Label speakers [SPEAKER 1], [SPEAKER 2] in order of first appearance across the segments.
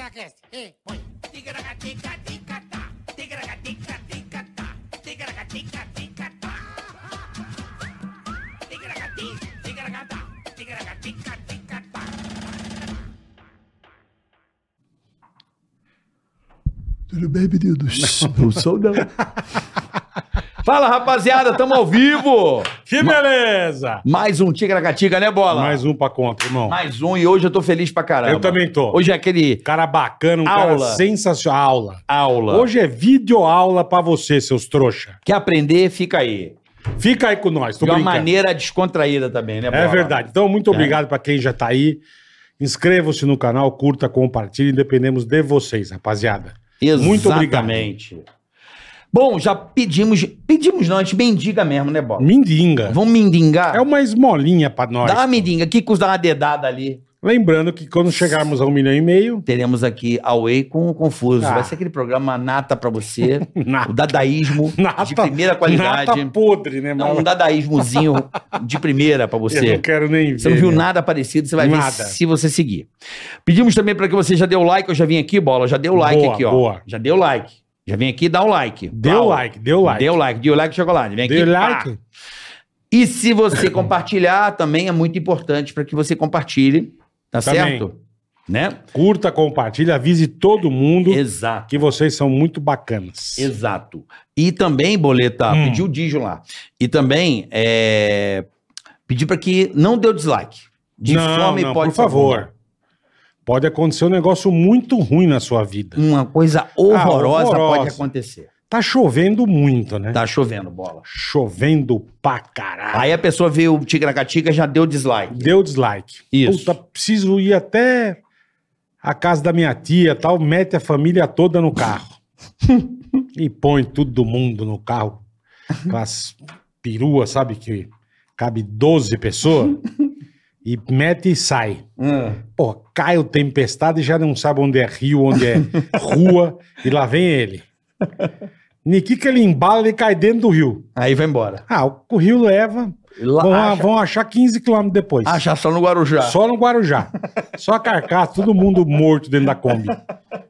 [SPEAKER 1] aquece. E põe.
[SPEAKER 2] Tudo bem, meninos? Não sou, não.
[SPEAKER 3] Fala, rapaziada, tamo ao vivo!
[SPEAKER 4] Que beleza!
[SPEAKER 3] Mais um Tigra Gatiga, né, Bola?
[SPEAKER 4] Mais um pra conta, irmão.
[SPEAKER 3] Mais um, e hoje eu tô feliz pra caramba.
[SPEAKER 4] Eu também tô.
[SPEAKER 3] Hoje é aquele
[SPEAKER 4] Cara bacana, um
[SPEAKER 3] Aula.
[SPEAKER 4] cara sensacional. Aula.
[SPEAKER 3] aula.
[SPEAKER 4] Hoje é videoaula pra você, seus trouxa.
[SPEAKER 3] Quer aprender, fica aí.
[SPEAKER 4] Fica aí com nós, tô
[SPEAKER 3] De uma
[SPEAKER 4] brincando.
[SPEAKER 3] maneira descontraída também, né, Bola?
[SPEAKER 4] É verdade. Então, muito obrigado pra quem já tá aí. Inscreva-se no canal, curta, compartilhe, dependemos de vocês, rapaziada.
[SPEAKER 3] Exatamente.
[SPEAKER 4] Muito
[SPEAKER 3] Bom, já pedimos... Pedimos não, a gente mendiga mesmo, né, Bola?
[SPEAKER 4] Mindinga.
[SPEAKER 3] Vamos mendigar?
[SPEAKER 4] É uma esmolinha pra nós.
[SPEAKER 3] Dá uma mendiga, que custa uma dedada ali.
[SPEAKER 4] Lembrando que quando chegarmos a um milhão e meio,
[SPEAKER 3] Teremos aqui a Way com o Confuso.
[SPEAKER 4] Ah.
[SPEAKER 3] Vai ser aquele programa nata pra você,
[SPEAKER 4] nada.
[SPEAKER 3] o dadaísmo de primeira qualidade.
[SPEAKER 4] Nada podre, né,
[SPEAKER 3] Não,
[SPEAKER 4] mano?
[SPEAKER 3] um dadaísmozinho de primeira pra
[SPEAKER 4] Eu
[SPEAKER 3] você.
[SPEAKER 4] não quero nem ver. né?
[SPEAKER 3] Você não viu
[SPEAKER 4] meu.
[SPEAKER 3] nada parecido, você vai
[SPEAKER 4] Nada.
[SPEAKER 3] ver se você seguir. Pedimos também para que você já dê o like, eu já vim aqui, bola, já deu o like
[SPEAKER 4] Boa,
[SPEAKER 3] aqui, ó.
[SPEAKER 4] boa.
[SPEAKER 3] Já deu o like. Já vim aqui, dá o like.
[SPEAKER 4] Deu
[SPEAKER 3] Pau.
[SPEAKER 4] like, deu like.
[SPEAKER 3] Deu like, deu like chocolate. Vem aqui.
[SPEAKER 4] Deu
[SPEAKER 3] pá.
[SPEAKER 4] like?
[SPEAKER 3] E se você compartilhar, também é muito importante para que você compartilhe, tá
[SPEAKER 4] Também.
[SPEAKER 3] certo? Né?
[SPEAKER 4] Curta, compartilha, avise todo mundo
[SPEAKER 3] Exato.
[SPEAKER 4] que vocês são muito bacanas.
[SPEAKER 3] Exato. E também, Boleta,
[SPEAKER 4] Hum.
[SPEAKER 3] pediu o Digio lá. E também é, pedir para que não dê o dislike. De
[SPEAKER 4] não,
[SPEAKER 3] forma e
[SPEAKER 4] não,
[SPEAKER 3] pode
[SPEAKER 4] por favor. Pode acontecer um negócio muito ruim na sua vida.
[SPEAKER 3] Uma coisa horrorosa,
[SPEAKER 4] Ah, horrorosa.
[SPEAKER 3] pode acontecer.
[SPEAKER 4] Tá chovendo muito, né?
[SPEAKER 3] Tá chovendo, bola.
[SPEAKER 4] Chovendo pra caralho.
[SPEAKER 3] Aí a pessoa vê o Tigracatica e já deu dislike.
[SPEAKER 4] Deu dislike.
[SPEAKER 3] Isso.
[SPEAKER 4] Puta, preciso ir até a casa da minha tia tal. Mete a família toda no carro. e põe todo mundo no carro. Com as peruas, sabe? Que cabe 12 pessoas. e mete e sai. Pô, cai o tempestade e já não sabe onde é rio, onde é rua. e lá vem ele. Niki que ele embala, ele cai dentro do rio.
[SPEAKER 3] Aí vai embora.
[SPEAKER 4] Ah, o, o rio leva.
[SPEAKER 3] Lá,
[SPEAKER 4] Vão,
[SPEAKER 3] acha,
[SPEAKER 4] vão achar 15 quilômetros depois.
[SPEAKER 3] acha só no Guarujá.
[SPEAKER 4] Só no Guarujá. Só a carcaça, todo mundo morto dentro da Kombi.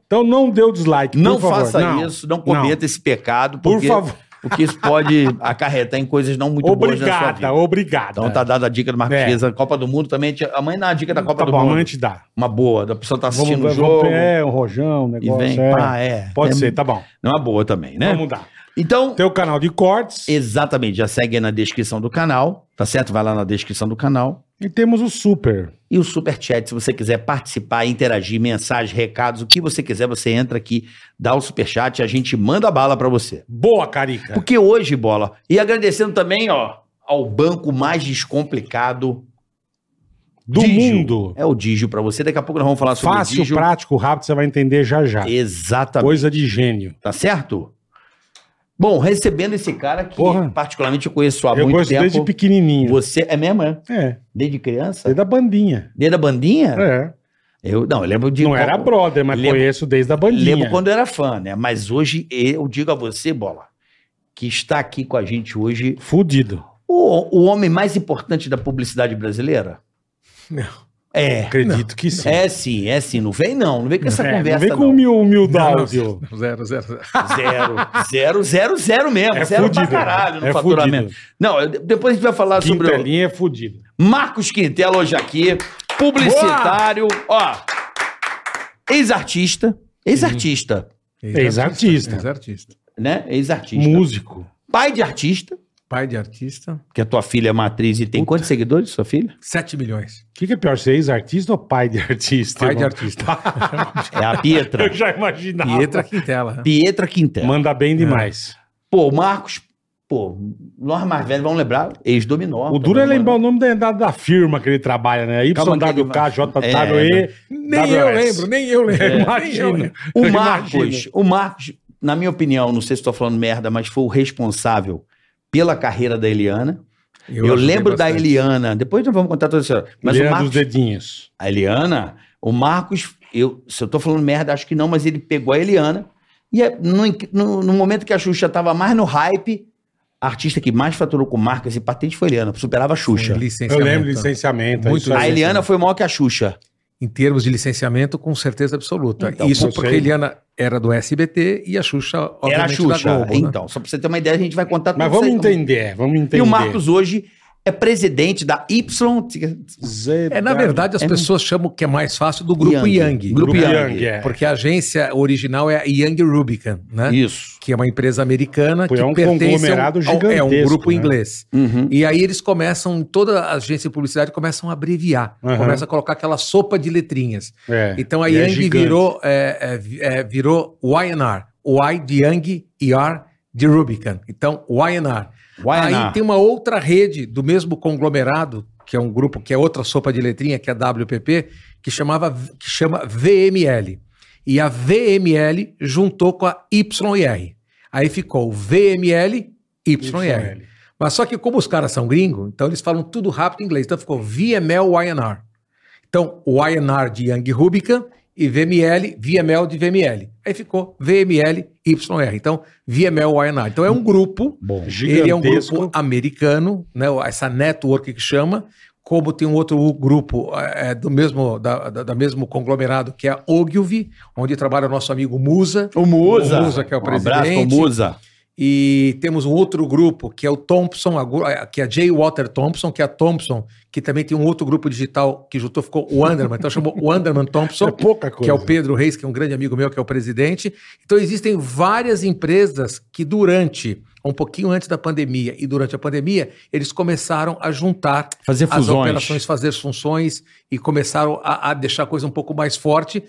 [SPEAKER 4] Então não dê o dislike.
[SPEAKER 3] não
[SPEAKER 4] por favor.
[SPEAKER 3] faça isso, não cometa esse pecado,
[SPEAKER 4] Por
[SPEAKER 3] porque,
[SPEAKER 4] favor.
[SPEAKER 3] porque isso pode acarretar em coisas não muito boas na sua
[SPEAKER 4] Obrigada,
[SPEAKER 3] vida.
[SPEAKER 4] obrigada.
[SPEAKER 3] Então tá dada a dica do Marcos Dias, a Copa do Mundo também. tinha- Amanhã dá a dica da Copa
[SPEAKER 4] É. Tá
[SPEAKER 3] do
[SPEAKER 4] bom,
[SPEAKER 3] Mundo.
[SPEAKER 4] amanhã te dá.
[SPEAKER 3] Uma boa, da pessoa tá assistindo o
[SPEAKER 4] Vamos,
[SPEAKER 3] jogo
[SPEAKER 4] vamos, é, um rojão, um
[SPEAKER 3] e
[SPEAKER 4] negócio.
[SPEAKER 3] vem.
[SPEAKER 4] é.
[SPEAKER 3] pá, é.
[SPEAKER 4] Pode
[SPEAKER 3] É
[SPEAKER 4] ser, tá bom.
[SPEAKER 3] Não é uma boa também, né?
[SPEAKER 4] Vamos dar.
[SPEAKER 3] Então,
[SPEAKER 4] Tem o canal de cortes
[SPEAKER 3] exatamente, já segue aí na descrição do canal, tá certo? Vai lá na descrição do canal.
[SPEAKER 4] e temos o super.
[SPEAKER 3] e o Superchat, se você quiser participar, interagir, mensagens, recados, o que você quiser, você entra aqui, dá o Superchat e a gente manda bala pra você.
[SPEAKER 4] Boa, Carica.
[SPEAKER 3] Porque hoje, bola, e agradecendo também, ó, ao banco mais descomplicado
[SPEAKER 4] Do
[SPEAKER 3] Digio.
[SPEAKER 4] mundo.
[SPEAKER 3] é o Digio pra você. Daqui a pouco nós vamos falar sobre o
[SPEAKER 4] Fácil,
[SPEAKER 3] Digio.
[SPEAKER 4] prático, rápido, você vai entender já já.
[SPEAKER 3] Exatamente.
[SPEAKER 4] Coisa de gênio.
[SPEAKER 3] Tá certo? Bom, recebendo esse cara que
[SPEAKER 4] Porra.
[SPEAKER 3] particularmente eu conheço há
[SPEAKER 4] Eu
[SPEAKER 3] muito
[SPEAKER 4] gosto
[SPEAKER 3] tempo.
[SPEAKER 4] desde pequenininho.
[SPEAKER 3] Você é mesmo, é?
[SPEAKER 4] É,
[SPEAKER 3] Desde criança?
[SPEAKER 4] desde a bandinha.
[SPEAKER 3] Desde a bandinha?
[SPEAKER 4] É.
[SPEAKER 3] Eu não, eu lembro de
[SPEAKER 4] Não era brother, mas
[SPEAKER 3] Lembro-
[SPEAKER 4] conheço desde a bandinha.
[SPEAKER 3] Lembro quando eu era fã, né? Mas hoje eu digo a você, Bola, que está aqui com a gente hoje
[SPEAKER 4] Fudido.
[SPEAKER 3] o, o homem mais importante da publicidade brasileira.
[SPEAKER 2] Não.
[SPEAKER 3] É.
[SPEAKER 4] Acredito que sim.
[SPEAKER 3] É sim, é sim. Não vem não, não vem com essa
[SPEAKER 4] É,
[SPEAKER 3] conversa
[SPEAKER 4] não vem com
[SPEAKER 3] não.
[SPEAKER 4] humil, humildade.
[SPEAKER 2] Não, não, zero, zero, zero.
[SPEAKER 3] Zero, zero, zero, zero mesmo.
[SPEAKER 4] É
[SPEAKER 3] zero
[SPEAKER 4] fudido.
[SPEAKER 3] pra caralho no
[SPEAKER 4] é
[SPEAKER 3] faturamento.
[SPEAKER 4] fudido.
[SPEAKER 3] Não, eu- depois a gente vai falar sobre o
[SPEAKER 4] Quintelinha é fudido.
[SPEAKER 3] Marcos Quintela hoje aqui, publicitário, ó. Ex-artista, ex-artista,
[SPEAKER 2] É
[SPEAKER 4] Ex-artista.
[SPEAKER 2] Ex-artista.
[SPEAKER 3] né? Ex-artista.
[SPEAKER 4] Músico.
[SPEAKER 3] Pai de artista.
[SPEAKER 2] Pai de artista,
[SPEAKER 3] Que a tua filha é uma atriz e tem quantos seguidores, sua filha?
[SPEAKER 2] 7 milhões.
[SPEAKER 4] O que, que é pior, ser ex-artista ou pai de artista?
[SPEAKER 2] Pai de
[SPEAKER 4] irmão?
[SPEAKER 2] artista.
[SPEAKER 3] É a Pietra.
[SPEAKER 4] Eu já imaginava. É.
[SPEAKER 2] Pietra Quintela. né?
[SPEAKER 3] Pietra Quintana.
[SPEAKER 4] Manda bem demais.
[SPEAKER 3] Pô, o Marcos, pô, nós mais velhos vamos lembrar, ex-dominó.
[SPEAKER 4] O duro é
[SPEAKER 3] Também,
[SPEAKER 4] lembrar o
[SPEAKER 3] mano.
[SPEAKER 4] nome da, da firma que ele trabalha, né?
[SPEAKER 3] Calma É, que ele vai-
[SPEAKER 4] YWK, JWE.
[SPEAKER 2] Nem eu
[SPEAKER 4] WS.
[SPEAKER 2] lembro, nem eu lembro. nem eu
[SPEAKER 4] Imagina.
[SPEAKER 2] lembro.
[SPEAKER 3] É. O
[SPEAKER 4] Imagina.
[SPEAKER 3] Marcos, o Marcos, na minha opinião, não sei se estou falando merda, mas foi o responsável pela carreira da Eliana. Eu,
[SPEAKER 2] ajudei
[SPEAKER 3] lembro da
[SPEAKER 2] bastante.
[SPEAKER 3] Eliana, depois nós vamos contar toda essa história. Mas
[SPEAKER 4] Mas
[SPEAKER 3] o
[SPEAKER 4] Leandro
[SPEAKER 3] Marcos,
[SPEAKER 4] é dos dedinhos.
[SPEAKER 3] a Eliana, o Marcos, eu, se eu tô falando merda, acho que não, mas ele pegou a Eliana. E é no, inc- no- no momento que a Xuxa tava mais no hype, a artista que mais faturou com marcas e patentes foi a Eliana, superava a Xuxa.
[SPEAKER 2] Licenciamento.
[SPEAKER 4] Eu lembro licenciamento. é
[SPEAKER 2] Muito
[SPEAKER 4] isso aí.
[SPEAKER 3] a Eliana foi maior que a Xuxa.
[SPEAKER 2] em termos de licenciamento, com certeza absoluta.
[SPEAKER 5] Então,
[SPEAKER 2] Isso
[SPEAKER 4] com
[SPEAKER 2] porque a
[SPEAKER 4] certeza.
[SPEAKER 2] Eliana era do SBT e a Xuxa, obviamente,
[SPEAKER 5] Era a Xuxa.
[SPEAKER 2] da Globo. né?
[SPEAKER 5] então, só pra você ter uma ideia, a gente vai contar
[SPEAKER 4] Mas
[SPEAKER 5] isso
[SPEAKER 4] vamos
[SPEAKER 5] aí também.
[SPEAKER 4] entender, vamos entender.
[SPEAKER 5] E o Marcos hoje é presidente da Y.
[SPEAKER 4] Zé
[SPEAKER 2] É, na verdade, as
[SPEAKER 5] É.
[SPEAKER 2] pessoas chamam que é mais fácil do grupo
[SPEAKER 5] Yang.
[SPEAKER 2] Yang.
[SPEAKER 5] Grupo
[SPEAKER 4] Grupo
[SPEAKER 5] Yang,
[SPEAKER 4] Yang, é.
[SPEAKER 2] Porque a agência original é a Yang Rubicon, né?
[SPEAKER 5] Isso.
[SPEAKER 2] Que é uma empresa americana
[SPEAKER 4] Pô, é
[SPEAKER 2] que
[SPEAKER 4] um
[SPEAKER 2] pertence a um-
[SPEAKER 4] conglomerado
[SPEAKER 2] ao- é um
[SPEAKER 4] gigantesco,
[SPEAKER 2] grupo
[SPEAKER 4] né?
[SPEAKER 2] inglês.
[SPEAKER 5] Uhum.
[SPEAKER 2] E aí eles começam, toda a agência de publicidade começam a abreviar,
[SPEAKER 4] Aham.
[SPEAKER 2] começa a colocar aquela sopa de letrinhas.
[SPEAKER 4] É,
[SPEAKER 2] Então a
[SPEAKER 4] e é
[SPEAKER 2] Yang
[SPEAKER 4] gigante.
[SPEAKER 2] virou, é, é, vi- é, virou YNR, Y de Yang e R de Rubicon. Então YNR.
[SPEAKER 5] Guaraná.
[SPEAKER 2] Aí tem uma outra rede do mesmo conglomerado, que é um grupo que é outra sopa de letrinha, que é a WPP, que, chamava, que chama VML. E a VML juntou com a YR. Aí ficou VML, YR.
[SPEAKER 4] YL.
[SPEAKER 2] Mas só que como os caras são gringos, então eles falam tudo rápido em inglês. Então ficou VML YNR. Então, o YNR de Young Rubicon e VML, VML de VML. Aí ficou VML YR. Então, VML YNR. Então é um grupo
[SPEAKER 5] Bom.
[SPEAKER 2] ele é um
[SPEAKER 4] Gigantesco.
[SPEAKER 2] grupo americano, né? Essa network que chama, como tem um outro grupo eh, eh, do mesmo da, da, da mesmo conglomerado que é a Ogilvy, onde trabalha o nosso amigo Musa.
[SPEAKER 5] O Musa.
[SPEAKER 2] O Musa, que é o
[SPEAKER 5] Um abraço ao
[SPEAKER 2] presidente.
[SPEAKER 5] Musa.
[SPEAKER 2] E temos um outro grupo que é o Thompson, a gru- eh, que é a J. Water Thompson, que é a Thompson, que também tem um outro grupo digital que juntou, ficou o Anderman, então chamou o Anderman Thompson
[SPEAKER 4] É pouca coisa.
[SPEAKER 2] que é o Pedro Reis, que é um grande amigo meu, que é o presidente. Então, existem várias empresas que, durante, um pouquinho antes da pandemia e durante a pandemia, eles começaram a juntar
[SPEAKER 5] Fazer
[SPEAKER 2] as
[SPEAKER 5] fusões.
[SPEAKER 2] operações, fazer as funções e começaram a, a deixar a coisa um pouco mais forte.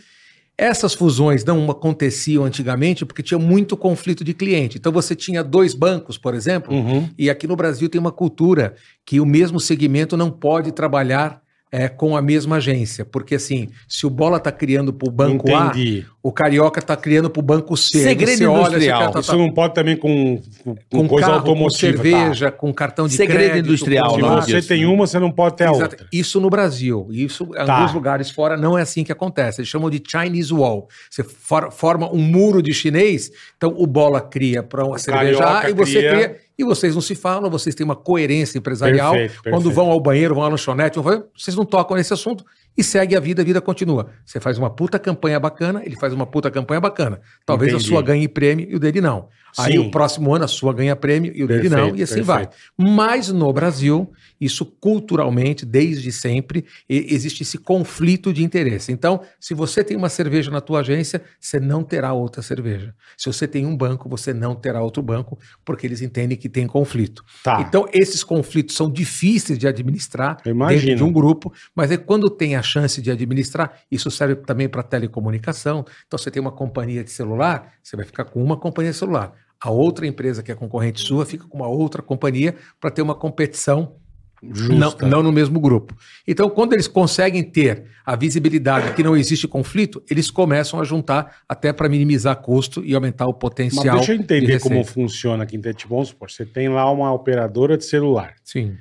[SPEAKER 2] Essas fusões não aconteciam antigamente porque tinha muito conflito de cliente. Então, você tinha dois bancos, por exemplo,
[SPEAKER 4] Uhum.
[SPEAKER 2] e aqui no Brasil tem uma cultura que o mesmo segmento não pode trabalhar eh, com a mesma agência. Porque, assim, se o Bola está criando para o banco A, Tá,
[SPEAKER 4] Entendi.
[SPEAKER 2] o Carioca está criando para o banco C. Aí
[SPEAKER 5] Segredo
[SPEAKER 2] você olha, esse
[SPEAKER 5] industrial.
[SPEAKER 2] cara tá-
[SPEAKER 4] Isso não pode também com, com,
[SPEAKER 2] com,
[SPEAKER 4] coisa
[SPEAKER 2] carro,
[SPEAKER 4] automotiva.
[SPEAKER 2] com cerveja, com cartão de
[SPEAKER 5] Segredo
[SPEAKER 2] crédito.
[SPEAKER 5] industrial,
[SPEAKER 2] com
[SPEAKER 4] tá? Se
[SPEAKER 5] não
[SPEAKER 2] celular.
[SPEAKER 4] você
[SPEAKER 5] disso,
[SPEAKER 4] tem
[SPEAKER 5] né?
[SPEAKER 4] uma, você não pode ter a
[SPEAKER 2] Exato.
[SPEAKER 4] outra.
[SPEAKER 2] Isso no Brasil. Isso em
[SPEAKER 4] Tá.
[SPEAKER 2] alguns lugares fora não é assim que acontece. Eles chamam de Chinese Wall. Você for- forma um muro de chinês, então o bola cria para uma cerveja
[SPEAKER 4] carioca
[SPEAKER 2] A e você
[SPEAKER 4] cria.
[SPEAKER 2] cria. e vocês não se falam, vocês têm uma coerência empresarial.
[SPEAKER 4] Perfeito, perfeito.
[SPEAKER 2] Quando vão ao banheiro, vão à lanchonete, vão fazer- vocês não tocam nesse assunto e segue a vida, a vida continua. Você faz uma puta campanha bacana, ele faz uma puta campanha bacana. Talvez
[SPEAKER 4] Entendi.
[SPEAKER 2] a sua ganhe prêmio e o dele não. Aí
[SPEAKER 4] Sim.
[SPEAKER 2] o próximo ano a sua ganha prêmio e o dele
[SPEAKER 4] Perfeito,
[SPEAKER 2] não, e assim
[SPEAKER 4] perfeito.
[SPEAKER 2] vai. Mas no Brasil, isso culturalmente, desde sempre, e- existe esse conflito de interesse. Então, se você tem uma cerveja na tua agência, você não terá outra cerveja. Se você tem um banco, você não terá outro banco, porque eles entendem que tem conflito.
[SPEAKER 4] Tá.
[SPEAKER 2] Então, esses conflitos são difíceis de administrar
[SPEAKER 4] Eu imagino.
[SPEAKER 2] dentro de um grupo, mas é quando tem a chance de administrar, isso serve também para telecomunicação. Então, você tem uma companhia de celular, você vai ficar com uma companhia de celular. A outra empresa que é concorrente sua fica com uma outra companhia para ter uma competição não,
[SPEAKER 4] Justa.
[SPEAKER 2] não no mesmo grupo. Então, quando eles conseguem ter a visibilidade que não existe conflito, eles começam a juntar até para minimizar custo e aumentar o
[SPEAKER 4] Mas
[SPEAKER 2] potencial.
[SPEAKER 4] deixa eu
[SPEAKER 2] de
[SPEAKER 4] entender como
[SPEAKER 2] receita.
[SPEAKER 4] funciona aqui. Então, tipo, vamos supor, você tem lá uma operadora de celular.
[SPEAKER 2] Sim.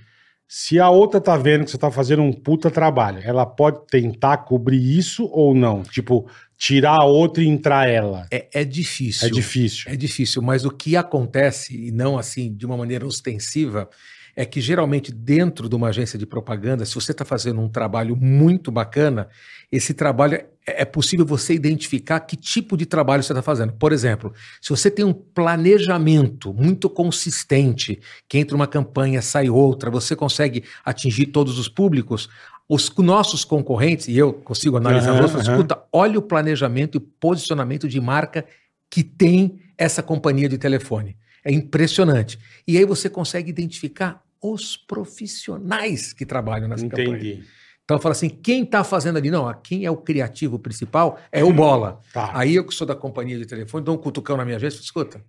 [SPEAKER 4] Se a outra tá vendo que você tá fazendo um puta trabalho, ela pode tentar cobrir isso ou não? Tipo, tirar a outra e entrar ela.
[SPEAKER 2] É, é difícil.
[SPEAKER 4] É difícil.
[SPEAKER 2] É difícil, mas o que acontece, e não assim de uma maneira ostensiva, é que geralmente dentro de uma agência de propaganda, se você está fazendo um trabalho muito bacana, esse trabalho é é possível você identificar que tipo de trabalho você está fazendo. Por exemplo, se você tem um planejamento muito consistente, que entra uma campanha, sai outra, você consegue atingir todos os públicos. Os nossos concorrentes, e eu consigo analisar,
[SPEAKER 4] Aham,
[SPEAKER 2] uhum,
[SPEAKER 4] aham.
[SPEAKER 2] escuta, olha o planejamento e posicionamento de marca que tem essa companhia de telefone. É impressionante. E aí você consegue identificar os profissionais É, que trabalham nessa campanha.
[SPEAKER 4] Entendi.
[SPEAKER 2] Então fala assim, quem está fazendo ali? Não, ah, quem é o criativo principal é o Bola.
[SPEAKER 4] Tá.
[SPEAKER 2] Aí eu que sou da companhia de telefone, dou um cutucão na minha agência, falo, escuta,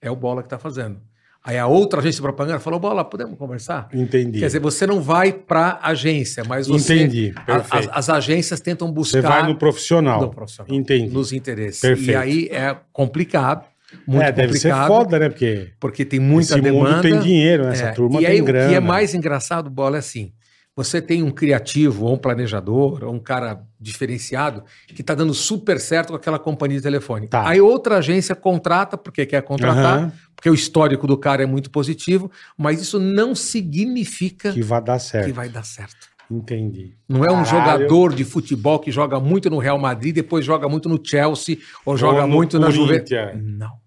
[SPEAKER 2] é o Bola que está fazendo. Aí a outra agência de propaganda falou, Bola, podemos conversar?
[SPEAKER 4] Entendi.
[SPEAKER 2] Quer dizer, você não vai para a agência, mas você...
[SPEAKER 4] Entendi.
[SPEAKER 2] a-
[SPEAKER 4] Perfeito.
[SPEAKER 2] as, as agências tentam buscar
[SPEAKER 4] você vai no profissional.
[SPEAKER 2] Tá. no profissional,
[SPEAKER 4] Entendi.
[SPEAKER 2] nos interesses.
[SPEAKER 4] Perfeito.
[SPEAKER 2] E aí é complicado, muito
[SPEAKER 4] é, deve ser
[SPEAKER 2] complicado,
[SPEAKER 4] foda, né? Porque
[SPEAKER 2] porque tem muita
[SPEAKER 4] esse
[SPEAKER 2] demanda.
[SPEAKER 4] mundo tem dinheiro, né? Essa
[SPEAKER 2] É,
[SPEAKER 4] turma
[SPEAKER 2] e aí,
[SPEAKER 4] tem grana.
[SPEAKER 2] O que é mais engraçado, Bola, é assim: você tem um criativo, ou um planejador, ou um cara diferenciado, que está dando super certo com aquela companhia de telefone.
[SPEAKER 4] Tá.
[SPEAKER 2] Aí outra agência contrata, porque quer contratar,
[SPEAKER 4] Aham,
[SPEAKER 2] porque o histórico do cara é muito positivo, mas isso não significa
[SPEAKER 4] que
[SPEAKER 2] que,
[SPEAKER 4] vai dar certo.
[SPEAKER 2] vai dar certo.
[SPEAKER 4] Entendi.
[SPEAKER 2] Não é um
[SPEAKER 4] Caralho.
[SPEAKER 2] jogador de futebol que joga muito no Real Madrid, depois joga muito no Chelsea ou joga
[SPEAKER 4] no
[SPEAKER 2] muito na Juventus.
[SPEAKER 4] Corinthians.
[SPEAKER 2] Não.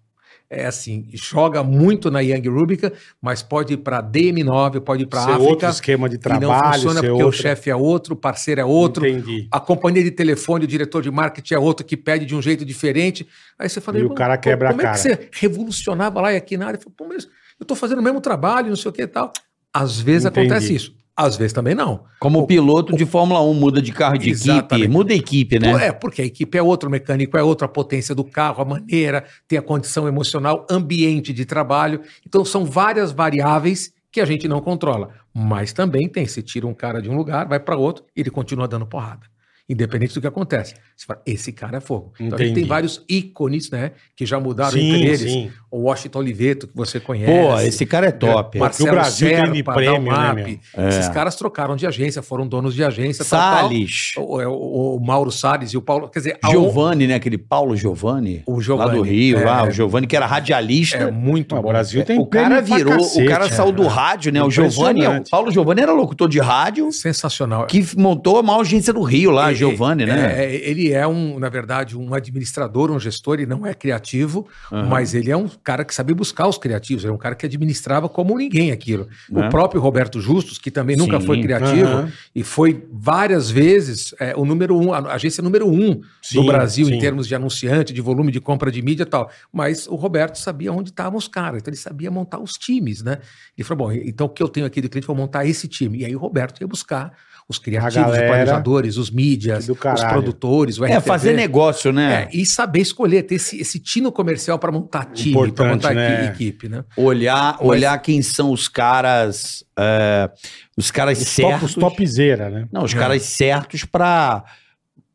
[SPEAKER 2] É assim, joga muito na Young Rubica, mas pode ir para DM9, pode ir para
[SPEAKER 4] Ser é outro
[SPEAKER 2] África.
[SPEAKER 4] esquema de
[SPEAKER 2] e não
[SPEAKER 4] trabalho,
[SPEAKER 2] funciona
[SPEAKER 4] ser
[SPEAKER 2] porque
[SPEAKER 4] outro.
[SPEAKER 2] o chefe é outro, o parceiro é outro,
[SPEAKER 4] Entendi.
[SPEAKER 2] a companhia de telefone, o diretor de marketing é outro que pede de um jeito diferente. Aí você fala,
[SPEAKER 4] E o
[SPEAKER 2] irmão,
[SPEAKER 4] cara
[SPEAKER 2] pô,
[SPEAKER 4] quebra a
[SPEAKER 2] como
[SPEAKER 4] cara.
[SPEAKER 2] é que você revolucionava lá e aqui na área? Eu falo, pô, mas eu tô fazendo o mesmo trabalho, não sei o que e tal. Às vezes
[SPEAKER 4] Entendi.
[SPEAKER 2] acontece isso, às vezes também não.
[SPEAKER 5] Como piloto de Fórmula 1, muda de carro de
[SPEAKER 2] Exatamente.
[SPEAKER 5] equipe, muda a equipe, né?
[SPEAKER 2] Pô, É, porque a equipe é outro mecânico, é outra potência do carro, a maneira, tem a condição emocional, ambiente de trabalho. Então são várias variáveis que a gente não controla. Mas também tem, se tira um cara de um lugar, vai para outro, ele continua dando porrada. Independente do que acontece. Você fala, esse cara é fogo. Então a gente
[SPEAKER 4] Entendi.
[SPEAKER 2] tem vários ícones, né? Que já mudaram entre
[SPEAKER 4] Sim,
[SPEAKER 2] eles.
[SPEAKER 4] sim.
[SPEAKER 2] O Washington Oliveto, que você conhece.
[SPEAKER 5] Pô, esse cara é top.
[SPEAKER 4] Mar-
[SPEAKER 2] Marcelo
[SPEAKER 4] O Brasil tem de
[SPEAKER 2] Serpa,
[SPEAKER 4] prêmio, né,
[SPEAKER 2] Dalmap.
[SPEAKER 4] meu?
[SPEAKER 2] Esses
[SPEAKER 5] É.
[SPEAKER 2] caras trocaram de agência, foram donos de agência. tá tal, tal.
[SPEAKER 5] Salles,
[SPEAKER 2] O, é, o- o Mauro Salles e o Paulo. Quer dizer, a-
[SPEAKER 5] Giovanni, né? Aquele Paulo Giovanni,
[SPEAKER 2] o Giovanni.
[SPEAKER 5] lá do Rio,
[SPEAKER 2] é,
[SPEAKER 5] lá, Ah, o Giovanni que era radialista.
[SPEAKER 2] É muito
[SPEAKER 4] O
[SPEAKER 2] bom.
[SPEAKER 4] Brasil tem
[SPEAKER 5] o cara
[SPEAKER 4] prêmio pra
[SPEAKER 5] virou,
[SPEAKER 4] cacete, é,
[SPEAKER 5] o cara saiu do rádio, né? O Giovanni, o
[SPEAKER 4] Impressionante.
[SPEAKER 5] Paulo Giovanni era locutor de rádio
[SPEAKER 2] Sensacional.
[SPEAKER 5] que montou a maior agência do Rio lá,
[SPEAKER 2] Ele-
[SPEAKER 5] Giovanni, né?
[SPEAKER 2] é, ele é um, na verdade, um administrador, um gestor, ele não é criativo,
[SPEAKER 5] Aham.
[SPEAKER 2] mas ele é um cara que sabia buscar os criativos, ele é um cara que administrava como ninguém aquilo.
[SPEAKER 5] Né?
[SPEAKER 2] O próprio Roberto Justus, que também nunca
[SPEAKER 5] Sim.
[SPEAKER 2] foi criativo,
[SPEAKER 4] Aham.
[SPEAKER 2] e foi várias vezes é, o número um, a agência número um
[SPEAKER 4] Sim,
[SPEAKER 2] do Brasil
[SPEAKER 4] sim.
[SPEAKER 2] em termos de anunciante, de volume de compra de mídia e tal. Mas o Roberto sabia onde estavam os caras, então ele sabia montar os times, né? Ele falou: bom, então o que eu tenho aqui de cliente, vou montar esse time. E aí o Roberto ia buscar os criativos,
[SPEAKER 4] galera
[SPEAKER 2] os planejadores, os mídias,
[SPEAKER 4] do
[SPEAKER 2] os
[SPEAKER 4] caralho.
[SPEAKER 2] produtores, o
[SPEAKER 5] É,
[SPEAKER 2] RTV.
[SPEAKER 5] fazer negócio, né?
[SPEAKER 2] É, e saber escolher, ter esse, esse tino comercial para montar time, para
[SPEAKER 4] Importante,
[SPEAKER 2] montar equi-
[SPEAKER 4] né?
[SPEAKER 2] equipe, né?
[SPEAKER 5] Olhar,
[SPEAKER 2] Mas-
[SPEAKER 5] olhar quem são os caras, é, os caras
[SPEAKER 4] Os top,
[SPEAKER 5] certos.
[SPEAKER 4] os topzera, né?
[SPEAKER 5] Não, os
[SPEAKER 2] É.
[SPEAKER 5] caras certos pra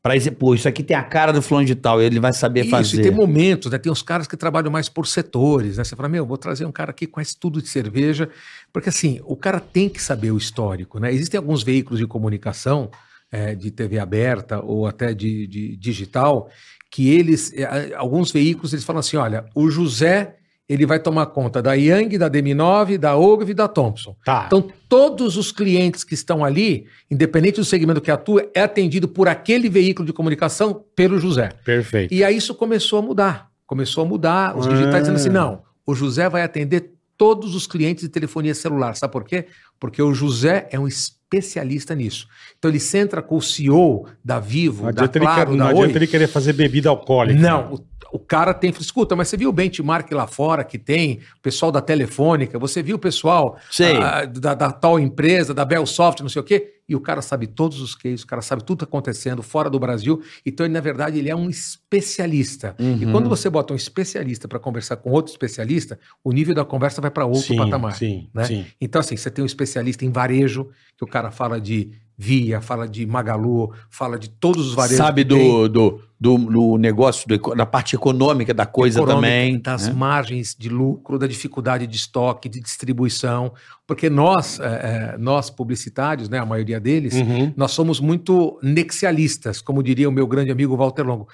[SPEAKER 5] para pô, isso aqui tem a cara do fulano de tal, ele vai saber
[SPEAKER 2] e
[SPEAKER 5] fazer.
[SPEAKER 2] tem momentos, né? Tem uns caras que trabalham mais por setores, né? Você fala, meu, vou trazer um cara aqui que conhece tudo de cerveja, porque assim, o cara tem que saber o histórico, né? Existem alguns veículos de comunicação, eh, de TV aberta ou até de, de digital, que eles, eh, a- alguns veículos, eles falam assim, olha, o José, ele vai tomar conta da Yang, da DM9, da Ogilvy e da Thompson.
[SPEAKER 4] Tá.
[SPEAKER 2] Então, todos os clientes que estão ali, independente do segmento que atua, é atendido por aquele veículo de comunicação, pelo José.
[SPEAKER 4] Perfeito.
[SPEAKER 2] E aí isso começou a mudar. Começou a mudar, os digitais dizendo assim:
[SPEAKER 4] Ah.
[SPEAKER 2] não, o José vai atender todos os clientes de telefonia celular. Sabe por quê? Porque o José é um especialista nisso. Então ele centra com o CEO da Vivo,
[SPEAKER 4] Não
[SPEAKER 2] da
[SPEAKER 4] adianta,
[SPEAKER 2] Claro,
[SPEAKER 4] ele, não
[SPEAKER 2] da
[SPEAKER 4] adianta
[SPEAKER 2] Oi.
[SPEAKER 4] ele querer fazer bebida alcoólica. né?
[SPEAKER 2] Não, o, o cara tem. Escuta, mas você viu o benchmark lá fora que tem? O pessoal da Telefônica, você viu o pessoal
[SPEAKER 5] Sei.
[SPEAKER 2] ah, da, da tal empresa, da Bellsoft, não sei o quê. E o cara sabe todos os cases, o cara sabe tudo que tá acontecendo fora do Brasil. Então, ele, na verdade, ele é um especialista. E
[SPEAKER 5] Uhum.
[SPEAKER 2] quando você bota um especialista para conversar com outro especialista, o nível da conversa vai para outro
[SPEAKER 4] sim,
[SPEAKER 2] patamar.
[SPEAKER 4] Sim,
[SPEAKER 2] né?
[SPEAKER 4] sim.
[SPEAKER 2] Então, assim, você tem um especialista em varejo, que o cara fala de Via, fala de Magalu, fala de todos os varejos.
[SPEAKER 5] Sabe
[SPEAKER 2] que tem.
[SPEAKER 5] do, do, do, do negócio, do eco- da parte econômica da coisa
[SPEAKER 2] econômica, tá
[SPEAKER 5] também.
[SPEAKER 2] das
[SPEAKER 5] né?
[SPEAKER 2] margens de lucro, da dificuldade de estoque, de distribuição, porque nós, eh, eh, nós publicitários, né, a maioria deles,
[SPEAKER 4] Uhum.
[SPEAKER 2] nós somos muito nexialistas, como diria o meu grande amigo Walter Longo,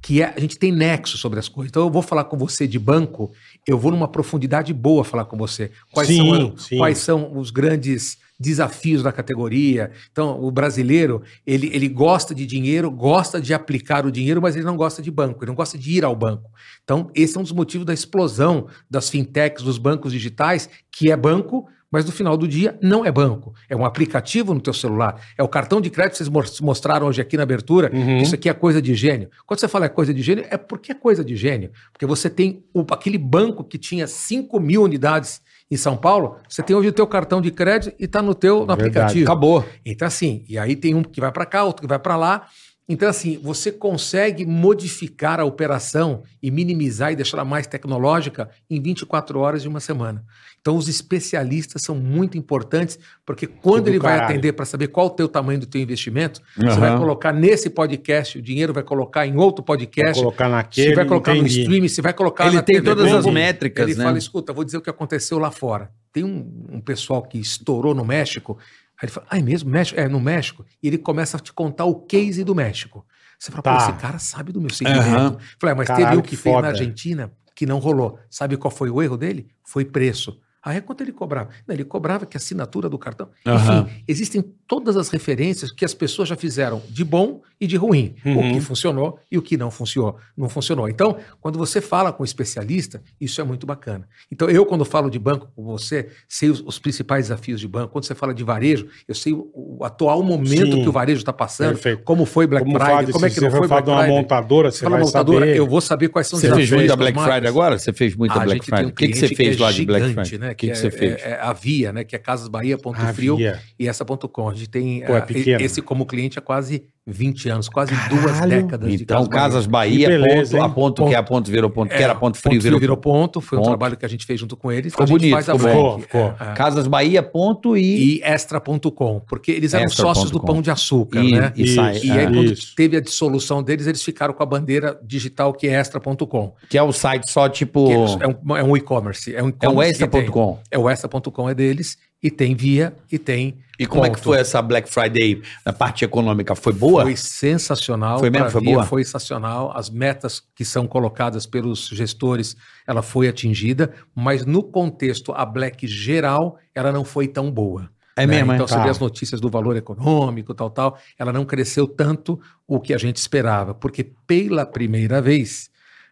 [SPEAKER 2] que é, a gente tem nexo sobre as coisas. Então eu vou falar com você de banco, eu vou numa profundidade boa falar com você. Quais,
[SPEAKER 4] Sim,
[SPEAKER 2] são,
[SPEAKER 4] sim.
[SPEAKER 2] quais são os grandes desafios da categoria? Então o brasileiro, ele, ele gosta de dinheiro, gosta de aplicar o dinheiro, mas ele não gosta de banco, ele não gosta de ir ao banco. Então esse é um dos motivos da explosão das fintechs, dos bancos digitais, que é banco, mas no final do dia não é banco. É um aplicativo no teu celular. É o cartão de crédito que vocês mos- mostraram hoje aqui na abertura.
[SPEAKER 4] Uhum.
[SPEAKER 2] que Isso aqui é coisa de gênio. Quando você fala é coisa de gênio, é porque é coisa de gênio. Porque você tem o- aquele banco que tinha 5 mil unidades em São Paulo, você tem hoje o teu cartão de crédito e está no teu no
[SPEAKER 4] Verdade.
[SPEAKER 2] aplicativo.
[SPEAKER 5] Acabou.
[SPEAKER 2] Então, assim, e aí tem um que vai para cá, outro que vai para lá. Então, assim, você consegue modificar a operação e minimizar e deixar ela mais tecnológica em 24 horas de uma semana. Então, os especialistas são muito importantes, porque quando
[SPEAKER 4] do
[SPEAKER 2] ele vai
[SPEAKER 4] caralho.
[SPEAKER 2] atender para saber qual o teu tamanho do teu investimento,
[SPEAKER 5] Aham.
[SPEAKER 2] você vai colocar nesse podcast, o dinheiro vai colocar em outro
[SPEAKER 4] Vou
[SPEAKER 2] podcast,
[SPEAKER 4] colocar naquele.
[SPEAKER 2] você vai colocar no
[SPEAKER 4] entendi.
[SPEAKER 2] stream, você vai colocar
[SPEAKER 5] Ele
[SPEAKER 2] na
[SPEAKER 5] tem
[SPEAKER 2] TV
[SPEAKER 5] todas as
[SPEAKER 2] Globo.
[SPEAKER 5] métricas,
[SPEAKER 2] Ele
[SPEAKER 5] né?
[SPEAKER 2] fala, escuta, vou dizer o que aconteceu lá fora. Tem um, um pessoal que estourou no México. Aí ele fala, ah, é mesmo? México? É, no México. E ele começa a te contar o case do México. Você fala,
[SPEAKER 4] Tá.
[SPEAKER 2] pô, esse cara sabe do meu segmento.
[SPEAKER 5] Aham.
[SPEAKER 2] Falei, ah, mas
[SPEAKER 4] Caralho,
[SPEAKER 2] teve um que
[SPEAKER 4] que
[SPEAKER 2] fez na
[SPEAKER 4] foda.
[SPEAKER 2] Argentina que não rolou. Sabe qual foi o erro dele? Foi preço. Aí quanto ele cobrava? Não, ele cobrava que a assinatura do cartão.
[SPEAKER 5] Aham.
[SPEAKER 2] Enfim, existem todas as referências que as pessoas já fizeram de bom e de ruim.
[SPEAKER 4] Uhum.
[SPEAKER 2] O que funcionou e o que não funcionou. Não funcionou. Então, quando você fala com um especialista, isso é muito bacana. Então, eu, quando falo de banco com você, sei os, os principais desafios de banco. Quando você fala de varejo, eu sei o, o atual momento
[SPEAKER 4] Sim.
[SPEAKER 2] que o varejo está passando,
[SPEAKER 4] Perfeito.
[SPEAKER 2] como foi Black
[SPEAKER 4] como
[SPEAKER 2] Friday,
[SPEAKER 4] fala,
[SPEAKER 2] como é
[SPEAKER 4] se
[SPEAKER 2] que não
[SPEAKER 4] você
[SPEAKER 2] foi
[SPEAKER 4] fala
[SPEAKER 2] Black
[SPEAKER 4] de uma
[SPEAKER 2] Friday.
[SPEAKER 4] montadora,
[SPEAKER 2] Você
[SPEAKER 4] você
[SPEAKER 2] fala
[SPEAKER 4] vai
[SPEAKER 2] montadora,
[SPEAKER 4] saber.
[SPEAKER 2] eu vou saber quais são os
[SPEAKER 3] Você fez
[SPEAKER 2] desafios
[SPEAKER 3] muita
[SPEAKER 2] das
[SPEAKER 3] Black
[SPEAKER 2] marcas.
[SPEAKER 3] Friday agora? Você fez muita
[SPEAKER 2] a
[SPEAKER 3] Black
[SPEAKER 2] gente tem
[SPEAKER 3] Friday.
[SPEAKER 2] um
[SPEAKER 3] O que, que você
[SPEAKER 2] cliente
[SPEAKER 3] fez
[SPEAKER 2] é
[SPEAKER 3] lá de Black
[SPEAKER 2] gigante,
[SPEAKER 3] Friday?
[SPEAKER 2] Né,
[SPEAKER 3] o que, que
[SPEAKER 2] é-
[SPEAKER 3] você fez?
[SPEAKER 2] É, é a Via, né, que é casasbahia.frio
[SPEAKER 4] Havia.
[SPEAKER 2] e essa.com. A gente tem
[SPEAKER 4] Pô, é
[SPEAKER 2] ah, e-
[SPEAKER 4] pequeno.
[SPEAKER 2] esse como cliente há quase 20 anos, quase
[SPEAKER 4] Caralho!
[SPEAKER 2] duas décadas de
[SPEAKER 3] Então, Casas
[SPEAKER 4] Que
[SPEAKER 3] Bahia,
[SPEAKER 4] beleza,
[SPEAKER 3] ponto, a
[SPEAKER 4] hein?
[SPEAKER 3] ponto que é a ponto virou ponto, que era ponto frio, virou,
[SPEAKER 2] virou ponto. Foi um
[SPEAKER 3] Ponto.
[SPEAKER 2] trabalho que a gente fez junto com eles.
[SPEAKER 3] Ficou
[SPEAKER 2] a gente
[SPEAKER 3] bonito,
[SPEAKER 2] faz a
[SPEAKER 3] ficou
[SPEAKER 2] Black,
[SPEAKER 4] bom. Ficou,
[SPEAKER 2] é, é.
[SPEAKER 3] Casas Bahia, ponto e...
[SPEAKER 2] E extra.com, porque eles eram
[SPEAKER 3] Extra
[SPEAKER 2] sócios
[SPEAKER 3] ponto
[SPEAKER 2] do
[SPEAKER 3] com.
[SPEAKER 2] Pão de Açúcar,
[SPEAKER 3] e,
[SPEAKER 2] né?
[SPEAKER 3] e sai,
[SPEAKER 2] E
[SPEAKER 4] Ah,
[SPEAKER 2] aí,
[SPEAKER 3] é.
[SPEAKER 2] quando
[SPEAKER 4] isso.
[SPEAKER 2] teve a dissolução deles, eles ficaram com a bandeira digital que é extra.com.
[SPEAKER 3] que é o site só tipo...
[SPEAKER 2] que é um- é um e-commerce. É
[SPEAKER 3] É o
[SPEAKER 2] um, e-commerce que tem-
[SPEAKER 3] extra.com.
[SPEAKER 2] É o extra.com é deles e tem Via e tem
[SPEAKER 3] E como é que
[SPEAKER 2] Ponto.
[SPEAKER 3] foi essa Black Friday na parte econômica? Foi boa?
[SPEAKER 2] Foi sensacional.
[SPEAKER 3] Foi mesmo?
[SPEAKER 2] pra
[SPEAKER 3] Foi
[SPEAKER 2] Via,
[SPEAKER 3] boa?
[SPEAKER 2] Foi sensacional. As metas que são colocadas pelos gestores, ela foi atingida, mas no contexto a Black geral, ela não foi tão boa.
[SPEAKER 3] é
[SPEAKER 2] né?
[SPEAKER 3] mesmo, é?
[SPEAKER 2] Então você
[SPEAKER 4] Tá.
[SPEAKER 2] vê as notícias do valor econômico, tal, tal, ela não cresceu tanto o que a gente esperava, porque pela primeira vez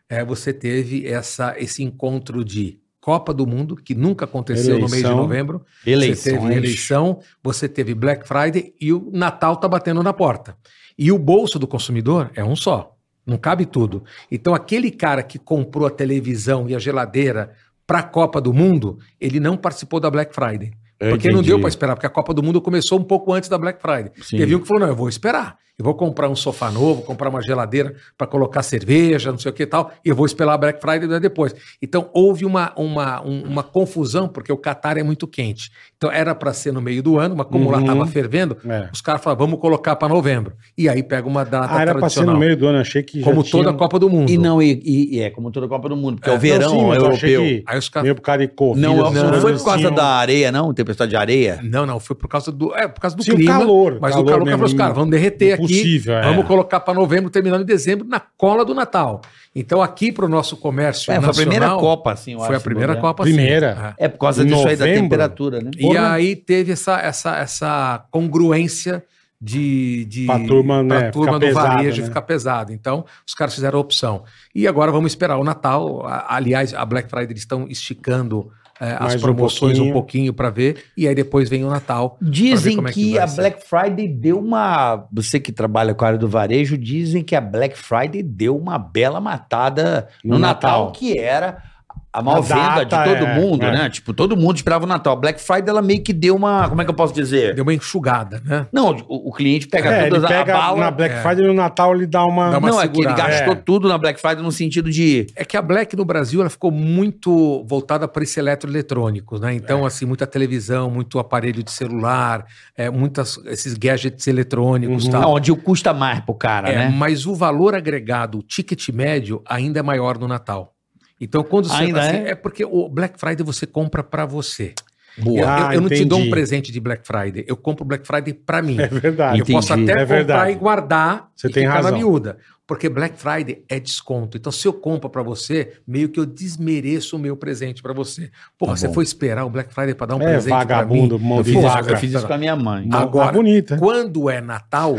[SPEAKER 2] eh, você teve essa, esse encontro de Copa do Mundo, que nunca aconteceu no mês de
[SPEAKER 4] Eleição.
[SPEAKER 2] novembro, você
[SPEAKER 3] Eleição.
[SPEAKER 2] teve eleição, você teve Black Friday e o Natal tá batendo na porta. E o bolso do consumidor é um só. Não cabe tudo. Então, aquele cara que comprou a televisão e a geladeira para a Copa do Mundo, ele não participou da Black Friday.
[SPEAKER 4] Eu
[SPEAKER 2] porque não
[SPEAKER 4] entendi.
[SPEAKER 2] deu para esperar, porque a Copa do Mundo começou um pouco antes da Black Friday.
[SPEAKER 3] Sim.
[SPEAKER 2] Teve um que falou: não, eu vou esperar. Eu vou comprar um sofá novo, comprar uma geladeira para colocar cerveja, não sei o que e tal, e eu vou esperar a Black Friday né, depois. Então, houve uma, uma, um- uma confusão, porque o Catar é muito quente. Então, era para ser no meio do ano, mas como lá
[SPEAKER 4] Uhum.
[SPEAKER 2] estava fervendo,
[SPEAKER 4] É.
[SPEAKER 2] os caras falaram: vamos colocar para novembro. E aí pega uma data
[SPEAKER 4] Ah, era pra ser
[SPEAKER 2] tradicional.
[SPEAKER 4] no meio do ano, achei que
[SPEAKER 2] como
[SPEAKER 4] já
[SPEAKER 2] toda
[SPEAKER 4] tinha...
[SPEAKER 2] a Copa do Mundo.
[SPEAKER 3] E não, e, e- e é como toda a Copa do Mundo, porque é, o
[SPEAKER 4] Não,
[SPEAKER 3] verão
[SPEAKER 4] sim, mas eu achei
[SPEAKER 3] europeu.
[SPEAKER 4] que
[SPEAKER 2] Aí os caras
[SPEAKER 4] Meio por causa de Covid.
[SPEAKER 3] Não, não,
[SPEAKER 4] essas
[SPEAKER 2] não,
[SPEAKER 3] foi
[SPEAKER 4] coisas
[SPEAKER 3] por causa
[SPEAKER 4] tinham-
[SPEAKER 3] da areia, não? Tempestade de areia?
[SPEAKER 2] Não, não, foi por causa do. É, por causa do
[SPEAKER 4] Sim, o
[SPEAKER 2] clima.
[SPEAKER 4] calor,
[SPEAKER 2] Mas
[SPEAKER 4] calor
[SPEAKER 2] o calor que
[SPEAKER 4] mesmo,
[SPEAKER 2] falou, cara, vamos derreter
[SPEAKER 4] impossível, é.
[SPEAKER 2] aqui. Vamos colocar para novembro, terminando em dezembro, na cola do Natal. Então, aqui para o nosso comércio.
[SPEAKER 3] É, foi a
[SPEAKER 2] nacional,
[SPEAKER 3] primeira Copa, assim, eu
[SPEAKER 2] Foi a
[SPEAKER 3] acho,
[SPEAKER 2] primeira
[SPEAKER 3] né?
[SPEAKER 2] Copa.
[SPEAKER 4] Primeira.
[SPEAKER 3] É por causa disso aí da
[SPEAKER 4] Novembro?
[SPEAKER 3] temperatura, né?
[SPEAKER 2] sim. E aí teve essa, essa, essa congruência de. de
[SPEAKER 4] Pra turma,
[SPEAKER 2] pra
[SPEAKER 4] né,
[SPEAKER 2] turma
[SPEAKER 4] ficar
[SPEAKER 2] do
[SPEAKER 4] pesado,
[SPEAKER 2] varejo
[SPEAKER 4] né?
[SPEAKER 2] ficar pesado. Então, os caras fizeram a opção. E agora vamos esperar o Natal. A- Aliás, a Black Friday eles estão esticando. eh,
[SPEAKER 4] Mais
[SPEAKER 2] as
[SPEAKER 4] um
[SPEAKER 2] promoções
[SPEAKER 4] pouquinho.
[SPEAKER 2] um pouquinho, pra para ver, e aí depois vem o Natal.
[SPEAKER 3] Dizem
[SPEAKER 2] como
[SPEAKER 3] que,
[SPEAKER 2] é que vai
[SPEAKER 3] a
[SPEAKER 2] ser.
[SPEAKER 3] Black Friday deu uma. Você que trabalha com a área do varejo, dizem que a Black Friday deu uma bela matada no,
[SPEAKER 4] No
[SPEAKER 3] Natal,
[SPEAKER 4] Natal.
[SPEAKER 3] que era a maior
[SPEAKER 4] A
[SPEAKER 3] venda
[SPEAKER 4] data,
[SPEAKER 3] de todo
[SPEAKER 4] é,
[SPEAKER 3] mundo,
[SPEAKER 4] é.
[SPEAKER 3] né? Tipo, todo mundo esperava o Natal. A Black Friday, ela meio que deu uma. Como é que eu posso dizer?
[SPEAKER 2] Deu uma enxugada, né?
[SPEAKER 3] Não, o, o cliente pega
[SPEAKER 4] É,
[SPEAKER 3] todas
[SPEAKER 4] ele
[SPEAKER 3] a-
[SPEAKER 4] pega
[SPEAKER 3] a bala.
[SPEAKER 4] na Black
[SPEAKER 2] é.
[SPEAKER 4] Friday e no Natal ele dá uma...
[SPEAKER 2] Dá uma-
[SPEAKER 3] Não, é que ele
[SPEAKER 2] segurada.
[SPEAKER 3] gastou
[SPEAKER 4] É.
[SPEAKER 3] tudo na Black Friday no sentido de.
[SPEAKER 2] É que a Black no Brasil ela ficou muito voltada para esse eletroeletrônico, né?
[SPEAKER 3] É.
[SPEAKER 2] Então, assim, muita televisão, muito aparelho de celular, é, muitas, esses gadgets eletrônicos
[SPEAKER 4] Uhum.
[SPEAKER 2] tal.
[SPEAKER 3] Ah, onde custa mais pro cara,
[SPEAKER 2] É,
[SPEAKER 3] né?
[SPEAKER 2] Mas o valor agregado, o ticket médio, ainda é maior no Natal. Então, quando você.
[SPEAKER 3] Ainda
[SPEAKER 2] assim,
[SPEAKER 3] é?
[SPEAKER 2] porque o Black Friday você compra para você. Eu,
[SPEAKER 3] Boa.
[SPEAKER 4] Ah,
[SPEAKER 2] eu- eu não te dou um
[SPEAKER 4] entendi.
[SPEAKER 2] presente de Black Friday. Eu compro Black Friday para mim.
[SPEAKER 4] É verdade.
[SPEAKER 2] Eu posso
[SPEAKER 3] Entendi.
[SPEAKER 2] até
[SPEAKER 4] É
[SPEAKER 2] comprar
[SPEAKER 4] verdade.
[SPEAKER 2] e guardar
[SPEAKER 4] Você
[SPEAKER 2] e
[SPEAKER 4] tem
[SPEAKER 2] ficar
[SPEAKER 4] razão.
[SPEAKER 2] na miúda. Porque Black Friday é desconto. Então, se eu compro pra você, meio que eu desmereço o meu presente pra você. Porra,
[SPEAKER 3] Tá
[SPEAKER 2] você
[SPEAKER 3] bom.
[SPEAKER 2] foi esperar o Black Friday pra dar um
[SPEAKER 4] é,
[SPEAKER 2] presente pra mim.
[SPEAKER 4] vagabundo, mão
[SPEAKER 3] Eu
[SPEAKER 4] de
[SPEAKER 3] fiz, isso,
[SPEAKER 4] vaca.
[SPEAKER 3] eu fiz isso com a minha mãe.
[SPEAKER 4] Mão-
[SPEAKER 2] Agora-
[SPEAKER 4] tá bonita.
[SPEAKER 2] Quando é Natal,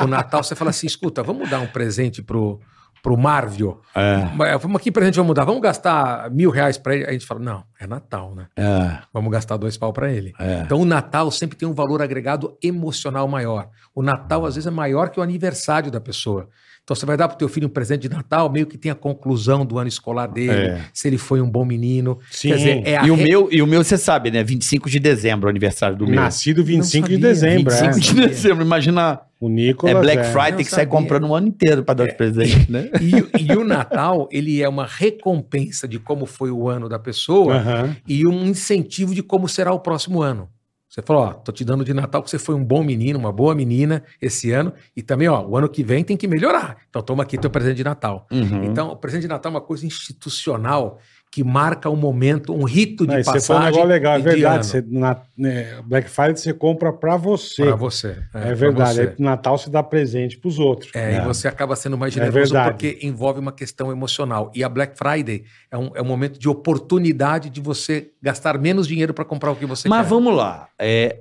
[SPEAKER 2] o Natal você fala assim, escuta, vamos dar um presente pro, pro Marvel?
[SPEAKER 3] É,
[SPEAKER 2] Mas Vamos aqui, presente, vamos dar. Vamos gastar mil reais pra ele? Aí a gente fala, não, é Natal, né?
[SPEAKER 3] é,
[SPEAKER 2] Vamos gastar dois pau pra ele.
[SPEAKER 3] é.
[SPEAKER 2] Então o Natal sempre tem um valor agregado emocional maior. O Natal às vezes é maior que o aniversário da pessoa. Então você vai dar pro teu filho um presente de Natal, meio que tem a conclusão do ano escolar dele,
[SPEAKER 3] É.
[SPEAKER 2] se ele foi um bom menino.
[SPEAKER 4] Sim.
[SPEAKER 2] Quer dizer, é a
[SPEAKER 3] E o
[SPEAKER 2] re-
[SPEAKER 3] meu, e o meu, você sabe, né? 25 de dezembro, é o aniversário do meu.
[SPEAKER 4] Nascido 25 de
[SPEAKER 2] sabia.
[SPEAKER 4] dezembro,
[SPEAKER 3] 25
[SPEAKER 4] é.
[SPEAKER 3] de dezembro, imagina.
[SPEAKER 4] O Nicolas
[SPEAKER 3] É Black
[SPEAKER 4] é.
[SPEAKER 3] Friday que
[SPEAKER 2] Eu
[SPEAKER 3] sai
[SPEAKER 2] sabia. É.
[SPEAKER 3] comprando o ano inteiro pra dar os presentes, né?
[SPEAKER 2] E, e o Natal, ele é uma recompensa de como foi o ano da pessoa
[SPEAKER 3] É.
[SPEAKER 4] Aham.
[SPEAKER 2] e um incentivo de como será o próximo ano. Você falou, ó, tô te dando de Natal porque você foi um bom menino, uma boa menina esse ano e também, ó, o ano que vem tem que melhorar. Então toma aqui teu presente de Natal.
[SPEAKER 3] Uhum.
[SPEAKER 2] Então, o presente de Natal é uma coisa institucional que marca um momento, um rito de
[SPEAKER 4] Aí você foi um
[SPEAKER 2] passagem.
[SPEAKER 4] negócio legal, é
[SPEAKER 2] e de
[SPEAKER 4] verdade.
[SPEAKER 2] ano.
[SPEAKER 4] Você, na, né, Black Friday você compra pra você.
[SPEAKER 2] Pra você.
[SPEAKER 4] É,
[SPEAKER 2] pra
[SPEAKER 4] verdade.
[SPEAKER 2] você.
[SPEAKER 4] Aí no Natal você dá presente pros outros.
[SPEAKER 2] É, E você acaba sendo mais generoso
[SPEAKER 4] verdade.
[SPEAKER 2] porque envolve uma questão emocional. E a Black Friday é um, é um momento de oportunidade de você gastar menos dinheiro para comprar o que você
[SPEAKER 3] Mas
[SPEAKER 2] quer.
[SPEAKER 3] vamos lá. é,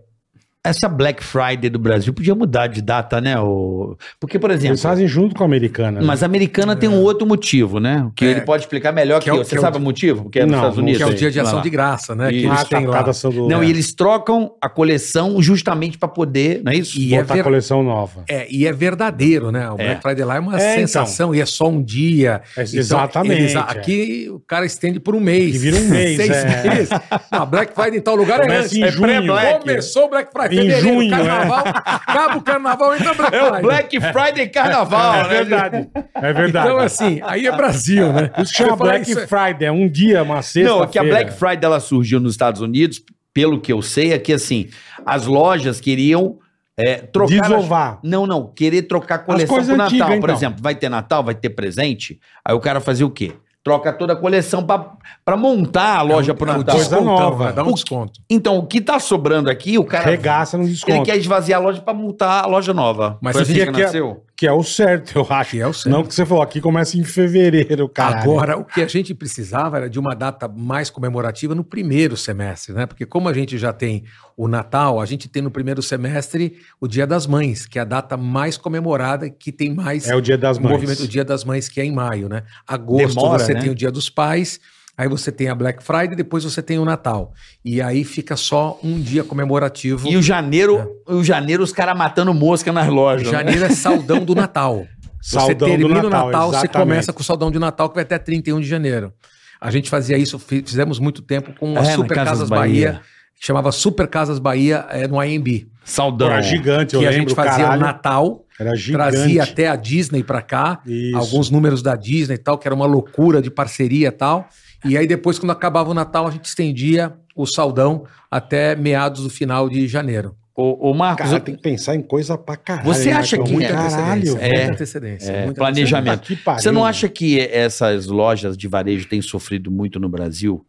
[SPEAKER 3] essa Black Friday do Brasil podia mudar de data, né? o- Porque, por exemplo.
[SPEAKER 4] Eles fazem junto com a americana. né?
[SPEAKER 3] Mas a americana tem um outro motivo, né? Que
[SPEAKER 2] É.
[SPEAKER 3] ele pode explicar melhor que,
[SPEAKER 2] Que é o-
[SPEAKER 3] eu. Você
[SPEAKER 2] que é o
[SPEAKER 3] sabe o
[SPEAKER 2] di-
[SPEAKER 3] motivo? Porque é nos
[SPEAKER 4] Não,
[SPEAKER 3] Estados
[SPEAKER 4] não
[SPEAKER 3] Unidos.
[SPEAKER 2] Que é o
[SPEAKER 4] sei.
[SPEAKER 2] dia de
[SPEAKER 3] Sei
[SPEAKER 2] ação
[SPEAKER 3] lá.
[SPEAKER 2] de graça, né? Que
[SPEAKER 3] Isso.
[SPEAKER 2] eles
[SPEAKER 4] Ah,
[SPEAKER 2] têm
[SPEAKER 4] tá,
[SPEAKER 2] lá.
[SPEAKER 4] cada sandu-
[SPEAKER 3] Não,
[SPEAKER 4] é.
[SPEAKER 3] e eles trocam a coleção justamente pra poder, não é isso?
[SPEAKER 2] E é
[SPEAKER 4] botar
[SPEAKER 2] ver-
[SPEAKER 4] a coleção nova.
[SPEAKER 2] É, e é verdadeiro, né? O Black Friday lá é uma
[SPEAKER 4] É, então.
[SPEAKER 2] sensação e é só um dia.
[SPEAKER 4] É,
[SPEAKER 2] Então,
[SPEAKER 4] exatamente.
[SPEAKER 2] eles-
[SPEAKER 4] é.
[SPEAKER 2] aqui o cara estende por um mês.
[SPEAKER 4] Que vira um mês,
[SPEAKER 2] Seis
[SPEAKER 4] é.
[SPEAKER 2] meses. Não, Black Friday em tal lugar é
[SPEAKER 4] Começa
[SPEAKER 2] antes.
[SPEAKER 4] em
[SPEAKER 2] é
[SPEAKER 4] junho.
[SPEAKER 2] pré-Black. Começou o Black Friday.
[SPEAKER 4] Em
[SPEAKER 2] fevereiro,
[SPEAKER 4] junho, é.
[SPEAKER 2] carnaval. Acaba o carnaval, entra Black
[SPEAKER 3] É
[SPEAKER 2] Friday.
[SPEAKER 3] o Black Friday Carnaval,
[SPEAKER 4] É
[SPEAKER 3] né?
[SPEAKER 4] verdade. É verdade.
[SPEAKER 2] Então, assim, aí é Brasil, né?
[SPEAKER 4] Por isso que chama
[SPEAKER 2] Você fala,
[SPEAKER 4] Black
[SPEAKER 2] isso é-
[SPEAKER 4] Friday, é um dia, uma sexta.
[SPEAKER 3] Não, que a Black Friday ela surgiu nos Estados Unidos, pelo que eu sei, é que assim, as lojas queriam é, trocar. as-
[SPEAKER 4] Desovar.
[SPEAKER 3] Não, não, querer trocar coleção pro
[SPEAKER 4] coisas
[SPEAKER 3] Natal.
[SPEAKER 4] antigas,
[SPEAKER 3] Por
[SPEAKER 4] então.
[SPEAKER 3] exemplo, vai ter Natal, vai ter presente. Aí o cara fazia o quê? Troca toda a coleção pra pra montar a loja
[SPEAKER 2] é um-
[SPEAKER 3] pro
[SPEAKER 2] é um
[SPEAKER 3] Natal.
[SPEAKER 4] Coisa
[SPEAKER 2] descontão,
[SPEAKER 4] nova.
[SPEAKER 2] né? Dá um
[SPEAKER 3] O-
[SPEAKER 2] desconto.
[SPEAKER 3] Então, o que tá sobrando aqui, o cara.
[SPEAKER 4] Regaça no
[SPEAKER 3] Ele
[SPEAKER 4] desconto.
[SPEAKER 3] quer esvaziar a loja pra montar a loja nova.
[SPEAKER 2] Mas
[SPEAKER 3] Foi
[SPEAKER 2] você
[SPEAKER 3] assim
[SPEAKER 4] fica aqui, ó.
[SPEAKER 3] nasceu?
[SPEAKER 4] Que é o certo, eu acho.
[SPEAKER 2] Que é o certo.
[SPEAKER 4] Não que você falou, aqui começa em fevereiro, cara.
[SPEAKER 2] Agora, o que a gente precisava era de uma data mais comemorativa no primeiro semestre, né? Porque como a gente já tem o Natal, a gente tem no primeiro semestre o Dia das Mães, que é a data mais comemorada, que tem mais
[SPEAKER 4] É o dia das
[SPEAKER 2] o
[SPEAKER 4] mães.
[SPEAKER 2] movimento o Dia das Mães, que é em maio, né? Agosto
[SPEAKER 3] Demora,
[SPEAKER 2] você
[SPEAKER 3] né?
[SPEAKER 2] tem o Dia dos Pais, aí você tem a Black Friday, depois você tem o Natal. E aí fica só um dia comemorativo.
[SPEAKER 3] E o janeiro, o janeiro os caras matando mosca nas lojas. né?
[SPEAKER 2] É. Janeiro é saudão do Natal. Você
[SPEAKER 4] Saudão do
[SPEAKER 2] termina
[SPEAKER 4] Natal,
[SPEAKER 2] o Natal, você
[SPEAKER 4] exatamente.
[SPEAKER 2] começa com o saudão de Natal que vai até 31 de janeiro. A gente fazia isso, fi- fizemos muito tempo com a
[SPEAKER 3] É, na
[SPEAKER 2] Super
[SPEAKER 3] Casas
[SPEAKER 2] Casas, Bahia, que chamava Super Casas Bahia é, no AMB.
[SPEAKER 3] Saudão.
[SPEAKER 4] Era gigante, eu
[SPEAKER 2] que a
[SPEAKER 4] lembro,
[SPEAKER 2] gente fazia
[SPEAKER 4] caralho.
[SPEAKER 2] o Natal,
[SPEAKER 4] Era gigante.
[SPEAKER 2] trazia até a Disney pra cá,
[SPEAKER 4] Isso.
[SPEAKER 2] alguns números da Disney e tal, que era uma loucura de parceria e tal. E aí depois, quando acabava o Natal, a gente estendia o saudão até meados do final de janeiro.
[SPEAKER 3] Ô, ô, Marcos,
[SPEAKER 4] Cara,
[SPEAKER 3] eu-
[SPEAKER 4] tem que pensar em coisa pra caralho.
[SPEAKER 3] Você
[SPEAKER 4] né,
[SPEAKER 3] acha
[SPEAKER 4] Marcão?
[SPEAKER 3] que-
[SPEAKER 4] Muito
[SPEAKER 3] é,
[SPEAKER 4] caralho,
[SPEAKER 2] antecedência, muita
[SPEAKER 4] velho.
[SPEAKER 2] antecedência,
[SPEAKER 3] É,
[SPEAKER 2] muita
[SPEAKER 3] planeja- planejamento.
[SPEAKER 4] Puta que pariu,
[SPEAKER 3] você não
[SPEAKER 4] velho.
[SPEAKER 3] acha que essas lojas de varejo têm sofrido muito no Brasil?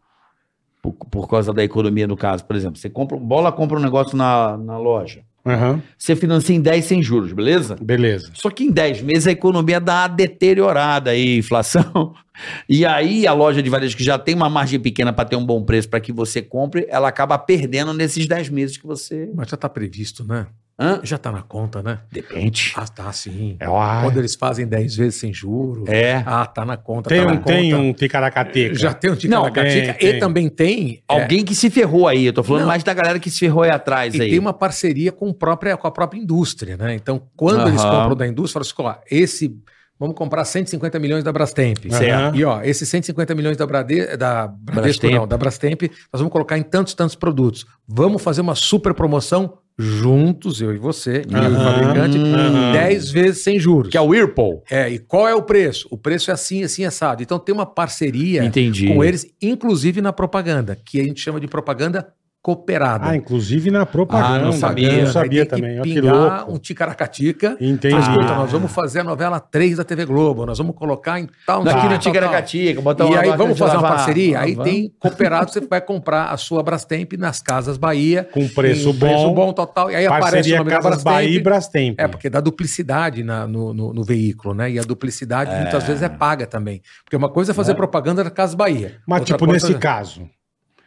[SPEAKER 3] Por, por causa da economia, no caso, por exemplo, você compra, bola compra um negócio na, na loja.
[SPEAKER 4] Aham,
[SPEAKER 3] Você financia em 10 sem juros, beleza?
[SPEAKER 4] Beleza.
[SPEAKER 3] Só que em 10 meses a economia dá uma deteriorada aí, inflação. E aí a loja de varejo que já tem uma margem pequena para ter um bom preço para que você compre, ela acaba perdendo nesses 10 meses que você.
[SPEAKER 2] Mas já tá previsto, né?
[SPEAKER 3] Hã?
[SPEAKER 2] Já tá na conta, né?
[SPEAKER 3] Depende.
[SPEAKER 2] Ah, tá, sim.
[SPEAKER 4] É, uai.
[SPEAKER 2] Quando eles fazem 10 vezes sem juro.
[SPEAKER 3] É.
[SPEAKER 2] Ah, tá na conta.
[SPEAKER 4] Tem
[SPEAKER 2] tá na
[SPEAKER 4] um,
[SPEAKER 2] conta.
[SPEAKER 4] tem um ticaracateca.
[SPEAKER 2] Já tem um tica
[SPEAKER 3] Não,
[SPEAKER 2] na catica.
[SPEAKER 4] tem,
[SPEAKER 2] E
[SPEAKER 4] tem.
[SPEAKER 2] também tem. é,
[SPEAKER 3] Alguém que se ferrou aí, eu tô falando
[SPEAKER 2] Não.
[SPEAKER 3] mais da galera que se ferrou aí atrás
[SPEAKER 2] e
[SPEAKER 3] aí.
[SPEAKER 2] tem uma parceria com, o própria, com a própria indústria, né? Então, quando eles
[SPEAKER 3] Aham.
[SPEAKER 2] compram da indústria, falam assim: ó, esse. Vamos comprar 150 milhões da Brastemp.
[SPEAKER 4] Certo.
[SPEAKER 2] E ó, esses 150 milhões da, Brade, da Bradesco,
[SPEAKER 3] Brastemp.
[SPEAKER 2] não, da Brastemp, nós vamos colocar em tantos, tantos produtos. Vamos fazer uma super promoção juntos, eu e você, e o
[SPEAKER 4] Aham.
[SPEAKER 2] fabricante,
[SPEAKER 4] Aham.
[SPEAKER 2] 10 vezes sem juros.
[SPEAKER 3] Que é o Whirlpool.
[SPEAKER 2] É, e qual é o preço? O preço é assim, assim, assado. Então tem uma parceria
[SPEAKER 3] Entendi.
[SPEAKER 2] É. com eles, inclusive na propaganda, que a gente chama de propaganda cooperada.
[SPEAKER 4] Ah, inclusive na propaganda. né?
[SPEAKER 3] Ah, não sabia.
[SPEAKER 4] Eu não
[SPEAKER 2] Aí
[SPEAKER 4] sabia
[SPEAKER 2] tem
[SPEAKER 4] também.
[SPEAKER 2] né? Que
[SPEAKER 4] Olha que
[SPEAKER 2] pingar
[SPEAKER 4] louco.
[SPEAKER 2] um ticaracatica.
[SPEAKER 4] Entendi.
[SPEAKER 2] Mas, escuta,
[SPEAKER 3] Ah.
[SPEAKER 2] nós vamos fazer a novela 3 da TV Globo, nós vamos colocar então, em tal...
[SPEAKER 3] Daqui
[SPEAKER 2] tal,
[SPEAKER 3] no
[SPEAKER 2] tal,
[SPEAKER 3] Tigra
[SPEAKER 2] tal.
[SPEAKER 3] Gatica, botar
[SPEAKER 2] tá. E
[SPEAKER 3] uma
[SPEAKER 2] aí
[SPEAKER 3] máquina
[SPEAKER 2] vamos
[SPEAKER 3] de
[SPEAKER 2] fazer uma
[SPEAKER 3] lavar.
[SPEAKER 2] parceria, aí
[SPEAKER 3] Lavar.
[SPEAKER 2] tem cooperado, você vai comprar a sua Brastemp nas Casas Bahia.
[SPEAKER 4] Com preço
[SPEAKER 2] em Um Preço
[SPEAKER 4] bom.
[SPEAKER 2] bom, total. E aí aparece o
[SPEAKER 4] Parceria
[SPEAKER 2] nome da
[SPEAKER 4] Casas
[SPEAKER 2] Brastemp.
[SPEAKER 4] Bahia e Brastemp.
[SPEAKER 2] É, porque dá duplicidade na- no, no- no veículo, né? E a duplicidade muitas vezes é paga também. Porque uma coisa é fazer propaganda da Casa Bahia.
[SPEAKER 4] Mas,
[SPEAKER 2] outra
[SPEAKER 4] tipo,
[SPEAKER 2] coisa- né? é-
[SPEAKER 4] nesse caso,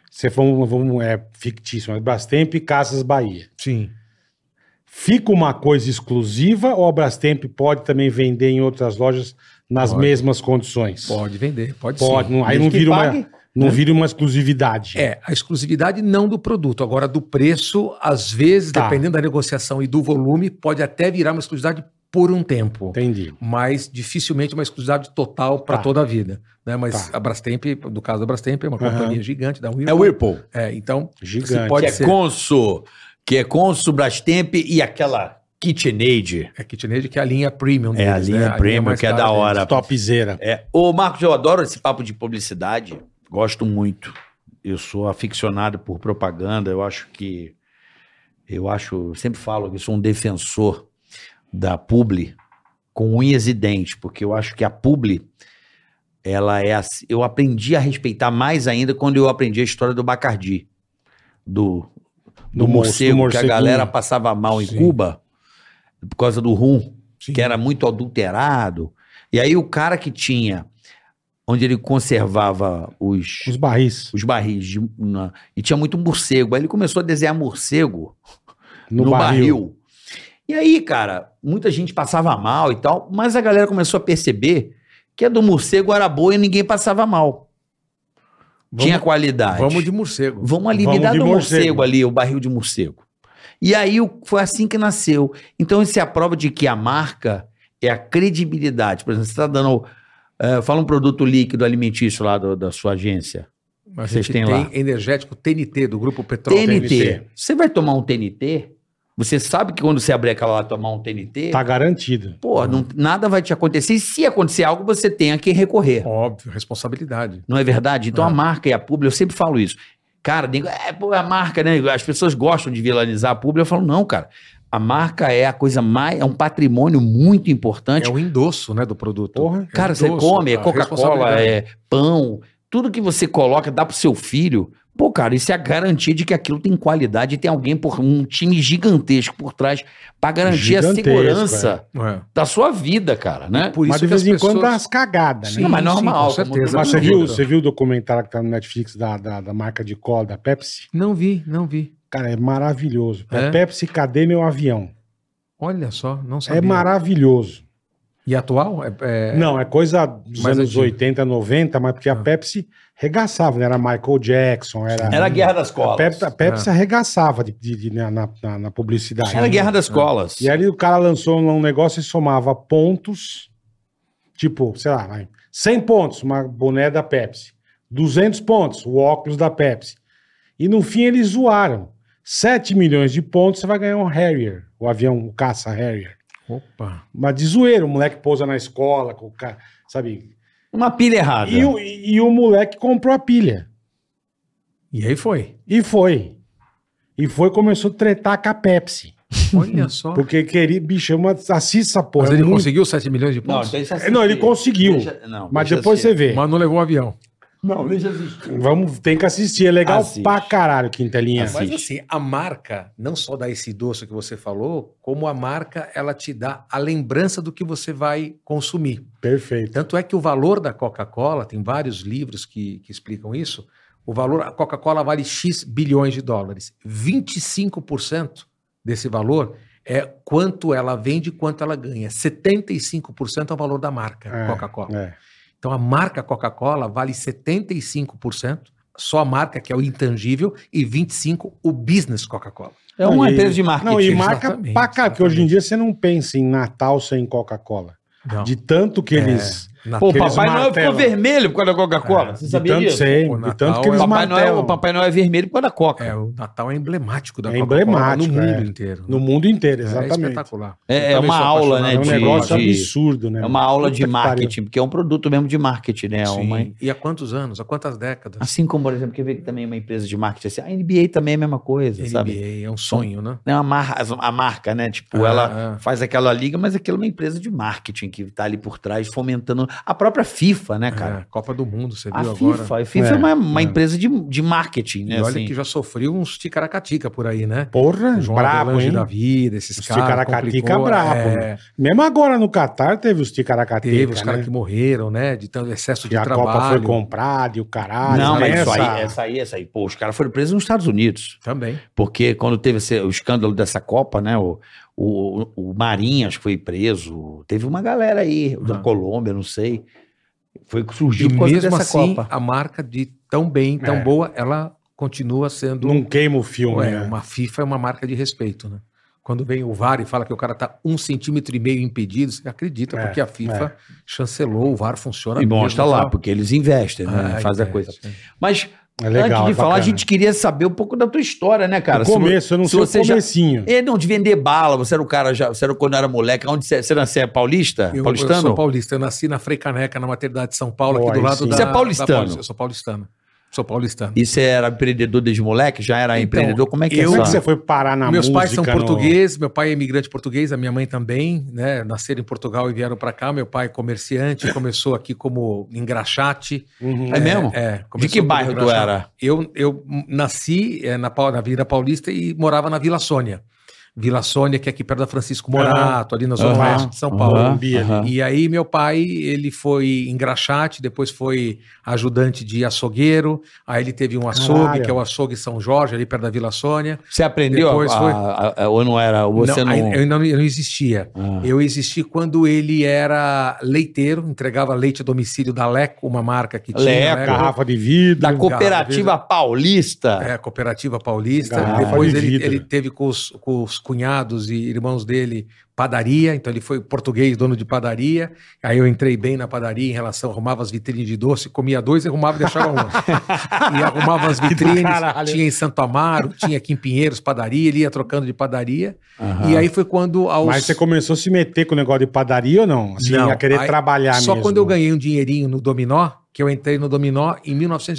[SPEAKER 4] você for um, vamos, é fictício, mas Brastemp e Casas Bahia.
[SPEAKER 2] Sim.
[SPEAKER 4] Fica uma coisa exclusiva ou a Brastemp pode também vender em outras lojas nas
[SPEAKER 2] Pode.
[SPEAKER 4] mesmas condições?
[SPEAKER 2] Pode vender, pode,
[SPEAKER 4] Pode,
[SPEAKER 2] sim.
[SPEAKER 4] não- aí
[SPEAKER 3] Desde
[SPEAKER 4] não
[SPEAKER 3] que
[SPEAKER 4] vira,
[SPEAKER 3] pague,
[SPEAKER 4] uma, não vira uma exclusividade.
[SPEAKER 2] né? É, a exclusividade não do produto. Agora, do preço, às vezes,
[SPEAKER 4] Tá.
[SPEAKER 2] dependendo da negociação e do volume, pode até virar uma exclusividade por um tempo.
[SPEAKER 4] Entendi.
[SPEAKER 2] Mas dificilmente uma exclusividade total para
[SPEAKER 4] Tá.
[SPEAKER 2] toda a vida. Né? Mas
[SPEAKER 4] Tá.
[SPEAKER 2] a Brastemp, no caso da Brastemp, é uma
[SPEAKER 4] Aham.
[SPEAKER 2] companhia gigante da
[SPEAKER 3] É o Whirlpool.
[SPEAKER 2] É, então,
[SPEAKER 4] Gigante.
[SPEAKER 2] pode
[SPEAKER 3] que
[SPEAKER 2] ser.
[SPEAKER 3] é Consul, que é Consul, Brastemp e aquela KitchenAid.
[SPEAKER 2] é KitchenAid, que é a linha premium
[SPEAKER 3] É a linha
[SPEAKER 2] né?
[SPEAKER 3] premium,
[SPEAKER 2] mais
[SPEAKER 3] que é
[SPEAKER 2] cara
[SPEAKER 3] da
[SPEAKER 2] deles.
[SPEAKER 3] hora.
[SPEAKER 4] Topzera.
[SPEAKER 3] É. Ô, Marcos, eu adoro esse papo de publicidade. Gosto muito. Eu sou aficionado por propaganda. Eu acho que. Eu acho. Sempre falo que sou um defensor da publi com unhas e dentes, porque eu acho que a publi ela é assim, eu aprendi a respeitar mais ainda quando eu aprendi a história do Bacardi, do, do,
[SPEAKER 4] Do mos-
[SPEAKER 3] morcego, que
[SPEAKER 4] do
[SPEAKER 3] a
[SPEAKER 4] morceguinho.
[SPEAKER 3] galera passava mal em
[SPEAKER 4] Sim.
[SPEAKER 3] Cuba por causa do rum,
[SPEAKER 4] Sim.
[SPEAKER 3] que era muito adulterado. E aí o cara que tinha, onde ele conservava os,
[SPEAKER 4] Os barris.
[SPEAKER 3] os barris, de- na- e tinha muito morcego. Aí ele começou a desenhar morcego
[SPEAKER 4] No,
[SPEAKER 3] no,
[SPEAKER 4] barril.
[SPEAKER 3] barril. E aí, cara, muita gente passava mal e tal, mas a galera começou a perceber que a do morcego era boa e ninguém passava mal.
[SPEAKER 2] Vamos-
[SPEAKER 3] Tinha qualidade.
[SPEAKER 2] Vamos de morcego.
[SPEAKER 3] Vamos ali,
[SPEAKER 4] Vamos
[SPEAKER 3] me dá
[SPEAKER 4] de
[SPEAKER 3] do morcego.
[SPEAKER 4] morcego.
[SPEAKER 3] ali, o barril de morcego. E aí o- foi assim que nasceu. Então isso é a prova de que a marca é a credibilidade. Por exemplo, você está dando... eh, fala um produto líquido alimentício lá do- da sua agência.
[SPEAKER 2] A
[SPEAKER 3] Vocês
[SPEAKER 2] gente
[SPEAKER 3] têm
[SPEAKER 2] tem
[SPEAKER 3] lá.
[SPEAKER 2] energético TNT do grupo Petrol.
[SPEAKER 4] um
[SPEAKER 3] TNT.
[SPEAKER 4] TNT.
[SPEAKER 3] Você vai tomar um TNT? Você sabe que quando você abrir aquela lá e tomar um TNT,
[SPEAKER 4] Tá garantido.
[SPEAKER 3] pô, não- nada vai te acontecer. E se acontecer algo, você tem a quem recorrer.
[SPEAKER 2] Óbvio, responsabilidade.
[SPEAKER 3] Não é verdade? Então
[SPEAKER 2] É.
[SPEAKER 3] a marca e a publi, eu sempre falo isso. Cara, nego, é, pô, a marca, né? As pessoas gostam de vilanizar a publi. Eu falo, não, cara. A marca é a coisa mais, é um patrimônio muito importante.
[SPEAKER 2] É o endosso né, do produto.
[SPEAKER 4] Porra.
[SPEAKER 2] É o
[SPEAKER 3] cara, você
[SPEAKER 2] endosso,
[SPEAKER 3] come, é
[SPEAKER 2] a
[SPEAKER 3] Coca-Cola,
[SPEAKER 2] responsabilidade.
[SPEAKER 3] é pão, tudo que você coloca, dá pro seu filho. Pô, cara, isso é a garantia de que aquilo tem qualidade e tem alguém por um time gigantesco por trás pra garantir a
[SPEAKER 4] Gigantesco,
[SPEAKER 3] segurança
[SPEAKER 2] É.
[SPEAKER 3] da sua vida, cara, né?
[SPEAKER 2] Por
[SPEAKER 4] Mas de
[SPEAKER 2] que
[SPEAKER 4] vez
[SPEAKER 2] as
[SPEAKER 4] em quando dá
[SPEAKER 2] pessoas-
[SPEAKER 4] umas cagadas, né?
[SPEAKER 3] Sim, mas normal,
[SPEAKER 2] com certeza.
[SPEAKER 3] como
[SPEAKER 4] Mas você
[SPEAKER 3] tudo.
[SPEAKER 4] viu, você viu o documentário que tá no Netflix da, da, da marca de cola da Pepsi?
[SPEAKER 2] Não vi, não vi.
[SPEAKER 4] Cara, é maravilhoso. É
[SPEAKER 2] É?
[SPEAKER 4] Pepsi, cadê meu avião?
[SPEAKER 2] Olha só, não sabia.
[SPEAKER 4] É maravilhoso.
[SPEAKER 2] E atual? É, é-
[SPEAKER 4] Não, é coisa dos
[SPEAKER 2] Mais
[SPEAKER 4] anos
[SPEAKER 2] antigo.
[SPEAKER 4] 80, 90, mas porque a
[SPEAKER 2] Ah.
[SPEAKER 4] Pepsi regaçava, né? Era Michael Jackson, era.
[SPEAKER 3] Era a guerra
[SPEAKER 2] É
[SPEAKER 3] das
[SPEAKER 4] a
[SPEAKER 3] colas.
[SPEAKER 4] Pepsi, a Pepsi arregaçava de, de- de- na, na- na- na publicidade.
[SPEAKER 2] né?
[SPEAKER 3] Era a guerra
[SPEAKER 2] É.
[SPEAKER 3] das colas.
[SPEAKER 4] E aí o cara lançou um negócio e somava pontos, tipo, sei lá, vai, 100 pontos, uma boné da Pepsi. 200 pontos, o óculos da Pepsi. E no fim eles zoaram. 7 milhões de pontos, você vai ganhar um Harrier, o avião, o caça Harrier.
[SPEAKER 2] Opa.
[SPEAKER 4] Mas de zoeira, o moleque pousa na escola, com o cara, sabe?
[SPEAKER 3] Uma pilha errada.
[SPEAKER 4] E o, e e o moleque comprou a pilha.
[SPEAKER 2] E aí foi.
[SPEAKER 4] E foi. E foi começou a tretar com a Pepsi.
[SPEAKER 2] Olha só.
[SPEAKER 4] Porque queria, bicho, é uma, assista, porra.
[SPEAKER 2] Mas
[SPEAKER 4] é
[SPEAKER 2] ele
[SPEAKER 4] muito-
[SPEAKER 2] conseguiu 7 milhões de
[SPEAKER 3] Não,
[SPEAKER 2] pontos?
[SPEAKER 3] deixa
[SPEAKER 4] É, não, ele
[SPEAKER 3] assistir.
[SPEAKER 4] conseguiu.
[SPEAKER 3] Deixa- não,
[SPEAKER 4] Mas
[SPEAKER 3] deixa
[SPEAKER 4] depois
[SPEAKER 3] assistir.
[SPEAKER 4] você vê.
[SPEAKER 2] assim, Mas não levou o avião.
[SPEAKER 3] Não, deixa assistir.
[SPEAKER 4] Vamos, tem que assistir. É legal
[SPEAKER 3] Assiste.
[SPEAKER 4] pra caralho, Quintelinha.
[SPEAKER 2] Mas assim, a marca não só dá esse doce que você falou, como a marca ela te dá a lembrança do que você vai consumir.
[SPEAKER 4] Perfeito.
[SPEAKER 2] Tanto é que o valor da Coca-Cola, tem vários livros que, que explicam isso, o valor, a Coca-Cola vale X bilhões de dólares. 25% desse valor é quanto ela vende e quanto ela ganha. 75% é o valor da marca
[SPEAKER 4] É,
[SPEAKER 2] Coca-Cola.
[SPEAKER 4] É.
[SPEAKER 2] Então a marca Coca-Cola vale 75%, só a marca que é o intangível, e 25% o business Coca-Cola.
[SPEAKER 3] É uma
[SPEAKER 4] Não, e-
[SPEAKER 3] empresa de marketing.
[SPEAKER 4] Não, e marca
[SPEAKER 2] Exatamente,
[SPEAKER 4] pra cá, porque hoje em
[SPEAKER 2] exatamente.
[SPEAKER 4] dia você não pensa em Natal sem Coca-Cola. De tanto
[SPEAKER 3] É.
[SPEAKER 4] que eles.
[SPEAKER 2] Na-
[SPEAKER 3] Pô, o
[SPEAKER 4] Aqueles
[SPEAKER 3] Papai Noel ficou
[SPEAKER 4] martelo. É,
[SPEAKER 3] vermelho por causa da Coca-Cola. Você
[SPEAKER 4] de
[SPEAKER 3] sabia
[SPEAKER 4] tanto
[SPEAKER 3] disso?
[SPEAKER 4] sem,
[SPEAKER 2] Pô,
[SPEAKER 4] de
[SPEAKER 2] Natal
[SPEAKER 4] tanto que
[SPEAKER 2] é-
[SPEAKER 4] eles
[SPEAKER 3] Papai Noel,
[SPEAKER 4] martelam
[SPEAKER 3] o Papai Noel é vermelho por causa da Coca.
[SPEAKER 2] é, o Natal é emblemático da
[SPEAKER 4] É
[SPEAKER 2] Coca-Cola
[SPEAKER 4] emblemático,
[SPEAKER 2] no mundo
[SPEAKER 4] é.
[SPEAKER 2] inteiro. né?
[SPEAKER 4] no mundo inteiro,
[SPEAKER 2] É
[SPEAKER 4] exatamente.
[SPEAKER 2] espetacular.
[SPEAKER 3] É,
[SPEAKER 2] Eu
[SPEAKER 3] é
[SPEAKER 2] também
[SPEAKER 3] uma
[SPEAKER 2] sou
[SPEAKER 3] aula,
[SPEAKER 2] apaixonado
[SPEAKER 3] né,
[SPEAKER 4] É um
[SPEAKER 2] por
[SPEAKER 3] de-
[SPEAKER 4] negócio
[SPEAKER 2] Coca-Cola.
[SPEAKER 3] de-
[SPEAKER 4] absurdo, né?
[SPEAKER 3] É uma aula
[SPEAKER 4] Puta
[SPEAKER 3] de
[SPEAKER 4] que
[SPEAKER 3] marketing, porque é um produto mesmo de marketing, né?
[SPEAKER 2] Sim.
[SPEAKER 3] Uma-
[SPEAKER 2] E há quantos anos? Há quantas décadas?
[SPEAKER 3] Assim como, por exemplo, quer ver que também é uma empresa de marketing assim, a NBA também é a mesma coisa,
[SPEAKER 2] NBA
[SPEAKER 3] sabe?
[SPEAKER 2] é um sonho, né?
[SPEAKER 3] É uma marca, a marca, né? Tipo,
[SPEAKER 2] Ah,
[SPEAKER 3] ela
[SPEAKER 2] ah.
[SPEAKER 3] faz aquela liga, mas aquilo é uma empresa de marketing que tá ali por trás, fomentando a própria FIFA, né, cara?
[SPEAKER 2] É, Copa do Mundo, você
[SPEAKER 3] A
[SPEAKER 2] viu agora.
[SPEAKER 3] FIFA, a FIFA é,
[SPEAKER 4] É,
[SPEAKER 3] uma, uma
[SPEAKER 4] é.
[SPEAKER 3] empresa de, de marketing,
[SPEAKER 2] E
[SPEAKER 3] né?
[SPEAKER 2] olha
[SPEAKER 3] assim. Ah,
[SPEAKER 2] que já sofreu uns ticaracatica por aí, né?
[SPEAKER 4] Porra,
[SPEAKER 2] O João
[SPEAKER 4] brabo,
[SPEAKER 2] Avelange
[SPEAKER 4] hein?
[SPEAKER 2] da vida, esses
[SPEAKER 4] Os
[SPEAKER 2] caras.
[SPEAKER 4] ticaracatica
[SPEAKER 2] complicou,
[SPEAKER 4] brabo,
[SPEAKER 3] né?
[SPEAKER 2] é,
[SPEAKER 4] Mesmo agora no Catar teve os ticaracateca,
[SPEAKER 2] Teve os caras
[SPEAKER 4] né?
[SPEAKER 2] que morreram, né? De tanto excesso
[SPEAKER 4] Que
[SPEAKER 2] de
[SPEAKER 4] a
[SPEAKER 2] trabalho.
[SPEAKER 4] Copa foi comprada e o caralho.
[SPEAKER 3] Ah, não, mas
[SPEAKER 4] né?
[SPEAKER 3] isso
[SPEAKER 4] Essa-
[SPEAKER 3] aí, é- essa aí, essa aí. Pô, os caras foram presos nos Estados Unidos.
[SPEAKER 2] Também.
[SPEAKER 3] Porque quando teve esse- o escândalo dessa Copa, né? O, o, o Marinhas foi preso. Teve uma galera aí, da
[SPEAKER 2] Aham.
[SPEAKER 3] Colômbia, não sei. Foi que surgiu
[SPEAKER 2] E
[SPEAKER 3] por causa
[SPEAKER 2] mesmo
[SPEAKER 3] dessa
[SPEAKER 2] assim,
[SPEAKER 3] Copa.
[SPEAKER 2] a marca de tão bem, tão
[SPEAKER 4] É.
[SPEAKER 2] boa, ela continua sendo.
[SPEAKER 4] Não queima o filme,
[SPEAKER 2] Ué,
[SPEAKER 4] né?
[SPEAKER 2] uma FIFA é uma marca de respeito, né? Quando vem o VAR e fala que o cara tá um centímetro e meio impedido, você acredita,
[SPEAKER 4] É,
[SPEAKER 2] porque a FIFA chancelou, o VAR funciona.
[SPEAKER 3] E
[SPEAKER 2] mesmo,
[SPEAKER 3] mostra lá,
[SPEAKER 2] tá?
[SPEAKER 3] porque eles investem, né?
[SPEAKER 2] Ah,
[SPEAKER 3] Faz a
[SPEAKER 2] é,
[SPEAKER 3] coisa.
[SPEAKER 2] sim.
[SPEAKER 3] Mas
[SPEAKER 4] É legal.
[SPEAKER 3] antes de
[SPEAKER 4] é
[SPEAKER 3] falar, a
[SPEAKER 4] bacana.
[SPEAKER 3] gente queria saber um pouco da tua história, né, cara?
[SPEAKER 4] o
[SPEAKER 3] Se vo-
[SPEAKER 4] começo, eu não
[SPEAKER 3] se
[SPEAKER 4] sei o
[SPEAKER 3] você já-
[SPEAKER 4] comecinho.
[SPEAKER 3] É, não, de vender bala, você era o cara, já, você era quando era moleque, onde você, você nasceu, é paulista?
[SPEAKER 2] Eu,
[SPEAKER 3] paulistano?
[SPEAKER 2] eu sou paulista, eu nasci na Frei Caneca, na maternidade de São Paulo,
[SPEAKER 4] Pô,
[SPEAKER 2] aqui do
[SPEAKER 4] aí
[SPEAKER 2] lado
[SPEAKER 4] sim.
[SPEAKER 2] da...
[SPEAKER 3] Você é
[SPEAKER 2] da
[SPEAKER 3] paulistano?
[SPEAKER 2] Paulista- eu sou paulistano. Sou paulistano.
[SPEAKER 3] E você era empreendedor desde moleque? Já era
[SPEAKER 2] Então,
[SPEAKER 3] empreendedor? Como é que é
[SPEAKER 2] eu-
[SPEAKER 4] Como é
[SPEAKER 3] essa-
[SPEAKER 4] que você foi parar na
[SPEAKER 2] Meus
[SPEAKER 4] música?
[SPEAKER 2] pais são
[SPEAKER 4] no-
[SPEAKER 2] portugueses, meu pai é imigrante português, a minha mãe também, né? Nasceram em Portugal e vieram pra cá. Meu pai é comerciante, começou aqui como engraxate.
[SPEAKER 4] Uhum.
[SPEAKER 3] É mesmo?
[SPEAKER 2] É,
[SPEAKER 3] De
[SPEAKER 2] começou
[SPEAKER 3] que
[SPEAKER 2] como
[SPEAKER 3] bairro tu
[SPEAKER 2] engraxate.
[SPEAKER 3] era?
[SPEAKER 2] Eu, eu nasci eh, na, Pau- na Avenida Paulista e morava na Vila Sônia. Vila Sônia, que é aqui perto da Francisco Morato, ali na Zona
[SPEAKER 3] Aham.
[SPEAKER 2] Oeste de São Paulo.
[SPEAKER 3] Aham,
[SPEAKER 4] Morumbi ali.
[SPEAKER 3] aham.
[SPEAKER 2] E aí meu pai, ele foi engraxate, depois foi ajudante de açougueiro, aí ele teve um açougue,
[SPEAKER 4] Caralho.
[SPEAKER 2] que é o açougue São Jorge, ali perto da Vila Sônia.
[SPEAKER 3] Você aprendeu?
[SPEAKER 2] Depois
[SPEAKER 3] a-
[SPEAKER 2] foi-
[SPEAKER 3] a- a- ou não era? Ou você
[SPEAKER 2] aí
[SPEAKER 3] não.
[SPEAKER 2] Eu ainda não, eu não existia.
[SPEAKER 3] Ah.
[SPEAKER 2] Eu existi quando ele era leiteiro, entregava leite a domicílio da Leco, uma marca que tinha.
[SPEAKER 3] Leco,
[SPEAKER 4] Garrafa de vidro.
[SPEAKER 3] Da Cooperativa Paulista.
[SPEAKER 2] É, Cooperativa Paulista.
[SPEAKER 4] Garrafa
[SPEAKER 2] Depois
[SPEAKER 4] de
[SPEAKER 2] ele,
[SPEAKER 4] vidro.
[SPEAKER 2] ele teve com os, com os cunhados e irmãos dele padaria, então ele foi português, dono de padaria. Aí eu entrei bem na padaria em relação, arrumava as vitrines de doce, comia dois e arrumava e deixava um. e arrumava as vitrines,
[SPEAKER 4] caralho.
[SPEAKER 2] tinha em Santo Amaro, tinha aqui em Pinheiros padaria, ele ia trocando de padaria.
[SPEAKER 3] Aham.
[SPEAKER 2] E aí foi quando aos...
[SPEAKER 4] Mas você começou a se meter com o negócio de padaria ou não? Assim,
[SPEAKER 2] Não.
[SPEAKER 4] a querer
[SPEAKER 2] Aí-
[SPEAKER 4] trabalhar
[SPEAKER 2] Só
[SPEAKER 4] mesmo.
[SPEAKER 2] quando eu ganhei um dinheirinho no Dominó, que eu entrei no Dominó em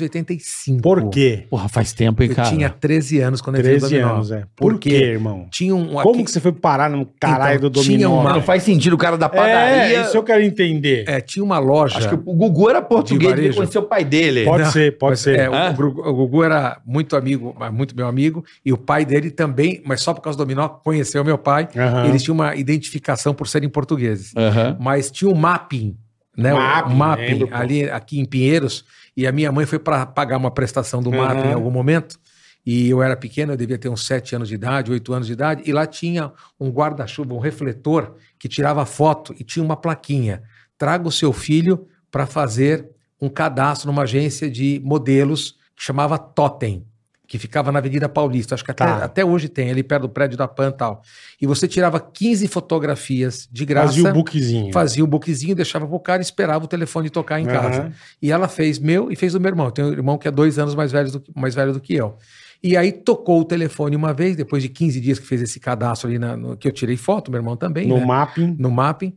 [SPEAKER 2] 1985.
[SPEAKER 4] Por quê?
[SPEAKER 3] Porra, faz tempo, hein,
[SPEAKER 2] Eu
[SPEAKER 3] cara?
[SPEAKER 2] tinha 13 anos quando eu entrei no
[SPEAKER 4] 13
[SPEAKER 2] Dominó.
[SPEAKER 4] anos, é. Por,
[SPEAKER 2] Por
[SPEAKER 4] quê,
[SPEAKER 2] quê?
[SPEAKER 4] irmão?
[SPEAKER 2] Tinha um.
[SPEAKER 4] Como que você foi parar no caralho
[SPEAKER 2] Então,
[SPEAKER 4] do
[SPEAKER 2] tinha
[SPEAKER 4] dominó?
[SPEAKER 2] uma-
[SPEAKER 3] Não faz sentido o cara da
[SPEAKER 4] É,
[SPEAKER 3] padaria.
[SPEAKER 4] isso eu quero entender.
[SPEAKER 2] É, tinha uma loja.
[SPEAKER 3] Acho que o Gugu era português,
[SPEAKER 2] De
[SPEAKER 3] devia
[SPEAKER 2] varejo.
[SPEAKER 3] conhecer o pai dele.
[SPEAKER 4] Pode
[SPEAKER 2] Não,
[SPEAKER 4] ser, pode
[SPEAKER 2] mas,
[SPEAKER 4] ser.
[SPEAKER 2] é, o,
[SPEAKER 3] Hã?
[SPEAKER 2] Gru- o Gugu era muito amigo, muito meu amigo, e o pai dele também, mas só por causa do dominó, conheceu meu pai.
[SPEAKER 4] Aham.
[SPEAKER 2] É, Eles tinham uma identificação por serem portugueses.
[SPEAKER 3] Aham.
[SPEAKER 2] Mas tinha um mapping, né? O
[SPEAKER 4] Mapping,
[SPEAKER 2] mapping
[SPEAKER 4] lembro, pô.
[SPEAKER 2] ali aqui em Pinheiros, e a minha mãe foi para pagar uma prestação do
[SPEAKER 4] Uhum.
[SPEAKER 2] mapping em algum momento. E eu era pequeno, eu devia ter uns 7 anos de idade, 8 anos de idade, e lá tinha um guarda-chuva, um refletor que tirava foto e tinha uma plaquinha. Traga o seu filho para fazer um cadastro numa agência de modelos que chamava Totem, que ficava na Avenida Paulista. Acho que até,
[SPEAKER 4] Tá.
[SPEAKER 2] até hoje tem, ali perto do prédio da PAN e tal. E você tirava 15 fotografias de graça.
[SPEAKER 4] Fazia o bookzinho.
[SPEAKER 2] Fazia o bookzinho, deixava pro cara e esperava o telefone tocar em
[SPEAKER 4] Aham.
[SPEAKER 2] casa. E ela fez meu e fez do meu irmão. Eu tenho um irmão que é dois anos mais velho, do que, mais velho do que eu. E aí tocou o telefone uma vez, depois de 15 dias que fez esse cadastro ali, na- no- que eu tirei foto, meu irmão também,
[SPEAKER 4] No
[SPEAKER 2] né?
[SPEAKER 4] mapping.
[SPEAKER 2] no mapping.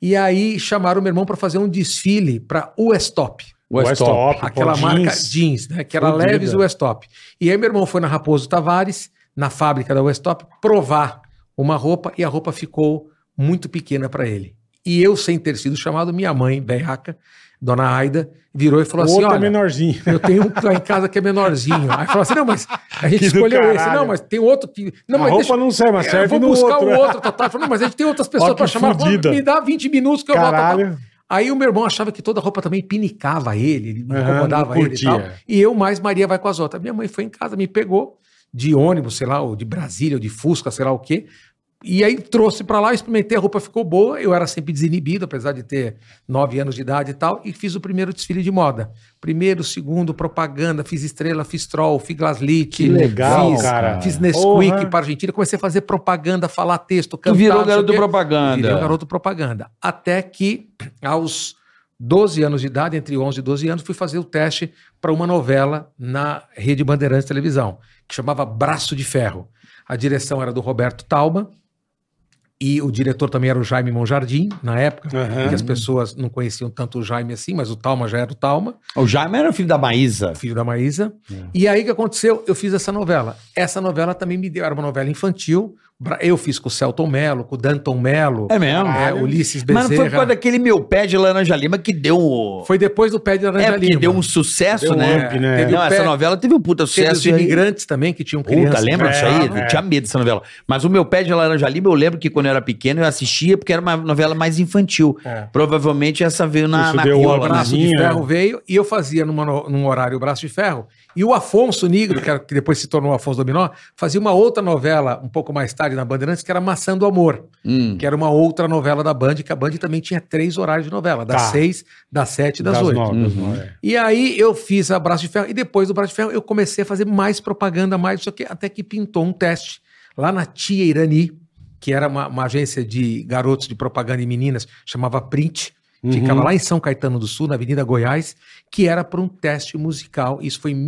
[SPEAKER 2] E aí chamaram meu irmão para fazer um desfile para o Westop,
[SPEAKER 3] Westop.
[SPEAKER 4] Westop,
[SPEAKER 2] aquela
[SPEAKER 4] pô,
[SPEAKER 2] marca
[SPEAKER 4] jeans.
[SPEAKER 2] jeans, né? Que era
[SPEAKER 4] Fudida.
[SPEAKER 2] Leves Westop. E aí meu irmão foi na Raposo Tavares, na fábrica da Westop, provar uma roupa e a roupa ficou muito pequena para ele. E eu, sem ter sido chamado, minha mãe, berraca, dona Aida, virou e
[SPEAKER 4] O
[SPEAKER 2] falou assim:
[SPEAKER 4] outro é
[SPEAKER 2] olha,
[SPEAKER 4] menorzinho.
[SPEAKER 2] eu tenho um lá em casa que é menorzinho. Aí falou assim: não, mas a gente
[SPEAKER 4] Que do
[SPEAKER 2] escolheu esse.
[SPEAKER 4] caralho.
[SPEAKER 2] Não, mas tem outro que. Não,
[SPEAKER 4] a
[SPEAKER 2] mas
[SPEAKER 4] roupa
[SPEAKER 2] deixa-
[SPEAKER 4] não serve, mas serve
[SPEAKER 2] eu
[SPEAKER 4] no
[SPEAKER 2] É, vou buscar
[SPEAKER 4] outro.
[SPEAKER 2] o outro, Tatá. Falou, não, mas a gente tem outras
[SPEAKER 4] Ó,
[SPEAKER 2] pessoas
[SPEAKER 4] que
[SPEAKER 2] para chamar. Falou,
[SPEAKER 4] fudida.
[SPEAKER 2] Me dá 20 minutos que eu volto. Tatá.
[SPEAKER 4] Caralho.
[SPEAKER 2] Aí o meu irmão achava que toda roupa também pinicava ele, ele
[SPEAKER 4] Aham,
[SPEAKER 2] incomodava
[SPEAKER 4] não
[SPEAKER 2] ele e tal.
[SPEAKER 4] curtia.
[SPEAKER 2] E eu mais Maria vai com as outras. Minha mãe foi em casa, me pegou de ônibus, sei lá, ou de Brasília, ou de Fusca, sei lá o quê. E aí trouxe pra lá, experimentei, a roupa ficou boa. Eu era sempre desinibido, apesar de ter nove anos de idade e tal, e fiz o primeiro desfile de moda. Primeiro, segundo, propaganda, fiz estrela, fiz troll, fiz glaslit.
[SPEAKER 3] Que legal,
[SPEAKER 2] fiz,
[SPEAKER 4] cara.
[SPEAKER 2] Fiz Nesquik
[SPEAKER 4] Porra.
[SPEAKER 2] pra Argentina. Comecei a fazer propaganda, falar texto,
[SPEAKER 3] Tu
[SPEAKER 2] cantar.
[SPEAKER 3] virou
[SPEAKER 2] não sei
[SPEAKER 3] garoto
[SPEAKER 2] o quê.
[SPEAKER 3] propaganda.
[SPEAKER 2] Virei um garoto propaganda. Até que, aos 12 anos de idade, entre 11 e 12 anos, fui fazer o teste para uma novela na Rede Bandeirantes de Televisão, que chamava Braço de Ferro. A direção era do Roberto Talma e o diretor também era o Jaime Monjardim, na época,
[SPEAKER 4] Aham.
[SPEAKER 2] que as pessoas não conheciam tanto o Jaime assim, mas o Talma já era o Talma
[SPEAKER 3] O Jaime era o filho da Maísa.
[SPEAKER 2] filho da Maísa. E aí o que aconteceu? Eu fiz essa novela. Essa novela também me deu, era uma novela infantil. Bra- Eu fiz com o Celton Mello, com o Danton Mello,
[SPEAKER 3] É mesmo.
[SPEAKER 2] é, Ulisses
[SPEAKER 3] Mas não foi por
[SPEAKER 2] Bezerra.
[SPEAKER 3] causa
[SPEAKER 2] Foi,
[SPEAKER 3] daquele meu pé de laranja lima que deu um.
[SPEAKER 2] depois do Pé de Laranja
[SPEAKER 3] É, porque
[SPEAKER 2] Lima. é.
[SPEAKER 3] deu um sucesso,
[SPEAKER 4] Deu um
[SPEAKER 3] né?
[SPEAKER 4] up, né?
[SPEAKER 3] Teve Não,
[SPEAKER 2] o
[SPEAKER 3] essa
[SPEAKER 2] pé-
[SPEAKER 3] novela teve um puta
[SPEAKER 2] Teve os
[SPEAKER 3] sucesso. e aí-
[SPEAKER 2] imigrantes também que tinham né? criança.
[SPEAKER 3] Puta, lembra
[SPEAKER 4] É,
[SPEAKER 3] disso aí?
[SPEAKER 4] é.
[SPEAKER 3] Eu tinha medo dessa novela. Mas o Meu Pé de Laranja Lima, eu lembro que quando eu era pequeno eu assistia porque era uma novela mais infantil.
[SPEAKER 4] É.
[SPEAKER 3] Provavelmente essa veio na,
[SPEAKER 4] Isso
[SPEAKER 3] na
[SPEAKER 4] deu
[SPEAKER 2] O
[SPEAKER 3] cola, né?
[SPEAKER 4] abraço.
[SPEAKER 2] Braço
[SPEAKER 4] Brasinha.
[SPEAKER 2] de Ferro veio e eu fazia numa no- num horário o Braço de Ferro. E o Afonso Negro, que, era- que depois se tornou Afonso Dominó, fazia uma outra novela um pouco mais tarde na Bandeirantes, que era Maçã do Amor.
[SPEAKER 3] Hum.
[SPEAKER 2] que era uma outra novela da Band, que a Band também tinha três horários de novela, das
[SPEAKER 4] Tá.
[SPEAKER 2] seis, das sete e das, oito.
[SPEAKER 4] nove, das
[SPEAKER 3] Uhum.
[SPEAKER 4] nove, é.
[SPEAKER 2] E aí eu fiz a Braço de Ferro, e depois do Braço de Ferro eu comecei a fazer mais propaganda, mais isso aqui, até que pintou um teste lá na Tia Irani, que era uma, uma agência de garotos de propaganda em meninas, chamava Print, ficava
[SPEAKER 4] Uhum.
[SPEAKER 2] lá em São Caetano do Sul, na Avenida Goiás, que era para um teste musical, isso foi em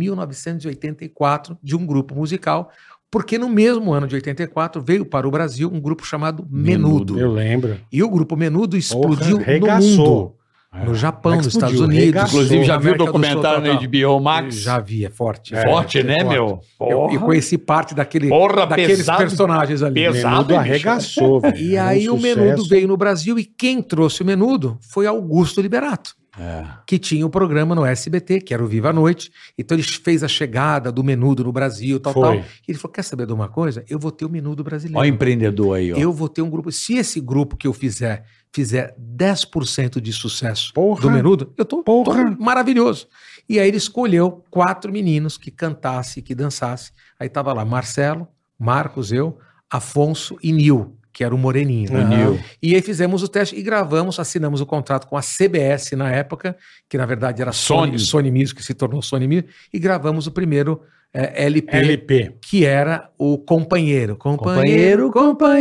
[SPEAKER 2] 1984, de um grupo musical, porque no mesmo ano de 84 veio para o Brasil um grupo chamado Menudo.
[SPEAKER 4] Eu lembro.
[SPEAKER 2] E o grupo Menudo explodiu no
[SPEAKER 4] arregaçou.
[SPEAKER 2] mundo.
[SPEAKER 4] É.
[SPEAKER 2] No Japão,
[SPEAKER 4] Mas
[SPEAKER 2] nos Estados
[SPEAKER 4] explodiu,
[SPEAKER 2] Unidos.
[SPEAKER 4] regaçou.
[SPEAKER 3] Inclusive, já viu o
[SPEAKER 2] América do Sul,
[SPEAKER 3] documentário
[SPEAKER 2] tal,
[SPEAKER 3] na
[SPEAKER 2] tal.
[SPEAKER 3] HBO Max?
[SPEAKER 2] Já vi, é forte.
[SPEAKER 3] É, Forte, né,
[SPEAKER 2] forte.
[SPEAKER 3] meu?
[SPEAKER 2] Eu,
[SPEAKER 3] Porra,
[SPEAKER 2] eu conheci parte daquele,
[SPEAKER 3] Porra,
[SPEAKER 2] daqueles
[SPEAKER 3] pesado.
[SPEAKER 2] personagens ali.
[SPEAKER 3] Pesado.
[SPEAKER 4] Menudo
[SPEAKER 3] hein, bicho?
[SPEAKER 4] arregaçou, velho.
[SPEAKER 2] E
[SPEAKER 4] Era um
[SPEAKER 2] aí o
[SPEAKER 4] sucesso.
[SPEAKER 2] Menudo veio no Brasil e quem trouxe o Menudo foi Augusto Liberato,
[SPEAKER 4] É.
[SPEAKER 2] que tinha o programa no SBT, que era o Viva a Noite. Então ele fez a chegada do Menudo no Brasil, tal, tal.
[SPEAKER 4] Foi.
[SPEAKER 2] E ele falou, quer saber de uma coisa? Eu vou ter o Menudo brasileiro.
[SPEAKER 3] Olha o empreendedor aí, ó.
[SPEAKER 2] Eu vou ter um grupo. Se esse grupo que eu fizer fizer 10% de sucesso
[SPEAKER 4] Porra.
[SPEAKER 2] do Menudo, eu tô, tô
[SPEAKER 4] Porra.
[SPEAKER 2] maravilhoso. E aí ele escolheu quatro meninos que cantassem, que dançassem. Aí tava lá Marcelo, Marcos, eu, Afonso e Nil, que era o Moreninho. né?
[SPEAKER 4] Aham.
[SPEAKER 2] E aí fizemos o teste e gravamos, assinamos o contrato com a CBS na época, que na verdade era
[SPEAKER 3] Sony.
[SPEAKER 2] Sony, Sony Music, que se tornou Sony Music, e gravamos o primeiro eh, LP
[SPEAKER 4] É, LP.
[SPEAKER 2] que era o companheiro.
[SPEAKER 3] Companheiro,
[SPEAKER 2] Companheiro,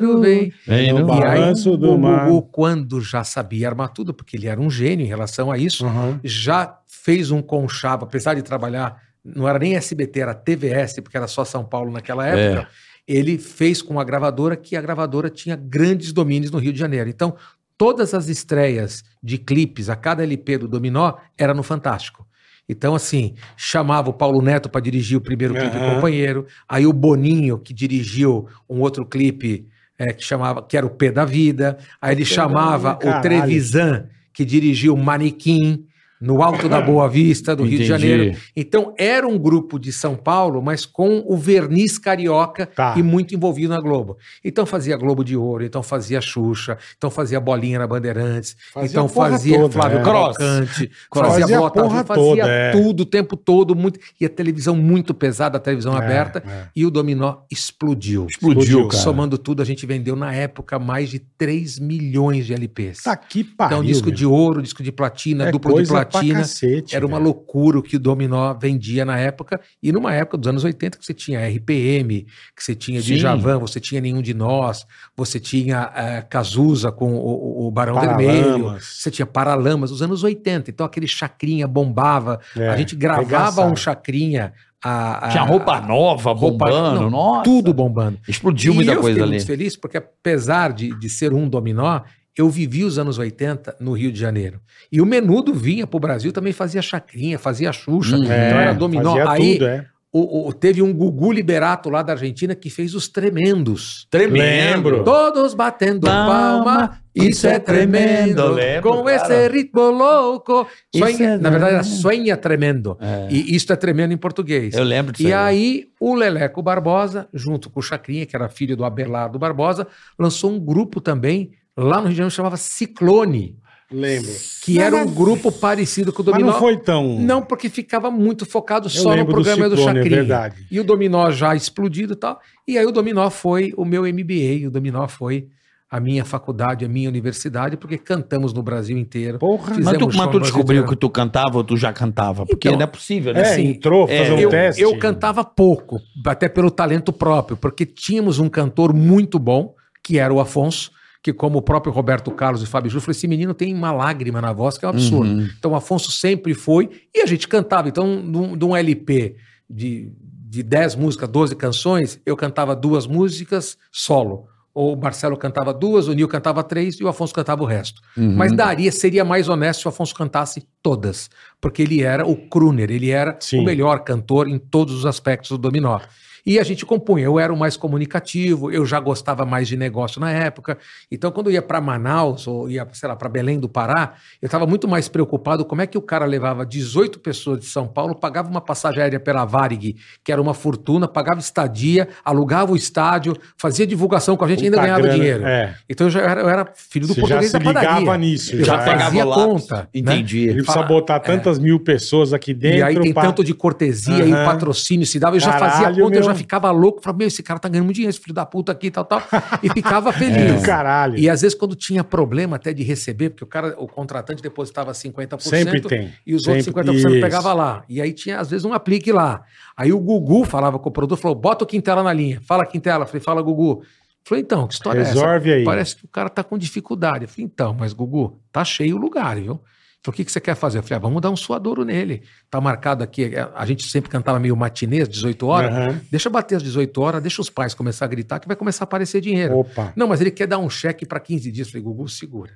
[SPEAKER 2] companheiro, vem.
[SPEAKER 3] Vem,
[SPEAKER 4] no
[SPEAKER 3] não?
[SPEAKER 4] bar.
[SPEAKER 2] E aí,
[SPEAKER 4] Balanço
[SPEAKER 2] o
[SPEAKER 4] do mar.
[SPEAKER 2] Gugu, quando já sabia armar tudo, porque ele era um gênio em relação a isso, já fez um conchavo, apesar de trabalhar, não era nem SBT, era TVS, porque era só São Paulo naquela É,
[SPEAKER 3] É.
[SPEAKER 2] época. Ele fez com a gravadora que a gravadora tinha grandes domínios no Rio de Janeiro. Então, todas as estreias de clipes a cada LP do Dominó era no Fantástico. Então, assim, chamava o Paulo Neto para dirigir o primeiro clipe
[SPEAKER 4] Aham.
[SPEAKER 2] companheiro, aí o Boninho, que dirigiu um outro clipe eh, que chamava que era o P da Vida, aí ele
[SPEAKER 4] Pé da
[SPEAKER 2] chamava
[SPEAKER 4] Vida, caralho.
[SPEAKER 2] o Trevisan, que dirigiu Manequim, no Alto da Boa Vista, do Rio de
[SPEAKER 3] Entendi.
[SPEAKER 2] Janeiro. Então, era um grupo de São Paulo, mas com o verniz carioca
[SPEAKER 4] Tá.
[SPEAKER 2] e muito envolvido na Globo. Então, fazia Globo de Ouro, então fazia Xuxa, então fazia Bolinha na Bandeirantes,
[SPEAKER 4] Fazia a
[SPEAKER 2] então
[SPEAKER 4] porra
[SPEAKER 2] fazia
[SPEAKER 4] toda,
[SPEAKER 2] Flávio
[SPEAKER 4] é.
[SPEAKER 2] Crocante,
[SPEAKER 4] Cross.
[SPEAKER 2] fazia,
[SPEAKER 4] Fazia a
[SPEAKER 2] Boa Tarde,
[SPEAKER 4] porra
[SPEAKER 2] fazia
[SPEAKER 4] toda, é.
[SPEAKER 2] tudo o tempo todo. Muito, e a televisão muito pesada, a televisão aberta.
[SPEAKER 4] É, é.
[SPEAKER 2] E o dominó explodiu.
[SPEAKER 3] Explodiu, cara.
[SPEAKER 2] Somando tudo, a gente vendeu na época mais de 3 milhões de LPs.
[SPEAKER 4] Tá que pariu.
[SPEAKER 2] Então, disco
[SPEAKER 4] meu.
[SPEAKER 2] de ouro, disco de platina,
[SPEAKER 4] É
[SPEAKER 2] duplo de
[SPEAKER 4] coisa pra
[SPEAKER 2] platina.
[SPEAKER 4] cacete,
[SPEAKER 2] Era uma
[SPEAKER 4] velho.
[SPEAKER 2] loucura o que o Dominó vendia na época. E numa época dos anos 80 que você tinha RPM, que você tinha
[SPEAKER 3] Sim.
[SPEAKER 2] Djavan, você tinha Nenhum de Nós, você tinha eh, Cazuza com o, o- o Barão um Vermelho,
[SPEAKER 4] Paralamas.
[SPEAKER 2] você tinha Paralamas, os anos 80. Então aquele chacrinha bombava.
[SPEAKER 4] É,
[SPEAKER 2] a gente gravava
[SPEAKER 4] arregaçava.
[SPEAKER 2] um chacrinha. A, a-
[SPEAKER 3] Tinha roupa nova,
[SPEAKER 2] Ah, roupa-
[SPEAKER 3] bombando,
[SPEAKER 2] não,
[SPEAKER 3] nossa.
[SPEAKER 2] Tudo bombando.
[SPEAKER 3] Explodiu
[SPEAKER 2] E
[SPEAKER 3] muita
[SPEAKER 2] eu
[SPEAKER 3] coisa
[SPEAKER 2] fiquei
[SPEAKER 3] ali.
[SPEAKER 2] muito feliz porque, apesar de, de ser um dominó, eu vivi os anos 80 no Rio de Janeiro. E o menudo vinha pro Brasil, também fazia chacrinha, fazia xuxa.
[SPEAKER 3] Hum.
[SPEAKER 2] então
[SPEAKER 3] É,
[SPEAKER 2] era dominó.
[SPEAKER 4] fazia
[SPEAKER 2] Aí
[SPEAKER 4] tudo, é.
[SPEAKER 2] o- o- teve um Gugu Liberato lá da Argentina que fez os tremendos.
[SPEAKER 4] Lembro.
[SPEAKER 2] Todos batendo
[SPEAKER 3] Palma,
[SPEAKER 2] palma, isso é tremendo.
[SPEAKER 3] Lembro,
[SPEAKER 2] com
[SPEAKER 3] cara.
[SPEAKER 2] esse ritmo louco.
[SPEAKER 3] Isso
[SPEAKER 2] Sonha-
[SPEAKER 3] é
[SPEAKER 2] na verdade, era
[SPEAKER 3] tremendo.
[SPEAKER 2] sonha tremendo. E isto é tremendo em português.
[SPEAKER 3] Eu lembro disso.
[SPEAKER 2] E aí, o Leleco Barbosa, junto com o Chacrinha, que era filho do Abelardo Barbosa, lançou um grupo também, lá no Rio de Janeiro, que chamava Ciclone,
[SPEAKER 4] Lembro.
[SPEAKER 2] que era um grupo parecido com o
[SPEAKER 4] Mas
[SPEAKER 2] Dominó.
[SPEAKER 4] não foi tão...
[SPEAKER 2] Não, porque ficava muito focado
[SPEAKER 4] Eu
[SPEAKER 2] só no
[SPEAKER 4] lembro do
[SPEAKER 2] programa do,
[SPEAKER 4] Ciclone, é
[SPEAKER 2] Chacrinha.
[SPEAKER 4] verdade.
[SPEAKER 2] E o Dominó já explodido e tal. E aí o Dominó foi o meu MBA, o Dominó foi a minha faculdade, a minha universidade, porque cantamos no Brasil inteiro.
[SPEAKER 4] Porra.
[SPEAKER 2] Fiz-
[SPEAKER 3] mas tu,
[SPEAKER 2] fizemos
[SPEAKER 3] mas
[SPEAKER 2] show
[SPEAKER 3] tu
[SPEAKER 2] no
[SPEAKER 3] descobriu
[SPEAKER 2] brasileiro.
[SPEAKER 3] que tu cantava ou tu já cantava? Porque
[SPEAKER 2] Então,
[SPEAKER 3] não é possível, né?
[SPEAKER 4] É,
[SPEAKER 2] assim,
[SPEAKER 4] entrou pra
[SPEAKER 3] é,
[SPEAKER 4] fazer um
[SPEAKER 2] eu,
[SPEAKER 4] teste.
[SPEAKER 2] eu cantava pouco, até pelo talento próprio, porque tínhamos um cantor muito bom, que era o Afonso, que como o próprio Roberto Carlos e Fábio Júlio, falou, esse menino tem uma lágrima na voz que é um absurdo.
[SPEAKER 3] Uhum.
[SPEAKER 2] Então o Afonso sempre foi, e a gente cantava. Então, de um- de um LP de, de 10 músicas, 12 canções, eu cantava duas músicas solo. Ou o Marcelo cantava duas, o Nil cantava três e o Afonso cantava o resto.
[SPEAKER 3] Uhum.
[SPEAKER 2] Mas daria, seria mais honesto se o Afonso cantasse todas. Porque ele era o crooner, ele era
[SPEAKER 4] Sim.
[SPEAKER 2] o melhor cantor em todos os aspectos do dominó. E a gente compunha, eu era o mais comunicativo, eu já gostava mais de negócio na época. Então, quando eu ia para Manaus, ou ia, sei lá, para Belém do Pará, eu estava muito mais preocupado como é que o cara levava 18 pessoas de São Paulo, pagava uma passagem aérea pela Varig, que era uma fortuna, pagava estadia, alugava o estádio, fazia divulgação com a gente e ainda
[SPEAKER 4] Puta
[SPEAKER 2] ganhava
[SPEAKER 4] grana,
[SPEAKER 2] dinheiro.
[SPEAKER 4] É.
[SPEAKER 2] Então eu já era, eu era filho do
[SPEAKER 4] Você já
[SPEAKER 2] português
[SPEAKER 4] se
[SPEAKER 2] da padaria.
[SPEAKER 4] ligava nisso.
[SPEAKER 2] Eu já
[SPEAKER 4] já, é.
[SPEAKER 2] pagava fazia
[SPEAKER 3] lápis.
[SPEAKER 2] conta, né?
[SPEAKER 3] Entendi.
[SPEAKER 4] Ele precisa
[SPEAKER 2] Fala- é.
[SPEAKER 4] botar tantas mil pessoas aqui dentro.
[SPEAKER 2] E aí tem
[SPEAKER 4] pra-
[SPEAKER 2] tanto de cortesia e
[SPEAKER 4] Aham.
[SPEAKER 2] o patrocínio se dava. Eu já fazia
[SPEAKER 4] Caralho,
[SPEAKER 2] conta, eu já
[SPEAKER 4] meu.
[SPEAKER 2] ficava louco. Falava, meu, esse cara tá ganhando muito dinheiro, esse filho da puta aqui e tal, tal. E ficava feliz.
[SPEAKER 4] Do É. caralho.
[SPEAKER 2] E às vezes quando tinha problema até de receber, porque o cara, o contratante depositava 50%.
[SPEAKER 4] Sempre tem.
[SPEAKER 2] E os outros
[SPEAKER 4] Sempre-
[SPEAKER 2] 50%
[SPEAKER 4] Isso.
[SPEAKER 2] pegava lá. E aí tinha, às vezes, um aplique lá. Aí o Gugu falava com o produtor, falou, bota o Quintela na linha. Fala, Quintela. Falei, fala, Gugu. Falei, então, que história é essa?
[SPEAKER 4] Resolve aí.
[SPEAKER 2] Parece que o cara tá com dificuldade. Eu falei, então, mas Gugu, tá cheio o lugar, viu? Ele Falou, o que, que você quer fazer? Eu falei, ah, vamos dar um suadouro nele. Tá marcado aqui, a- a gente sempre cantava meio matinês, 18 horas.
[SPEAKER 4] Aham.
[SPEAKER 2] Deixa bater às 18 horas, deixa os pais começar a gritar que vai começar a aparecer dinheiro.
[SPEAKER 4] Opa.
[SPEAKER 2] Não, mas ele quer dar um cheque para 15 dias. Eu falei, Gugu, segura.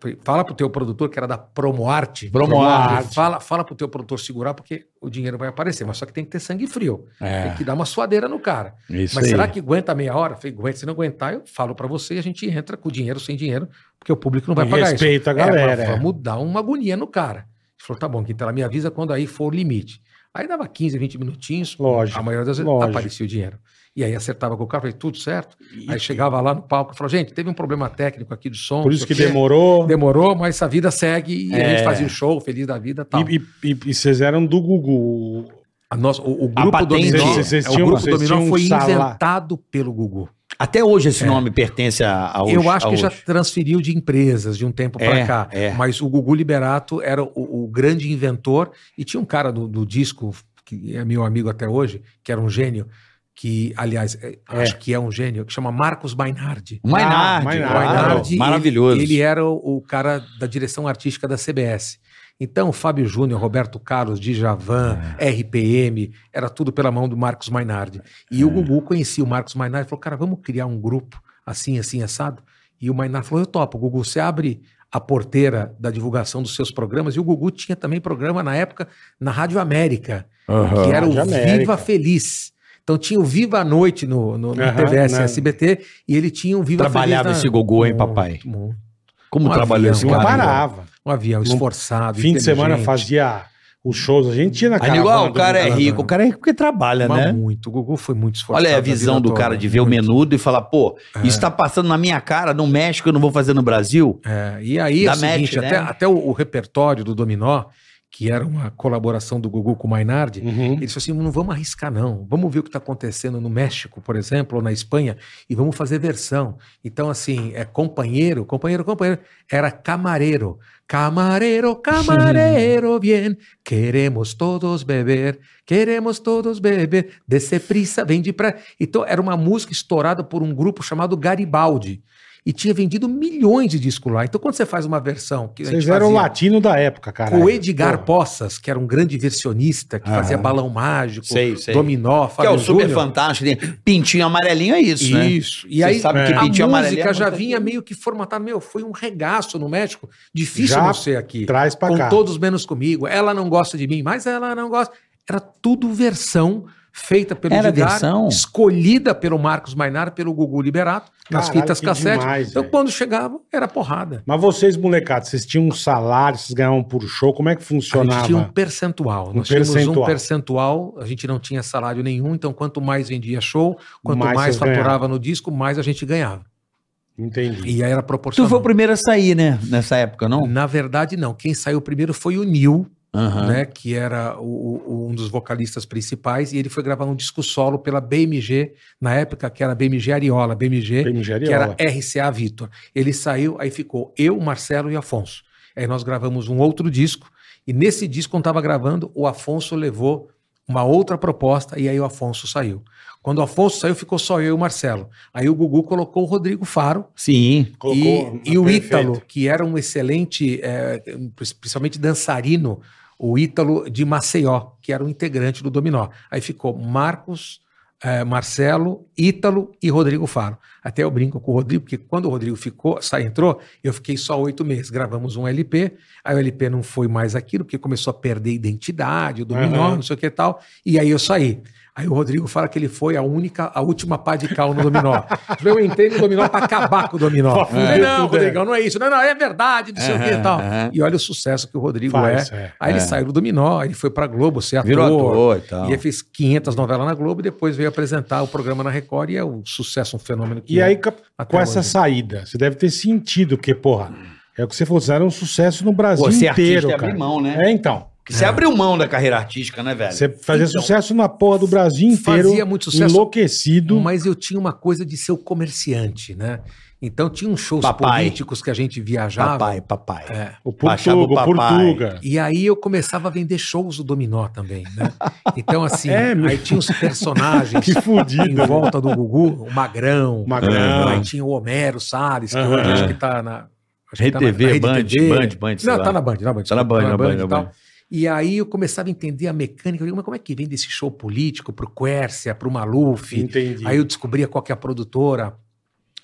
[SPEAKER 2] Falei, Fala pro teu produtor que era da Promoarte.
[SPEAKER 3] Promoarte.
[SPEAKER 2] Fala, fala pro teu produtor segurar, porque o dinheiro vai aparecer. Mas só que tem que ter sangue frio.
[SPEAKER 4] É.
[SPEAKER 2] Tem que dar uma suadeira no cara.
[SPEAKER 4] Isso
[SPEAKER 2] Mas
[SPEAKER 4] aí.
[SPEAKER 2] será que aguenta meia hora? Falei, aguenta. Se não aguentar, eu falo pra você e a gente entra com dinheiro, sem dinheiro, porque o público não vai
[SPEAKER 4] E
[SPEAKER 2] pagar isso.
[SPEAKER 4] respeita a
[SPEAKER 2] É, mas
[SPEAKER 4] galera. é.
[SPEAKER 2] vamos dar uma agonia no cara. Ele falou, tá bom, Quintela, me avisa quando aí for o limite. Aí dava 15, 20 minutinhos,
[SPEAKER 4] Lógico,
[SPEAKER 2] a maioria das vezes
[SPEAKER 4] lógico.
[SPEAKER 2] aparecia o dinheiro. E aí acertava com o cara, falei, tudo certo. Aí chegava lá no palco e falou, gente, teve um problema técnico aqui do som.
[SPEAKER 4] Por
[SPEAKER 2] não
[SPEAKER 4] isso que
[SPEAKER 2] sei o quê.
[SPEAKER 4] demorou. É.
[SPEAKER 2] Demorou, mas a vida segue e a gente fazia o show, feliz da vida e tal.
[SPEAKER 4] E, e- e- e vocês eram do Gugu.
[SPEAKER 2] A nossa, o, o grupo
[SPEAKER 3] patente,
[SPEAKER 2] dominó,
[SPEAKER 3] vocês-
[SPEAKER 4] vocês
[SPEAKER 2] é,
[SPEAKER 4] tinham-
[SPEAKER 2] o grupo
[SPEAKER 4] vocês
[SPEAKER 2] dominó
[SPEAKER 4] tinham um
[SPEAKER 2] foi
[SPEAKER 4] salário.
[SPEAKER 2] inventado pelo Gugu.
[SPEAKER 3] Até hoje esse nome pertence a- aos...
[SPEAKER 2] É. Eu acho que
[SPEAKER 3] aos-
[SPEAKER 2] já transferiu de empresas de um tempo pra
[SPEAKER 3] É,
[SPEAKER 2] cá.
[SPEAKER 3] é.
[SPEAKER 2] Mas o Gugu Liberato era o, o grande inventor e tinha um cara do, do disco, que é meu amigo até hoje, que era um gênio, que, aliás, é- acho que é um gênio, que chama Marcos Beinhardt.
[SPEAKER 3] O Maynard,
[SPEAKER 4] Ah, Maynard.
[SPEAKER 3] claro.
[SPEAKER 2] Maynard, ele-
[SPEAKER 3] maravilhoso.
[SPEAKER 2] Ele é- era o, o cara da direção artística da CBS. Então, Fábio Júnior, Roberto Carlos, Djavan,
[SPEAKER 4] É.
[SPEAKER 2] RPM, era tudo pela mão do Marcos Mainardi. E
[SPEAKER 4] É.
[SPEAKER 2] o Gugu conhecia o Marcos Mainardi e falou, cara, vamos criar um grupo assim, assim, assado? E o Mainardi falou, eu topo, Gugu, você abre a porteira da divulgação dos seus programas. E o Gugu tinha também programa, na época, na Rádio América, que era o
[SPEAKER 4] Ah, Rádio América.
[SPEAKER 2] Viva Feliz. Então tinha o Viva à Noite no, no, no
[SPEAKER 4] Aham,
[SPEAKER 2] TVS
[SPEAKER 4] né?
[SPEAKER 2] SBT e ele tinha o Viva
[SPEAKER 3] Trabalhava
[SPEAKER 2] Feliz.
[SPEAKER 3] esse Gugu, hein, papai?
[SPEAKER 2] Muito, muito.
[SPEAKER 3] Como
[SPEAKER 2] Um
[SPEAKER 3] trabalhou
[SPEAKER 2] avião,
[SPEAKER 3] esse
[SPEAKER 4] Não
[SPEAKER 2] Caramba.
[SPEAKER 3] cara?
[SPEAKER 4] parava.
[SPEAKER 2] Um avião esforçado.
[SPEAKER 4] Fim de semana
[SPEAKER 2] inteligente.
[SPEAKER 4] fazia os shows. A gente ia na
[SPEAKER 3] Aí, igual, o cara é
[SPEAKER 2] Gugu.
[SPEAKER 3] rico, o cara é rico porque trabalha,
[SPEAKER 2] Mas
[SPEAKER 3] né?
[SPEAKER 2] muito. O Gugu foi muito esforçado.
[SPEAKER 3] Olha a
[SPEAKER 2] na
[SPEAKER 3] visão
[SPEAKER 2] vida
[SPEAKER 3] do
[SPEAKER 2] toda,
[SPEAKER 3] cara de ver o
[SPEAKER 2] muito.
[SPEAKER 3] menudo e falar, pô,
[SPEAKER 2] É.
[SPEAKER 3] isso tá passando na minha cara, no México eu não vou fazer no Brasil.
[SPEAKER 2] É, e aí é
[SPEAKER 3] Da
[SPEAKER 2] o seguinte,
[SPEAKER 3] match, né?
[SPEAKER 2] até, até o, o repertório do Dominó, que era uma colaboração do Gugu com o Mainardi,
[SPEAKER 4] Uhum.
[SPEAKER 2] ele disse assim, não vamos arriscar não, vamos ver o que está acontecendo no México, por exemplo, ou na Espanha, e vamos fazer versão. Então, assim, é companheiro, companheiro, companheiro, era camareiro. Camareiro, camareiro, bien, queremos todos beber, queremos todos beber, desce prisa, vem depressa. Então, era uma música estourada por um grupo chamado Garibaldi, e tinha vendido milhões de discos lá. Então, quando você faz uma versão... que a
[SPEAKER 4] Vocês
[SPEAKER 2] gente
[SPEAKER 4] eram
[SPEAKER 2] fazia-
[SPEAKER 4] latino da época, cara.
[SPEAKER 2] com o Edgar Poças, que era um grande versionista, que
[SPEAKER 4] Aham.
[SPEAKER 2] fazia balão mágico,
[SPEAKER 3] Sei, sei.
[SPEAKER 2] dominó,
[SPEAKER 3] Que é
[SPEAKER 2] Fábio
[SPEAKER 3] o super
[SPEAKER 2] Júnior.
[SPEAKER 3] fantástico, né? pintinho amarelinho é isso, né?
[SPEAKER 2] Isso. E aí
[SPEAKER 3] Você sabe
[SPEAKER 4] é.
[SPEAKER 3] que
[SPEAKER 2] a
[SPEAKER 3] pintinho amarelinho
[SPEAKER 2] música
[SPEAKER 3] é
[SPEAKER 2] já
[SPEAKER 3] muito-
[SPEAKER 2] vinha meio que formatada. Meu, foi um regaço no México. Difícil
[SPEAKER 4] Já
[SPEAKER 2] não ser aqui.
[SPEAKER 4] Traz pra
[SPEAKER 2] Com
[SPEAKER 4] cá.
[SPEAKER 2] todos menos comigo. Ela não gosta de mim, mas ela não gosta. Era tudo versão feita pelo
[SPEAKER 3] Era versão?
[SPEAKER 2] escolhida pelo Marcos Mainar, pelo Gugu Liberato, nas
[SPEAKER 4] Caralho,
[SPEAKER 2] fitas
[SPEAKER 4] que
[SPEAKER 2] cassete.
[SPEAKER 4] demais,
[SPEAKER 2] então,
[SPEAKER 4] velho.
[SPEAKER 2] quando chegava, era porrada.
[SPEAKER 4] Mas vocês, molecados, vocês tinham um salário, vocês ganhavam por show, como é que
[SPEAKER 2] A gente
[SPEAKER 4] funcionava?
[SPEAKER 2] tinha um percentual.
[SPEAKER 4] Um
[SPEAKER 2] Nós tínhamos um
[SPEAKER 4] percentual.
[SPEAKER 2] percentual, a gente não tinha salário nenhum, então quanto mais vendia show, quanto
[SPEAKER 4] Mais
[SPEAKER 2] mais,
[SPEAKER 4] vocês
[SPEAKER 2] faturava
[SPEAKER 4] ganhavam.
[SPEAKER 2] no disco, mais a gente ganhava.
[SPEAKER 4] Entendi.
[SPEAKER 2] E aí era
[SPEAKER 3] Tu
[SPEAKER 2] proporcional.
[SPEAKER 3] foi o primeiro a sair, né? Nessa época, não?
[SPEAKER 2] Na verdade, não. Quem saiu primeiro foi o Nil,
[SPEAKER 4] Ah.
[SPEAKER 3] Aham.
[SPEAKER 2] né? Que era o- o- um dos vocalistas principais, e ele foi gravar um disco solo pela BMG, na época que era BMG Ariola, BMG, que era
[SPEAKER 4] Nigeriana.
[SPEAKER 2] RCA Vitor. Ele saiu, aí ficou eu, Marcelo e Afonso. Aí nós gravamos um outro disco, e nesse disco, quando estava gravando, o Afonso levou uma outra proposta, e aí o Afonso saiu. Quando o Afonso saiu, ficou só eu e o Marcelo. Aí o Gugu colocou o Rodrigo Faro,
[SPEAKER 3] Sim.
[SPEAKER 4] Colocou-
[SPEAKER 2] e, e o
[SPEAKER 4] perfeito.
[SPEAKER 2] Ítalo, que era um excelente, eh, principalmente dançarino, o Ítalo de Maceió, que era um integrante do Dominó. Aí ficou Marcos, eh, Marcelo, Ítalo e Rodrigo Faro. Até eu brinco com o Rodrigo, porque quando o Rodrigo ficou, sai, entrou, eu fiquei só oito meses. Gravamos um LP, aí o LP não foi mais aquilo, porque começou a perder identidade, o Dominó,
[SPEAKER 4] Aham.
[SPEAKER 2] não sei o que e tal, e aí eu saí. Aí o Rodrigo fala que ele foi a única, a última pá de cal no dominó. Eu entrei no dominó pra acabar com o dominó.
[SPEAKER 4] Pra fuder
[SPEAKER 2] Falei, não,
[SPEAKER 4] tudo, é.
[SPEAKER 2] Rodrigão, não é isso. Não, não, é verdade, não sei o que e tal.
[SPEAKER 3] Aham, aham.
[SPEAKER 2] E olha o sucesso que o Rodrigo
[SPEAKER 4] Faz,
[SPEAKER 2] é.
[SPEAKER 4] é.
[SPEAKER 2] Aí ele saiu do dominó, ele foi pra Globo ser ator.
[SPEAKER 3] Virou ator e tal.
[SPEAKER 2] E é aí fez 500 novelas na Globo e depois veio apresentar o programa na Record e é um sucesso, um fenômeno que
[SPEAKER 4] E
[SPEAKER 2] é
[SPEAKER 4] aí, com
[SPEAKER 2] até
[SPEAKER 4] com essa
[SPEAKER 2] hoje.
[SPEAKER 4] saída, você deve ter sentido, porque, porra, é o que você falou, vocês eram um sucesso no Brasil
[SPEAKER 3] Pô, ser
[SPEAKER 4] inteiro,
[SPEAKER 3] artista é
[SPEAKER 4] cara.
[SPEAKER 3] abrir mão, né?
[SPEAKER 4] É, então.
[SPEAKER 3] Porque Você abriu mão da carreira artística, né, velho?
[SPEAKER 4] Você fazia
[SPEAKER 2] Então,
[SPEAKER 4] sucesso na porra do Brasil inteiro,
[SPEAKER 2] fazia muito sucesso,
[SPEAKER 4] enlouquecido.
[SPEAKER 2] Mas eu tinha uma coisa de ser o comerciante, né? Então tinha uns shows
[SPEAKER 3] Papai.
[SPEAKER 2] políticos que a gente viajava.
[SPEAKER 3] Papai, papai.
[SPEAKER 2] É.
[SPEAKER 4] O
[SPEAKER 3] Baixava o
[SPEAKER 4] Portuga, o
[SPEAKER 3] papai.
[SPEAKER 4] Portuga.
[SPEAKER 2] E aí eu começava a vender shows do Dominó também, né? Então, assim,
[SPEAKER 4] É, meu.
[SPEAKER 2] aí tinha os personagens
[SPEAKER 4] Que
[SPEAKER 2] em
[SPEAKER 4] fudido. né?
[SPEAKER 2] volta do Gugu, o Magrão,
[SPEAKER 4] Magrão.
[SPEAKER 2] aí tinha o Homero Salles, que hoje
[SPEAKER 4] Aham.
[SPEAKER 2] acho que tá na... Acho que tá na- na
[SPEAKER 3] RTV,
[SPEAKER 2] Rede
[SPEAKER 3] Band,
[SPEAKER 2] TV.
[SPEAKER 3] Band, Band, sei
[SPEAKER 2] Não,
[SPEAKER 3] lá.
[SPEAKER 2] tá na Band, na Band.
[SPEAKER 3] Tá na Band, na Band,
[SPEAKER 2] e
[SPEAKER 3] na
[SPEAKER 2] tal.
[SPEAKER 3] Band.
[SPEAKER 2] E aí eu começava a entender a mecânica, eu digo, mas como é que vem desse show político pro Quércia, pro Maluf?
[SPEAKER 4] Entendi.
[SPEAKER 2] Aí eu descobria qual que é a produtora.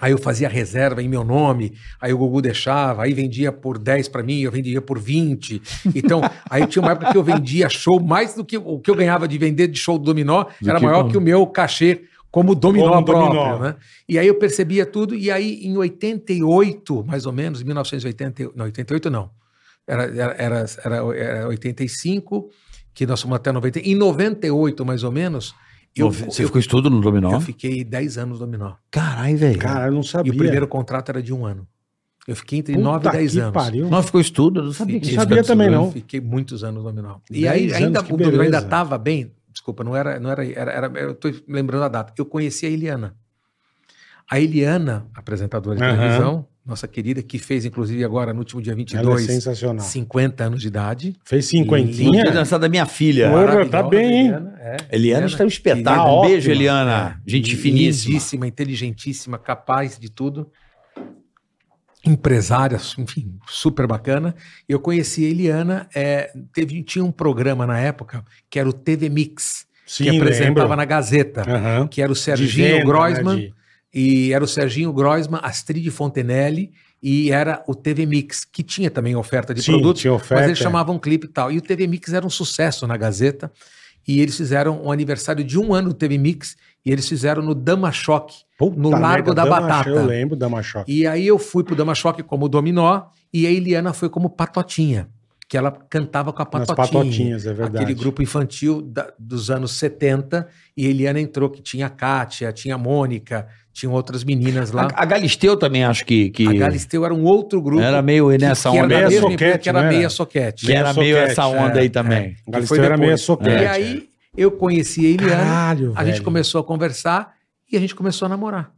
[SPEAKER 2] Aí eu fazia reserva em meu nome, aí o Gugu deixava, aí vendia por 10 pra mim, eu vendia por 20. Então, aí tinha uma época que eu vendia show mais do que o que eu ganhava de vender de show do dominó,
[SPEAKER 6] Do
[SPEAKER 2] era
[SPEAKER 6] que
[SPEAKER 2] maior
[SPEAKER 6] como-
[SPEAKER 2] que o meu cachê como dominó
[SPEAKER 4] Como dominó.
[SPEAKER 2] próprio, né? E aí eu percebia tudo e aí em 88, mais ou menos, 1980, não, 88 não. Era era, era, era, era 85 que nós fomos até 90. Em 98, mais ou menos, eu,
[SPEAKER 3] Você
[SPEAKER 2] eu,
[SPEAKER 3] ficou estudo no dominó?
[SPEAKER 2] eu fiquei 10 anos dominó.
[SPEAKER 3] Caralho, velho.
[SPEAKER 4] Cara, eu não
[SPEAKER 2] E
[SPEAKER 4] sabia.
[SPEAKER 2] o primeiro contrato era de um ano. Eu fiquei entre
[SPEAKER 4] Puta
[SPEAKER 2] 9 e 10
[SPEAKER 4] que
[SPEAKER 2] anos.
[SPEAKER 4] Pariu.
[SPEAKER 3] Não ficou estudo? Eu não sabia
[SPEAKER 4] Sabia
[SPEAKER 3] que
[SPEAKER 4] que
[SPEAKER 3] isso
[SPEAKER 4] sabia
[SPEAKER 3] era
[SPEAKER 4] também,
[SPEAKER 3] absurdo.
[SPEAKER 4] não.
[SPEAKER 2] Fiquei muitos anos nominal. E
[SPEAKER 4] Dez
[SPEAKER 2] aí ainda,
[SPEAKER 4] anos, que
[SPEAKER 2] o dominó ainda
[SPEAKER 4] beleza.
[SPEAKER 2] estava bem. Desculpa, não era, não era, era, era- Eu estou lembrando a data. Eu conheci a Eliana. A Eliana, apresentadora de
[SPEAKER 4] Aham.
[SPEAKER 2] televisão, nossa querida, que fez, inclusive, agora no último dia
[SPEAKER 4] Ela é
[SPEAKER 2] 22,
[SPEAKER 4] sensacional.
[SPEAKER 2] 50 anos de idade.
[SPEAKER 4] Fez
[SPEAKER 3] Não
[SPEAKER 4] cinquentinha?
[SPEAKER 3] tinha dançado da minha filha.
[SPEAKER 4] Porra,
[SPEAKER 2] Maravilhosa,
[SPEAKER 4] tá bem, hein?
[SPEAKER 2] Eliana, é.
[SPEAKER 3] Eliana está um
[SPEAKER 4] Tá
[SPEAKER 3] espetáculo. Um
[SPEAKER 4] ótima.
[SPEAKER 3] beijo, Eliana. Gente finíssima.
[SPEAKER 2] Lindíssima, inteligentíssima, capaz de tudo. Empresária, enfim, super bacana. Eu conheci a Eliana, é, teve, tinha um programa na época que era o TV Mix,
[SPEAKER 4] Sim,
[SPEAKER 2] que apresentava
[SPEAKER 4] lembro.
[SPEAKER 2] na Gazeta,
[SPEAKER 4] Aham.
[SPEAKER 2] que era o
[SPEAKER 4] De
[SPEAKER 2] Serginho
[SPEAKER 4] venda, né,
[SPEAKER 2] Grossman,
[SPEAKER 4] de-
[SPEAKER 2] e era o Serginho Grossman, Astrid Fontenelle, e era o TV Mix, que tinha também oferta de
[SPEAKER 4] Sim,
[SPEAKER 2] produtos,
[SPEAKER 4] tinha oferta.
[SPEAKER 2] mas eles chamavam clipe e tal. E o TV Mix era um sucesso na Gazeta. E eles fizeram um aniversário de um ano do TV Mix. E eles fizeram no Dama Choque.
[SPEAKER 4] Puta
[SPEAKER 2] no Largo da
[SPEAKER 4] Dama
[SPEAKER 2] Batata.
[SPEAKER 4] Choque, Eu lembro da Machoque.
[SPEAKER 2] E aí eu fui pro Dama Choque como dominó. E a Eliana foi como patotinha. Que ela cantava com a
[SPEAKER 4] Nas
[SPEAKER 2] patotinha.
[SPEAKER 4] patotinhas, é verdade.
[SPEAKER 2] Aquele grupo infantil da- dos anos 70. E a Eliana entrou, que tinha a Kátia, tinha a Mônica, tinha outras meninas lá.
[SPEAKER 3] A, a Galisteu também acho que. que
[SPEAKER 2] A Galisteu era um outro grupo.
[SPEAKER 3] Era meio nessa
[SPEAKER 2] que, que era
[SPEAKER 3] onda.
[SPEAKER 2] da
[SPEAKER 4] Meia
[SPEAKER 2] mesma
[SPEAKER 4] soquete, né?
[SPEAKER 2] empresa que era
[SPEAKER 4] não era?
[SPEAKER 2] meia soquete.
[SPEAKER 3] Que era meio
[SPEAKER 4] soquete,
[SPEAKER 3] essa onda aí também.
[SPEAKER 4] O
[SPEAKER 2] foi
[SPEAKER 4] Galisteu era
[SPEAKER 2] depois.
[SPEAKER 4] meio soquete.
[SPEAKER 2] E aí eu conheci a Eliana,
[SPEAKER 4] Caralho,
[SPEAKER 2] a gente
[SPEAKER 4] velho.
[SPEAKER 2] começou a conversar e a gente começou a namorar.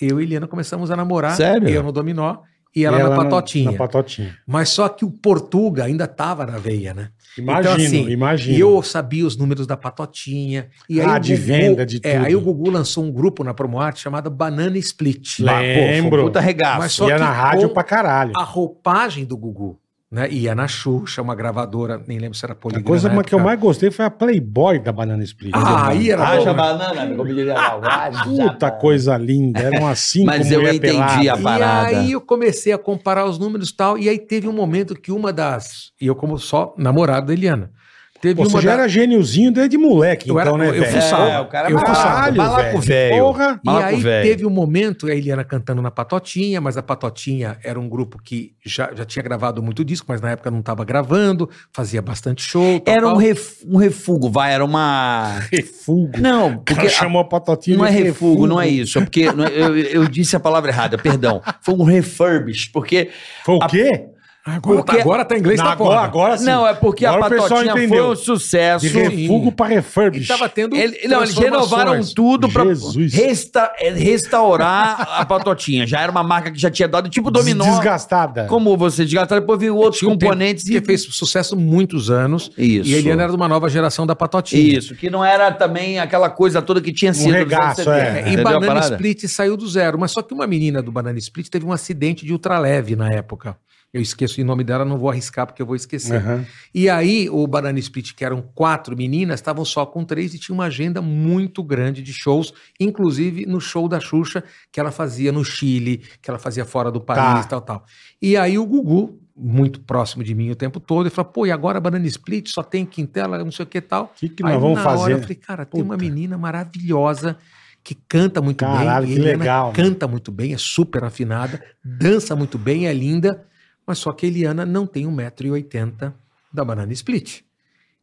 [SPEAKER 2] Eu e Eliana começamos a namorar.
[SPEAKER 3] Sério?
[SPEAKER 2] Eu no dominó e ela, na patotinha.
[SPEAKER 4] Na patotinha.
[SPEAKER 2] Mas só que o Portuga ainda tava na veia, né?
[SPEAKER 4] Imagino,
[SPEAKER 2] assim,
[SPEAKER 4] imagino.
[SPEAKER 2] E eu sabia os números da patotinha. E aí
[SPEAKER 4] Ah,
[SPEAKER 2] o
[SPEAKER 4] de
[SPEAKER 2] Gugu-
[SPEAKER 4] venda, de
[SPEAKER 2] é, Aí
[SPEAKER 4] tudo.
[SPEAKER 2] o Gugu lançou um grupo na Promoarte chamado Banana Split.
[SPEAKER 4] Lembro.
[SPEAKER 3] Pô, puta regaço.
[SPEAKER 2] Mas só
[SPEAKER 4] Ia
[SPEAKER 2] que
[SPEAKER 4] na rádio
[SPEAKER 2] com
[SPEAKER 4] pra caralho.
[SPEAKER 2] A roupagem do Gugu, né? Ia na Xuxa, uma gravadora, nem lembro se era
[SPEAKER 4] A
[SPEAKER 2] Poligrama.
[SPEAKER 4] coisa
[SPEAKER 2] na
[SPEAKER 4] que eu
[SPEAKER 2] época.
[SPEAKER 4] mais gostei foi a Playboy da Banana Split.
[SPEAKER 2] Ah, aí era bom,
[SPEAKER 3] Haja
[SPEAKER 2] né?
[SPEAKER 3] banana, amigo. Como diria lá, haja
[SPEAKER 4] Ah, Puta
[SPEAKER 3] banana.
[SPEAKER 4] coisa linda. Eram assim
[SPEAKER 3] Mas eu entendi a- parada.
[SPEAKER 2] E aí eu comecei a comparar os números e tal, e aí teve um momento que uma das, e eu como só namorado da Eliana, teve
[SPEAKER 4] Você
[SPEAKER 2] uma
[SPEAKER 4] já
[SPEAKER 2] da-
[SPEAKER 4] era gêniozinho desde moleque,
[SPEAKER 2] Eu era-
[SPEAKER 4] então, né,
[SPEAKER 2] eu
[SPEAKER 4] velho?
[SPEAKER 2] fui sábado.
[SPEAKER 3] É, o cara
[SPEAKER 2] Eu
[SPEAKER 3] eu
[SPEAKER 2] fui
[SPEAKER 4] Caralho,
[SPEAKER 3] Vai lá com o velho.
[SPEAKER 4] Porra.
[SPEAKER 2] E
[SPEAKER 3] Malaco
[SPEAKER 2] aí
[SPEAKER 3] velho.
[SPEAKER 2] teve um momento, a Eliana cantando na Patotinha, mas a Patotinha era um grupo que já, já tinha gravado muito disco, mas na época não estava gravando, fazia bastante show. tal,
[SPEAKER 3] Era um,
[SPEAKER 2] tal.
[SPEAKER 3] ref, um refugo, vai, era uma.
[SPEAKER 4] Refugo.
[SPEAKER 3] Não, porque
[SPEAKER 4] Ela chamou a patotinha
[SPEAKER 3] não é
[SPEAKER 4] de
[SPEAKER 3] refugo, não é isso. É porque não é- eu, eu disse a palavra errada, perdão. Foi um refurbish, porque.
[SPEAKER 4] Foi o
[SPEAKER 3] A-
[SPEAKER 4] quê?
[SPEAKER 2] Agora, tá,
[SPEAKER 3] porque-
[SPEAKER 2] agora tá em inglês,
[SPEAKER 4] Não,
[SPEAKER 2] tá
[SPEAKER 4] agora,
[SPEAKER 2] agora,
[SPEAKER 4] Ah, agora sim.
[SPEAKER 3] Não, é porque a
[SPEAKER 4] Agora o pessoal
[SPEAKER 3] Patotinha foi
[SPEAKER 4] entendeu.
[SPEAKER 3] um
[SPEAKER 4] De
[SPEAKER 3] sucesso.
[SPEAKER 4] refugo pra refurbish.
[SPEAKER 2] E tava tendo
[SPEAKER 3] Ele- não, eles
[SPEAKER 2] transformações.
[SPEAKER 3] renovaram tudo pra
[SPEAKER 4] Jesus.
[SPEAKER 3] resta- é, restaurar a Patotinha. Já era uma marca que já tinha dado, tipo Dominó.
[SPEAKER 4] Desgastada.
[SPEAKER 3] Como você desgastar, depois veio outros
[SPEAKER 2] Tinha um tempo
[SPEAKER 3] componentes
[SPEAKER 2] que fez sucesso muitos anos.
[SPEAKER 3] Isso.
[SPEAKER 2] E a Eliana era de uma nova geração da Patotinha.
[SPEAKER 3] Isso, que não era também aquela coisa toda que
[SPEAKER 2] Um
[SPEAKER 3] tinha sido. né, nos anos
[SPEAKER 4] regaço,
[SPEAKER 3] 70.
[SPEAKER 4] é.
[SPEAKER 2] E
[SPEAKER 3] Entendeu a
[SPEAKER 2] Banana
[SPEAKER 3] parada?
[SPEAKER 2] Split saiu do zero. Mas só que uma menina do Banana Split teve um acidente de ultraleve na época. Eu esqueço o nome dela, não vou arriscar porque eu vou esquecer.
[SPEAKER 4] Aham.
[SPEAKER 2] E aí, o Banana Split, que eram quatro meninas, estavam só com três e tinha uma agenda muito grande de shows, inclusive no show da Xuxa, que ela fazia no Chile, que ela fazia fora do
[SPEAKER 4] Tá.
[SPEAKER 2] país, tal, tal. E aí o Gugu, muito próximo de mim o tempo todo, ele falou, pô, e agora Banana Split só tem Quintela, não sei o que tal.
[SPEAKER 4] O que, que
[SPEAKER 2] Aí,
[SPEAKER 4] nós vamos
[SPEAKER 2] na
[SPEAKER 4] fazer?
[SPEAKER 2] hora eu falei, cara, tem uma menina maravilhosa que canta muito
[SPEAKER 4] Caralho,
[SPEAKER 2] bem.
[SPEAKER 4] que
[SPEAKER 2] E a Eliana
[SPEAKER 4] legal, mano.
[SPEAKER 2] Canta muito bem, é super afinada, dança muito bem, é linda. Mas só que a Eliana não tem 1,80m da Banana Split.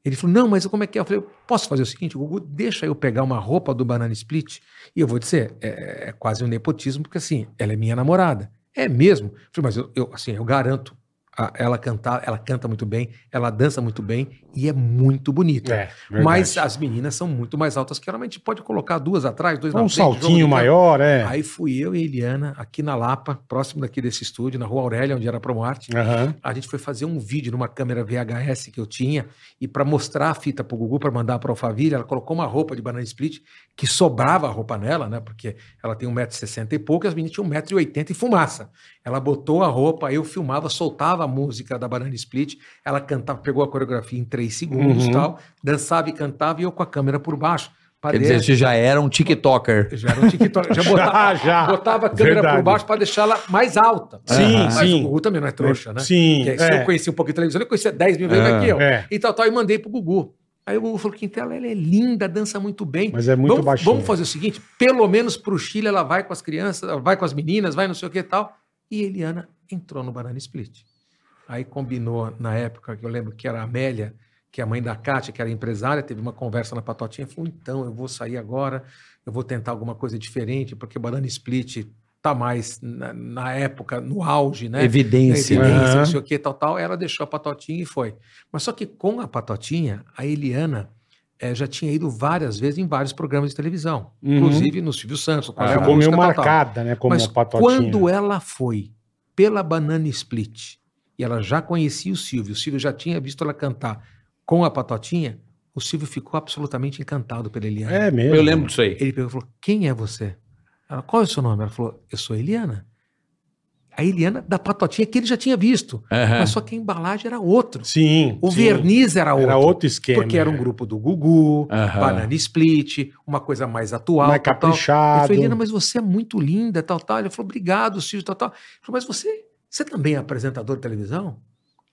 [SPEAKER 2] Ele falou, não, mas como é que é? Eu falei, posso fazer o seguinte, Gugu, deixa eu pegar uma roupa do Banana Split e eu vou dizer, é, é quase um nepotismo, porque assim, ela é minha namorada. É mesmo. Eu falei, mas eu, eu, assim, eu garanto, a- ela, cantar, ela canta muito bem, ela dança muito bem e é muito bonita.
[SPEAKER 4] É, verdade.
[SPEAKER 2] Mas as meninas são muito mais altas que ela, mas a gente pode colocar duas atrás, dois
[SPEAKER 4] É um
[SPEAKER 2] na frente, jogo de
[SPEAKER 4] saltinho
[SPEAKER 2] campo.
[SPEAKER 4] maior, é.
[SPEAKER 2] Aí fui eu e a Eliana, aqui na Lapa, próximo daqui desse estúdio, na Rua Aurélia, onde era a Promoarte.
[SPEAKER 4] Aham.
[SPEAKER 2] A gente foi fazer um vídeo numa câmera VHS que eu tinha e para mostrar a fita pro Gugu, para mandar para Alphaville, ela colocou uma roupa de banana split que sobrava a roupa nela, né? Porque ela tem 1,60m e pouco e as meninas tinham 1,80m e fumaça. Ela botou a roupa, eu filmava, soltava a música da banana split, ela cantava, pegou a coreografia em 3 segundos
[SPEAKER 4] Uhum.
[SPEAKER 2] e tal, dançava e cantava e eu com a câmera por baixo.
[SPEAKER 3] Quer
[SPEAKER 2] Padeiro.
[SPEAKER 3] dizer, você já era um TikToker.
[SPEAKER 2] Já era um TikTok. Já botava,
[SPEAKER 4] Já, Ah, já.
[SPEAKER 2] botava a câmera
[SPEAKER 4] Verdade.
[SPEAKER 2] por baixo pra deixar ela mais alta.
[SPEAKER 4] Sim,
[SPEAKER 2] Mas
[SPEAKER 4] sim.
[SPEAKER 2] o Gugu também não é trouxa, né?
[SPEAKER 4] Sim,
[SPEAKER 2] Que aí, se
[SPEAKER 4] é.
[SPEAKER 2] eu conhecia um pouco de televisão, ele conhecia 10 mil vezes
[SPEAKER 3] É,
[SPEAKER 2] aqui, ó.
[SPEAKER 4] é.
[SPEAKER 2] E tal, tal, e mandei pro Gugu. Aí o Gugu falou, Quintela, ela é linda, dança muito bem.
[SPEAKER 4] Mas é muito
[SPEAKER 2] vamos,
[SPEAKER 4] baixinho.
[SPEAKER 2] Vamos fazer o seguinte, pelo menos pro Chile ela vai com as crianças, ela vai com as meninas, vai não sei o que e tal. E Eliana entrou no Banana Split. Aí combinou, na época, que eu lembro que era a Amélia, que é a mãe da Kátia, que era empresária, teve uma conversa na Patotinha, falou, então, eu vou sair agora, eu vou tentar alguma coisa diferente, porque Banana Split tá mais, na, na época, no auge, né?
[SPEAKER 3] Evidência.
[SPEAKER 2] Evidência,
[SPEAKER 4] Aham.
[SPEAKER 2] não sei o que, tal, tal. Ela deixou a patotinha e foi. Mas só que com a patotinha, a Eliana eh, já tinha ido várias vezes em vários programas de televisão,
[SPEAKER 4] Uhum. Ah,
[SPEAKER 2] inclusive no Silvio Santos. com a Léo
[SPEAKER 4] Ficou meio
[SPEAKER 2] Música, tal, tal.
[SPEAKER 4] marcada, né? Como
[SPEAKER 2] tá, Mas
[SPEAKER 4] a patotinha.
[SPEAKER 2] quando ela foi pela Banana Split e ela já conhecia o Silvio, o Silvio já tinha visto ela cantar com a patotinha, o Silvio ficou absolutamente encantado pela Eliana.
[SPEAKER 4] É mesmo.
[SPEAKER 3] Eu lembro disso aí.
[SPEAKER 2] Ele pegou e falou: Quem é você? Ela, qual é o seu nome? Ela falou: Eu sou a Eliana. A Eliana da patotinha que ele já tinha visto. Mas só que a embalagem era outro.
[SPEAKER 4] Sim.
[SPEAKER 2] O
[SPEAKER 4] É. sim.
[SPEAKER 2] verniz era outro.
[SPEAKER 4] Era outro esquema. é.
[SPEAKER 2] Porque era um grupo do Gugu,
[SPEAKER 3] Aham.
[SPEAKER 2] Banana Split, uma coisa mais atual.
[SPEAKER 4] mais
[SPEAKER 2] tal, tal. Ele
[SPEAKER 4] caprichado.
[SPEAKER 2] falou, Eliana, mas você é muito linda, tal, tal. Ele falou, obrigado, Silvio, tal, tal. Ele falou, mas você, você também é apresentador de televisão?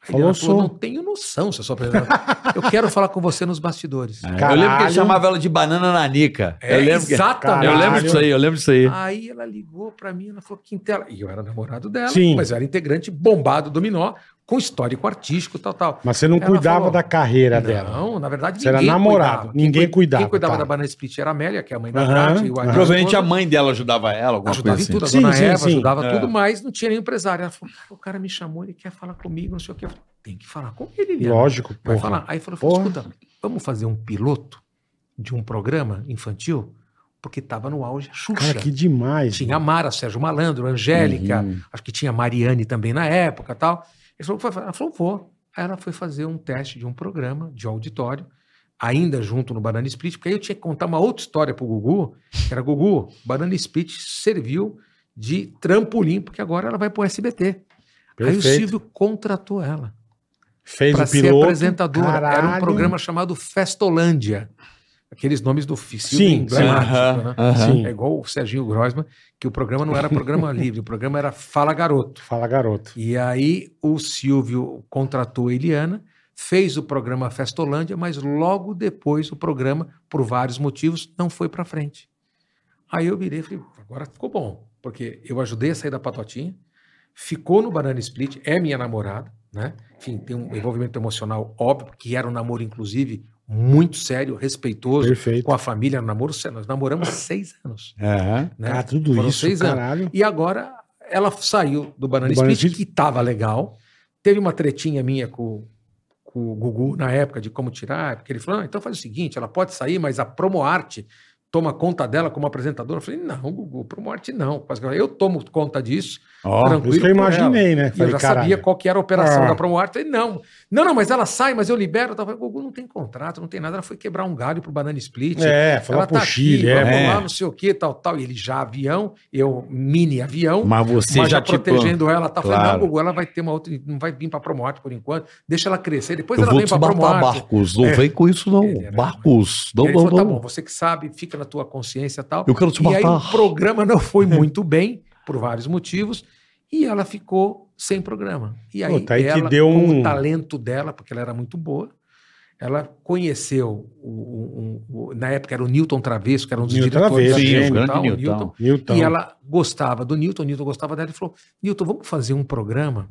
[SPEAKER 2] A
[SPEAKER 4] Falou,
[SPEAKER 2] Eliana
[SPEAKER 4] sou.
[SPEAKER 2] não tenho noção se eu sou apresentador. eu quero falar com você nos bastidores.
[SPEAKER 4] É.
[SPEAKER 3] Eu lembro que
[SPEAKER 4] Caralho.
[SPEAKER 3] ele chamava ela de banana Ah, nanica.
[SPEAKER 2] É,
[SPEAKER 3] eu lembro que...
[SPEAKER 2] exatamente.
[SPEAKER 3] Eu lembro disso aí, eu lembro disso aí.
[SPEAKER 2] Aí ela ligou pra mim, ela falou, Quintela. E eu era namorado dela,
[SPEAKER 4] Sim.
[SPEAKER 2] mas eu era integrante bombado do Minó, com histórico artístico, tal, tal.
[SPEAKER 4] Mas você não
[SPEAKER 2] Ela
[SPEAKER 4] cuidava
[SPEAKER 2] falou,
[SPEAKER 4] da carreira dela.
[SPEAKER 2] Não, na verdade,
[SPEAKER 4] Você era namorado,
[SPEAKER 2] Quem
[SPEAKER 4] ninguém
[SPEAKER 2] cui-
[SPEAKER 4] cuidava,
[SPEAKER 2] Quem cuidava
[SPEAKER 4] tá.
[SPEAKER 2] da Banana Split era a Amélia, que é a mãe da
[SPEAKER 4] Aham,
[SPEAKER 2] Nath. e o
[SPEAKER 4] aham.
[SPEAKER 2] Adriano
[SPEAKER 3] Provavelmente a
[SPEAKER 2] Souza.
[SPEAKER 3] mãe dela ajudava ela, alguma
[SPEAKER 2] Ajudava
[SPEAKER 3] coisa
[SPEAKER 2] em tudo, a
[SPEAKER 3] assim.
[SPEAKER 4] Sim,
[SPEAKER 2] dona
[SPEAKER 4] sim,
[SPEAKER 2] Eva
[SPEAKER 4] sim.
[SPEAKER 2] ajudava
[SPEAKER 3] É.
[SPEAKER 2] tudo, mas não tinha nenhum empresário. Ela falou, o cara me chamou, ele quer falar comigo, não sei o que. Eu falei, tem que falar com ele, Liliana.
[SPEAKER 4] Lógico,
[SPEAKER 2] Vai
[SPEAKER 4] porra.
[SPEAKER 2] falar. Aí falou, falou,
[SPEAKER 4] Porra.
[SPEAKER 2] escuta, vamos fazer um piloto de um programa infantil? Porque tava no auge a Xuxa.
[SPEAKER 4] Cara, que demais. Uhum,
[SPEAKER 2] Tinha a Mara, Sérgio Malandro,
[SPEAKER 3] Uhum.
[SPEAKER 2] Angélica, acho que tinha a Mariane também na época tal. Ele falou, "Vai fazer?" ela falou, vou. Aí ela foi fazer um teste de um programa de auditório, ainda junto no Banana Split, porque aí eu tinha que contar uma outra história pro Gugu, que era, Gugu, Banana Split serviu de trampolim, porque agora ela vai pro SBT.
[SPEAKER 4] Perfeito.
[SPEAKER 2] Aí o Silvio contratou ela
[SPEAKER 4] Fez
[SPEAKER 2] para
[SPEAKER 4] o
[SPEAKER 2] ser
[SPEAKER 4] piloto.
[SPEAKER 2] apresentadora. Era um
[SPEAKER 4] Caralho.
[SPEAKER 2] programa chamado Festolândia. Aqueles nomes do Silvio
[SPEAKER 4] Sim,
[SPEAKER 2] emblemático, né?
[SPEAKER 4] Sim.
[SPEAKER 2] É igual o Serginho Grossman, que o programa não era programa livre, o programa era Fala Garoto.
[SPEAKER 4] Fala, garoto.
[SPEAKER 2] E aí o Silvio contratou a Eliana, fez o programa Festolândia, mas logo depois o programa, por vários motivos, não foi para frente. Aí eu virei e falei, agora ficou bom, porque eu ajudei a sair da patotinha, ficou no Banana Split, é minha namorada, né? Enfim, tem um envolvimento emocional óbvio, que era um namoro, inclusive, muito sério, respeitoso,
[SPEAKER 4] Perfeito.
[SPEAKER 2] com a família, era um namoro sério. Nós namoramos seis anos.
[SPEAKER 3] Aham.
[SPEAKER 2] Né?
[SPEAKER 4] Cara, tudo
[SPEAKER 2] Foram
[SPEAKER 4] isso,
[SPEAKER 2] seis anos.
[SPEAKER 4] caralho.
[SPEAKER 2] E agora ela saiu do Banana
[SPEAKER 4] Do Banana
[SPEAKER 2] Split,
[SPEAKER 4] Split.
[SPEAKER 2] que estava legal. Teve uma tretinha minha com, com o Gugu na época de como tirar, porque ele falou: "Não, então faz o seguinte, ela pode sair, mas a Promoarte toma conta dela como apresentadora. Eu falei: não, Gugu, Promoarte não. Quase que Eu tomo conta disso.
[SPEAKER 3] Ó,
[SPEAKER 4] Por isso que eu
[SPEAKER 2] por ela."
[SPEAKER 4] imaginei, né?
[SPEAKER 2] E eu já sabia qual que era a operação
[SPEAKER 4] Ah.
[SPEAKER 2] da Promoarte. Ele, não, não, não, mas ela sai, mas eu libero. Eu tava, Gugu não tem contrato, não tem nada. Ela foi quebrar um galho pro Banana Split.
[SPEAKER 4] É, falar
[SPEAKER 2] ela
[SPEAKER 4] pro
[SPEAKER 2] tá
[SPEAKER 4] Chile.
[SPEAKER 2] aqui, vamos
[SPEAKER 4] é,
[SPEAKER 2] lá, não sei o que, tal, tal. E ele já avião, eu mini avião
[SPEAKER 3] Mas você
[SPEAKER 2] mas já
[SPEAKER 3] já te
[SPEAKER 2] protegendo ela, tá falando,
[SPEAKER 3] Claro.
[SPEAKER 2] não, Gugu, ela vai ter uma outra, não vai vir pra Promoarte por enquanto, deixa ela crescer, depois
[SPEAKER 3] Eu
[SPEAKER 2] ela
[SPEAKER 3] vou
[SPEAKER 2] vem
[SPEAKER 3] te
[SPEAKER 2] pra
[SPEAKER 3] matar,
[SPEAKER 2] Promoarte.
[SPEAKER 3] Barcos. Não vem com isso, não.
[SPEAKER 2] Ele era-
[SPEAKER 3] Barcos. Não,
[SPEAKER 2] Ele
[SPEAKER 3] não,
[SPEAKER 2] falou, tá bom,
[SPEAKER 3] não.
[SPEAKER 2] você que sabe, fica na tua consciência e tal.
[SPEAKER 3] Eu quero te
[SPEAKER 2] E aí o
[SPEAKER 3] matar.
[SPEAKER 2] programa não foi muito bem, por vários motivos, e ela ficou sem programa. E aí,
[SPEAKER 3] tá
[SPEAKER 4] Puta, aí que
[SPEAKER 2] ela,
[SPEAKER 4] deu
[SPEAKER 2] com
[SPEAKER 4] um-
[SPEAKER 2] o talento dela, porque ela era muito boa, ela conheceu, o- o- o- o- na época era o Newton Travesso, que era um dos
[SPEAKER 4] Newton
[SPEAKER 2] diretores
[SPEAKER 4] Travesso,
[SPEAKER 3] Sim,
[SPEAKER 2] Globo
[SPEAKER 3] o
[SPEAKER 2] e
[SPEAKER 3] grande
[SPEAKER 2] tal, o
[SPEAKER 3] Newton.
[SPEAKER 4] Newton.
[SPEAKER 2] e ela gostava do Newton, o Newton gostava dela e falou: Newton, vamos fazer um programa.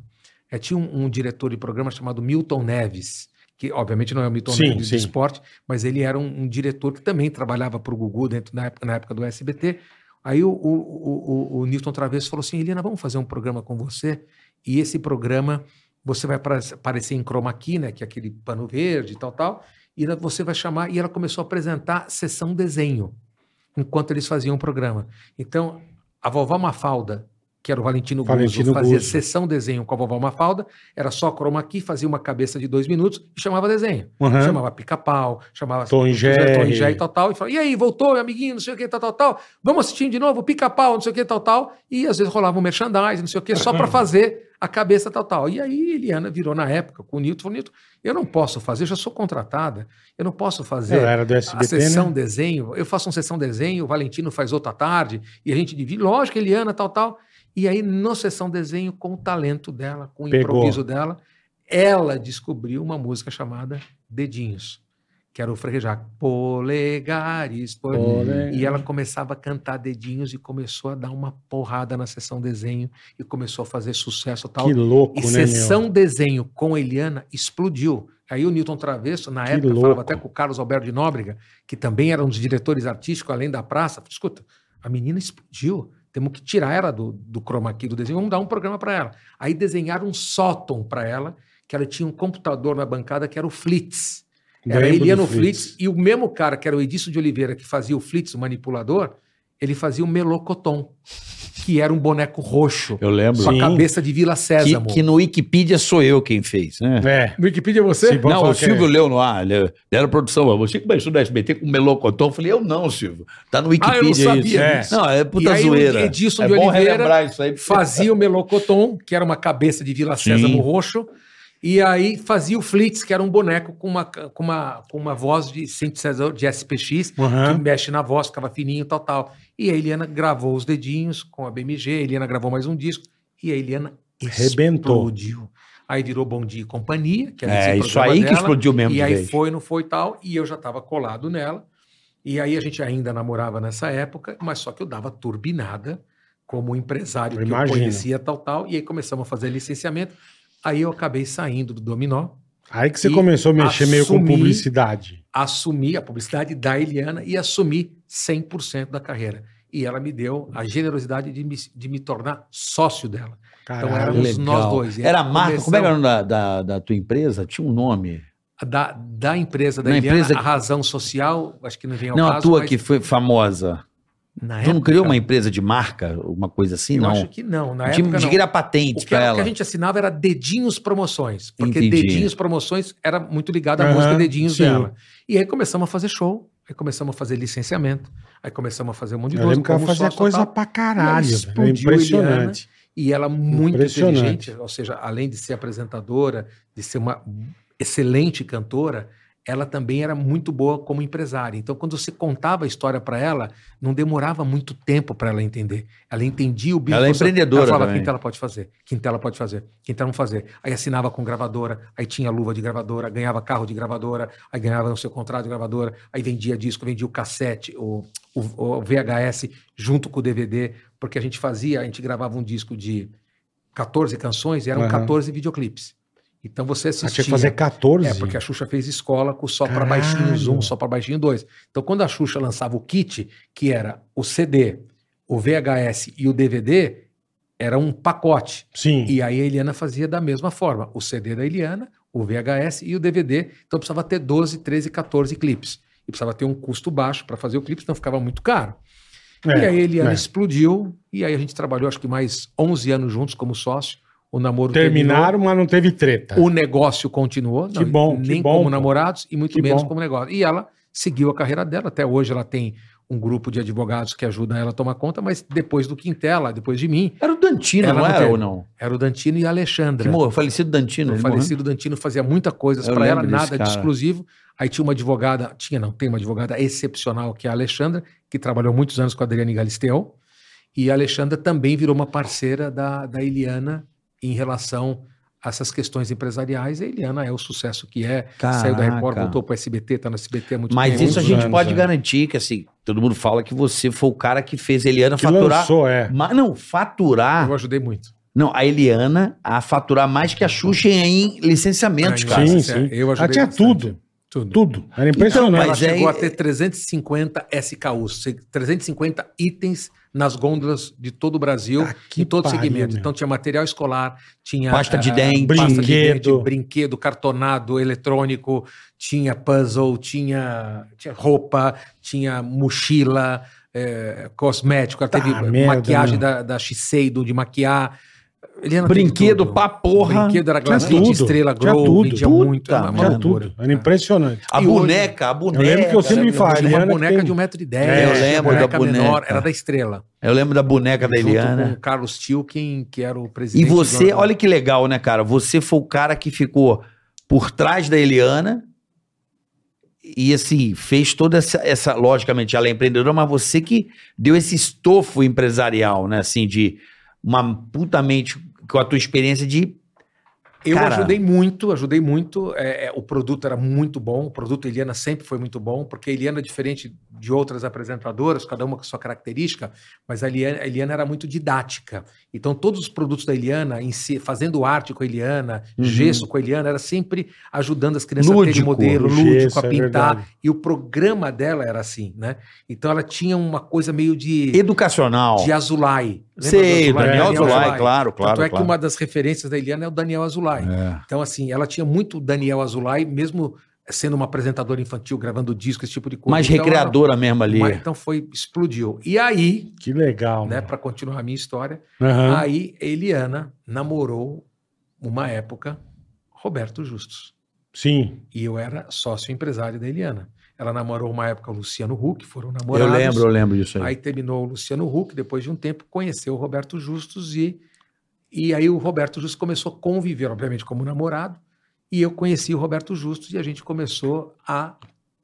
[SPEAKER 2] É, tinha um, um diretor de programa chamado Milton Neves, que obviamente não é o Milton
[SPEAKER 4] Sim,
[SPEAKER 2] Neves
[SPEAKER 4] sim.
[SPEAKER 2] de esporte, mas ele era um, um diretor que também trabalhava para o Gugu dentro, na, época, na época do SBT. Aí o, o, o, o- o Newton Travesso falou assim: Helena, vamos fazer um programa com você. E esse programa você vai apare- aparecer em chroma key, né, que é aquele pano verde e tal, tal, e ela- você vai chamar. E ela começou a apresentar sessão desenho, enquanto eles faziam o programa. Então, a vovó Mafalda que era o Valentino,
[SPEAKER 4] Valentino
[SPEAKER 2] Guzzo, fazia
[SPEAKER 4] Guzzo.
[SPEAKER 2] sessão desenho com a vovó Mafalda, era só chroma key, fazia uma cabeça de dois minutos e chamava desenho.
[SPEAKER 4] Uhum.
[SPEAKER 2] Chamava pica-pau, chamava
[SPEAKER 4] Tom e Jerry.
[SPEAKER 2] Tom e Jerry, tal, tal, e falava, e aí, voltou, meu amiguinho, não sei o que, tal, tal, tal, vamos assistindo de novo, pica-pau, não sei o que, tal, tal, e às vezes rolava um merchandising, não sei o que, só para fazer a cabeça, tal, tal. E aí, Eliana virou na época com o Nilton, falou, Nilton, eu não posso fazer, eu já sou contratada, eu não posso fazer
[SPEAKER 4] Ela era do
[SPEAKER 2] a
[SPEAKER 4] SBT,
[SPEAKER 2] sessão
[SPEAKER 4] né?
[SPEAKER 2] desenho, eu faço uma sessão desenho, o Valentino faz outra tarde, e a gente divide, lógico, Eliana, tal, tal. E aí, na sessão desenho, com o talento dela, com o
[SPEAKER 4] Pegou.
[SPEAKER 2] improviso dela, ela descobriu uma música chamada Dedinhos, que era o freguejar. Polegares, polegares. E ela começava a cantar dedinhos e começou a dar uma porrada na sessão desenho e começou a fazer sucesso tal.
[SPEAKER 4] Que louco,
[SPEAKER 2] E
[SPEAKER 4] né, meu?
[SPEAKER 2] sessão desenho com Eliana explodiu. Aí o Newton Travesso, na
[SPEAKER 4] Que
[SPEAKER 2] época,
[SPEAKER 4] louco.
[SPEAKER 2] falava até com o Carlos Alberto de Nóbrega, que também era um dos diretores artísticos além da praça. Falei, Escuta, a menina explodiu. Temos que tirar ela do, do chroma key do desenho, vamos dar um programa para ela. Aí desenharam um sótão para ela, que ela tinha um computador na bancada que era o Flitz. Era
[SPEAKER 4] Lembro do
[SPEAKER 2] Eliano
[SPEAKER 4] Fritz.
[SPEAKER 2] Flitz. e o mesmo cara que era o Edício de Oliveira, que fazia o Flitz, o manipulador, ele fazia o Melocoton, que era um boneco roxo,
[SPEAKER 3] Eu lembro.
[SPEAKER 2] com
[SPEAKER 4] Sim.
[SPEAKER 2] a cabeça de Vila Sésamo.
[SPEAKER 3] Que, que no Wikipedia sou eu quem fez, né?
[SPEAKER 4] É.
[SPEAKER 2] No Wikipedia você?
[SPEAKER 4] Se bom
[SPEAKER 3] não,
[SPEAKER 4] falar
[SPEAKER 3] o
[SPEAKER 4] que
[SPEAKER 2] é.
[SPEAKER 3] Silvio leu no ar, ele- era produção, ó, você que começou no SBT com melocotão, eu falei, eu não, Silvio, tá no Wikipedia
[SPEAKER 2] Ah, eu não sabia
[SPEAKER 3] isso. É.
[SPEAKER 2] disso.
[SPEAKER 3] Não, é puta
[SPEAKER 2] E aí o
[SPEAKER 3] zoeira.
[SPEAKER 2] Edilson
[SPEAKER 3] é
[SPEAKER 2] de
[SPEAKER 3] bom
[SPEAKER 2] Oliveira
[SPEAKER 3] relembrar isso aí. porque-
[SPEAKER 2] Fazia o Melocoton, que era uma cabeça de Vila
[SPEAKER 3] Sim.
[SPEAKER 2] Sésamo roxo, e aí fazia o Flitz, que era um boneco com uma, com uma, com uma voz de sintetizador de SPX,
[SPEAKER 4] Aham.
[SPEAKER 2] que mexe na voz, ficava fininho, tal, tal. E a Eliana gravou os dedinhos com a BMG, a Eliana gravou mais um disco, e a Eliana
[SPEAKER 4] Arrebentou.
[SPEAKER 2] explodiu. Aí virou Bom Dia e Companhia, que era
[SPEAKER 3] É,
[SPEAKER 2] esse
[SPEAKER 3] isso
[SPEAKER 2] programa
[SPEAKER 3] aí que
[SPEAKER 2] dela,
[SPEAKER 3] explodiu mesmo.
[SPEAKER 2] E
[SPEAKER 3] de
[SPEAKER 2] aí
[SPEAKER 3] vez.
[SPEAKER 2] foi, não foi e tal, e eu já estava colado nela. E aí a gente ainda namorava nessa época, mas só que eu dava turbinada como empresário
[SPEAKER 4] Eu
[SPEAKER 2] que
[SPEAKER 4] imagino.
[SPEAKER 2] eu conhecia tal, tal. E aí começamos a fazer licenciamento. Aí eu acabei saindo do Dominó,
[SPEAKER 4] Aí que você
[SPEAKER 2] E
[SPEAKER 4] começou a mexer meio com
[SPEAKER 2] assumi-
[SPEAKER 4] publicidade.
[SPEAKER 2] assumi a publicidade da Eliana e assumi 100% da carreira. E ela me deu a generosidade de me, de me tornar sócio dela.
[SPEAKER 4] Caralho.
[SPEAKER 2] era um- éramos nós dois. E aí
[SPEAKER 3] Ah, Era a marca, como é que era
[SPEAKER 2] começamos-
[SPEAKER 3] o nome da, da, da tua empresa? Tinha um nome.
[SPEAKER 2] Da, da empresa da
[SPEAKER 3] Na
[SPEAKER 2] Eliana,
[SPEAKER 3] empresa-
[SPEAKER 2] a razão social, acho que não vem ao
[SPEAKER 3] não,
[SPEAKER 2] É caso.
[SPEAKER 3] a tua
[SPEAKER 2] mas
[SPEAKER 3] que foi famosa.
[SPEAKER 2] na
[SPEAKER 3] Tu não
[SPEAKER 2] época-
[SPEAKER 3] criou uma empresa de marca, alguma coisa assim?
[SPEAKER 2] Eu
[SPEAKER 3] não.
[SPEAKER 2] acho que não. Na
[SPEAKER 3] de,
[SPEAKER 2] época,
[SPEAKER 3] de
[SPEAKER 2] não.
[SPEAKER 3] criar
[SPEAKER 2] O
[SPEAKER 3] patente
[SPEAKER 2] que,
[SPEAKER 3] pra
[SPEAKER 2] era-
[SPEAKER 3] ela.
[SPEAKER 2] que a gente assinava era Dedinhos Promoções. Porque
[SPEAKER 3] Entendi.
[SPEAKER 2] Dedinhos Promoções era muito ligado à
[SPEAKER 4] Aham,
[SPEAKER 2] música Dedinhos
[SPEAKER 4] sim.
[SPEAKER 2] dela. E aí começamos a fazer show, aí começamos a fazer licenciamento, aí começamos a fazer um monte de
[SPEAKER 4] Eu lembro que ela
[SPEAKER 2] como
[SPEAKER 4] fazia
[SPEAKER 2] sócio,
[SPEAKER 4] coisa
[SPEAKER 2] tal.
[SPEAKER 4] pra caralho.
[SPEAKER 2] Ela
[SPEAKER 4] velho. É
[SPEAKER 2] explodiu,
[SPEAKER 4] impressionante.
[SPEAKER 2] E ela muito
[SPEAKER 4] Impressionante.
[SPEAKER 2] inteligente, ou seja, além de ser apresentadora, de ser uma excelente cantora, ela também era muito boa como empresária. Então, quando você contava a história para ela, não demorava muito tempo para ela entender. Ela entendia o bicho.
[SPEAKER 3] Ela é
[SPEAKER 2] Você-
[SPEAKER 3] empreendedora
[SPEAKER 2] Ela falava
[SPEAKER 3] também.
[SPEAKER 2] quintela pode fazer, quintela pode fazer, quintela não fazer. Aí assinava com gravadora, aí tinha luva de gravadora, ganhava carro de gravadora, aí ganhava no seu contrato de gravadora, aí vendia disco, vendia o cassete, o, o, o VHS junto com o DVD, porque a gente fazia, a gente gravava um disco de 14 canções e eram
[SPEAKER 4] Aham.
[SPEAKER 2] 14 videoclipes. Então você
[SPEAKER 4] Ela
[SPEAKER 2] assistia.
[SPEAKER 4] tinha que fazer 14.
[SPEAKER 2] É, porque a Xuxa fez escola com só para
[SPEAKER 4] Caralho.
[SPEAKER 2] baixinhos um, só para baixinho dois. Então, quando a Xuxa lançava o kit, que era o CD, o VHS e o DVD, era um pacote.
[SPEAKER 4] Sim.
[SPEAKER 2] E aí a Eliana fazia da mesma forma. O CD da Eliana, o VHS e o DVD. Então, precisava ter 12, 13, 14 clipes. E precisava ter um custo baixo para fazer o clipe, senão ficava muito caro. E
[SPEAKER 4] É,
[SPEAKER 2] aí a Eliana
[SPEAKER 4] é.
[SPEAKER 2] explodiu, e aí a gente trabalhou acho que mais 11 anos juntos como sócio. O namoro terminou.
[SPEAKER 4] Terminaram, mas não teve treta.
[SPEAKER 2] O negócio continuou,
[SPEAKER 4] Que bom, que
[SPEAKER 2] nem
[SPEAKER 4] bom,
[SPEAKER 2] como
[SPEAKER 4] pô.
[SPEAKER 2] namorados e muito
[SPEAKER 4] Que
[SPEAKER 2] menos
[SPEAKER 4] bom.
[SPEAKER 2] como negócio. E ela seguiu a carreira dela. Até hoje ela tem um grupo de advogados que ajudam ela a tomar conta, mas depois do Quintela, depois de mim,
[SPEAKER 3] Era o Dantino,
[SPEAKER 2] Ela
[SPEAKER 3] não
[SPEAKER 2] não
[SPEAKER 3] era
[SPEAKER 2] teve.
[SPEAKER 3] ou não?
[SPEAKER 2] era o Dantino e a
[SPEAKER 3] Que
[SPEAKER 2] Alexandra.
[SPEAKER 3] morreu, o falecido Dantino.
[SPEAKER 2] o
[SPEAKER 3] ele
[SPEAKER 2] falecido Dantino fazia muita coisas
[SPEAKER 3] Eu
[SPEAKER 2] para ela,
[SPEAKER 3] lembro desse
[SPEAKER 2] nada de
[SPEAKER 3] cara.
[SPEAKER 2] exclusivo. Aí tinha uma advogada, tinha não, tem uma advogada excepcional que é a Alexandra, que trabalhou muitos anos com a Adriane Galisteu. E a Alexandra também virou uma parceira da, da Eliana em relação a essas questões empresariais. A Eliana é o sucesso que é.
[SPEAKER 3] Caraca.
[SPEAKER 2] Saiu da Record, voltou para SBT, tá no SBT há muito
[SPEAKER 3] Mas
[SPEAKER 2] tempo.
[SPEAKER 3] isso a
[SPEAKER 4] muitos
[SPEAKER 3] gente
[SPEAKER 4] anos,
[SPEAKER 3] pode
[SPEAKER 4] é.
[SPEAKER 3] garantir que assim, todo mundo fala que você foi o cara que fez a Eliana
[SPEAKER 4] que
[SPEAKER 3] faturar.
[SPEAKER 4] lançou, é.
[SPEAKER 3] Mas não, faturar.
[SPEAKER 2] Eu ajudei muito.
[SPEAKER 3] Não, a Eliana a faturar mais que a Xuxa em licenciamentos,
[SPEAKER 2] Ganhou
[SPEAKER 3] cara.
[SPEAKER 4] Sim,
[SPEAKER 2] licença-
[SPEAKER 4] sim.
[SPEAKER 2] Tá, é, Eu
[SPEAKER 4] Ela
[SPEAKER 2] ajudei
[SPEAKER 4] tinha
[SPEAKER 2] bastante. Então,
[SPEAKER 4] tudo,
[SPEAKER 2] Tudo.
[SPEAKER 4] tudo. Era impressionante.
[SPEAKER 2] Ela
[SPEAKER 3] Mas é-
[SPEAKER 2] chegou a ter 350 SKUs, se- 350 itens nas gôndolas de todo o Brasil,
[SPEAKER 4] Ah, que
[SPEAKER 2] em todo
[SPEAKER 4] pariu,
[SPEAKER 2] segmento.
[SPEAKER 4] meu.
[SPEAKER 2] Então tinha material escolar, tinha
[SPEAKER 3] Pasta de
[SPEAKER 2] ah,
[SPEAKER 3] dente.
[SPEAKER 2] pasta de dente,
[SPEAKER 4] Brinquedo.
[SPEAKER 2] brinquedo, cartonado, eletrônico, tinha puzzle, tinha, tinha roupa, tinha mochila, é, cosmético, ela
[SPEAKER 4] Tá,
[SPEAKER 2] teve
[SPEAKER 4] merda,
[SPEAKER 2] maquiagem
[SPEAKER 4] meu.
[SPEAKER 2] da, da Shiseido, de maquiar. Eliana teve
[SPEAKER 3] Brinquedo
[SPEAKER 2] tudo.
[SPEAKER 3] pra porra.
[SPEAKER 2] Brinquedo era
[SPEAKER 4] Tinha
[SPEAKER 2] Glaslit,
[SPEAKER 4] tudo.
[SPEAKER 2] estrela
[SPEAKER 4] Tinha
[SPEAKER 2] Globo,
[SPEAKER 4] tudo.
[SPEAKER 2] tinha
[SPEAKER 4] Puta,
[SPEAKER 2] muito. né, uma- uma
[SPEAKER 4] Tinha
[SPEAKER 2] loucura.
[SPEAKER 4] tudo. Era impressionante.
[SPEAKER 3] A
[SPEAKER 2] E hoje-
[SPEAKER 3] boneca, a boneca.
[SPEAKER 4] Eu lembro que eu sempre
[SPEAKER 3] eu
[SPEAKER 4] falo,
[SPEAKER 2] Tinha uma
[SPEAKER 4] Eliana que
[SPEAKER 2] boneca
[SPEAKER 4] tem-
[SPEAKER 2] de 1,10m.
[SPEAKER 4] É, eu
[SPEAKER 3] lembro da boneca.
[SPEAKER 2] era da estrela.
[SPEAKER 3] Eu lembro da boneca da
[SPEAKER 2] Junto
[SPEAKER 3] Eliana.
[SPEAKER 2] com o Carlos Tilkin, que era o
[SPEAKER 3] E
[SPEAKER 2] presidente.
[SPEAKER 3] você,
[SPEAKER 2] do-
[SPEAKER 3] olha que legal, né, cara? Você foi o cara que ficou por trás da Eliana e, assim, fez toda essa, essa logicamente, ela é empreendedora, mas você que deu esse estofo empresarial, né, assim, de uma putamente com a tua experiência de...
[SPEAKER 2] Eu
[SPEAKER 3] Cara.
[SPEAKER 2] ajudei muito, ajudei muito. é, é, o produto era muito bom, o produto Eliana sempre foi muito bom, porque a Eliana, é diferente de outras apresentadoras, cada uma com sua característica, mas a Eliana, a Eliana era muito didática. Então, todos os produtos da Eliana, em si, fazendo arte com a Eliana,
[SPEAKER 3] Uhum.
[SPEAKER 2] gesso com a Eliana, era sempre ajudando as crianças a terem
[SPEAKER 3] Lúdico,
[SPEAKER 2] modelo,
[SPEAKER 4] o
[SPEAKER 2] lúdico,
[SPEAKER 4] gesso,
[SPEAKER 2] a
[SPEAKER 4] é
[SPEAKER 2] pintar.
[SPEAKER 4] verdade.
[SPEAKER 2] e o programa dela era assim, né? Então, ela tinha uma coisa meio de.
[SPEAKER 3] Educacional.
[SPEAKER 2] De Azulay. Lembra
[SPEAKER 3] Sei,
[SPEAKER 2] do Azulay?
[SPEAKER 3] Daniel
[SPEAKER 4] Daniel
[SPEAKER 3] Zulay, claro, claro,
[SPEAKER 2] Tanto é que
[SPEAKER 3] claro.
[SPEAKER 2] uma das referências da Eliana é o Daniel Azulay.
[SPEAKER 3] É.
[SPEAKER 2] Então, assim, ela tinha muito o Daniel Azulay, mesmo sendo uma apresentadora infantil, gravando disco, esse tipo de coisa.
[SPEAKER 3] Mais
[SPEAKER 2] Então,
[SPEAKER 3] recreadora mesmo
[SPEAKER 2] ela-
[SPEAKER 3] ali.
[SPEAKER 2] mas então foi, explodiu. E aí,
[SPEAKER 4] Que legal,
[SPEAKER 2] né,
[SPEAKER 4] né?
[SPEAKER 2] para continuar a minha história,
[SPEAKER 4] Aham.
[SPEAKER 2] aí Eliana namorou, uma época, Roberto Justus.
[SPEAKER 4] Sim.
[SPEAKER 2] E eu era sócio empresário da Eliana. Ela namorou uma época o Luciano Huck, foram namorados.
[SPEAKER 3] Eu lembro, eu lembro disso aí.
[SPEAKER 2] Aí terminou o Luciano Huck, depois de um tempo conheceu o Roberto Justus e, e aí o Roberto Justus começou a conviver, obviamente, como namorado, e eu conheci o Roberto Justus e a gente começou a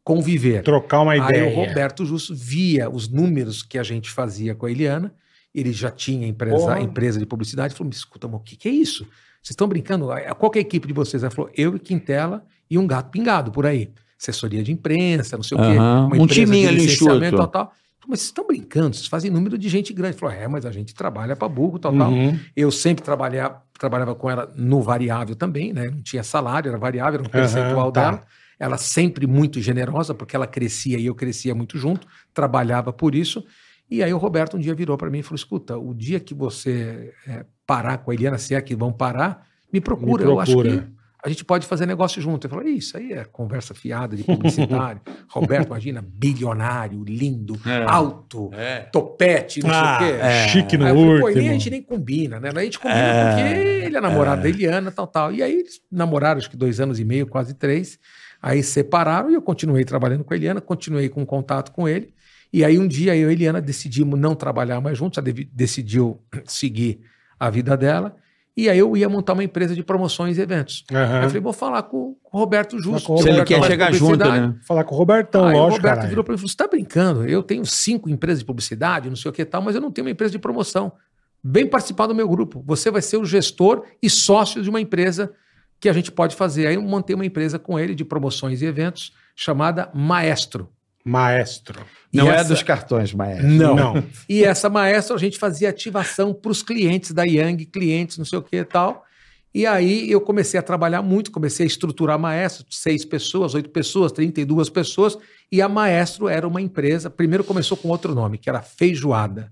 [SPEAKER 2] conviver.
[SPEAKER 4] Trocar uma
[SPEAKER 2] Aí
[SPEAKER 4] ideia. Uhum.
[SPEAKER 2] o Roberto Justus via os números que a gente fazia com a Eliana, ele já tinha empresa,
[SPEAKER 4] Porra.
[SPEAKER 2] empresa de publicidade, falou, "Mas escuta, amor, o que, que é isso? Vocês estão brincando? Ah, Qual que é a equipe de vocês? Ela falou, eu e Quintela e um gato pingado por aí. Assessoria de imprensa, não sei o quê.
[SPEAKER 3] Aham.
[SPEAKER 2] então, uma
[SPEAKER 3] Um
[SPEAKER 2] empresa de
[SPEAKER 3] timinho ali
[SPEAKER 2] licenciamento,
[SPEAKER 3] enxuto.
[SPEAKER 2] Tal, tal. Falei, Mas vocês estão brincando, vocês fazem número de gente grande. Ele Falou, é, mas a gente trabalha para burro, tal, tal.
[SPEAKER 4] Uhum.
[SPEAKER 2] Eu sempre trabalhava, trabalhava com ela no variável também, né? Não tinha salário, era variável, era um
[SPEAKER 4] Aham,
[SPEAKER 2] percentual
[SPEAKER 4] tá.
[SPEAKER 2] dela. Ela sempre muito generosa, porque ela crescia e eu crescia muito junto, trabalhava por isso. E aí o Roberto um dia virou para mim e falou: escuta, o dia que você eh, parar com a Eliana, se é que vão parar, me procura.
[SPEAKER 4] Me
[SPEAKER 2] Eu acho
[SPEAKER 4] procura.
[SPEAKER 2] que a gente pode fazer negócio junto. Eu falei, isso aí é conversa fiada de publicitário. Roberto, imagina, bilionário, lindo,
[SPEAKER 3] É.
[SPEAKER 2] alto, topete, não
[SPEAKER 4] Ah,
[SPEAKER 2] sei o quê.
[SPEAKER 4] chique no
[SPEAKER 2] Aí eu falei, pô, e nem, a
[SPEAKER 4] último.
[SPEAKER 2] gente nem combina, né? A gente combina
[SPEAKER 3] É,
[SPEAKER 2] porque ele é namorado da Eliana, tal, tal. E aí eles namoraram, acho que dois anos e meio, quase três. Aí separaram e eu continuei trabalhando com a Eliana, continuei com contato com ele. E aí um dia eu e a Eliana decidimos não trabalhar mais juntos, ela devi- decidiu seguir a vida dela. E aí eu ia montar uma empresa de promoções e eventos. Aí eu
[SPEAKER 4] Aham.
[SPEAKER 2] falei, vou falar com o Roberto Justo.
[SPEAKER 4] com o
[SPEAKER 2] que
[SPEAKER 3] Se ele
[SPEAKER 2] Roberto
[SPEAKER 3] quer
[SPEAKER 2] faz
[SPEAKER 3] chegar junto,
[SPEAKER 2] publicidade.
[SPEAKER 3] né?
[SPEAKER 4] Falar com o Robertão,
[SPEAKER 2] Aí
[SPEAKER 4] Então, lógico,
[SPEAKER 2] o Roberto
[SPEAKER 4] caralho.
[SPEAKER 2] virou para mim e falou: Você tá brincando? Eu tenho cinco empresas de publicidade, não sei o que e tal, mas eu não tenho uma empresa de promoção. Vem participar do meu grupo. Você vai ser o gestor e sócio de uma empresa que a gente pode fazer. Aí eu montei uma empresa com ele de promoções e eventos chamada Maestro.
[SPEAKER 4] Maestro.
[SPEAKER 2] E
[SPEAKER 3] Não é
[SPEAKER 2] essa-
[SPEAKER 3] dos cartões, mas...
[SPEAKER 4] Não.
[SPEAKER 2] E essa Maestro a gente fazia ativação para os clientes da Yang, clientes, não sei o que e tal. E aí eu comecei a trabalhar muito, comecei a estruturar a Maestro, seis pessoas, oito pessoas, 32 pessoas. E a Maestro era uma empresa, primeiro começou com outro nome, que era Feijoada.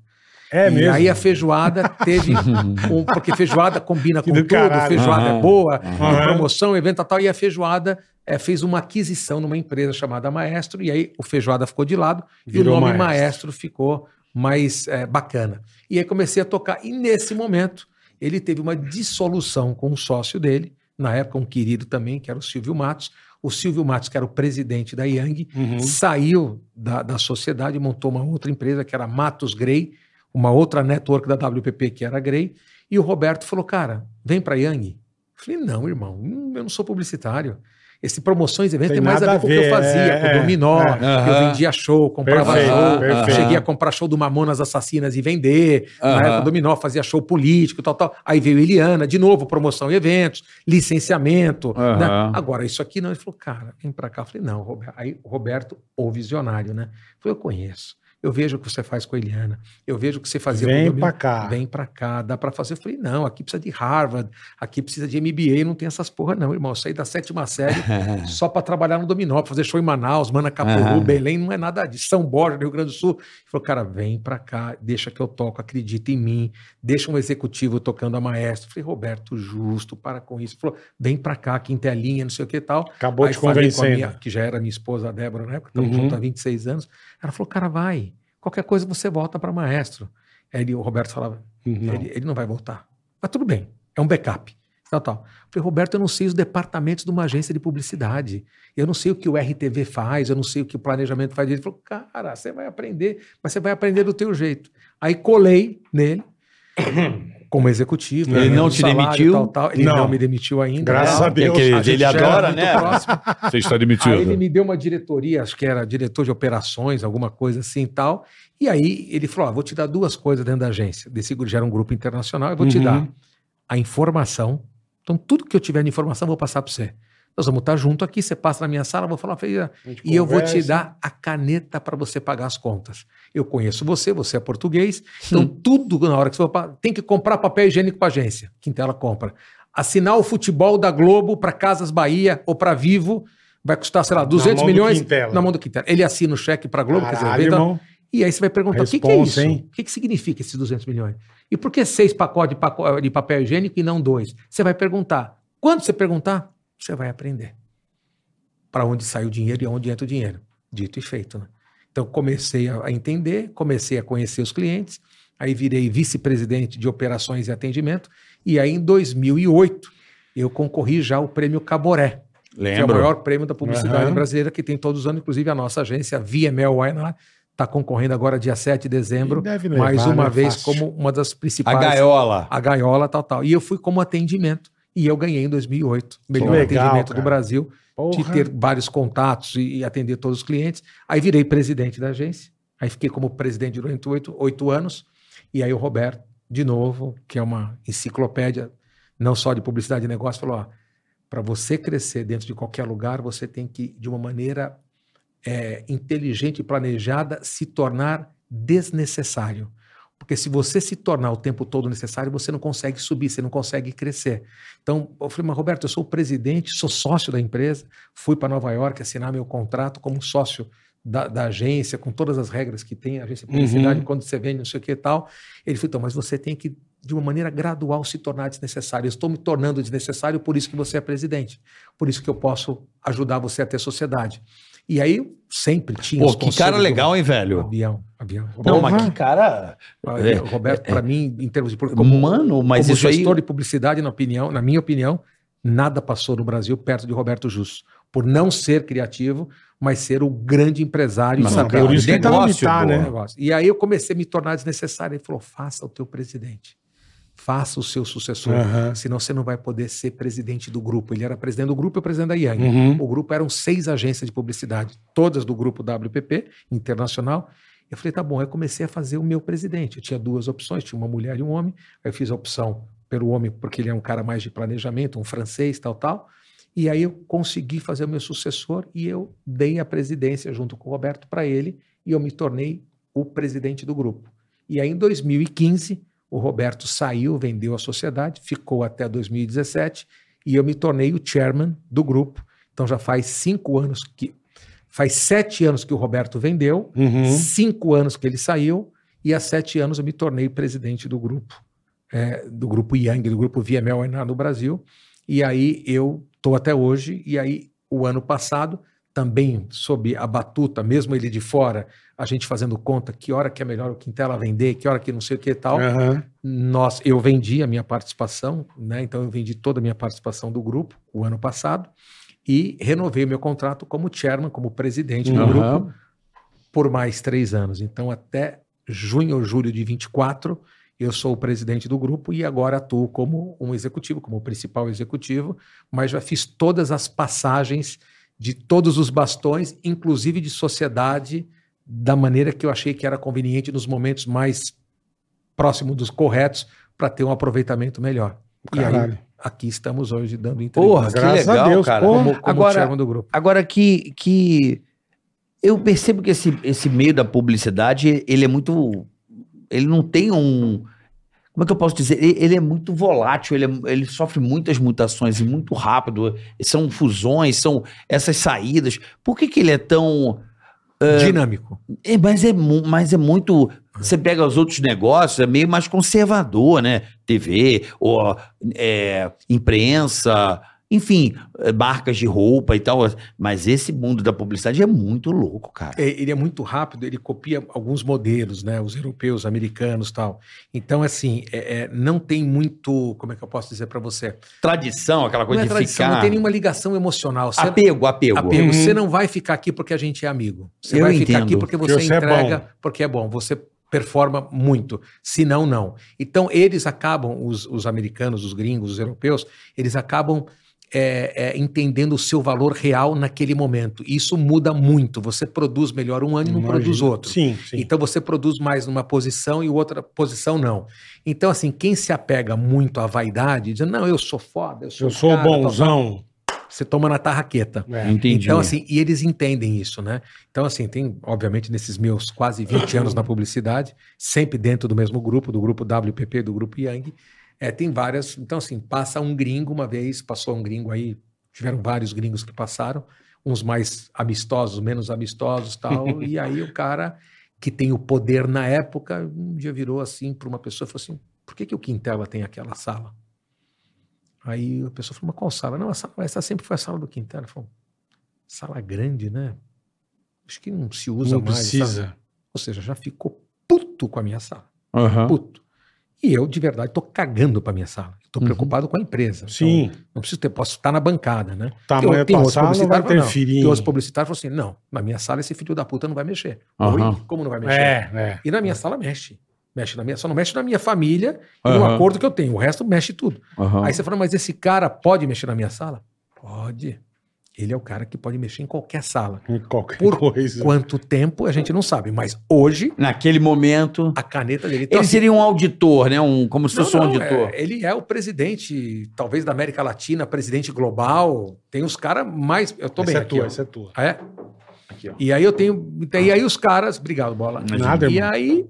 [SPEAKER 4] É
[SPEAKER 2] e
[SPEAKER 4] mesmo.
[SPEAKER 2] aí a Feijoada teve, um- porque Feijoada combina
[SPEAKER 4] Que
[SPEAKER 2] com
[SPEAKER 4] do
[SPEAKER 2] tudo,
[SPEAKER 4] caralho.
[SPEAKER 2] Feijoada
[SPEAKER 3] Aham.
[SPEAKER 2] é boa,
[SPEAKER 4] Aham.
[SPEAKER 2] tem promoção, um evento e tal. E a Feijoada eh, fez uma aquisição numa empresa chamada Maestro, e aí o Feijoada ficou de lado
[SPEAKER 4] Virou
[SPEAKER 2] e o nome
[SPEAKER 4] Maestro.
[SPEAKER 2] Maestro, ficou mais eh, bacana. E aí comecei a tocar. E nesse momento, ele teve uma dissolução com um sócio dele, na época um querido também, que era o Silvio Matos. O Silvio Matos, que era o presidente da Yang,
[SPEAKER 4] Uhum.
[SPEAKER 2] saiu da, da sociedade, montou uma outra empresa que era Matos Grey, uma outra network da WPP que era Grey, e o Roberto falou, cara, vem pra Yang. Eu falei, não, irmão, hum, eu não sou publicitário. Esse promoções e eventos
[SPEAKER 4] Tem
[SPEAKER 2] tem mais a
[SPEAKER 4] nada a
[SPEAKER 2] ver com o que
[SPEAKER 4] ver,
[SPEAKER 2] eu fazia,
[SPEAKER 4] é,
[SPEAKER 2] com
[SPEAKER 4] é,
[SPEAKER 2] o dominó,
[SPEAKER 4] é.
[SPEAKER 3] Aham.
[SPEAKER 2] eu vendia show, comprava
[SPEAKER 4] Perfeito,
[SPEAKER 2] show,
[SPEAKER 4] perfeito.
[SPEAKER 2] cheguei a comprar show do Mamonas Assassinas e vender,
[SPEAKER 3] Aham.
[SPEAKER 2] na época do dominó fazia show político, tal, tal. Aí veio Eliana, de novo, promoção e eventos, licenciamento,
[SPEAKER 3] Aham.
[SPEAKER 2] né? Agora, isso aqui não. Ele falou, cara, vem pra cá. Eu falei, não, Roberto. Aí, o Roberto, o visionário, né? Eu falei, eu conheço. Eu vejo o que você faz com a Eliana. Eu vejo o que você fazia com o
[SPEAKER 4] Vem
[SPEAKER 2] Domingos.
[SPEAKER 4] pra cá.
[SPEAKER 2] Vem pra cá, dá pra fazer. Eu falei, não, aqui precisa de Harvard, aqui precisa de MBA, não tem essas porra não, irmão. Eu saí da sétima série só pra trabalhar no dominó, pra fazer show em Manaus, Manacapuru,
[SPEAKER 3] Aham.
[SPEAKER 2] Belém, não é nada disso. São Borja, Rio Grande do Sul. Ele falou, cara, vem pra cá, deixa que eu toco, acredita em mim, deixa um executivo tocando a maestro. Eu falei, Roberto, justo, para com isso. Ele falou, vem pra cá, quintelinha, não sei o que e tal.
[SPEAKER 4] Acabou
[SPEAKER 2] Aí
[SPEAKER 4] te
[SPEAKER 2] falei com a
[SPEAKER 4] convencendo.
[SPEAKER 2] minha, que já era minha esposa, a Débora, na época, estamos
[SPEAKER 4] Uhum.
[SPEAKER 2] juntos há 26 anos. Ela falou, cara, vai. Qualquer coisa você volta para maestro. Aí ele, o Roberto falava,
[SPEAKER 4] Não.
[SPEAKER 2] ele, ele não vai voltar. Mas tudo bem, é um backup. Tal, tal. Eu falei, Roberto, eu não sei os departamentos de uma agência de publicidade. Eu não sei o que o RTV faz, eu não sei o que o planejamento faz. Ele falou, cara, você vai aprender, mas você vai aprender do teu jeito. Aí colei nele, como executivo.
[SPEAKER 4] Ele
[SPEAKER 2] ganhando
[SPEAKER 3] não te
[SPEAKER 2] salário,
[SPEAKER 3] demitiu?
[SPEAKER 2] Tal, tal. Ele
[SPEAKER 4] Não.
[SPEAKER 2] não. me demitiu ainda.
[SPEAKER 4] Graças
[SPEAKER 2] Não.
[SPEAKER 4] a Deus.
[SPEAKER 2] A gente
[SPEAKER 6] ele
[SPEAKER 2] já era
[SPEAKER 6] adora,
[SPEAKER 2] muito
[SPEAKER 6] né?
[SPEAKER 2] próximo.
[SPEAKER 6] Você está
[SPEAKER 2] Aí ele
[SPEAKER 6] demitido.
[SPEAKER 2] me deu uma diretoria, acho que era diretor de operações, alguma coisa assim e tal. E aí ele falou: ó, vou te dar duas coisas dentro da agência. Desse grupo já era um grupo internacional, eu vou te
[SPEAKER 4] Uhum.
[SPEAKER 2] dar a informação. Então, tudo que eu tiver de informação, eu vou passar para você. Nós vamos estar junto aqui, você passa na minha sala, eu vou falar, "Feira,
[SPEAKER 4] A gente
[SPEAKER 2] e eu vou te
[SPEAKER 4] conversa.
[SPEAKER 2] dar a caneta para você pagar as contas. Eu conheço você, você é português,
[SPEAKER 4] Hum.
[SPEAKER 2] então tudo na hora que você for pa- tem que comprar papel higiênico para agência. Quintela compra. Assinar o futebol da Globo para Casas Bahia ou para Vivo vai custar, sei lá, 200
[SPEAKER 4] mão do
[SPEAKER 2] milhões
[SPEAKER 4] Quintela.
[SPEAKER 2] na mão do Quintela. Ele assina o cheque para Globo, quer dizer,
[SPEAKER 4] Caralho,
[SPEAKER 2] vem, tá?
[SPEAKER 4] irmão.
[SPEAKER 2] E aí você vai perguntar, o que, que é
[SPEAKER 4] Responsa,
[SPEAKER 2] isso?
[SPEAKER 4] hein?
[SPEAKER 2] O que, que significa esses 200 milhões? E por que seis pacotes de, paco- eh, de papel higiênico e não dois? Você vai perguntar. Quando você perguntar, você vai aprender. Para onde sai o dinheiro e onde entra o dinheiro. Dito e feito, né? Então comecei a a entender, comecei a conhecer os clientes, aí virei vice-presidente de operações e atendimento, e aí em 2008 eu concorri já ao prêmio Caboré que é o
[SPEAKER 3] Lembro.
[SPEAKER 2] maior prêmio da publicidade
[SPEAKER 4] Aham.
[SPEAKER 2] brasileira que tem todos os anos, inclusive a nossa agência, a VML Wainar, está tá concorrendo agora dia 7 de dezembro,
[SPEAKER 4] Deve levar,
[SPEAKER 2] mais uma
[SPEAKER 4] né?
[SPEAKER 2] vez
[SPEAKER 4] Fácil.
[SPEAKER 2] como uma das
[SPEAKER 3] A
[SPEAKER 2] principais.
[SPEAKER 3] gaiola.
[SPEAKER 2] A gaiola, tal, tal. E eu fui como atendimento. E eu ganhei em 2008, melhor
[SPEAKER 4] legal,
[SPEAKER 2] atendimento
[SPEAKER 4] cara.
[SPEAKER 2] do Brasil, de
[SPEAKER 4] Porra.
[SPEAKER 2] ter vários contatos e, e atender todos os clientes. Aí virei presidente da agência, aí fiquei como presidente durante oito, oito anos. E aí o Roberto, de novo, que é uma enciclopédia, não só de publicidade e negócio, falou: ó, para você crescer dentro de qualquer lugar, você tem que, de uma maneira é, inteligente e planejada, se tornar desnecessário. Porque se você se tornar o tempo todo necessário, você não consegue subir, você não consegue crescer. Então, eu falei, mas Roberto, eu sou o presidente, sou sócio da empresa, fui para Nova York assinar meu contrato como sócio da, da agência, com todas as regras que tem, a agência de publicidade,
[SPEAKER 4] Uhum.
[SPEAKER 2] quando você vende, não sei o que e tal. Ele falou, então, mas você tem que, de uma maneira gradual, se tornar desnecessário. Eu estou me tornando desnecessário, por isso que você é presidente. Por isso que eu posso ajudar você a ter sociedade. E aí, eu sempre tinha
[SPEAKER 3] Pô,
[SPEAKER 2] os
[SPEAKER 3] que cara
[SPEAKER 2] conselhos do-
[SPEAKER 3] legal, hein, velho?
[SPEAKER 2] Avião, avião.
[SPEAKER 3] Não,
[SPEAKER 2] Roberto,
[SPEAKER 3] mas que cara.
[SPEAKER 2] Olha, o Roberto, para mim, em termos de como,
[SPEAKER 3] Mano, mas
[SPEAKER 2] como
[SPEAKER 3] isso aí.
[SPEAKER 2] gestor de publicidade, na opinião, na minha opinião, nada passou no Brasil perto de Roberto Justo, por não ser criativo, mas ser o grande empresário
[SPEAKER 3] Mas,
[SPEAKER 2] e
[SPEAKER 4] Não,
[SPEAKER 2] saber
[SPEAKER 4] por isso que tá
[SPEAKER 3] negócio,
[SPEAKER 4] limitar,
[SPEAKER 2] o
[SPEAKER 3] boa.
[SPEAKER 4] né?
[SPEAKER 2] negócio. E aí eu comecei a me tornar desnecessário. Ele falou: faça o teu presidente, faça o seu sucessor,
[SPEAKER 4] Aham.
[SPEAKER 2] senão você não vai poder ser presidente do grupo. Ele era presidente do grupo e o presidente da né? Yang.
[SPEAKER 4] Uhum.
[SPEAKER 2] O grupo eram seis agências de publicidade, todas do grupo WPP Internacional. Eu falei, tá bom, eu comecei a fazer o meu presidente. Eu tinha duas opções, tinha uma mulher e um homem. Aí eu fiz a opção pelo homem, porque ele é um cara mais de planejamento, um francês, tal, tal. E aí eu consegui fazer o meu sucessor e eu dei a presidência junto com o Roberto para ele e eu me tornei o presidente do grupo. E aí em 2015, o Roberto saiu, vendeu a sociedade, ficou até 2017 e eu me tornei o chairman do grupo. Então já faz cinco anos que. Faz sete anos que o Roberto vendeu,
[SPEAKER 4] Uhum.
[SPEAKER 2] cinco anos que ele saiu, e há sete anos eu me tornei presidente do grupo, é, do grupo Yang, do grupo VML Wainar no Brasil. E aí eu estou até hoje, e aí o ano passado, também sob a batuta, mesmo ele de fora, a gente fazendo conta que hora que é melhor o Quintela vender, que hora que não sei o que e tal
[SPEAKER 4] Aham.
[SPEAKER 2] nós, eu vendi a minha participação, né? Então eu vendi toda a minha participação do grupo o ano passado e renovei o meu contrato como chairman, como presidente do
[SPEAKER 4] Uhum.
[SPEAKER 2] grupo por mais três anos. Então até junho ou julho de 24 eu sou o presidente do grupo e agora atuo como um executivo, como o principal executivo, mas já fiz todas as passagens de todos os bastões, inclusive de sociedade, da maneira que eu achei que era conveniente nos momentos mais próximo dos corretos para ter um aproveitamento melhor. E aí,
[SPEAKER 4] Caralho.
[SPEAKER 2] aqui estamos hoje dando
[SPEAKER 3] Porra,
[SPEAKER 2] entrevista
[SPEAKER 3] que
[SPEAKER 4] Graças a
[SPEAKER 3] legal,
[SPEAKER 4] Deus,
[SPEAKER 3] cara.
[SPEAKER 4] porra.
[SPEAKER 2] como, como
[SPEAKER 3] agora-
[SPEAKER 2] chairman do grupo.
[SPEAKER 3] Agora que, que eu percebo que esse, esse meio da publicidade, ele é muito. Ele não tem um. Como é que eu posso dizer? E- Ele é muito volátil, ele, é- ele sofre muitas mutações e muito rápido. São fusões, são essas saídas. Por que, que ele é tão.
[SPEAKER 2] Dinâmico.
[SPEAKER 3] É, mas, é, mu- mas é muito. Você pega os outros negócios, é meio mais conservador, né? TV, ou é, imprensa, Enfim, eh, marcas de roupa e tal. Mas esse mundo da publicidade é muito louco, cara.
[SPEAKER 2] É, Ele é muito rápido, ele copia alguns modelos, né? Os europeus, americanos tal. Então, assim, é- é, não tem muito. Como é que eu posso dizer pra você?
[SPEAKER 3] Tradição, aquela
[SPEAKER 2] Não
[SPEAKER 3] coisa
[SPEAKER 2] é
[SPEAKER 3] de
[SPEAKER 2] tradição,
[SPEAKER 3] ficar.
[SPEAKER 2] não tem nenhuma ligação emocional. Você,
[SPEAKER 3] Apego, apego.
[SPEAKER 2] apego.
[SPEAKER 4] Uhum.
[SPEAKER 2] Você não vai ficar aqui porque a gente é amigo. Você
[SPEAKER 3] Eu
[SPEAKER 2] vai ficar
[SPEAKER 3] entendo.
[SPEAKER 2] aqui porque
[SPEAKER 4] Porque
[SPEAKER 2] você
[SPEAKER 4] você é
[SPEAKER 2] entrega,
[SPEAKER 4] bom.
[SPEAKER 2] porque é bom. Você performa muito. Se não, não. Então, eles acabam, os, os americanos, os gringos, os europeus, eles acabam. é, é, entendendo o seu valor real naquele momento. Isso muda muito. Você produz melhor um ano e não
[SPEAKER 4] Imagino.
[SPEAKER 2] produz outro.
[SPEAKER 4] Sim, sim.
[SPEAKER 2] Então você produz mais numa posição e outra posição não. Então, assim, quem se apega muito à vaidade, diz, não, eu sou foda, eu sou,
[SPEAKER 4] Eu sou
[SPEAKER 2] o cara,
[SPEAKER 4] bonzão.
[SPEAKER 2] tá- Você toma na tarraqueta.
[SPEAKER 4] É.
[SPEAKER 3] Entendi.
[SPEAKER 2] Então, assim, e eles entendem isso, né? Então, assim, tem, obviamente, nesses meus quase 20 anos na publicidade, sempre dentro do mesmo grupo, do grupo WPP, do grupo Yang, é, tem várias. Então, assim, passa um gringo uma vez, passou um gringo aí, tiveram vários gringos que passaram, uns mais amistosos, menos amistosos tal, e aí o cara que tem o poder na época, um dia virou assim para uma pessoa e falou assim: por que, que o Quintela tem aquela sala? Aí a pessoa falou, mas qual sala? Não, a sala, essa sempre foi a sala do Quintela. Ele falou, sala grande, né? Acho que não se usa
[SPEAKER 4] Não
[SPEAKER 2] mais.
[SPEAKER 4] precisa.
[SPEAKER 2] sabe?" Então, Ou seja, já ficou puto com a minha sala.
[SPEAKER 3] Aham.
[SPEAKER 2] Puto. E eu, de verdade, tô cagando pra minha sala. Eu tô
[SPEAKER 3] Uhum.
[SPEAKER 2] preocupado com a empresa.
[SPEAKER 4] Sim.
[SPEAKER 2] Então, não preciso ter, posso estar na bancada, né?
[SPEAKER 4] Tamanho é
[SPEAKER 2] tem outros
[SPEAKER 4] passado não vai
[SPEAKER 2] publicitários que falam,
[SPEAKER 4] interferir.
[SPEAKER 2] E os publicitários falaram assim: não, na minha sala esse filho da puta não vai mexer. Oi?
[SPEAKER 3] Aham.
[SPEAKER 2] Como não vai mexer?
[SPEAKER 4] É, é.
[SPEAKER 2] E na minha sala mexe. Mexe na minha, só não mexe na minha família e no
[SPEAKER 3] Aham.
[SPEAKER 2] um acordo que eu tenho. O resto mexe tudo.
[SPEAKER 3] aham.
[SPEAKER 2] Aí você fala, mas esse cara pode mexer na minha sala? Pode. Ele é o cara que pode mexer em qualquer sala.
[SPEAKER 4] Em Qualquer
[SPEAKER 2] Por
[SPEAKER 4] coisa.
[SPEAKER 2] Quanto tempo a gente não sabe, mas hoje
[SPEAKER 3] Naquele momento.
[SPEAKER 2] a caneta dele.
[SPEAKER 3] Ele
[SPEAKER 2] assim,
[SPEAKER 3] seria um auditor, né? Um, como se
[SPEAKER 2] não,
[SPEAKER 3] fosse um
[SPEAKER 2] não,
[SPEAKER 3] auditor.
[SPEAKER 2] é- ele é o presidente, talvez da América Latina, presidente global. Tem os caras mais. Eu tô
[SPEAKER 4] Essa
[SPEAKER 2] bem
[SPEAKER 4] é
[SPEAKER 2] aqui.
[SPEAKER 4] tua,
[SPEAKER 2] ó.
[SPEAKER 4] essa é tua.
[SPEAKER 2] Ah, é? E aí eu tenho. E aí os caras. Obrigado, bola.
[SPEAKER 4] Nada,
[SPEAKER 2] E
[SPEAKER 4] irmão.
[SPEAKER 2] aí,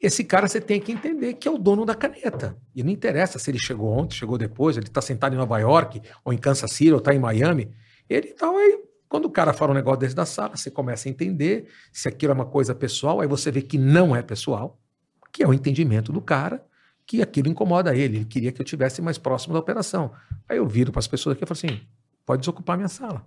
[SPEAKER 2] esse cara você tem que entender que é o dono da caneta. E não interessa se ele chegou ontem, chegou depois, ele está sentado em Nova York, ou em Kansas City, ou está em Miami. Ele então aí. Quando o cara fala um negócio desse da sala, você começa a entender se aquilo é uma coisa pessoal, aí você vê que não é pessoal, que é o entendimento do cara, que aquilo incomoda ele. Ele queria que eu tivesse mais próximo da operação. Aí eu viro para as pessoas aqui e falo assim: pode desocupar minha sala.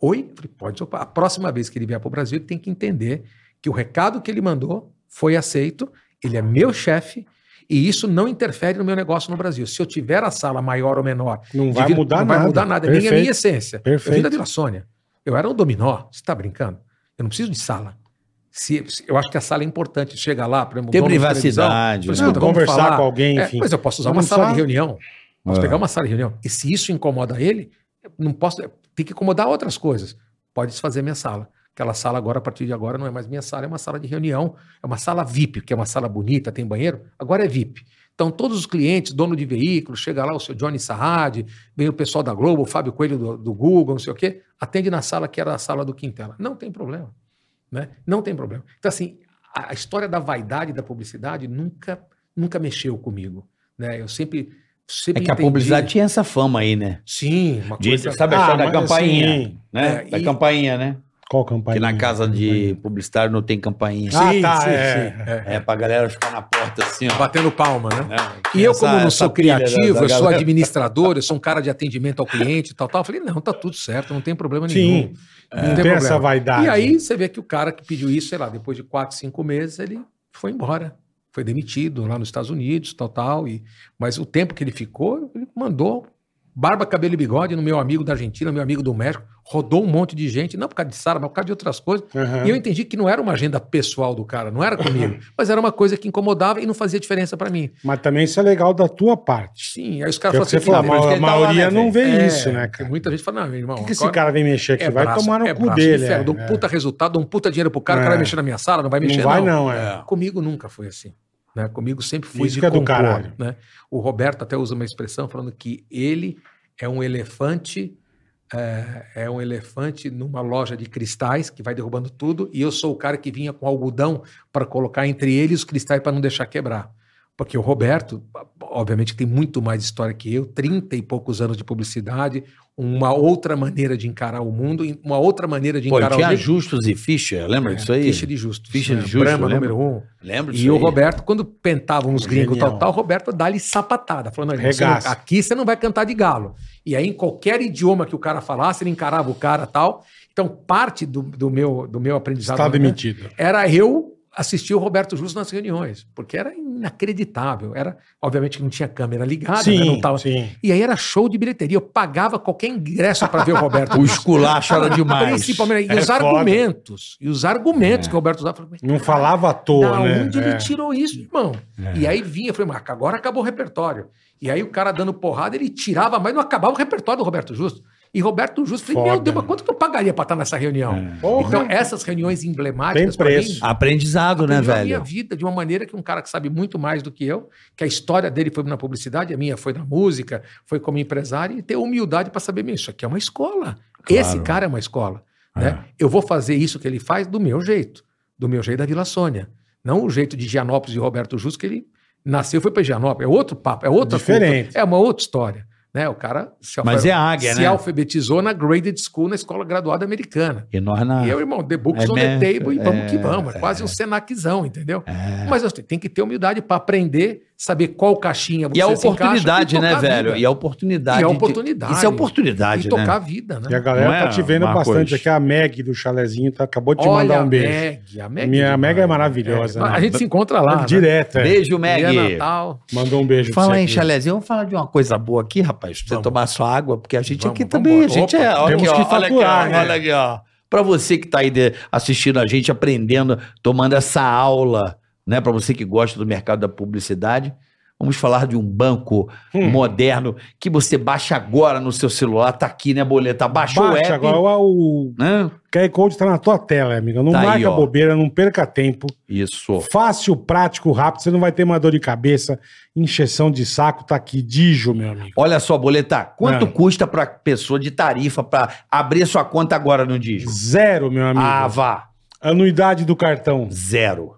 [SPEAKER 2] Oi? Eu falei, pode desocupar. A próxima vez que ele vier para o Brasil, ele tem que entender que o recado que ele mandou foi aceito, ele é meu chefe e isso não interfere no meu negócio no Brasil. Se eu tiver a sala maior ou menor,
[SPEAKER 4] Não vai
[SPEAKER 2] devido-
[SPEAKER 4] mudar
[SPEAKER 2] não
[SPEAKER 4] nada.
[SPEAKER 2] vai mudar nada, é nem a minha essência. Eu vim
[SPEAKER 4] Perfeito.
[SPEAKER 2] da Vila Sônia, eu era um dominó, você está brincando? Eu não preciso de sala. Se, se- eu acho que a sala é importante, chega lá, por exemplo, o
[SPEAKER 3] Tem
[SPEAKER 2] um dono de televisão,
[SPEAKER 3] privacidade.
[SPEAKER 2] Por
[SPEAKER 3] né?
[SPEAKER 2] isso Escuta, que eu vamos
[SPEAKER 4] conversar
[SPEAKER 2] falar.
[SPEAKER 4] com alguém,
[SPEAKER 2] é,
[SPEAKER 4] enfim.
[SPEAKER 2] mas eu posso usar
[SPEAKER 4] Não
[SPEAKER 2] uma sala
[SPEAKER 4] sabe?
[SPEAKER 2] de reunião. Posso
[SPEAKER 3] É.
[SPEAKER 2] pegar uma sala de reunião. E se isso incomoda ele, eu não posso. Tem que incomodar outras coisas. Pode desfazer minha sala. Aquela sala agora, a partir de agora, não é mais minha sala, é uma sala de reunião. É uma sala VIP, que é uma sala bonita, tem banheiro. Agora é VIP. Então, todos os clientes, dono de veículo, chega lá o seu Johnny Sarrad, vem o pessoal da Globo, o Fábio Coelho do, do Google, não sei o quê, atende na sala que era a sala do Quintela. Não tem problema né? Não tem problema. Então, assim, a, a história da vaidade da publicidade nunca, nunca mexeu comigo, né? Eu sempre,
[SPEAKER 3] É
[SPEAKER 2] sempre
[SPEAKER 3] que a
[SPEAKER 2] entendi-
[SPEAKER 3] publicidade tinha essa fama aí, né?
[SPEAKER 2] Sim, uma
[SPEAKER 3] De-
[SPEAKER 2] coisa...
[SPEAKER 3] sabe a
[SPEAKER 4] Ah,
[SPEAKER 3] história da
[SPEAKER 4] mas
[SPEAKER 3] campainha,
[SPEAKER 4] assim,
[SPEAKER 3] né?
[SPEAKER 2] É,
[SPEAKER 3] da
[SPEAKER 2] e-
[SPEAKER 3] campainha, né?
[SPEAKER 4] Qual campanha?
[SPEAKER 3] Que na casa de publicitário não tem campainha.
[SPEAKER 4] Ah, tá, é.
[SPEAKER 3] É pra galera ficar na porta assim, ó.
[SPEAKER 2] Batendo palma, né?
[SPEAKER 3] né?
[SPEAKER 2] E eu,
[SPEAKER 3] Essa-
[SPEAKER 2] como não
[SPEAKER 3] essa
[SPEAKER 2] sou
[SPEAKER 3] pilha da-
[SPEAKER 2] criativo,
[SPEAKER 3] da
[SPEAKER 2] eu sou
[SPEAKER 3] galera.
[SPEAKER 2] administrador, eu sou um cara de atendimento ao cliente e tal, tal. Eu falei, não, tá tudo certo, não tem problema nenhum.
[SPEAKER 4] Sim. Não tem essa vaidade.
[SPEAKER 2] E aí você vê que o cara que pediu isso, sei lá, depois de quatro, cinco meses, ele foi embora. Foi demitido lá nos Estados Unidos, tal, tal. E... Mas o tempo que ele ficou, ele mandou barba, cabelo e bigode no meu amigo da Argentina, meu amigo do México. Rodou um monte de gente, não por causa de Sara, mas por causa de outras coisas.
[SPEAKER 4] Aham.
[SPEAKER 2] E eu entendi que não era uma agenda pessoal do cara, não era comigo. mas era uma coisa que incomodava e não fazia diferença pra mim.
[SPEAKER 4] Mas também isso é legal da tua parte.
[SPEAKER 2] Sim, aí os
[SPEAKER 4] É o
[SPEAKER 2] caras
[SPEAKER 4] que você falou, a,
[SPEAKER 3] por isso
[SPEAKER 4] ma-
[SPEAKER 3] que
[SPEAKER 4] a
[SPEAKER 3] ele tá lá,
[SPEAKER 4] maioria
[SPEAKER 3] né,
[SPEAKER 4] não
[SPEAKER 3] velho?
[SPEAKER 4] vê
[SPEAKER 2] "Ah, é,
[SPEAKER 4] isso, né,
[SPEAKER 2] tem
[SPEAKER 4] cara?
[SPEAKER 2] Muita gente fala, não, meu irmão.
[SPEAKER 4] O que, que esse
[SPEAKER 2] agora-
[SPEAKER 4] cara vem mexer aqui?
[SPEAKER 2] é
[SPEAKER 4] vai
[SPEAKER 2] braço,
[SPEAKER 4] tomar no
[SPEAKER 2] é
[SPEAKER 4] cu
[SPEAKER 2] braço de
[SPEAKER 4] dele.
[SPEAKER 2] ferro,
[SPEAKER 4] é.
[SPEAKER 2] Dou um puta resultado, dou um puta dinheiro pro cara, o
[SPEAKER 4] É.
[SPEAKER 2] cara vai mexer na minha sala, não vai mexer
[SPEAKER 4] Não vai não, é.
[SPEAKER 3] Tá.
[SPEAKER 2] Comigo nunca foi assim. né? Comigo sempre fui
[SPEAKER 4] Isso que é do caralho.
[SPEAKER 2] né? O Roberto até usa uma expressão falando que ele é um elefante, é, é um elefante numa loja de cristais que vai derrubando tudo e eu sou o cara que vinha com algodão para colocar entre ele e os cristais para não deixar quebrar. Porque o Roberto, obviamente, tem muito mais história que eu, 30 e poucos anos de publicidade, uma outra maneira de encarar o mundo, e uma outra maneira de
[SPEAKER 3] Pô,
[SPEAKER 2] encarar o
[SPEAKER 3] tinha
[SPEAKER 2] mundo.
[SPEAKER 3] Justus e Fischer, lembra disso aí?
[SPEAKER 2] Ficha de Justus.
[SPEAKER 3] Ficha de
[SPEAKER 2] né?
[SPEAKER 3] Justus,
[SPEAKER 2] Brahma,
[SPEAKER 3] eu lembro.
[SPEAKER 2] número um.
[SPEAKER 3] Lembra disso
[SPEAKER 2] É, E o
[SPEAKER 3] aí?
[SPEAKER 2] Roberto, quando pentavam os gringos
[SPEAKER 4] Genial.
[SPEAKER 2] tal, tal, o Roberto dá-lhe sapatada. Falando, não, você não-
[SPEAKER 4] Regaça.
[SPEAKER 2] aqui você não vai cantar de galo. E aí, em qualquer idioma que o cara falasse, ele encarava o cara tal. Então, parte do, do meu, do meu aprendizado
[SPEAKER 4] Está
[SPEAKER 2] né,
[SPEAKER 4] demitido.
[SPEAKER 2] era eu assistir o Roberto Justo nas reuniões, porque era inacreditável. Era, obviamente, que não tinha câmera ligada, né, não
[SPEAKER 4] Sim,
[SPEAKER 2] tava...
[SPEAKER 4] sim.
[SPEAKER 2] E aí era show de bilheteria. Eu pagava qualquer ingresso para ver o Roberto
[SPEAKER 3] O
[SPEAKER 2] Justo.
[SPEAKER 3] esculacho era demais.
[SPEAKER 2] Principalmente. E
[SPEAKER 4] É
[SPEAKER 2] os
[SPEAKER 4] foda. É.
[SPEAKER 2] argumentos. E os argumentos que o Roberto usava. Eu falei, mas
[SPEAKER 4] Não falava à toa,
[SPEAKER 2] da
[SPEAKER 4] né?
[SPEAKER 2] onde
[SPEAKER 4] É.
[SPEAKER 2] ele tirou isso, irmão?
[SPEAKER 4] É.
[SPEAKER 2] E aí vinha, eu falei, mas agora acabou o repertório. E aí o cara dando porrada, ele tirava, mas não acabava o repertório do Roberto Justo. E Roberto Justo, eu falei,
[SPEAKER 4] Foda,
[SPEAKER 2] meu Deus, mas
[SPEAKER 4] né? É.
[SPEAKER 2] quanto que eu pagaria pra estar nessa reunião?
[SPEAKER 4] Porra.
[SPEAKER 2] Então, essas reuniões
[SPEAKER 4] Tem
[SPEAKER 2] emblemáticas, pra mim,
[SPEAKER 4] preço.
[SPEAKER 3] Aprendizado, né,
[SPEAKER 2] aprendi a minha
[SPEAKER 3] velho?
[SPEAKER 2] vida de uma maneira que um cara que sabe muito mais do que eu, que a história dele foi na publicidade, a minha foi na música, foi como empresário, e ter humildade para saber, meu, isso aqui é uma escola. Esse cara é uma escola. Né? Eu vou fazer isso que ele faz do meu jeito, do meu jeito da Vila Sônia. Não o jeito de Gianópolis e Roberto Justo, que ele nasceu e foi para Gianópolis. É outro papo, é outra
[SPEAKER 4] Diferente.
[SPEAKER 2] cultura, é uma outra história. Né? O cara se,
[SPEAKER 3] Mas
[SPEAKER 2] alfa-
[SPEAKER 3] é águia,
[SPEAKER 2] se
[SPEAKER 3] né?
[SPEAKER 2] alfabetizou na graded school, na escola graduada americana.
[SPEAKER 3] E nós na.
[SPEAKER 2] E eu, irmão, the books
[SPEAKER 3] É
[SPEAKER 2] on the
[SPEAKER 3] mesmo,
[SPEAKER 2] table e vamos
[SPEAKER 3] é,
[SPEAKER 2] que vamos. É quase um senaczão, entendeu? Mas assim, tem que ter humildade para aprender, saber qual caixinha
[SPEAKER 3] E a
[SPEAKER 2] se encaixa
[SPEAKER 3] oportunidade,
[SPEAKER 2] e
[SPEAKER 3] né,
[SPEAKER 2] tocar a
[SPEAKER 3] velho?
[SPEAKER 2] vida.
[SPEAKER 3] E a oportunidade.
[SPEAKER 2] E a
[SPEAKER 3] de-
[SPEAKER 2] oportunidade.
[SPEAKER 3] Isso é oportunidade,
[SPEAKER 2] E tocar a
[SPEAKER 3] né?
[SPEAKER 2] vida, né?
[SPEAKER 4] E a galera
[SPEAKER 3] Não é,
[SPEAKER 4] tá te vendo
[SPEAKER 3] Marcos?
[SPEAKER 4] bastante aqui. A Meg do chalezinho tá, acabou de te
[SPEAKER 2] Olha
[SPEAKER 4] mandar um
[SPEAKER 2] A
[SPEAKER 4] beijo.
[SPEAKER 2] Meg, a Meg
[SPEAKER 4] Minha Meg é
[SPEAKER 2] demais.
[SPEAKER 4] maravilhosa.
[SPEAKER 2] É,
[SPEAKER 4] né?
[SPEAKER 2] A gente se encontra lá. né?
[SPEAKER 4] Direto, é.
[SPEAKER 3] Beijo,
[SPEAKER 2] Dia
[SPEAKER 3] Meg.
[SPEAKER 2] Natal.
[SPEAKER 4] Mandou um beijo pra
[SPEAKER 3] Fala
[SPEAKER 4] você
[SPEAKER 3] aí,
[SPEAKER 4] aqui.
[SPEAKER 3] Chalezinho. Vamos falar de uma coisa boa aqui, rapaz. Pra você
[SPEAKER 2] Vamos.
[SPEAKER 3] tomar sua água, porque a gente
[SPEAKER 2] Vamos,
[SPEAKER 3] aqui
[SPEAKER 2] vamos
[SPEAKER 3] também. A
[SPEAKER 2] embora.
[SPEAKER 3] gente é.
[SPEAKER 2] Opa,
[SPEAKER 3] Olha aqui,
[SPEAKER 4] temos
[SPEAKER 3] ó,
[SPEAKER 4] que
[SPEAKER 3] olha aqui,
[SPEAKER 4] faturar,
[SPEAKER 3] ó,
[SPEAKER 4] né?
[SPEAKER 3] olha aqui, ó. Pra você que tá aí de- assistindo a gente, aprendendo, tomando essa aula, né? Pra você que gosta do mercado da publicidade. Vamos falar de um banco
[SPEAKER 4] Hum.
[SPEAKER 3] moderno que você baixa agora no seu celular. Tá aqui, né, Boleta? Baixou o app.
[SPEAKER 4] Baixa agora o
[SPEAKER 3] né?
[SPEAKER 4] QR Code tá na tua tela, amiga. Não
[SPEAKER 3] Tá aí,
[SPEAKER 4] marca
[SPEAKER 3] ó.
[SPEAKER 4] bobeira, não perca tempo.
[SPEAKER 3] Isso.
[SPEAKER 4] Fácil, prático, rápido. Você não vai ter uma dor de cabeça, injeção de saco, tá aqui. Dijo, meu amigo.
[SPEAKER 3] Olha só, Boleta, quanto
[SPEAKER 4] Ah.
[SPEAKER 3] custa pra pessoa de tarifa pra abrir sua conta agora no Digio?
[SPEAKER 4] Zero, meu amigo.
[SPEAKER 3] Ah, vá.
[SPEAKER 4] Anuidade do cartão.
[SPEAKER 3] Zero.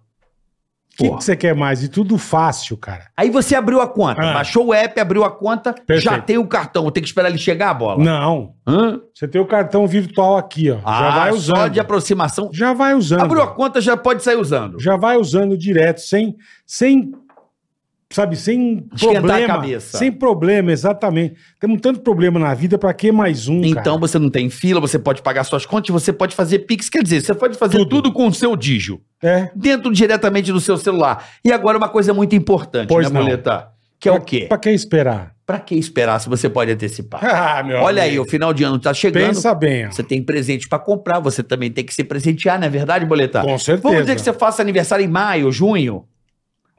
[SPEAKER 4] O que que
[SPEAKER 3] Porra.
[SPEAKER 4] você quer mais? E tudo fácil, cara.
[SPEAKER 3] Aí você abriu a conta,
[SPEAKER 4] Ah.
[SPEAKER 3] baixou o app, abriu a conta,
[SPEAKER 4] Perfeito.
[SPEAKER 3] já tem o cartão. Tem que esperar ele chegar a bola.
[SPEAKER 4] Não.
[SPEAKER 3] Hã?
[SPEAKER 4] Você tem o cartão virtual aqui, ó.
[SPEAKER 3] Ah,
[SPEAKER 4] já vai
[SPEAKER 3] só
[SPEAKER 4] usando.
[SPEAKER 3] de aproximação.
[SPEAKER 4] Já vai usando.
[SPEAKER 3] Abriu a conta, já pode sair usando.
[SPEAKER 4] já vai usando direto, sem, sem sabe, sem
[SPEAKER 3] Esquentar
[SPEAKER 4] problema.
[SPEAKER 3] a cabeça.
[SPEAKER 4] Sem problema, exatamente. Temos tanto problema na vida, pra que mais um,
[SPEAKER 3] Então você não tem fila, você pode pagar suas contas, você pode fazer Pix, quer dizer, você pode fazer tudo, com o seu Digio.
[SPEAKER 4] cara? É.
[SPEAKER 3] Dentro diretamente do seu celular. E agora uma coisa muito importante,
[SPEAKER 4] Pois
[SPEAKER 3] né,
[SPEAKER 4] não.
[SPEAKER 3] Boleta? Que é o quê?
[SPEAKER 4] Pra que esperar?
[SPEAKER 3] Pra que esperar se você pode antecipar?
[SPEAKER 4] Ah, meu
[SPEAKER 3] Olha aí,
[SPEAKER 4] amigo.
[SPEAKER 3] o final de ano tá chegando.
[SPEAKER 4] Pensa bem, ó.
[SPEAKER 3] Você tem presente pra comprar, você também tem que se presentear, não é verdade, Boletar?
[SPEAKER 4] Com certeza.
[SPEAKER 3] Vamos dizer que você faça aniversário em maio, junho?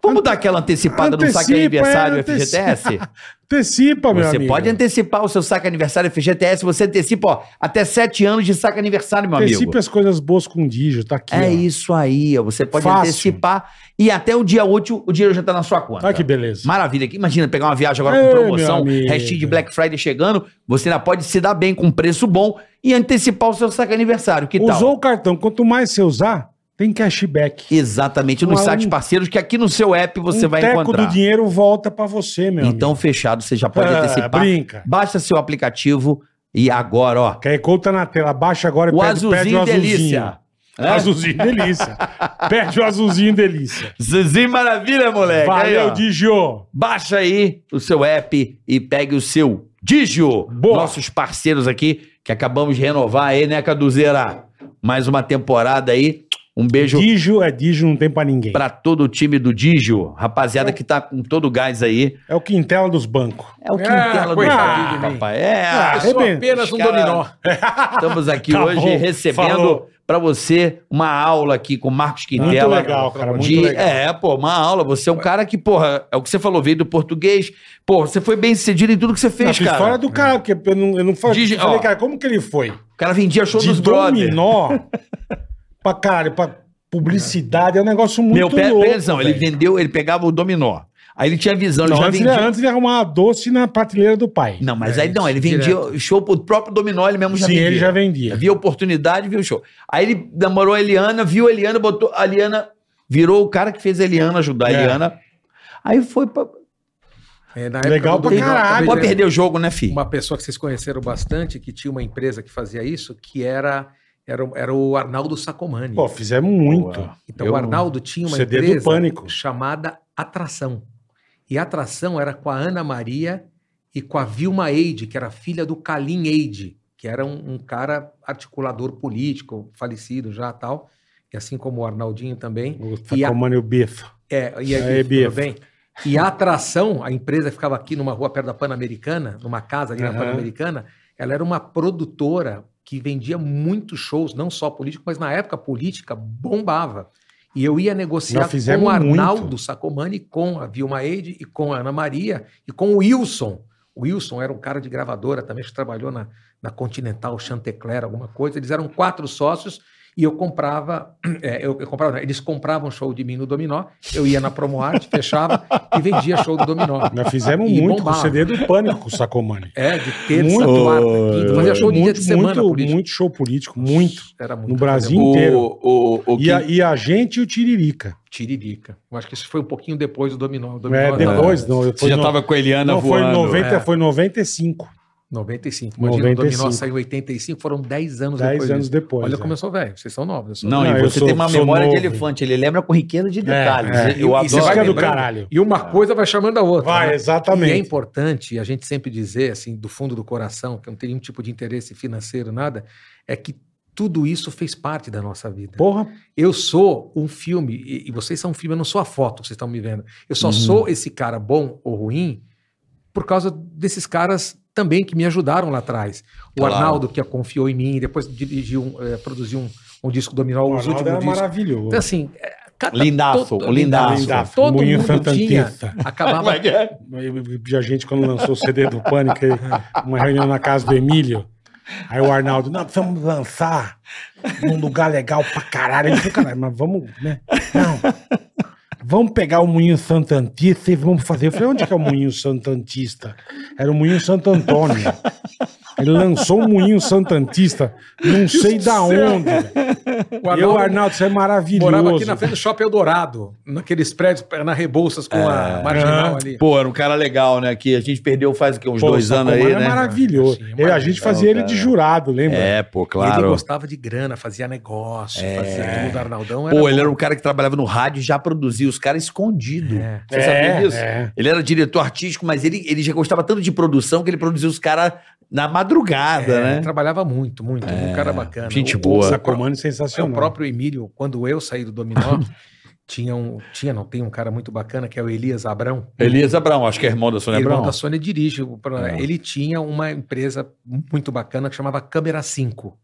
[SPEAKER 3] Vamos dar aquela antecipada no saque de
[SPEAKER 4] Antecipa,
[SPEAKER 3] aniversário
[SPEAKER 4] é,
[SPEAKER 3] FGTS?
[SPEAKER 4] Antecipa, meu
[SPEAKER 3] Você
[SPEAKER 4] amigo.
[SPEAKER 3] pode antecipar o seu saque aniversário é FGTS, você antecipa ó, até sete anos de saque aniversário, meu
[SPEAKER 4] Antecipe
[SPEAKER 3] amigo.
[SPEAKER 4] as coisas boas com o Digio, tá aqui.
[SPEAKER 3] É
[SPEAKER 4] ó.
[SPEAKER 3] isso aí, ó. você pode
[SPEAKER 4] Fácil.
[SPEAKER 3] antecipar e até o dia útil o dinheiro já tá na sua conta.
[SPEAKER 4] Olha que beleza.
[SPEAKER 3] Maravilha, que imagina pegar uma viagem agora
[SPEAKER 4] Ei,
[SPEAKER 3] com promoção,
[SPEAKER 4] meu amigo.
[SPEAKER 3] restinho de Black Friday chegando, você ainda pode se dar bem com um preço bom e antecipar o seu saque aniversário. Que
[SPEAKER 4] Usou
[SPEAKER 3] tal?
[SPEAKER 4] o cartão, quanto mais você usar, tem cashback.
[SPEAKER 3] Exatamente, nos
[SPEAKER 4] Um-
[SPEAKER 3] sites parceiros que aqui no seu app você
[SPEAKER 4] um
[SPEAKER 3] vai
[SPEAKER 4] teco
[SPEAKER 3] encontrar.
[SPEAKER 4] do dinheiro volta pra você, meu
[SPEAKER 3] então, fechado, você já pode
[SPEAKER 4] amigo. Ah,
[SPEAKER 3] antecipar.
[SPEAKER 4] brinca.
[SPEAKER 3] Baixa seu aplicativo e agora, ó.
[SPEAKER 4] QR Code tá na tela, baixa agora e
[SPEAKER 3] O
[SPEAKER 4] pede, pede o
[SPEAKER 3] azulzinho
[SPEAKER 4] azulzinho.
[SPEAKER 3] delícia. É?
[SPEAKER 4] Azulzinho delícia. Pede o azulzinho delícia.
[SPEAKER 3] Zuzinho maravilha, moleque. Aí,
[SPEAKER 4] Valeu,
[SPEAKER 3] ó.
[SPEAKER 4] Digio.
[SPEAKER 3] Baixa aí o seu app e pegue o seu Digio.
[SPEAKER 4] Boa.
[SPEAKER 3] Nossos parceiros aqui, que acabamos de renovar aí, né, Caduzeira? Mais uma temporada aí. Um beijo
[SPEAKER 4] Digio é Digio, não tem pra ninguém.
[SPEAKER 3] pra todo o time do Digio. Rapaziada que tá com todo o gás aí.
[SPEAKER 4] É o quintela dos bancos.
[SPEAKER 3] É o
[SPEAKER 2] É,
[SPEAKER 3] Quintela do
[SPEAKER 2] coitado
[SPEAKER 3] Digio,
[SPEAKER 2] de mim.
[SPEAKER 3] papai. É,
[SPEAKER 4] Ah,
[SPEAKER 2] Eu sou
[SPEAKER 4] Arrebenta.
[SPEAKER 2] apenas um
[SPEAKER 3] Os cara-
[SPEAKER 2] dominó.
[SPEAKER 3] estamos aqui
[SPEAKER 4] Tá
[SPEAKER 3] hoje
[SPEAKER 4] bom,
[SPEAKER 3] recebendo
[SPEAKER 4] falou.
[SPEAKER 3] pra você uma aula aqui com Marcos
[SPEAKER 4] Muito
[SPEAKER 3] Quintela.
[SPEAKER 4] legal, cara. Muito
[SPEAKER 3] de-
[SPEAKER 4] legal.
[SPEAKER 3] É, pô, uma aula. Você é um cara que, porra, é o que você falou, veio do português. Porra, você foi bem sucedido em tudo que você
[SPEAKER 4] Não,
[SPEAKER 3] fez,
[SPEAKER 4] a
[SPEAKER 3] cara.
[SPEAKER 4] história é do cara, porque eu não, eu não falei,
[SPEAKER 3] Digi-
[SPEAKER 4] eu falei,
[SPEAKER 3] ó.
[SPEAKER 4] cara, como que ele foi?
[SPEAKER 3] O cara vendia show
[SPEAKER 4] De
[SPEAKER 3] dos brothers.
[SPEAKER 4] dominó pra caralho, pra publicidade, é um negócio muito
[SPEAKER 3] Meu pé,
[SPEAKER 4] louco.
[SPEAKER 3] pensão, ele
[SPEAKER 4] velho.
[SPEAKER 3] vendeu, ele pegava o dominó. Aí ele tinha visão, ele
[SPEAKER 4] Não, é
[SPEAKER 3] já
[SPEAKER 4] antes, ele,
[SPEAKER 3] vendia.
[SPEAKER 4] antes ele arrumava doce na prateleira do pai.
[SPEAKER 3] Não, mas
[SPEAKER 2] É,
[SPEAKER 3] aí não, ele
[SPEAKER 2] direto.
[SPEAKER 3] vendia o show pro próprio dominó, ele mesmo já
[SPEAKER 4] Sim,
[SPEAKER 3] vendia.
[SPEAKER 4] ele já vendia.
[SPEAKER 3] É. Viu a oportunidade, viu o show. Aí ele namorou a Eliana, viu a Eliana, botou. A Eliana virou o cara que fez a Eliana ajudar a
[SPEAKER 4] É.
[SPEAKER 3] Eliana. Aí foi pra.
[SPEAKER 2] É, na
[SPEAKER 4] Legal
[SPEAKER 2] do
[SPEAKER 4] pra
[SPEAKER 2] Dodô,
[SPEAKER 4] caralho.
[SPEAKER 2] talvez
[SPEAKER 3] Pode
[SPEAKER 2] era
[SPEAKER 3] perder o jogo, né, filho?
[SPEAKER 2] Uma pessoa que vocês conheceram bastante, que tinha uma empresa que fazia isso, que era, era, o- era o Arnaldo Sacomani.
[SPEAKER 4] Pô, fizemos muito.
[SPEAKER 3] Boa.
[SPEAKER 2] Então,
[SPEAKER 3] Eu
[SPEAKER 2] o
[SPEAKER 3] não-
[SPEAKER 2] Arnaldo tinha uma
[SPEAKER 4] CD do
[SPEAKER 2] empresa
[SPEAKER 4] Pânico.
[SPEAKER 2] chamada Atração. E a Atração era com a Ana Maria e com a Vilma Eide, que era filha do Kalim Eide, que era um, um cara articulador político, falecido já tal. E assim como o Arnaldinho também.
[SPEAKER 4] O
[SPEAKER 2] E a-
[SPEAKER 4] Facomani e o Bifa.
[SPEAKER 2] É, e
[SPEAKER 4] Aê,
[SPEAKER 2] aí, tudo
[SPEAKER 4] Bifa.
[SPEAKER 2] bem? E a atração, a empresa ficava aqui numa rua perto da Pan-Americana, numa casa ali na
[SPEAKER 4] Aham.
[SPEAKER 2] Pan-Americana, ela era uma produtora que vendia muitos shows, não só político, mas na época a política bombava. E eu ia negociar
[SPEAKER 4] Nós fizemos
[SPEAKER 2] com o Arnaldo
[SPEAKER 4] muito.
[SPEAKER 2] Sacomani, com a Vilma Eide e com a Ana Maria e com o Wilson. O Wilson era um cara de gravadora também, acho que trabalhou na, na Continental, Chantecler, alguma coisa. Eles eram quatro sócios e eu comprava, é, eu, eu comprava, não, eles compravam show de mim no Dominó, eu ia na Promoarte, fechava e vendia show do Dominó.
[SPEAKER 4] Nós fizemos
[SPEAKER 2] E
[SPEAKER 4] muito com o
[SPEAKER 2] bombava.
[SPEAKER 4] CD do Pânico com o Sacomani.
[SPEAKER 2] É, de terça,
[SPEAKER 4] Muito.
[SPEAKER 2] quarta, quinta, fazia é show de dia de semana
[SPEAKER 4] muito,
[SPEAKER 2] político.
[SPEAKER 4] muito show político, muito.
[SPEAKER 2] Era muito
[SPEAKER 4] No
[SPEAKER 2] fazia
[SPEAKER 4] Brasil
[SPEAKER 2] muito.
[SPEAKER 4] inteiro.
[SPEAKER 3] o, o
[SPEAKER 4] E a, e a gente e o Tiririca.
[SPEAKER 2] Tiririca. Eu acho que isso foi um pouquinho depois do Dominó. O Dominó
[SPEAKER 4] É,
[SPEAKER 2] era-
[SPEAKER 4] depois, não,
[SPEAKER 3] Você
[SPEAKER 4] foi
[SPEAKER 3] já
[SPEAKER 4] no-
[SPEAKER 3] tava com a Eliana
[SPEAKER 4] não, foi, em
[SPEAKER 3] voando.
[SPEAKER 4] 90,
[SPEAKER 2] é.
[SPEAKER 4] foi em 95,
[SPEAKER 2] 95. Imagina, o
[SPEAKER 4] 95.
[SPEAKER 2] Dominó saiu em 85, foram 10 anos
[SPEAKER 4] 10
[SPEAKER 2] depois.
[SPEAKER 4] anos
[SPEAKER 2] disso.
[SPEAKER 4] depois.
[SPEAKER 2] Olha
[SPEAKER 4] é.
[SPEAKER 2] como eu sou velho, vocês são novos. eu sou
[SPEAKER 3] Não,
[SPEAKER 4] Não,
[SPEAKER 3] e
[SPEAKER 4] Ah, eu
[SPEAKER 3] você
[SPEAKER 4] sou-
[SPEAKER 3] tem uma
[SPEAKER 4] sou
[SPEAKER 3] memória de
[SPEAKER 4] novo.
[SPEAKER 3] elefante, ele lembra com riqueza de detalhes.
[SPEAKER 4] é.
[SPEAKER 3] Eu
[SPEAKER 2] E você
[SPEAKER 3] adoro.
[SPEAKER 4] Isso que é do
[SPEAKER 2] lembrando.
[SPEAKER 4] caralho.
[SPEAKER 2] E uma coisa vai chamando a outra.
[SPEAKER 4] Vai,
[SPEAKER 2] né?
[SPEAKER 4] exatamente.
[SPEAKER 2] E é importante a gente sempre dizer, assim, do fundo do coração, que eu não tem nenhum tipo de interesse financeiro, nada, é que tudo isso fez parte da nossa vida.
[SPEAKER 4] Porra,
[SPEAKER 2] Eu sou um filme, e, e vocês são um filme, eu não sou a foto que vocês estão me vendo. Eu só
[SPEAKER 3] Uhum.
[SPEAKER 2] sou esse cara bom ou ruim por causa desses caras também que me ajudaram lá atrás. O
[SPEAKER 3] Claro.
[SPEAKER 2] Arnaldo, que confiou em mim, depois dirigiu, um, eh, produziu um, um disco dominó,
[SPEAKER 4] o
[SPEAKER 2] os
[SPEAKER 4] Ronaldo
[SPEAKER 2] últimos
[SPEAKER 4] era
[SPEAKER 2] discos.
[SPEAKER 4] maravilhoso.
[SPEAKER 2] Então, assim, é, cada-
[SPEAKER 3] Lindaço,
[SPEAKER 2] todo-
[SPEAKER 3] o lindaço. é
[SPEAKER 4] Lindaço,
[SPEAKER 2] Todo
[SPEAKER 4] Moinho
[SPEAKER 2] mundo tinha,
[SPEAKER 4] Fantantista.
[SPEAKER 2] acabava
[SPEAKER 4] E a gente, quando lançou o CD do Pânico, ele- uma reunião na casa do Emílio. Aí o Arnaldo, não, precisamos lançar num lugar legal pra caralho. Ele falou, caralho, mas vamos, né? Não. Vamos pegar o Moinho Santantista e vamos fazer. Eu falei, onde que é o Moinho Santantista? Era o Moinho Santo Antônio. Ele lançou o Moinho Santantista, não sei da onde.
[SPEAKER 2] O
[SPEAKER 4] E eu,
[SPEAKER 2] Arnaldo
[SPEAKER 4] Arnaldo, isso é maravilhoso.
[SPEAKER 2] morava aqui na frente do Shopping Eldorado, naqueles prédios, na Rebouças, com a marginal ali.
[SPEAKER 3] Pô, era um cara legal, né? Que a gente perdeu faz o quê? uns
[SPEAKER 4] Pô,
[SPEAKER 3] dois
[SPEAKER 4] o
[SPEAKER 3] anos aí,
[SPEAKER 4] Sacomani É
[SPEAKER 3] né?
[SPEAKER 4] maravilhoso.
[SPEAKER 2] Sim, é
[SPEAKER 4] Ele- a
[SPEAKER 2] maravilhoso,
[SPEAKER 4] gente fazia ele de
[SPEAKER 3] cara.
[SPEAKER 4] jurado, lembra?
[SPEAKER 3] É, pô,
[SPEAKER 2] Ele
[SPEAKER 3] claro. É.
[SPEAKER 2] gostava de grana, fazia negócio, fazia tudo. Arnaldão
[SPEAKER 3] Pô, ele era um cara que trabalhava no rádio e já produzia os caras escondido.
[SPEAKER 2] É.
[SPEAKER 3] Você sabia disso?
[SPEAKER 4] é.
[SPEAKER 3] Ele era diretor artístico, mas ele, ele já gostava tanto de produção que ele produzia os caras na madrugada,
[SPEAKER 2] É,
[SPEAKER 3] né? É.
[SPEAKER 2] Trabalhava muito, muito. Um cara bacana.
[SPEAKER 3] gente
[SPEAKER 2] O-
[SPEAKER 3] boa.
[SPEAKER 2] o-
[SPEAKER 4] Sacomani
[SPEAKER 2] É o
[SPEAKER 4] sensacional.
[SPEAKER 2] próprio Emílio, quando eu saí do Dominó, tinha um. Tinha, não, tem um cara muito bacana que é o Elias Abrão.
[SPEAKER 3] Elias Abrão, acho que é irmão da Sônia
[SPEAKER 2] irmão
[SPEAKER 3] Abrão.
[SPEAKER 2] da Sônia dirige. o programa.
[SPEAKER 3] É.
[SPEAKER 2] Ele tinha uma empresa muito bacana que chamava Câmera 5.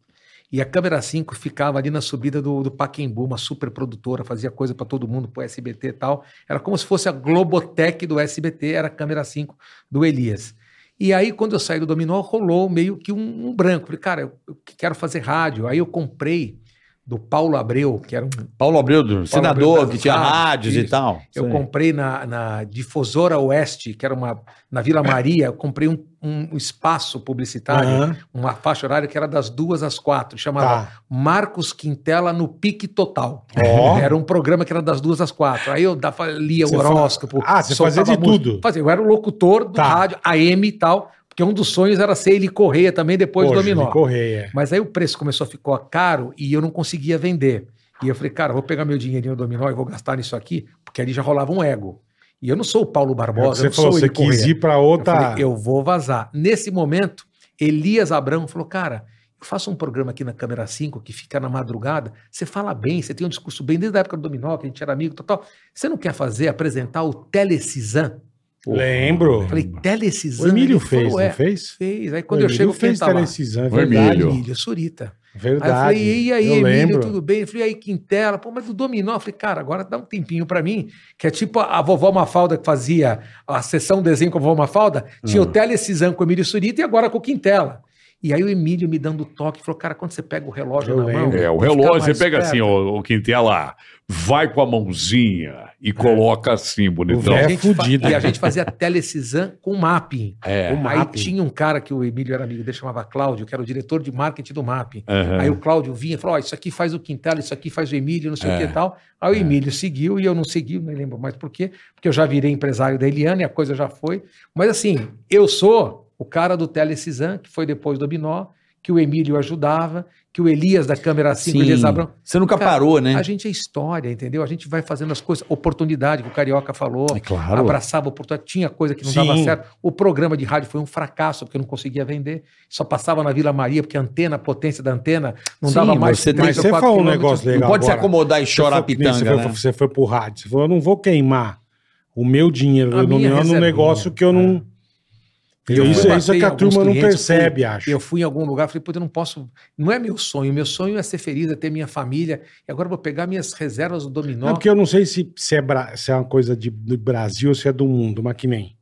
[SPEAKER 2] E a Câmera 5 ficava ali na subida do, do Paquembu, uma super produtora, fazia coisa para todo mundo, pro SBT e tal. Era como se fosse a Globotech do SBT, era a Câmera 5 do Elias. E aí, quando eu saí do Dominó, rolou meio que um, um branco. Falei, cara, eu, eu quero fazer rádio. Aí eu comprei do Paulo Abreu, que era um
[SPEAKER 3] Paulo Abreu, do senador,
[SPEAKER 2] Abreu da-
[SPEAKER 3] que tinha
[SPEAKER 2] Ah,
[SPEAKER 3] rádios e
[SPEAKER 2] isso.
[SPEAKER 3] tal.
[SPEAKER 2] eu
[SPEAKER 3] Sim.
[SPEAKER 2] comprei na, na Difusora Oeste, que era uma. Na Vila Maria, eu comprei um, um espaço publicitário,
[SPEAKER 4] Aham,
[SPEAKER 2] uma faixa horária que era das duas às quatro, chamava
[SPEAKER 4] tá.
[SPEAKER 2] Marcos Quintela no Pique Total.
[SPEAKER 4] Ó.
[SPEAKER 2] Era um programa que era das duas às quatro. Aí eu dava, lia
[SPEAKER 4] Você
[SPEAKER 2] o horóscopo.
[SPEAKER 4] fa- Ah, você
[SPEAKER 2] soltava
[SPEAKER 4] fazia de
[SPEAKER 2] música.
[SPEAKER 4] tudo.
[SPEAKER 2] Fazia, eu era o locutor do
[SPEAKER 4] Tá.
[SPEAKER 2] rádio, AM e tal, porque um dos sonhos era ser ele correia também depois do
[SPEAKER 4] Pô,
[SPEAKER 2] dominó.
[SPEAKER 4] Júlio Correia.
[SPEAKER 2] Mas aí o preço começou a ficar caro e eu não conseguia vender. E eu falei, cara, vou pegar meu dinheirinho do dominó e vou gastar nisso aqui, porque ali já rolava um ego. E eu não sou o Paulo
[SPEAKER 4] É o que
[SPEAKER 2] Barbosa, eu
[SPEAKER 4] Você
[SPEAKER 2] não
[SPEAKER 4] falou,
[SPEAKER 2] sou
[SPEAKER 4] você
[SPEAKER 2] ele Corrêa.
[SPEAKER 4] quis ir pra
[SPEAKER 2] Eu
[SPEAKER 4] outra.
[SPEAKER 2] falei, eu vou vazar. Nesse momento, Elias Abrão falou, cara, eu faço um programa aqui na Câmera 5 que fica na madrugada, você fala bem, você tem um discurso bem, desde a época do dominó, que a gente era amigo, tal, tal. Você não quer fazer, apresentar o Telecisam?
[SPEAKER 4] Lembro.
[SPEAKER 2] Eu falei,
[SPEAKER 4] o
[SPEAKER 2] Telecisam?
[SPEAKER 4] Emílio
[SPEAKER 2] Ele
[SPEAKER 4] fez,
[SPEAKER 2] falou,
[SPEAKER 4] não
[SPEAKER 2] é,
[SPEAKER 4] fez?
[SPEAKER 2] fez. Aí quando
[SPEAKER 4] O
[SPEAKER 2] eu chego,
[SPEAKER 4] Emílio fez
[SPEAKER 2] quem tá lá?
[SPEAKER 4] telecisão, é
[SPEAKER 3] Foi
[SPEAKER 4] verdade.
[SPEAKER 3] Emílio.
[SPEAKER 2] Emílio Surita. Aí eu
[SPEAKER 4] Verdade.
[SPEAKER 2] falei, e aí,
[SPEAKER 4] eu
[SPEAKER 2] Emílio,
[SPEAKER 4] lembro.
[SPEAKER 2] tudo bem? Eu falei, e aí, Quintela? Pô, mas o dominó? Eu falei, cara, agora dá um tempinho pra mim, que é tipo a, a vovó Mafalda que
[SPEAKER 4] Hum.
[SPEAKER 2] fazia a sessão desenho com a vovó Mafalda, tinha o Telecisão com o Emílio Surita e agora com o Quintela. E aí o Emílio me dando toque, falou, cara, quando você pega o relógio
[SPEAKER 4] Eu
[SPEAKER 2] na mão...
[SPEAKER 4] lembro.
[SPEAKER 6] É, o
[SPEAKER 2] fica
[SPEAKER 6] relógio você
[SPEAKER 2] mais
[SPEAKER 6] pega
[SPEAKER 2] perto.
[SPEAKER 6] assim, o, o Quintela, vai com a mãozinha e coloca assim, bonitão.
[SPEAKER 2] E a,
[SPEAKER 4] É
[SPEAKER 2] gente fa-
[SPEAKER 4] fudido.
[SPEAKER 2] e a gente fazia telecisã com mapping.
[SPEAKER 6] É.
[SPEAKER 4] O
[SPEAKER 2] Aí
[SPEAKER 4] MAP.
[SPEAKER 2] tinha um cara que o Emílio era amigo dele, chamava Cláudio, que era o diretor de marketing do MAP.
[SPEAKER 6] Aham.
[SPEAKER 3] É.
[SPEAKER 2] Aí o Cláudio vinha e falou: ó, isso aqui faz o quintal, isso aqui faz o Emílio, não sei
[SPEAKER 3] É.
[SPEAKER 2] o que e tal. Aí o Emílio seguiu e eu não segui, não lembro mais por quê, porque eu já virei empresário da Eliane, a coisa já foi. Mas assim, eu sou o cara do Telecisam, que foi depois do Binó, que o Emílio ajudava, que o Elias da Câmera 5,
[SPEAKER 3] Sim.
[SPEAKER 2] Elias Abrão.
[SPEAKER 3] Você nunca
[SPEAKER 2] Cara,
[SPEAKER 3] parou, né?
[SPEAKER 2] A gente é história, entendeu? A gente vai fazendo as coisas, oportunidade, que o Carioca falou
[SPEAKER 3] É claro.
[SPEAKER 2] abraçava a oportunidade, tinha coisa que não
[SPEAKER 4] Sim.
[SPEAKER 2] dava certo. O programa de rádio foi um fracasso, porque não conseguia vender. Só passava na Vila Maria, porque a antena, a potência da antena, não
[SPEAKER 3] Sim,
[SPEAKER 2] dava mais.
[SPEAKER 3] você tem-
[SPEAKER 2] três
[SPEAKER 4] Mas
[SPEAKER 2] ou
[SPEAKER 4] você
[SPEAKER 2] quatro
[SPEAKER 4] falou um
[SPEAKER 2] quilômetros.
[SPEAKER 4] negócio
[SPEAKER 3] Não
[SPEAKER 4] legal
[SPEAKER 3] pode se
[SPEAKER 4] agora.
[SPEAKER 3] acomodar e chorar a
[SPEAKER 4] Você foi- Você
[SPEAKER 3] pitanga,
[SPEAKER 4] foi,
[SPEAKER 3] né?
[SPEAKER 4] você foi pro rádio. Você falou, eu não vou queimar o meu dinheiro
[SPEAKER 2] A
[SPEAKER 4] eu não-
[SPEAKER 2] minha
[SPEAKER 4] no,
[SPEAKER 2] reservinha,
[SPEAKER 4] negócio que eu não...
[SPEAKER 2] Eu
[SPEAKER 4] isso
[SPEAKER 2] fui
[SPEAKER 4] é isso é que
[SPEAKER 2] bater em
[SPEAKER 4] a
[SPEAKER 2] alguns
[SPEAKER 4] turma não
[SPEAKER 2] clientes,
[SPEAKER 4] percebe, acho.
[SPEAKER 2] Eu fui em algum lugar, falei, puta, eu não posso. Não é meu sonho. Meu sonho é ser feliz, é ter minha família. E agora eu vou pegar minhas reservas do dominó.
[SPEAKER 4] Não, É porque eu não sei se, se, é, bra- se é uma coisa de, do Brasil ou se é do mundo, mas que nem.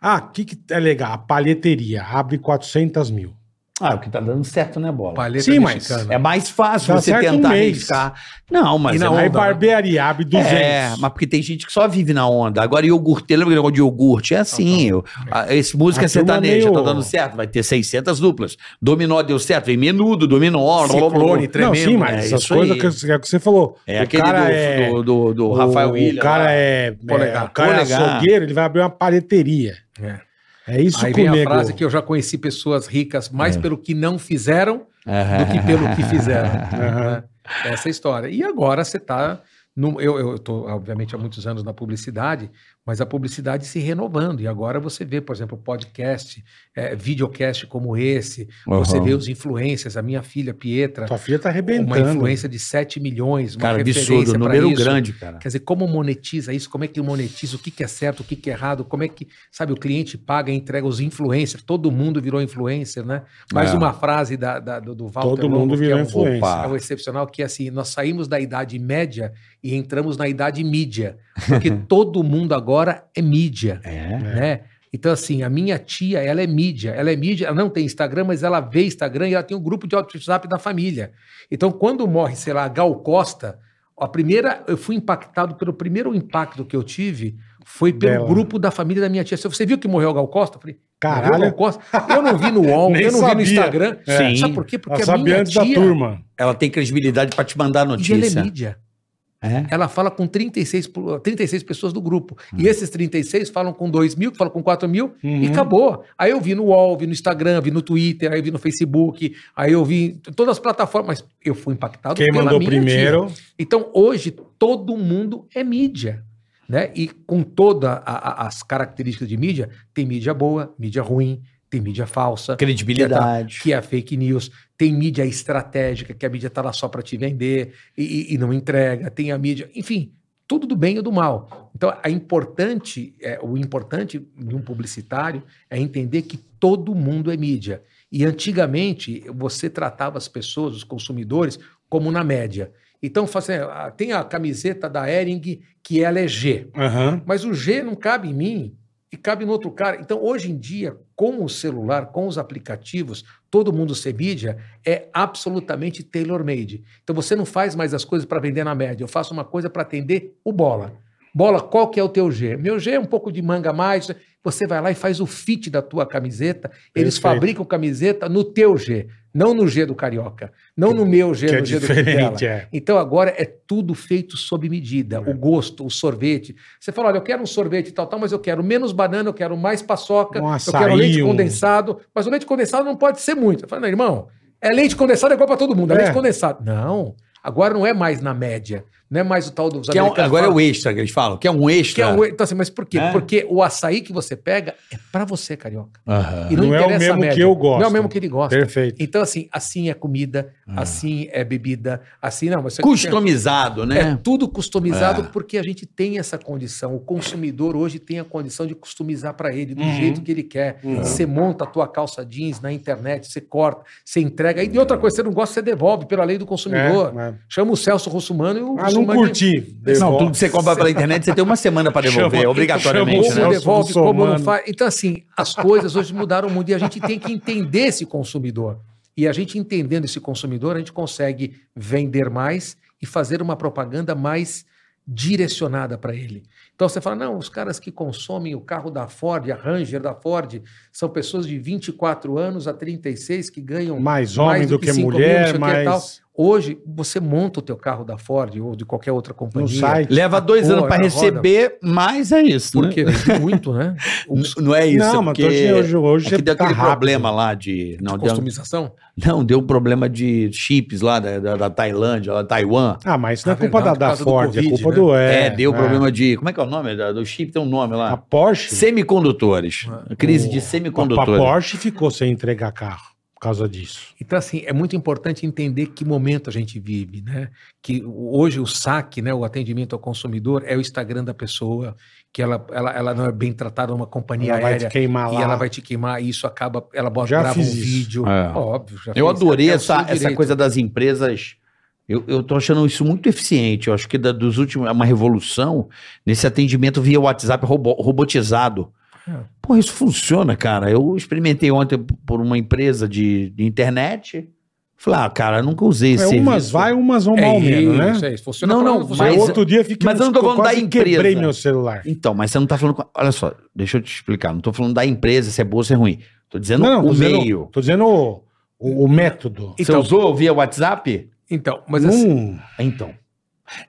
[SPEAKER 4] Ah, o que, que é legal? A palheteria abre 400 mil.
[SPEAKER 3] Ah, o que tá dando certo, né, bola?
[SPEAKER 2] Paleta
[SPEAKER 4] Sim, mas
[SPEAKER 3] É mais fácil
[SPEAKER 2] Tá
[SPEAKER 4] Dá
[SPEAKER 3] você
[SPEAKER 4] certo um
[SPEAKER 3] tentar
[SPEAKER 4] mês.
[SPEAKER 3] arriscar. Não, mas
[SPEAKER 2] E na
[SPEAKER 3] é
[SPEAKER 4] Aí
[SPEAKER 3] mais
[SPEAKER 2] onda, né?
[SPEAKER 4] barbearia abre 200.
[SPEAKER 3] É, mas porque tem gente que só vive na onda. Agora, iogurte, lembra aquele negócio de iogurte? É assim. Eu, a- esse música
[SPEAKER 4] A
[SPEAKER 3] é sertaneja,
[SPEAKER 4] turma meio-
[SPEAKER 3] tá dando certo, vai ter 600 duplas. Dominó deu certo, vem menudo, dominó,
[SPEAKER 2] Ciclone,
[SPEAKER 4] não,
[SPEAKER 2] tremendo.
[SPEAKER 4] sim, mas
[SPEAKER 3] é
[SPEAKER 4] essas
[SPEAKER 3] isso
[SPEAKER 4] coisas
[SPEAKER 3] aí.
[SPEAKER 4] que, você- é o que você falou.
[SPEAKER 3] É
[SPEAKER 4] o
[SPEAKER 3] aquele
[SPEAKER 4] cara
[SPEAKER 3] do,
[SPEAKER 4] é,
[SPEAKER 3] do, do- do Rafael
[SPEAKER 4] o,
[SPEAKER 3] William.
[SPEAKER 4] O cara
[SPEAKER 3] lá.
[SPEAKER 4] é, é,
[SPEAKER 2] né? Polegar.
[SPEAKER 4] o cara é
[SPEAKER 3] Polegar.
[SPEAKER 4] açougueiro, ele vai abrir uma palheteria.
[SPEAKER 2] É.
[SPEAKER 4] É isso
[SPEAKER 2] Aí
[SPEAKER 4] que
[SPEAKER 2] vem
[SPEAKER 4] o
[SPEAKER 2] a
[SPEAKER 4] nego- É.
[SPEAKER 2] frase que eu já conheci pessoas ricas mais pelo que não fizeram
[SPEAKER 3] É.
[SPEAKER 2] do que pelo que fizeram.
[SPEAKER 4] Aham.
[SPEAKER 2] né? Essa é a história. E agora você está. Eu, eu tô, obviamente, há muitos anos na publicidade, mas a publicidade se renovando. E agora você vê, por exemplo, podcast, eh, videocast como esse, você
[SPEAKER 3] Uhum.
[SPEAKER 2] vê os influencers, a minha filha Pietra,
[SPEAKER 4] Tua filha tá
[SPEAKER 2] uma
[SPEAKER 4] arrebentando.
[SPEAKER 2] influência de 7 milhões, uma
[SPEAKER 3] Cara,
[SPEAKER 2] referência
[SPEAKER 3] absurdo,
[SPEAKER 2] pra
[SPEAKER 3] número
[SPEAKER 2] isso.
[SPEAKER 3] grande, cara.
[SPEAKER 2] Quer dizer, como monetiza isso? Como é que monetiza? O que, que é certo? O que, que é errado? Como é que, sabe, o cliente paga e entrega os influencers? Todo mundo virou influencer, né? Mais
[SPEAKER 3] É.
[SPEAKER 2] uma frase da, da- do, do Walter
[SPEAKER 4] Todo
[SPEAKER 2] Longo,
[SPEAKER 4] mundo
[SPEAKER 2] que
[SPEAKER 4] virou
[SPEAKER 2] é um-
[SPEAKER 4] influência.
[SPEAKER 3] Opa.
[SPEAKER 2] é um excepcional que é assim, nós saímos da idade média e entramos na idade mídia, porque todo mundo agora é mídia,
[SPEAKER 3] É.
[SPEAKER 2] né? Então assim, a minha tia, ela é mídia, ela é mídia, ela não tem Instagram, mas ela vê Instagram e ela tem um grupo de WhatsApp da família. Então quando morre, sei lá, a Gal Costa, a primeira, eu fui impactado pelo primeiro impacto que eu tive foi pelo
[SPEAKER 4] Dela.
[SPEAKER 2] grupo da família da minha tia. Se Você viu que morreu a Gal Costa? Eu falei, morreu a Gal
[SPEAKER 4] Caralho,
[SPEAKER 2] Costa? Eu não vi no UOL,
[SPEAKER 4] Nem
[SPEAKER 2] eu não vi no
[SPEAKER 4] sabia. É.
[SPEAKER 2] Instagram.
[SPEAKER 3] Sim.
[SPEAKER 2] Sabe por quê?
[SPEAKER 4] ela
[SPEAKER 2] Porque a
[SPEAKER 4] sabe
[SPEAKER 2] minha
[SPEAKER 4] antes
[SPEAKER 2] tia
[SPEAKER 4] da turma.
[SPEAKER 3] Ela tem credibilidade pra te mandar a
[SPEAKER 2] e ela é
[SPEAKER 3] notícia.
[SPEAKER 2] mídia.
[SPEAKER 3] É.
[SPEAKER 2] Ela fala com 36, po- 36 pessoas do grupo. E esses 36 falam com 2 mil, falam com 4 mil e
[SPEAKER 4] Hum. Uhum.
[SPEAKER 2] acabou. Aí eu vi no UOL, vi no Instagram, vi no Twitter, aí eu vi no Facebook, aí eu vi em t- todas as plataformas. Mas eu fui impactado
[SPEAKER 4] Quem mandou
[SPEAKER 2] minha tia.
[SPEAKER 4] primeiro.
[SPEAKER 2] Então hoje todo mundo é mídia. Né? E com todas as características de mídia, tem mídia boa, mídia ruim, tem mídia falsa
[SPEAKER 3] Credibilidade.
[SPEAKER 2] que é fake news, tem mídia estratégica, que a mídia está lá só para te vender e, e- e não entrega, tem a mídia, enfim, tudo do bem ou do mal. Então, a importante, é, o importante de um publicitário é entender que todo mundo é mídia. E antigamente você tratava as pessoas, os consumidores, como na média. Então, fala assim, "Ah, tem a camiseta da Ering que ela é G
[SPEAKER 4] Aham.
[SPEAKER 2] mas o G não cabe em mim e cabe no outro cara. Então, hoje em dia, com o celular, com os aplicativos, todo mundo ser mídia é absolutamente tailor-made. Então, você não faz mais as coisas para vender na média. Eu faço uma coisa para atender o bola. Bola, qual que é o teu G? Meu G é um pouco de manga a mais. Você vai lá e faz o fit da tua camiseta. Eles
[SPEAKER 4] Perfeito.
[SPEAKER 2] fabricam camiseta no teu G, não no G do carioca, não no meu G,
[SPEAKER 4] Que é
[SPEAKER 2] no G do Pitela.
[SPEAKER 4] diferente, é.
[SPEAKER 2] Então agora é tudo feito sob medida. O gosto, o sorvete. Você fala, olha, eu quero um sorvete e tal, tal, mas eu quero menos banana, eu quero mais paçoca,
[SPEAKER 4] Um
[SPEAKER 2] eu quero
[SPEAKER 4] açaí,
[SPEAKER 2] leite
[SPEAKER 4] um-
[SPEAKER 2] condensado. Mas o leite condensado não pode ser muito. Eu falo, não, irmão, é leite condensado é igual para todo mundo, é,
[SPEAKER 4] É.
[SPEAKER 2] leite condensado. Não, agora não é mais na média, não é mais o tal dos
[SPEAKER 3] Que é um-
[SPEAKER 2] americanos
[SPEAKER 3] agora é
[SPEAKER 2] falam,
[SPEAKER 3] o extra que eles falam, que é um
[SPEAKER 2] que é
[SPEAKER 3] extra.
[SPEAKER 2] o... Então assim, mas por quê?
[SPEAKER 3] É.
[SPEAKER 2] Porque o açaí que você pega é para você, carioca.
[SPEAKER 3] Aham.
[SPEAKER 2] E
[SPEAKER 4] Não é o
[SPEAKER 2] interessa a
[SPEAKER 4] mesmo que
[SPEAKER 2] média.
[SPEAKER 4] eu gosto.
[SPEAKER 2] Não é o mesmo que ele gosta.
[SPEAKER 4] Perfeito. Ah.
[SPEAKER 2] Então assim, assim é comida, assim é bebida, assim não, mas isso aqui tem-
[SPEAKER 3] Customizado,
[SPEAKER 2] é
[SPEAKER 3] né?
[SPEAKER 2] tudo customizado
[SPEAKER 3] É.
[SPEAKER 2] porque a gente tem essa condição. O consumidor hoje tem a condição de customizar para ele do
[SPEAKER 4] Uhum.
[SPEAKER 2] jeito que ele quer.
[SPEAKER 4] Uhum.
[SPEAKER 2] Você monta a tua calça jeans na internet, você corta, você entrega. E de outra coisa, você não gosta, você devolve pela lei do consumidor.
[SPEAKER 4] É, é. É.
[SPEAKER 2] Chama o Celso Russumano e o
[SPEAKER 4] Ah, não
[SPEAKER 2] Russumano-
[SPEAKER 4] curti.
[SPEAKER 3] Não,
[SPEAKER 4] Devolve.
[SPEAKER 3] tudo que você compra pela internet, você tem uma semana pra devolver,
[SPEAKER 4] Chama-
[SPEAKER 3] obrigatoriamente,
[SPEAKER 2] Como
[SPEAKER 4] Celso
[SPEAKER 3] né?
[SPEAKER 2] devolve,
[SPEAKER 4] Russomano.
[SPEAKER 2] como não faz. Então, assim, as coisas hoje mudaram muito e a gente tem que entender esse consumidor. E a gente entendendo esse consumidor, a gente consegue vender mais e fazer uma propaganda mais direcionada para ele. Então você fala, não, os caras que consomem o carro da Ford, a Ranger da Ford, são pessoas de 24 anos a 36 que ganham
[SPEAKER 4] Mais homem
[SPEAKER 2] Mais
[SPEAKER 4] do
[SPEAKER 2] do
[SPEAKER 4] que,
[SPEAKER 2] que cinco
[SPEAKER 4] mulher,
[SPEAKER 2] mil, não sei o que e
[SPEAKER 4] mais.
[SPEAKER 2] Hoje, você monta o teu carro da Ford ou de qualquer outra
[SPEAKER 4] No
[SPEAKER 2] companhia.
[SPEAKER 4] site.
[SPEAKER 3] Leva dois
[SPEAKER 2] Pô,
[SPEAKER 3] anos pra
[SPEAKER 2] na
[SPEAKER 3] receber, mas é isso, né?
[SPEAKER 2] Porque vende muito, né?
[SPEAKER 3] N- Não é isso,
[SPEAKER 4] não,
[SPEAKER 3] é
[SPEAKER 4] mas
[SPEAKER 3] porque
[SPEAKER 4] hoje, hoje,
[SPEAKER 3] é
[SPEAKER 4] hoje
[SPEAKER 3] que deu
[SPEAKER 4] tá
[SPEAKER 3] aquele
[SPEAKER 4] rápido.
[SPEAKER 3] problema lá de... Não, deu,
[SPEAKER 2] Customização.
[SPEAKER 3] não, deu um problema de chips lá da, da, da Tailândia, lá, Taiwan.
[SPEAKER 4] Ah, mas isso não é
[SPEAKER 2] Ah,
[SPEAKER 4] culpa da,
[SPEAKER 2] verdade, por
[SPEAKER 4] da
[SPEAKER 2] causa do
[SPEAKER 4] Ford, é
[SPEAKER 2] Covid,
[SPEAKER 4] culpa
[SPEAKER 2] né?
[SPEAKER 4] do...
[SPEAKER 3] É, deu
[SPEAKER 4] é.
[SPEAKER 3] problema de... Como é que é o nome da- do chip? Tem um nome
[SPEAKER 4] A
[SPEAKER 3] lá.
[SPEAKER 4] Porsche...
[SPEAKER 3] Semicondutores. Crise de
[SPEAKER 4] A
[SPEAKER 3] semicondutores.
[SPEAKER 4] Porsche ficou sem entregar carro por causa disso.
[SPEAKER 2] Então, assim, é muito importante entender que momento a gente vive, né? Que hoje o saque, né, o atendimento ao consumidor, é o Instagram da pessoa, que ela, ela, ela não é bem tratada numa companhia
[SPEAKER 4] ela vai te
[SPEAKER 2] aérea.
[SPEAKER 4] queimar
[SPEAKER 2] E
[SPEAKER 4] lá.
[SPEAKER 2] ela vai te queimar, e isso acaba. Ela bota,
[SPEAKER 4] Já
[SPEAKER 2] grava um
[SPEAKER 4] fiz isso.
[SPEAKER 2] vídeo.
[SPEAKER 3] É.
[SPEAKER 2] Óbvio. já
[SPEAKER 3] Eu
[SPEAKER 2] fez,
[SPEAKER 3] adorei
[SPEAKER 2] é o seu
[SPEAKER 3] essa, essa
[SPEAKER 2] direito.
[SPEAKER 3] coisa das empresas. Eu, eu tô achando isso muito eficiente. Eu acho que da- dos últimos é uma revolução nesse atendimento via WhatsApp robo- robotizado.
[SPEAKER 2] É.
[SPEAKER 3] Pô, isso funciona, cara. Eu experimentei ontem p- por uma empresa de, de internet. Falei, ah, cara, eu nunca usei esse
[SPEAKER 4] É, umas
[SPEAKER 3] serviço.
[SPEAKER 4] vai, umas vão
[SPEAKER 2] É
[SPEAKER 4] mal
[SPEAKER 2] isso,
[SPEAKER 4] menos, né?
[SPEAKER 2] é isso. Funciona
[SPEAKER 3] Não,
[SPEAKER 2] pra-
[SPEAKER 3] não,
[SPEAKER 2] funciona
[SPEAKER 4] Mas
[SPEAKER 3] Mas-
[SPEAKER 2] pra-
[SPEAKER 4] outro dia fiquei
[SPEAKER 3] mas eu não tô falando da
[SPEAKER 4] quase
[SPEAKER 3] empresa.
[SPEAKER 4] quebrei meu celular.
[SPEAKER 3] Então, mas você não tá falando. com- Olha só, deixa eu te explicar. Não tô falando da empresa, se é boa ou se é ruim. Tô dizendo
[SPEAKER 4] Não, não, tô
[SPEAKER 3] o
[SPEAKER 4] dizendo,
[SPEAKER 3] meio. Então,
[SPEAKER 4] tô dizendo o, Então- o- o método.
[SPEAKER 3] Você usou via WhatsApp?
[SPEAKER 2] Então, mas assim,
[SPEAKER 4] Não
[SPEAKER 3] Então.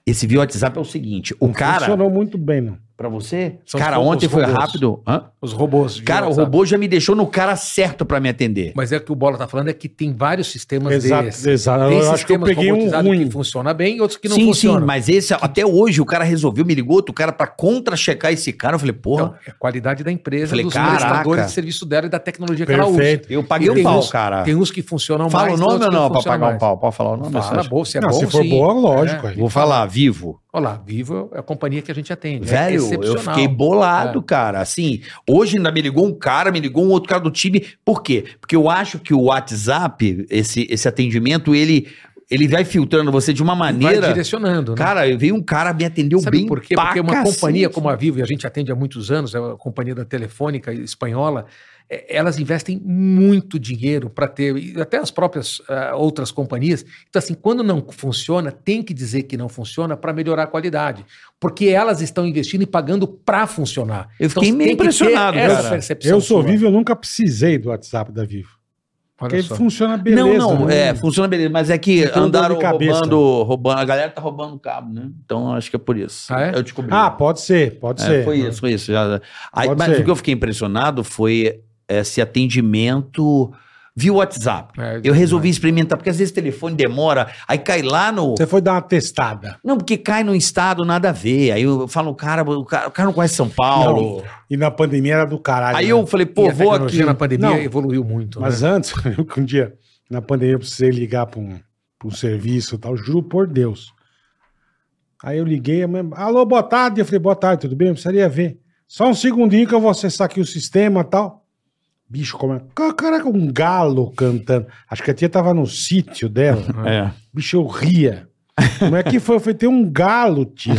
[SPEAKER 3] Esse via WhatsApp é o seguinte: o cara.
[SPEAKER 4] Hum, funcionou muito bem, não.
[SPEAKER 3] Pra você?
[SPEAKER 2] São
[SPEAKER 3] cara,
[SPEAKER 2] os robôs,
[SPEAKER 3] ontem foi
[SPEAKER 2] robôs.
[SPEAKER 3] rápido. Hã?
[SPEAKER 2] os robôs. de
[SPEAKER 3] Cara, o
[SPEAKER 2] WhatsApp.
[SPEAKER 3] robô já me deixou no cara certo pra me atender.
[SPEAKER 2] Mas é o que o Bola tá falando é que tem vários sistemas
[SPEAKER 4] Exato,
[SPEAKER 2] desses.
[SPEAKER 4] exato. Eu
[SPEAKER 2] Tem
[SPEAKER 4] acho que eu
[SPEAKER 2] sistemas
[SPEAKER 4] peguei um
[SPEAKER 2] robotizados
[SPEAKER 4] ruim.
[SPEAKER 2] que funciona bem e outros que não
[SPEAKER 3] sim,
[SPEAKER 2] funcionam.
[SPEAKER 3] sim, mas esse até hoje o cara resolveu, me ligou outro cara pra contra-checar esse cara. Eu falei, porra,
[SPEAKER 2] Então, é a qualidade da empresa,
[SPEAKER 3] Falei,
[SPEAKER 2] dos
[SPEAKER 3] caraca.
[SPEAKER 2] prestadores de serviço dela e da tecnologia que ela usa.
[SPEAKER 4] Perfeito.
[SPEAKER 3] eu paguei
[SPEAKER 2] e
[SPEAKER 3] um
[SPEAKER 2] tem
[SPEAKER 3] pau,
[SPEAKER 2] uns-
[SPEAKER 3] cara.
[SPEAKER 2] Tem uns que funcionam
[SPEAKER 3] Fala o
[SPEAKER 2] mais.
[SPEAKER 3] nome
[SPEAKER 2] outros
[SPEAKER 3] ou
[SPEAKER 2] que
[SPEAKER 3] não pra
[SPEAKER 2] funcionam
[SPEAKER 3] pagar um
[SPEAKER 2] mais.
[SPEAKER 3] pau? Pode falar o nome?
[SPEAKER 2] Fala na
[SPEAKER 3] Sérgio?
[SPEAKER 2] bolsa, é
[SPEAKER 4] Não,
[SPEAKER 2] bom
[SPEAKER 4] se for
[SPEAKER 2] sim.
[SPEAKER 4] boa, lógico.
[SPEAKER 2] É.
[SPEAKER 4] aí.
[SPEAKER 3] Vou falar, vivo.
[SPEAKER 2] Olha lá, Vivo é a companhia que a gente atende. é
[SPEAKER 3] Velho, eu
[SPEAKER 2] excepcional. É.
[SPEAKER 3] fiquei bolado, cara. Assim, hoje ainda me ligou um cara, me ligou um outro cara do time. Por quê? Porque eu acho que o WhatsApp, esse, esse atendimento, ele, ele vai filtrando você de uma
[SPEAKER 2] Vai
[SPEAKER 3] maneira.
[SPEAKER 2] direcionando, né?
[SPEAKER 3] Cara, eu vi um cara me atendeu
[SPEAKER 2] Sabe
[SPEAKER 3] bem.
[SPEAKER 2] por quê?
[SPEAKER 3] pra
[SPEAKER 2] Porque é uma
[SPEAKER 3] cacete.
[SPEAKER 2] companhia como a Vivo, e a gente atende há muitos anos, é a companhia da Telefônica espanhola, é, elas investem muito dinheiro para ter, e até as próprias ah, outras companhias. Então, assim, quando não funciona, tem que dizer que não funciona para melhorar a qualidade. Porque elas estão investindo e pagando para funcionar.
[SPEAKER 3] Eu
[SPEAKER 2] Então,
[SPEAKER 3] fiquei
[SPEAKER 2] você
[SPEAKER 3] meio
[SPEAKER 2] tem que ter
[SPEAKER 3] impressionado,
[SPEAKER 2] essa
[SPEAKER 3] cara.
[SPEAKER 2] percepção
[SPEAKER 4] Eu sou
[SPEAKER 2] sua.
[SPEAKER 4] vivo, eu nunca precisei do WhatsApp da Vivo.
[SPEAKER 2] Olha
[SPEAKER 4] Porque
[SPEAKER 2] só.
[SPEAKER 4] funciona beleza. né?
[SPEAKER 3] não, não,
[SPEAKER 2] né?
[SPEAKER 3] é, funciona beleza, mas é que
[SPEAKER 4] Então,
[SPEAKER 3] andaram
[SPEAKER 4] dor de cabeça.
[SPEAKER 3] roubando, roubando, a galera tá roubando o cabo, né? Então acho que é por isso.
[SPEAKER 2] Ah, é?
[SPEAKER 3] Eu descobri.
[SPEAKER 4] Ah, pode ser, pode
[SPEAKER 3] É,
[SPEAKER 4] ser.
[SPEAKER 3] foi isso, foi isso. já- Aí,
[SPEAKER 4] Pode
[SPEAKER 3] mas
[SPEAKER 4] ser.
[SPEAKER 3] o que eu fiquei impressionado foi esse atendimento via WhatsApp.
[SPEAKER 2] É,
[SPEAKER 3] Eu resolvi experimentar, porque às vezes o telefone demora, aí cai lá no.
[SPEAKER 4] Você foi dar uma testada.
[SPEAKER 3] Não, porque cai num estado nada a ver. Aí eu falo, cara, o cara, o cara não conhece São Paulo.
[SPEAKER 4] E na pandemia era do caralho.
[SPEAKER 3] Aí
[SPEAKER 4] né?
[SPEAKER 3] eu falei,
[SPEAKER 2] E
[SPEAKER 3] pô,
[SPEAKER 2] a
[SPEAKER 3] vou
[SPEAKER 2] tecnologia
[SPEAKER 3] aqui.
[SPEAKER 2] na pandemia
[SPEAKER 4] Não.
[SPEAKER 2] evoluiu muito.
[SPEAKER 4] Mas
[SPEAKER 2] né?
[SPEAKER 4] antes, eu que um dia, na pandemia, eu precisei ligar para um, pra um serviço e tal, juro por Deus. Aí eu liguei, a mulher, alô, boa tarde. Eu falei, boa tarde, tudo bem? Eu precisaria ver. Só um segundinho que eu vou acessar aqui o sistema e tal. Bicho, como é? Ca- Caraca, um galo cantando. Acho que a tia tava no sítio dela.
[SPEAKER 3] É.
[SPEAKER 4] Bicho, eu ria. Como é que foi? Eu falei, tem um galo, tia.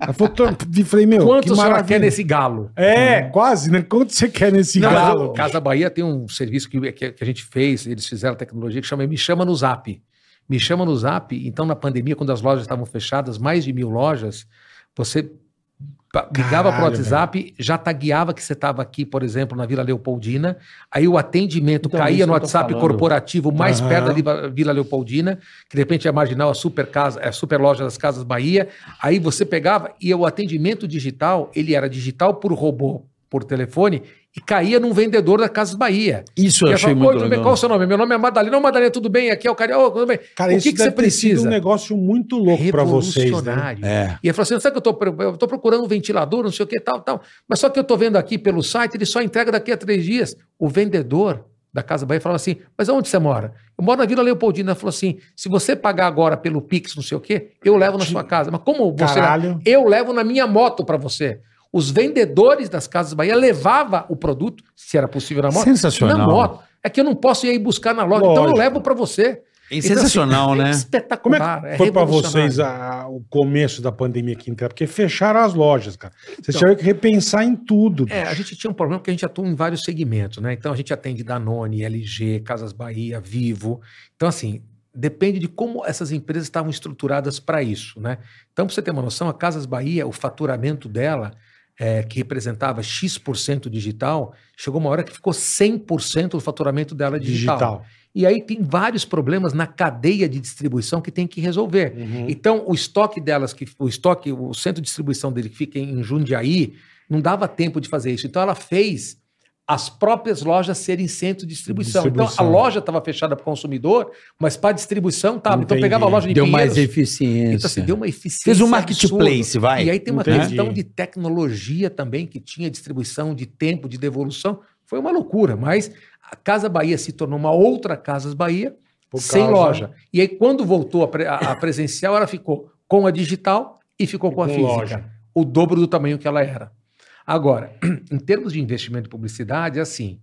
[SPEAKER 4] Ela falou, "Tô-" Eu falei, meu,
[SPEAKER 2] Quanto a senhora
[SPEAKER 4] maravilha."
[SPEAKER 2] quer nesse galo?
[SPEAKER 4] É, quase, né? Quanto você quer nesse
[SPEAKER 2] Não, mas
[SPEAKER 4] galo?
[SPEAKER 2] o Casa Bahia tem um serviço que, que- que a gente fez, eles fizeram tecnologia que chama Me Chama no Zap. Me Chama no Zap, então na pandemia, quando as lojas estavam fechadas, mais de mil lojas, você pa- ligava para o
[SPEAKER 4] Caralho,
[SPEAKER 2] WhatsApp, já tagueava que você estava aqui, por exemplo, na Vila Leopoldina, aí o atendimento
[SPEAKER 3] Então, isso
[SPEAKER 2] caía
[SPEAKER 3] que
[SPEAKER 2] no
[SPEAKER 3] eu tô
[SPEAKER 2] WhatsApp
[SPEAKER 3] falando.
[SPEAKER 2] corporativo mais
[SPEAKER 4] Aham.
[SPEAKER 2] perto da Vila- Vila Leopoldina, que de repente é marginal, a super, casa, a super loja das Casas Bahia, aí você pegava e o atendimento digital, ele era digital por robô, por telefone, e caía num vendedor da Casas Bahia.
[SPEAKER 3] Isso
[SPEAKER 2] E
[SPEAKER 3] eu
[SPEAKER 2] ela
[SPEAKER 3] achei
[SPEAKER 2] falava, "Oi,
[SPEAKER 3] muito
[SPEAKER 2] tudo bem,
[SPEAKER 3] legal.
[SPEAKER 2] qual é o seu nome? Meu nome é Madalena. Ô, Madalena, tudo bem? Aqui é o Carioca, tudo bem?
[SPEAKER 4] Cara,
[SPEAKER 2] o
[SPEAKER 4] isso
[SPEAKER 2] que, que você
[SPEAKER 4] deve ter sido
[SPEAKER 2] precisa?
[SPEAKER 4] um negócio muito louco pra vocês, né?
[SPEAKER 2] Revolucionário.
[SPEAKER 3] É.
[SPEAKER 2] E ele falou assim, sabe que eu tô, pro- eu tô procurando um ventilador, não sei o que, tal, tal. Mas só que eu tô vendo aqui pelo site, ele só entrega daqui a três dias. O vendedor da Casa Bahia falou assim, mas onde você mora? Eu moro na Vila Leopoldina. Ele falou assim, se você pagar agora pelo Pix, não sei o que, eu levo na sua casa. Mas como você... é
[SPEAKER 4] Caralho.
[SPEAKER 2] Eu levo na minha moto pra você. Os vendedores das Casas Bahia levava o produto, se era possível na moto,
[SPEAKER 3] Sensacional.
[SPEAKER 2] na moto. É que eu não posso ir aí buscar na loja, então eu
[SPEAKER 4] Lógico.
[SPEAKER 2] levo pra você.
[SPEAKER 3] É sensacional,
[SPEAKER 2] Então, assim, é
[SPEAKER 3] né?
[SPEAKER 2] Espetacular.
[SPEAKER 4] Como é que foi pra
[SPEAKER 2] revolucionário.
[SPEAKER 4] vocês a- o começo da pandemia aqui em Trap? Porque fecharam as lojas, cara. Vocês tiveram que repensar em tudo.
[SPEAKER 2] Então. É, a gente tinha um problema porque a gente atua em vários segmentos, né? Então a gente atende Danone, LG, Casas Bahia, Vivo. Então, assim, depende de como essas empresas estavam estruturadas para isso, né? Então, para você ter uma noção, a Casas Bahia, o faturamento dela, é, que representava X% digital, chegou uma hora que ficou 100% do faturamento dela digital.
[SPEAKER 4] digital.
[SPEAKER 2] E aí tem vários problemas na cadeia de distribuição que tem que resolver.
[SPEAKER 4] Uhum.
[SPEAKER 2] Então, o estoque delas, que o estoque, o centro de distribuição dele que fica em Jundiaí, não dava tempo de fazer isso. Então, ela fez as próprias lojas serem centro de distribuição. Então,
[SPEAKER 4] Distribuição.
[SPEAKER 2] a loja estava fechada para o consumidor, mas para a distribuição estava. Então,
[SPEAKER 4] Entendi.
[SPEAKER 2] pegava a loja de
[SPEAKER 3] Deu mais
[SPEAKER 2] Pinheiros,
[SPEAKER 3] eficiência.
[SPEAKER 2] então, assim, deu uma eficiência.
[SPEAKER 3] Fez um
[SPEAKER 2] absurda.
[SPEAKER 3] marketplace, vai.
[SPEAKER 2] E aí tem uma
[SPEAKER 4] Entendi.
[SPEAKER 2] questão de tecnologia também que tinha, distribuição de tempo, de devolução. Foi uma loucura, mas a Casa Bahia se tornou uma outra Casas Bahia
[SPEAKER 4] Por
[SPEAKER 2] sem
[SPEAKER 4] causa-
[SPEAKER 2] loja. E aí, quando voltou a, pre- a- a presencial, ela ficou com a digital e ficou com a
[SPEAKER 4] com
[SPEAKER 2] física.
[SPEAKER 4] loja.
[SPEAKER 2] O dobro do tamanho que ela era. Agora, em termos de investimento em publicidade, é assim,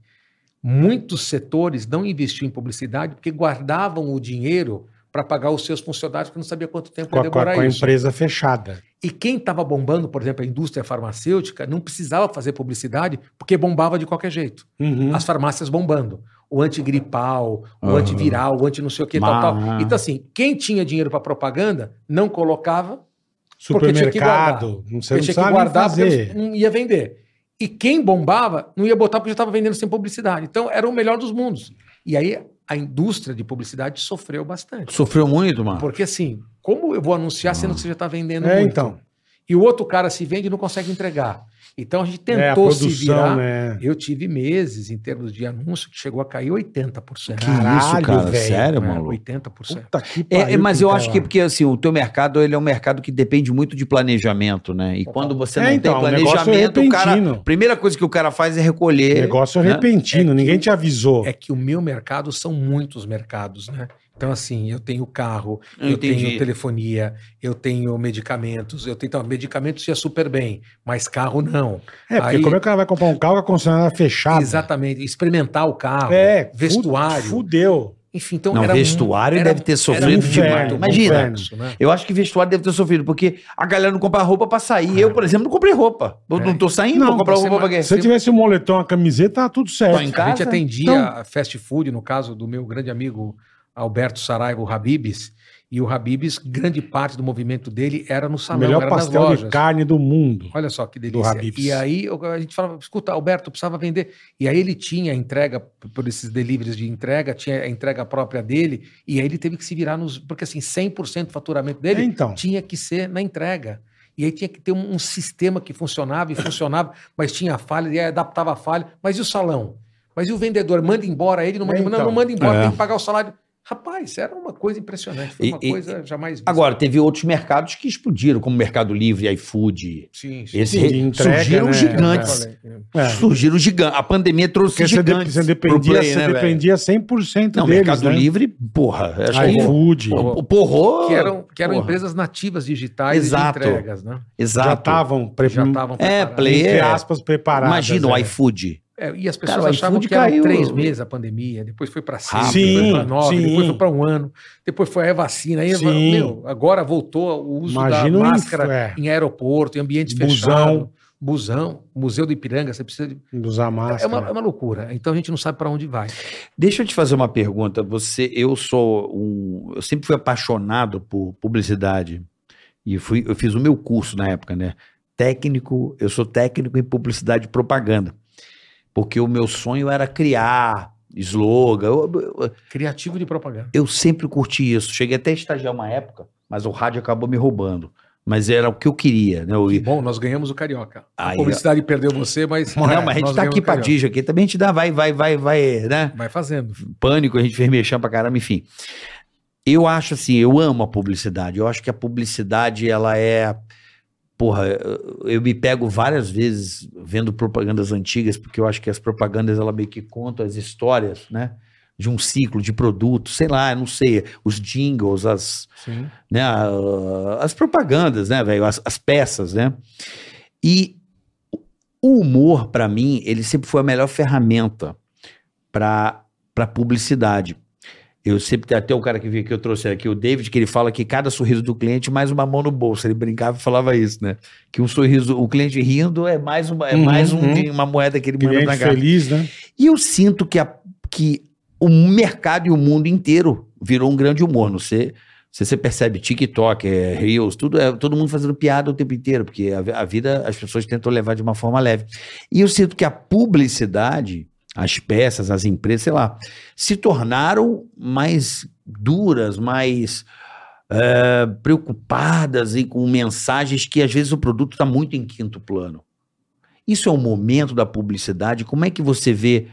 [SPEAKER 2] muitos setores não investiam em publicidade porque guardavam o dinheiro para pagar os seus funcionários, porque não sabia quanto tempo
[SPEAKER 4] Com
[SPEAKER 2] ia
[SPEAKER 4] a, com a-
[SPEAKER 2] demorar
[SPEAKER 4] com a
[SPEAKER 2] isso.
[SPEAKER 4] empresa fechada.
[SPEAKER 2] E quem estava bombando, por exemplo, a indústria farmacêutica, não precisava fazer publicidade porque bombava de qualquer jeito. As farmácias bombando. O antigripal, o
[SPEAKER 3] Aham.
[SPEAKER 2] antiviral, o anti não sei o que, tal,
[SPEAKER 3] Mas-
[SPEAKER 2] tal. Então, assim, quem tinha dinheiro para propaganda não colocava, Porque tinha que
[SPEAKER 4] Supermercado. Não sei,
[SPEAKER 2] porque
[SPEAKER 4] não sabe
[SPEAKER 2] tinha que
[SPEAKER 4] nem
[SPEAKER 2] guardar porque
[SPEAKER 4] fazer.
[SPEAKER 2] não ia vender. E quem bombava não ia botar porque já estava vendendo sem publicidade. Então, era o melhor dos mundos. E aí, a indústria de publicidade sofreu bastante.
[SPEAKER 3] Sofreu muito, mano.
[SPEAKER 2] Porque, assim, como eu vou anunciar sendo que você já está vendendo
[SPEAKER 4] É,
[SPEAKER 2] muito?
[SPEAKER 4] então.
[SPEAKER 2] e o outro cara se vende e não consegue entregar. Então a gente tentou
[SPEAKER 4] é, a
[SPEAKER 2] se virar.
[SPEAKER 4] produção, né?
[SPEAKER 2] Eu tive meses em termos de anúncio que chegou a cair 80%.
[SPEAKER 3] Que
[SPEAKER 4] Caralho,
[SPEAKER 3] isso, cara?
[SPEAKER 4] velho.
[SPEAKER 3] Sério,
[SPEAKER 2] É,
[SPEAKER 3] maluco?
[SPEAKER 2] 80%.
[SPEAKER 4] Puta que
[SPEAKER 3] É, é,
[SPEAKER 4] pariu,
[SPEAKER 3] mas eu acho
[SPEAKER 4] cara.
[SPEAKER 3] que é porque assim, o teu mercado ele é um mercado que depende muito de planejamento, né? E quando você não
[SPEAKER 4] É,
[SPEAKER 3] tem
[SPEAKER 4] então, o negócio é
[SPEAKER 3] planejamento, o cara.
[SPEAKER 4] repentino.
[SPEAKER 3] A primeira coisa que o cara faz é recolher.
[SPEAKER 4] Negócio é
[SPEAKER 3] né?
[SPEAKER 4] repentino, ninguém te avisou.
[SPEAKER 2] É que o meu mercado são muitos mercados, né? Então, assim, eu tenho carro, eu,
[SPEAKER 3] Eu entendi.
[SPEAKER 2] tenho telefonia, eu tenho medicamentos, eu tenho. Então, medicamentos ia super bem, mas carro não.
[SPEAKER 4] É, porque
[SPEAKER 2] Aí-
[SPEAKER 4] como é que o cara vai comprar um carro com a concessionária
[SPEAKER 3] Tá, né?
[SPEAKER 4] fechada?
[SPEAKER 2] Exatamente. Experimentar o carro,
[SPEAKER 4] É, fu-
[SPEAKER 2] vestuário.
[SPEAKER 4] Fudeu.
[SPEAKER 2] Enfim, então
[SPEAKER 3] Não,
[SPEAKER 4] um
[SPEAKER 2] era mu-
[SPEAKER 3] vestuário
[SPEAKER 2] era-
[SPEAKER 3] deve ter
[SPEAKER 2] era um
[SPEAKER 3] sofrido
[SPEAKER 2] muito
[SPEAKER 3] demais.
[SPEAKER 4] inferno, um
[SPEAKER 3] Imagina.
[SPEAKER 4] inferno.
[SPEAKER 2] complexo, né?
[SPEAKER 3] Eu acho que vestuário deve ter sofrido, porque a galera não compra roupa pra sair. Eu, por exemplo, não comprei roupa. Eu
[SPEAKER 2] É.
[SPEAKER 3] não tô saindo,
[SPEAKER 4] Não,
[SPEAKER 3] vou comprar
[SPEAKER 2] você
[SPEAKER 3] roupa pra quê?
[SPEAKER 4] Se eu tivesse um moletom, uma camiseta, tá tudo certo.
[SPEAKER 3] Tô em
[SPEAKER 2] A gente
[SPEAKER 3] É, casa?
[SPEAKER 2] atendia
[SPEAKER 4] Então-
[SPEAKER 2] fast food, no caso do meu grande amigo Alberto Saraiva, o Habibs, e o Habibs, grande parte do movimento dele era no
[SPEAKER 4] O
[SPEAKER 2] salão,
[SPEAKER 4] melhor
[SPEAKER 2] era nas
[SPEAKER 4] pastel
[SPEAKER 2] lojas.
[SPEAKER 4] de carne do mundo.
[SPEAKER 2] Olha só que
[SPEAKER 4] Do
[SPEAKER 2] delícia.
[SPEAKER 4] Habib's.
[SPEAKER 2] E aí eu- a gente falava, escuta, Alberto, eu precisava vender. E aí ele tinha a entrega p- por esses deliveries de entrega, tinha a entrega própria dele, e aí ele teve que se virar nos. Porque assim, 100% do faturamento
[SPEAKER 4] É,
[SPEAKER 2] dele
[SPEAKER 4] então.
[SPEAKER 2] tinha que ser na entrega. E aí tinha que ter um, um sistema que funcionava e funcionava, mas tinha falha, e aí adaptava a falha. Mas e o salão? Mas e o vendedor? Manda embora ele, não manda
[SPEAKER 4] É,
[SPEAKER 2] embora.
[SPEAKER 4] então.
[SPEAKER 2] Não, não manda embora,
[SPEAKER 3] É.
[SPEAKER 2] tem que pagar o salário. Rapaz, era uma coisa impressionante, foi
[SPEAKER 3] E-
[SPEAKER 2] uma
[SPEAKER 3] e-
[SPEAKER 2] coisa jamais vista.
[SPEAKER 3] Agora, teve outros mercados que explodiram, como Mercado Livre, iFood.
[SPEAKER 2] sim, né? sim.
[SPEAKER 3] Esse
[SPEAKER 4] Sim, de entrega,
[SPEAKER 3] surgiram
[SPEAKER 4] né?
[SPEAKER 3] gigantes.
[SPEAKER 2] Eu falei,
[SPEAKER 4] É.
[SPEAKER 3] Surgiram gigantes. A pandemia trouxe
[SPEAKER 4] Porque você, de-
[SPEAKER 3] gigantes.
[SPEAKER 4] você
[SPEAKER 3] pro
[SPEAKER 4] dependia,
[SPEAKER 3] play,
[SPEAKER 4] você
[SPEAKER 3] né, velho?
[SPEAKER 4] dependia 100%
[SPEAKER 3] Não,
[SPEAKER 4] deles,
[SPEAKER 3] Mercado
[SPEAKER 4] né?
[SPEAKER 3] Livre, porra. Acho que
[SPEAKER 4] iFood.
[SPEAKER 3] o- o porrou.
[SPEAKER 2] Que um- eram, que eram
[SPEAKER 3] porra.
[SPEAKER 2] empresas nativas digitais e de
[SPEAKER 3] Exato.
[SPEAKER 2] entregas, né?
[SPEAKER 3] Exato.
[SPEAKER 4] Já estavam pre...
[SPEAKER 2] Já estavam
[SPEAKER 3] É,
[SPEAKER 2] preparadas.
[SPEAKER 3] play.
[SPEAKER 4] entre
[SPEAKER 3] é.
[SPEAKER 4] aspas preparadas.
[SPEAKER 3] Imagina o
[SPEAKER 4] né?
[SPEAKER 3] iFood.
[SPEAKER 2] É, e as pessoas
[SPEAKER 3] Cara, o
[SPEAKER 2] achavam
[SPEAKER 3] iFood
[SPEAKER 2] que eram
[SPEAKER 3] caiu-
[SPEAKER 2] três meses a pandemia, depois foi para seis,
[SPEAKER 3] Rápido.
[SPEAKER 2] depois
[SPEAKER 4] Sim,
[SPEAKER 2] para nove, depois
[SPEAKER 4] sim.
[SPEAKER 2] foi para um ano, depois foi a vacina. Aí,
[SPEAKER 4] Sim.
[SPEAKER 2] meu, agora voltou o uso
[SPEAKER 4] Imagina o
[SPEAKER 2] da
[SPEAKER 4] inf-
[SPEAKER 2] máscara
[SPEAKER 4] é.
[SPEAKER 2] em aeroporto, em ambiente
[SPEAKER 4] Busão.
[SPEAKER 2] fechado. Busão, Museu do Ipiranga, você precisa de...
[SPEAKER 4] Usar máscara.
[SPEAKER 2] É uma, é uma loucura. Então a gente não sabe para onde vai.
[SPEAKER 3] Deixa eu te fazer uma pergunta. Você, eu sou um, eu sempre fui apaixonado por publicidade e fui, eu fiz o meu curso na época, né? Técnico, eu sou técnico em publicidade e propaganda, porque o meu sonho era criar slogan. Eu, eu-
[SPEAKER 2] Criativo de propaganda.
[SPEAKER 3] eu sempre curti isso. Cheguei até a estagiar uma época, mas o rádio acabou me roubando. Mas era o que eu queria, né? Eu,
[SPEAKER 2] Bom, nós ganhamos o Carioca. a
[SPEAKER 3] Aí,
[SPEAKER 2] publicidade perdeu você, mas.
[SPEAKER 3] não, mas a gente
[SPEAKER 2] É, nós
[SPEAKER 3] tá aqui pra
[SPEAKER 2] ganhamos o Carioca.
[SPEAKER 3] Dijo aqui, também a gente dá, vai, vai, vai, vai, né?
[SPEAKER 2] Vai fazendo.
[SPEAKER 3] pânico, a gente fez merchan pra caramba, enfim. Eu acho assim, eu amo a publicidade. Eu acho que a publicidade, ela é. Porra, eu- eu me pego várias vezes vendo propagandas antigas, porque eu acho que as propagandas, ela meio que contam as histórias, né? De um ciclo de produto, sei lá, eu não sei, os jingles, as,
[SPEAKER 2] Sim.
[SPEAKER 3] né, a- as propagandas, né, velho, as, as peças, né? E o humor, pra mim, ele sempre foi a melhor ferramenta pra para publicidade. Eu sempre tem até o cara que veio que eu trouxe aqui, o David, que ele fala que cada sorriso do cliente é mais uma mão no bolso. Ele brincava e falava isso, né? Que um sorriso, o cliente rindo é mais uma, é
[SPEAKER 4] Uhum,
[SPEAKER 3] mais um-
[SPEAKER 4] uhum.
[SPEAKER 3] uma moeda que ele manda
[SPEAKER 4] Cliente
[SPEAKER 3] pra cá.
[SPEAKER 4] feliz, né?
[SPEAKER 3] E eu sinto que, a- que o mercado e o mundo inteiro virou um grande humor. Não sei se você percebe TikTok, é, Reels, tudo, é, todo mundo fazendo piada o tempo inteiro, porque a, vi- a vida as pessoas tentam levar de uma forma leve. E eu sinto que a publicidade, as peças, as empresas, sei lá, se tornaram mais duras, mais é, preocupadas e com mensagens que às vezes o produto está muito em quinto plano. Isso é um momento da publicidade. Como é que você vê?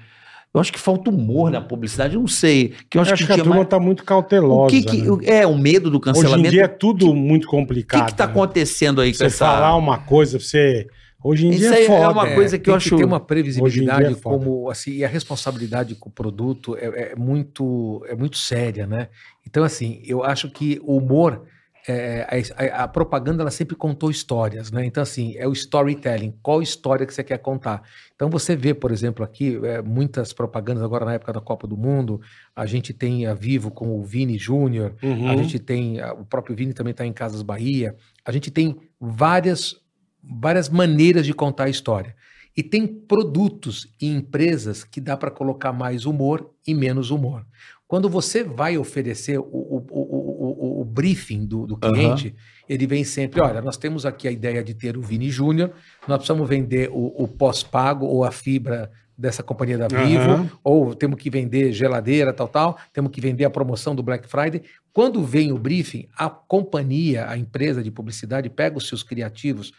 [SPEAKER 3] Eu acho que falta humor na publicidade. Eu não sei. Que eu
[SPEAKER 4] Eu
[SPEAKER 3] acho, que,
[SPEAKER 4] a
[SPEAKER 3] tinha
[SPEAKER 4] turma
[SPEAKER 3] mais-
[SPEAKER 4] tá muito
[SPEAKER 3] o
[SPEAKER 4] cautelosa.
[SPEAKER 3] que que-
[SPEAKER 4] né?
[SPEAKER 3] o- é o medo do
[SPEAKER 4] Hoje em
[SPEAKER 3] cancelamento?
[SPEAKER 4] dia é tudo muito
[SPEAKER 3] o que tá
[SPEAKER 4] complicado.
[SPEAKER 3] que está
[SPEAKER 4] né?
[SPEAKER 3] acontecendo aí com
[SPEAKER 4] Você
[SPEAKER 3] essa?
[SPEAKER 4] falar um uma coisa, você. Hoje em
[SPEAKER 3] Isso
[SPEAKER 4] dia
[SPEAKER 3] aí
[SPEAKER 4] é
[SPEAKER 3] é
[SPEAKER 4] foda.
[SPEAKER 3] uma
[SPEAKER 2] É,
[SPEAKER 3] coisa que
[SPEAKER 2] tem
[SPEAKER 3] eu acho-
[SPEAKER 2] ter uma
[SPEAKER 4] Hoje
[SPEAKER 2] previsibilidade
[SPEAKER 4] em dia é foda.
[SPEAKER 2] como assim e a responsabilidade com o produto é, é muito é muito séria, né? Então assim eu acho que o humor é, a, a- a propaganda ela sempre contou histórias, né? Então assim é o storytelling, qual história que você quer contar? Então você vê, por exemplo, aqui é, muitas propagandas agora na época da Copa do Mundo, a gente tem a Vivo com o Vini Júnior,
[SPEAKER 4] Uhum.
[SPEAKER 2] a gente tem, ah, o próprio Vini também está em Casas Bahia. A gente tem várias, várias maneiras de contar a história. E tem produtos e empresas que dá para colocar mais humor e menos humor. Quando você vai oferecer o, o, o, o, o- o briefing do, do cliente, ele vem sempre: olha, nós temos aqui a ideia de ter o Vini Júnior, nós precisamos vender o, o pós-pago ou a fibra dessa companhia da Vivo,
[SPEAKER 4] Aham.
[SPEAKER 2] ou temos que vender geladeira, tal, tal, temos que vender a promoção do Black Friday. Quando vem o briefing, a companhia, a empresa de publicidade, pega os seus criativos,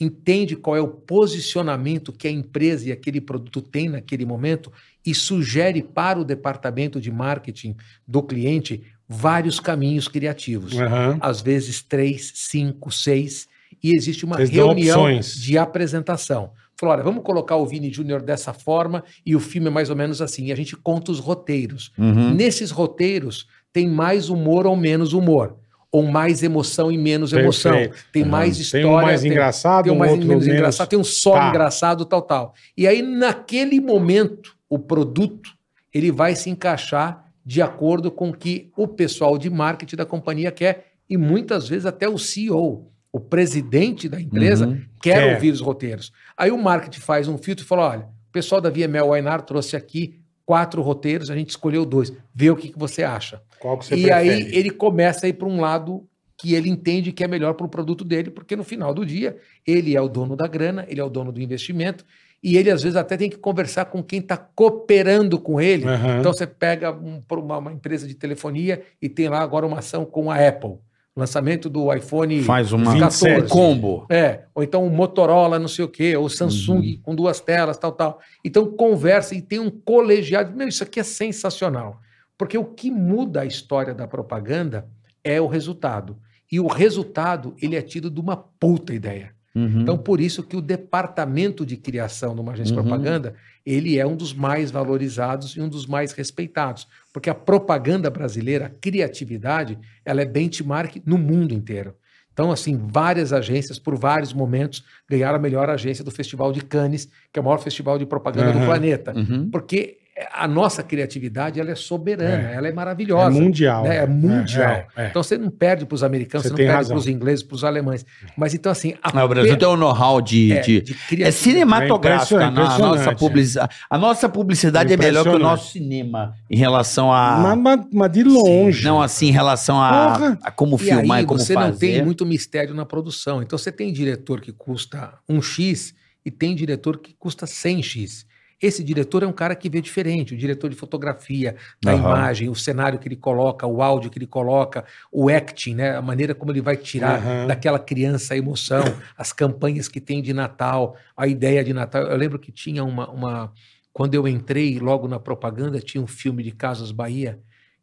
[SPEAKER 2] entende qual é o posicionamento que a empresa e aquele produto tem naquele momento e sugere para o departamento de marketing do cliente vários caminhos criativos
[SPEAKER 4] Aham.
[SPEAKER 2] às vezes três, cinco, seis, e existe uma
[SPEAKER 4] Vocês dão
[SPEAKER 2] reunião
[SPEAKER 4] opções.
[SPEAKER 2] de apresentação. Falou, olha, vamos colocar o Vini Júnior dessa forma e o filme é mais ou menos assim. E a gente conta os roteiros.
[SPEAKER 3] Uhum.
[SPEAKER 2] Nesses roteiros tem mais humor ou menos humor, ou mais emoção e menos emoção.
[SPEAKER 4] Perfeito.
[SPEAKER 2] Tem mais
[SPEAKER 4] Tem
[SPEAKER 2] história,
[SPEAKER 4] um mais
[SPEAKER 2] tem-
[SPEAKER 4] engraçado,
[SPEAKER 2] tem um
[SPEAKER 4] um
[SPEAKER 2] mais
[SPEAKER 4] outro
[SPEAKER 2] menos
[SPEAKER 4] menos
[SPEAKER 2] engraçado, tem um só
[SPEAKER 4] Tá.
[SPEAKER 2] engraçado, tal, tal. E aí, naquele momento, o produto ele vai se encaixar de acordo com o que o pessoal de marketing da companhia quer e muitas vezes até o CEO, o presidente da empresa,
[SPEAKER 3] Uhum.
[SPEAKER 2] quer
[SPEAKER 4] Quer.
[SPEAKER 2] ouvir os roteiros. Aí o marketing faz um filtro e fala: olha, o pessoal da Via Mel Wainar trouxe aqui quatro roteiros, a gente escolheu dois, vê o que, que você acha
[SPEAKER 4] Qual que você
[SPEAKER 2] um- e
[SPEAKER 4] prefere?
[SPEAKER 2] aí ele começa a ir para um lado que ele entende que é melhor para o produto dele, porque no final do dia ele é o dono da grana, ele é o dono do investimento, e ele às vezes até tem que conversar com quem está cooperando com ele.
[SPEAKER 4] Aham.
[SPEAKER 2] Então você pega um- por uma, uma empresa de telefonia e tem lá agora uma ação com a Apple, lançamento do iPhone
[SPEAKER 3] Faz uma
[SPEAKER 4] 27.
[SPEAKER 3] um combo.
[SPEAKER 2] é, ou então o Motorola, não sei o quê, ou o Samsung com duas telas, tal, tal. Então conversa e tem um colegiado. Meu, isso aqui é sensacional. Porque o que muda a história da propaganda é o resultado. E o resultado, ele é tido de uma puta ideia.
[SPEAKER 3] Uhum.
[SPEAKER 2] Então, por isso que o departamento de criação de uma agência
[SPEAKER 3] Uhum.
[SPEAKER 2] de propaganda, ele é um dos mais valorizados e um dos mais respeitados. Porque a propaganda brasileira, a criatividade, ela é benchmark no mundo inteiro. Então, assim, várias agências, por vários momentos, ganharam a melhor agência do Festival de Cannes, que é o maior festival de propaganda do
[SPEAKER 4] Aham.
[SPEAKER 2] planeta.
[SPEAKER 3] Uhum.
[SPEAKER 2] Porque a nossa criatividade, ela é soberana,
[SPEAKER 4] É.
[SPEAKER 2] ela é
[SPEAKER 4] É
[SPEAKER 2] maravilhosa.
[SPEAKER 4] mundial.
[SPEAKER 2] né? É mundial.
[SPEAKER 4] É, é.
[SPEAKER 2] Então, você não perde para os americanos,
[SPEAKER 4] Você
[SPEAKER 2] você não
[SPEAKER 4] tem
[SPEAKER 2] perde
[SPEAKER 4] razão. Uhum.
[SPEAKER 2] para os ingleses, para os alemães. Mas, então, assim... a
[SPEAKER 3] Ah, o Brasil
[SPEAKER 2] per-
[SPEAKER 3] tem um know-how de,
[SPEAKER 2] é,
[SPEAKER 3] de-
[SPEAKER 2] de
[SPEAKER 3] É cinematográfica.
[SPEAKER 4] É
[SPEAKER 3] na- a,
[SPEAKER 4] impressionante,
[SPEAKER 3] nossa publicidade, a nossa publicidade é melhor que o nosso cinema em relação
[SPEAKER 4] Ah.
[SPEAKER 2] ah.
[SPEAKER 4] Mas,
[SPEAKER 3] a.
[SPEAKER 4] mas- mas de longe.
[SPEAKER 3] Não, assim, em relação a,
[SPEAKER 4] Porra.
[SPEAKER 3] a como
[SPEAKER 2] E
[SPEAKER 3] filmar
[SPEAKER 2] aí
[SPEAKER 3] e como
[SPEAKER 2] você não
[SPEAKER 3] fazer.
[SPEAKER 2] tem muito mistério na produção. Então você tem diretor que custa um X e tem diretor que custa 100X. Esse diretor é um cara que vê diferente, o diretor de fotografia, da
[SPEAKER 3] Aham.
[SPEAKER 2] imagem, o cenário que ele coloca, o áudio que ele coloca, o acting, né? a maneira como ele vai tirar
[SPEAKER 4] Aham.
[SPEAKER 2] daquela criança a emoção, as campanhas que tem de Natal, a ideia de Natal. Eu lembro que tinha uma, uma- Quando eu entrei logo na propaganda, tinha um filme de Casas Bahia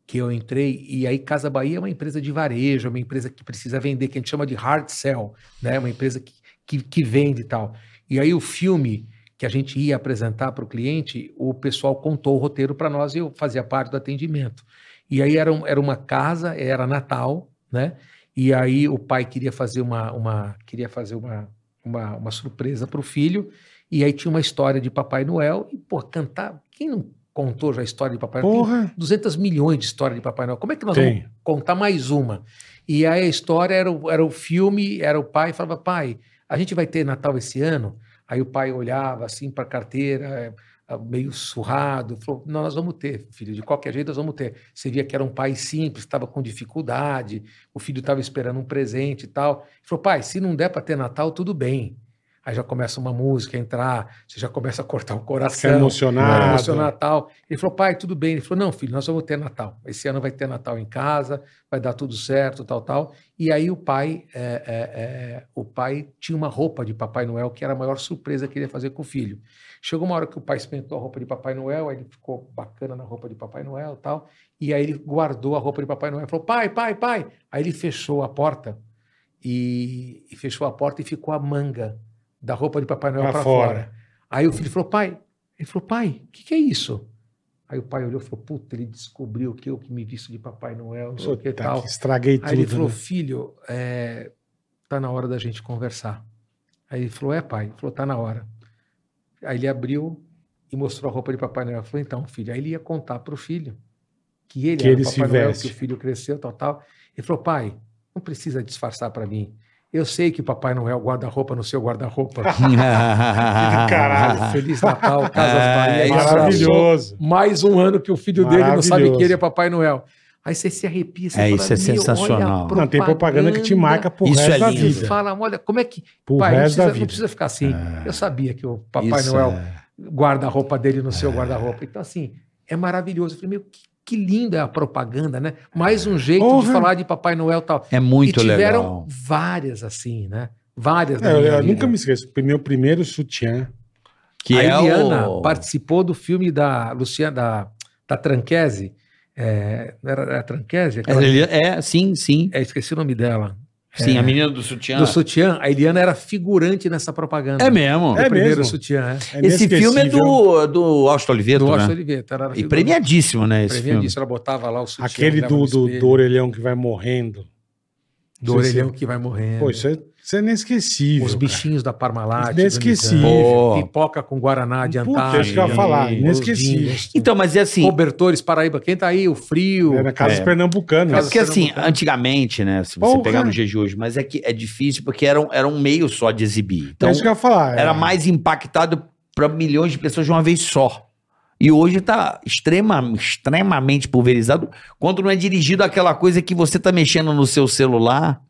[SPEAKER 2] que eu entrei, e aí Casa Bahia é uma empresa de varejo, é uma empresa que precisa vender, que a gente chama de hard sell, né? Uma empresa que, que, que vende e tal. E aí o filme que a gente ia apresentar para o cliente, o pessoal contou o roteiro para nós e eu fazia parte do atendimento. E aí era, um- era uma casa, era Natal, né? E aí o pai queria fazer uma, uma queria fazer uma, uma, uma surpresa para o filho. E aí tinha uma história de Papai Noel e pô, cantar. Quem não contou já a história de Papai Noel. Tem
[SPEAKER 4] Porra.
[SPEAKER 2] 200 milhões de histórias de Papai Noel. Como é que nós
[SPEAKER 4] Tem.
[SPEAKER 2] vamos contar mais uma? E aí a história era o, era o filme, era o pai, falava, pai, a gente vai ter Natal esse ano? Aí o pai olhava assim para a carteira, é, ah, meio surrado, falou, não, nós vamos ter, filho, de qualquer jeito nós vamos ter. Você via que era um pai simples, estava com dificuldade, o filho estava esperando um presente e tal. Ele falou, pai, se não der para ter Natal, tudo bem. Aí já começa uma música a entrar, você já começa a cortar o
[SPEAKER 4] Fica
[SPEAKER 2] coração. Era
[SPEAKER 4] emocionado.
[SPEAKER 2] emocionado Natal. Ele falou, pai, tudo bem. Ele falou, não, filho, nós vamos ter Natal. Esse ano vai ter Natal em casa, vai dar tudo certo, tal, tal. E aí o pai, é, é, é, o pai tinha uma roupa de Papai Noel que era a maior surpresa que ele ia fazer com o filho. Chegou uma hora que o pai experimentou a roupa de Papai Noel, aí ele ficou bacana na roupa de Papai Noel, tal. E aí ele guardou a roupa de Papai Noel. Falou, pai, pai, pai. Aí ele fechou a porta e, e fechou a porta e ficou a manga da roupa de Papai Noel
[SPEAKER 4] Pra
[SPEAKER 2] para
[SPEAKER 4] fora.
[SPEAKER 2] fora. Aí o filho falou, pai, ele falou, pai, o que, que é isso? Aí o pai olhou e falou, puta, ele descobriu que eu que me visto de Papai Noel, não sei o que e
[SPEAKER 4] Puta,
[SPEAKER 2] tal.
[SPEAKER 4] que tá estraguei
[SPEAKER 2] Aí ele
[SPEAKER 4] tudo.
[SPEAKER 2] falou,
[SPEAKER 4] né?
[SPEAKER 2] filho, é, tá na hora da gente conversar. Aí ele falou, é pai. Ele falou, tá na hora. Aí ele abriu e mostrou a roupa de Papai Noel. Ele Falou, então, filho. Aí ele ia contar pro filho que ele
[SPEAKER 4] Que
[SPEAKER 2] era
[SPEAKER 4] ele
[SPEAKER 2] o
[SPEAKER 4] se
[SPEAKER 2] Papai Noel,
[SPEAKER 4] veste.
[SPEAKER 2] que o filho cresceu, tal, tal. Ele falou, pai, não precisa disfarçar para mim. Eu sei que o Papai Noel guarda roupa no seu guarda-roupa. "Ah,
[SPEAKER 4] Caralho.
[SPEAKER 2] Feliz Natal, Casas
[SPEAKER 3] É,
[SPEAKER 2] Bahia.
[SPEAKER 3] isso.
[SPEAKER 2] Ele abraçou
[SPEAKER 4] Maravilhoso.
[SPEAKER 2] mais um ano que o filho dele não sabe
[SPEAKER 4] Maravilhoso.
[SPEAKER 2] que ele é Papai Noel. Aí você se arrepia. Você
[SPEAKER 3] É, isso é
[SPEAKER 2] "Meu, olha a
[SPEAKER 3] sensacional."
[SPEAKER 4] Não, tem propaganda que te marca pro
[SPEAKER 3] Isso
[SPEAKER 4] resto
[SPEAKER 3] é
[SPEAKER 4] da
[SPEAKER 3] lindo.
[SPEAKER 4] vida.
[SPEAKER 2] Fala, olha, como é que.
[SPEAKER 4] Pro
[SPEAKER 2] pai, não
[SPEAKER 4] resto da
[SPEAKER 2] precisa, não
[SPEAKER 4] vida.
[SPEAKER 2] precisa ficar assim. Eu sabia que o Papai
[SPEAKER 3] É. Isso
[SPEAKER 2] Noel
[SPEAKER 3] é-
[SPEAKER 2] guarda a roupa dele no seu guarda-roupa. Então, assim, é maravilhoso. Eu falei, meu, que, que linda é a propaganda, né? Mais um jeito
[SPEAKER 4] Porra.
[SPEAKER 2] de falar de Papai Noel e tal.
[SPEAKER 3] É muito
[SPEAKER 2] e tiveram
[SPEAKER 3] legal.
[SPEAKER 2] várias assim, né? Várias.
[SPEAKER 4] É,
[SPEAKER 2] na
[SPEAKER 4] eu,
[SPEAKER 2] minha
[SPEAKER 4] eu
[SPEAKER 2] vida.
[SPEAKER 4] nunca me esqueço. Meu primeiro sutiã.
[SPEAKER 3] Que
[SPEAKER 2] a
[SPEAKER 3] é
[SPEAKER 2] Eliana
[SPEAKER 3] o...
[SPEAKER 2] participou do filme da Luciana, da, da Tranquese. É, não era, era Tranquese?
[SPEAKER 3] É,
[SPEAKER 2] Aquela-
[SPEAKER 3] Eliana- é, sim, sim.
[SPEAKER 2] é, esqueci o nome dela.
[SPEAKER 4] É.
[SPEAKER 3] Sim, a menina do sutiã.
[SPEAKER 2] Do sutiã, a Eliana era figurante nessa propaganda.
[SPEAKER 3] É mesmo.
[SPEAKER 2] Do
[SPEAKER 4] É
[SPEAKER 2] primeiro
[SPEAKER 4] mesmo?
[SPEAKER 2] sutiã, é.
[SPEAKER 4] É
[SPEAKER 3] Esse filme é do,
[SPEAKER 4] inesquecível.
[SPEAKER 3] do Austin Oliveto,
[SPEAKER 2] Do
[SPEAKER 3] né?
[SPEAKER 2] Austin Oliveto. então Ela era
[SPEAKER 3] E
[SPEAKER 2] figurante.
[SPEAKER 3] premiadíssimo, né? Esse
[SPEAKER 2] Premia
[SPEAKER 3] filme.
[SPEAKER 2] disso, ela botava lá o sutiã.
[SPEAKER 4] Aquele
[SPEAKER 2] olhava
[SPEAKER 4] do,
[SPEAKER 2] no
[SPEAKER 4] do,
[SPEAKER 2] espelho,
[SPEAKER 4] do orelhão que vai morrendo.
[SPEAKER 2] do orelhão
[SPEAKER 4] né?
[SPEAKER 2] que vai morrendo.
[SPEAKER 4] Pô, isso é, isso é inesquecível.
[SPEAKER 2] Os
[SPEAKER 4] cara.
[SPEAKER 2] bichinhos da Parmalat. do
[SPEAKER 4] Inesquecível.
[SPEAKER 2] Nintendo,
[SPEAKER 3] Pô.
[SPEAKER 2] Pipoca com Guaraná adiantado.
[SPEAKER 4] Puta, isso que eu ia
[SPEAKER 3] né?
[SPEAKER 4] falar, inesquecível.
[SPEAKER 3] Então, mas é assim.
[SPEAKER 2] Cobertores, Paraíba. Quem tá aí? O frio.
[SPEAKER 4] Era Casas
[SPEAKER 3] É.
[SPEAKER 4] Pernambucanas.
[SPEAKER 3] É porque assim, antigamente, né? Se você
[SPEAKER 4] um Porra.
[SPEAKER 3] pegar nos dias de hoje, mas é que é difícil porque era um, era um meio só de exibir. Então,
[SPEAKER 4] é isso que eu ia falar. é.
[SPEAKER 3] era mais impactado para milhões de pessoas de uma vez só. E hoje tá extrema, extremamente pulverizado quando não é dirigido àquela coisa que você tá mexendo no seu celular.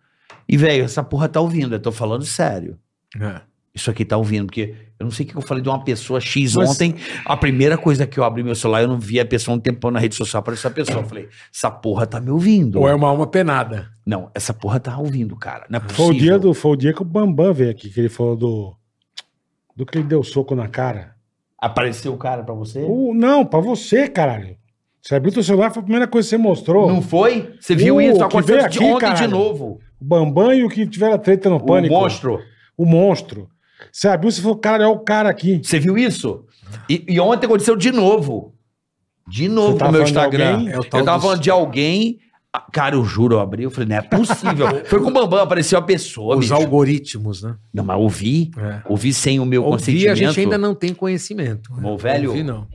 [SPEAKER 3] E, velho, essa porra tá ouvindo. Eu tô falando sério.
[SPEAKER 2] É.
[SPEAKER 3] Isso aqui tá ouvindo, porque eu não sei o que eu falei de uma pessoa X
[SPEAKER 4] Mas-
[SPEAKER 3] ontem. A primeira coisa que eu abri meu celular, eu não vi a pessoa um tempão na rede social para essa pessoa. Eu falei, essa porra tá me ouvindo.
[SPEAKER 2] Ou é uma alma penada.
[SPEAKER 3] Não, essa porra tá ouvindo, cara. Não é possível.
[SPEAKER 4] Foi o, dia do, foi o dia que o Bambam veio aqui, que ele falou do. Do que ele deu soco na cara.
[SPEAKER 3] Apareceu o cara pra você?
[SPEAKER 4] O- não, pra você, caralho. Você abriu teu celular, foi a primeira coisa que você mostrou.
[SPEAKER 3] Não foi? Você viu
[SPEAKER 4] Uh,
[SPEAKER 3] isso?
[SPEAKER 4] que
[SPEAKER 3] Aconteceu
[SPEAKER 4] veio
[SPEAKER 3] de
[SPEAKER 4] aqui,
[SPEAKER 3] ontem de
[SPEAKER 4] caralho.
[SPEAKER 3] novo.
[SPEAKER 4] O Bambam e o que tiveram treta no pânico.
[SPEAKER 3] O monstro.
[SPEAKER 4] O monstro. Você abriu, você falou, cara, é o cara aqui.
[SPEAKER 3] Você viu isso? E, e ontem aconteceu de novo. De novo
[SPEAKER 4] Você tá
[SPEAKER 3] no meu
[SPEAKER 4] falando de alguém?
[SPEAKER 3] Instagram.
[SPEAKER 2] É o
[SPEAKER 3] Eu
[SPEAKER 2] tal
[SPEAKER 3] tava
[SPEAKER 2] do-
[SPEAKER 3] falando de alguém. Ah, Cara, eu juro, eu abri. Eu falei, não é possível. foi com o Bambam, apareceu a pessoa.
[SPEAKER 2] Os
[SPEAKER 3] bicho.
[SPEAKER 2] algoritmos, né?
[SPEAKER 3] Não, mas ouvi.
[SPEAKER 2] É.
[SPEAKER 3] Ouvi sem o meu
[SPEAKER 2] Ouvir
[SPEAKER 3] consentimento.
[SPEAKER 2] a gente ainda não tem conhecimento. né?
[SPEAKER 3] Meu velho.
[SPEAKER 2] Ouvir não.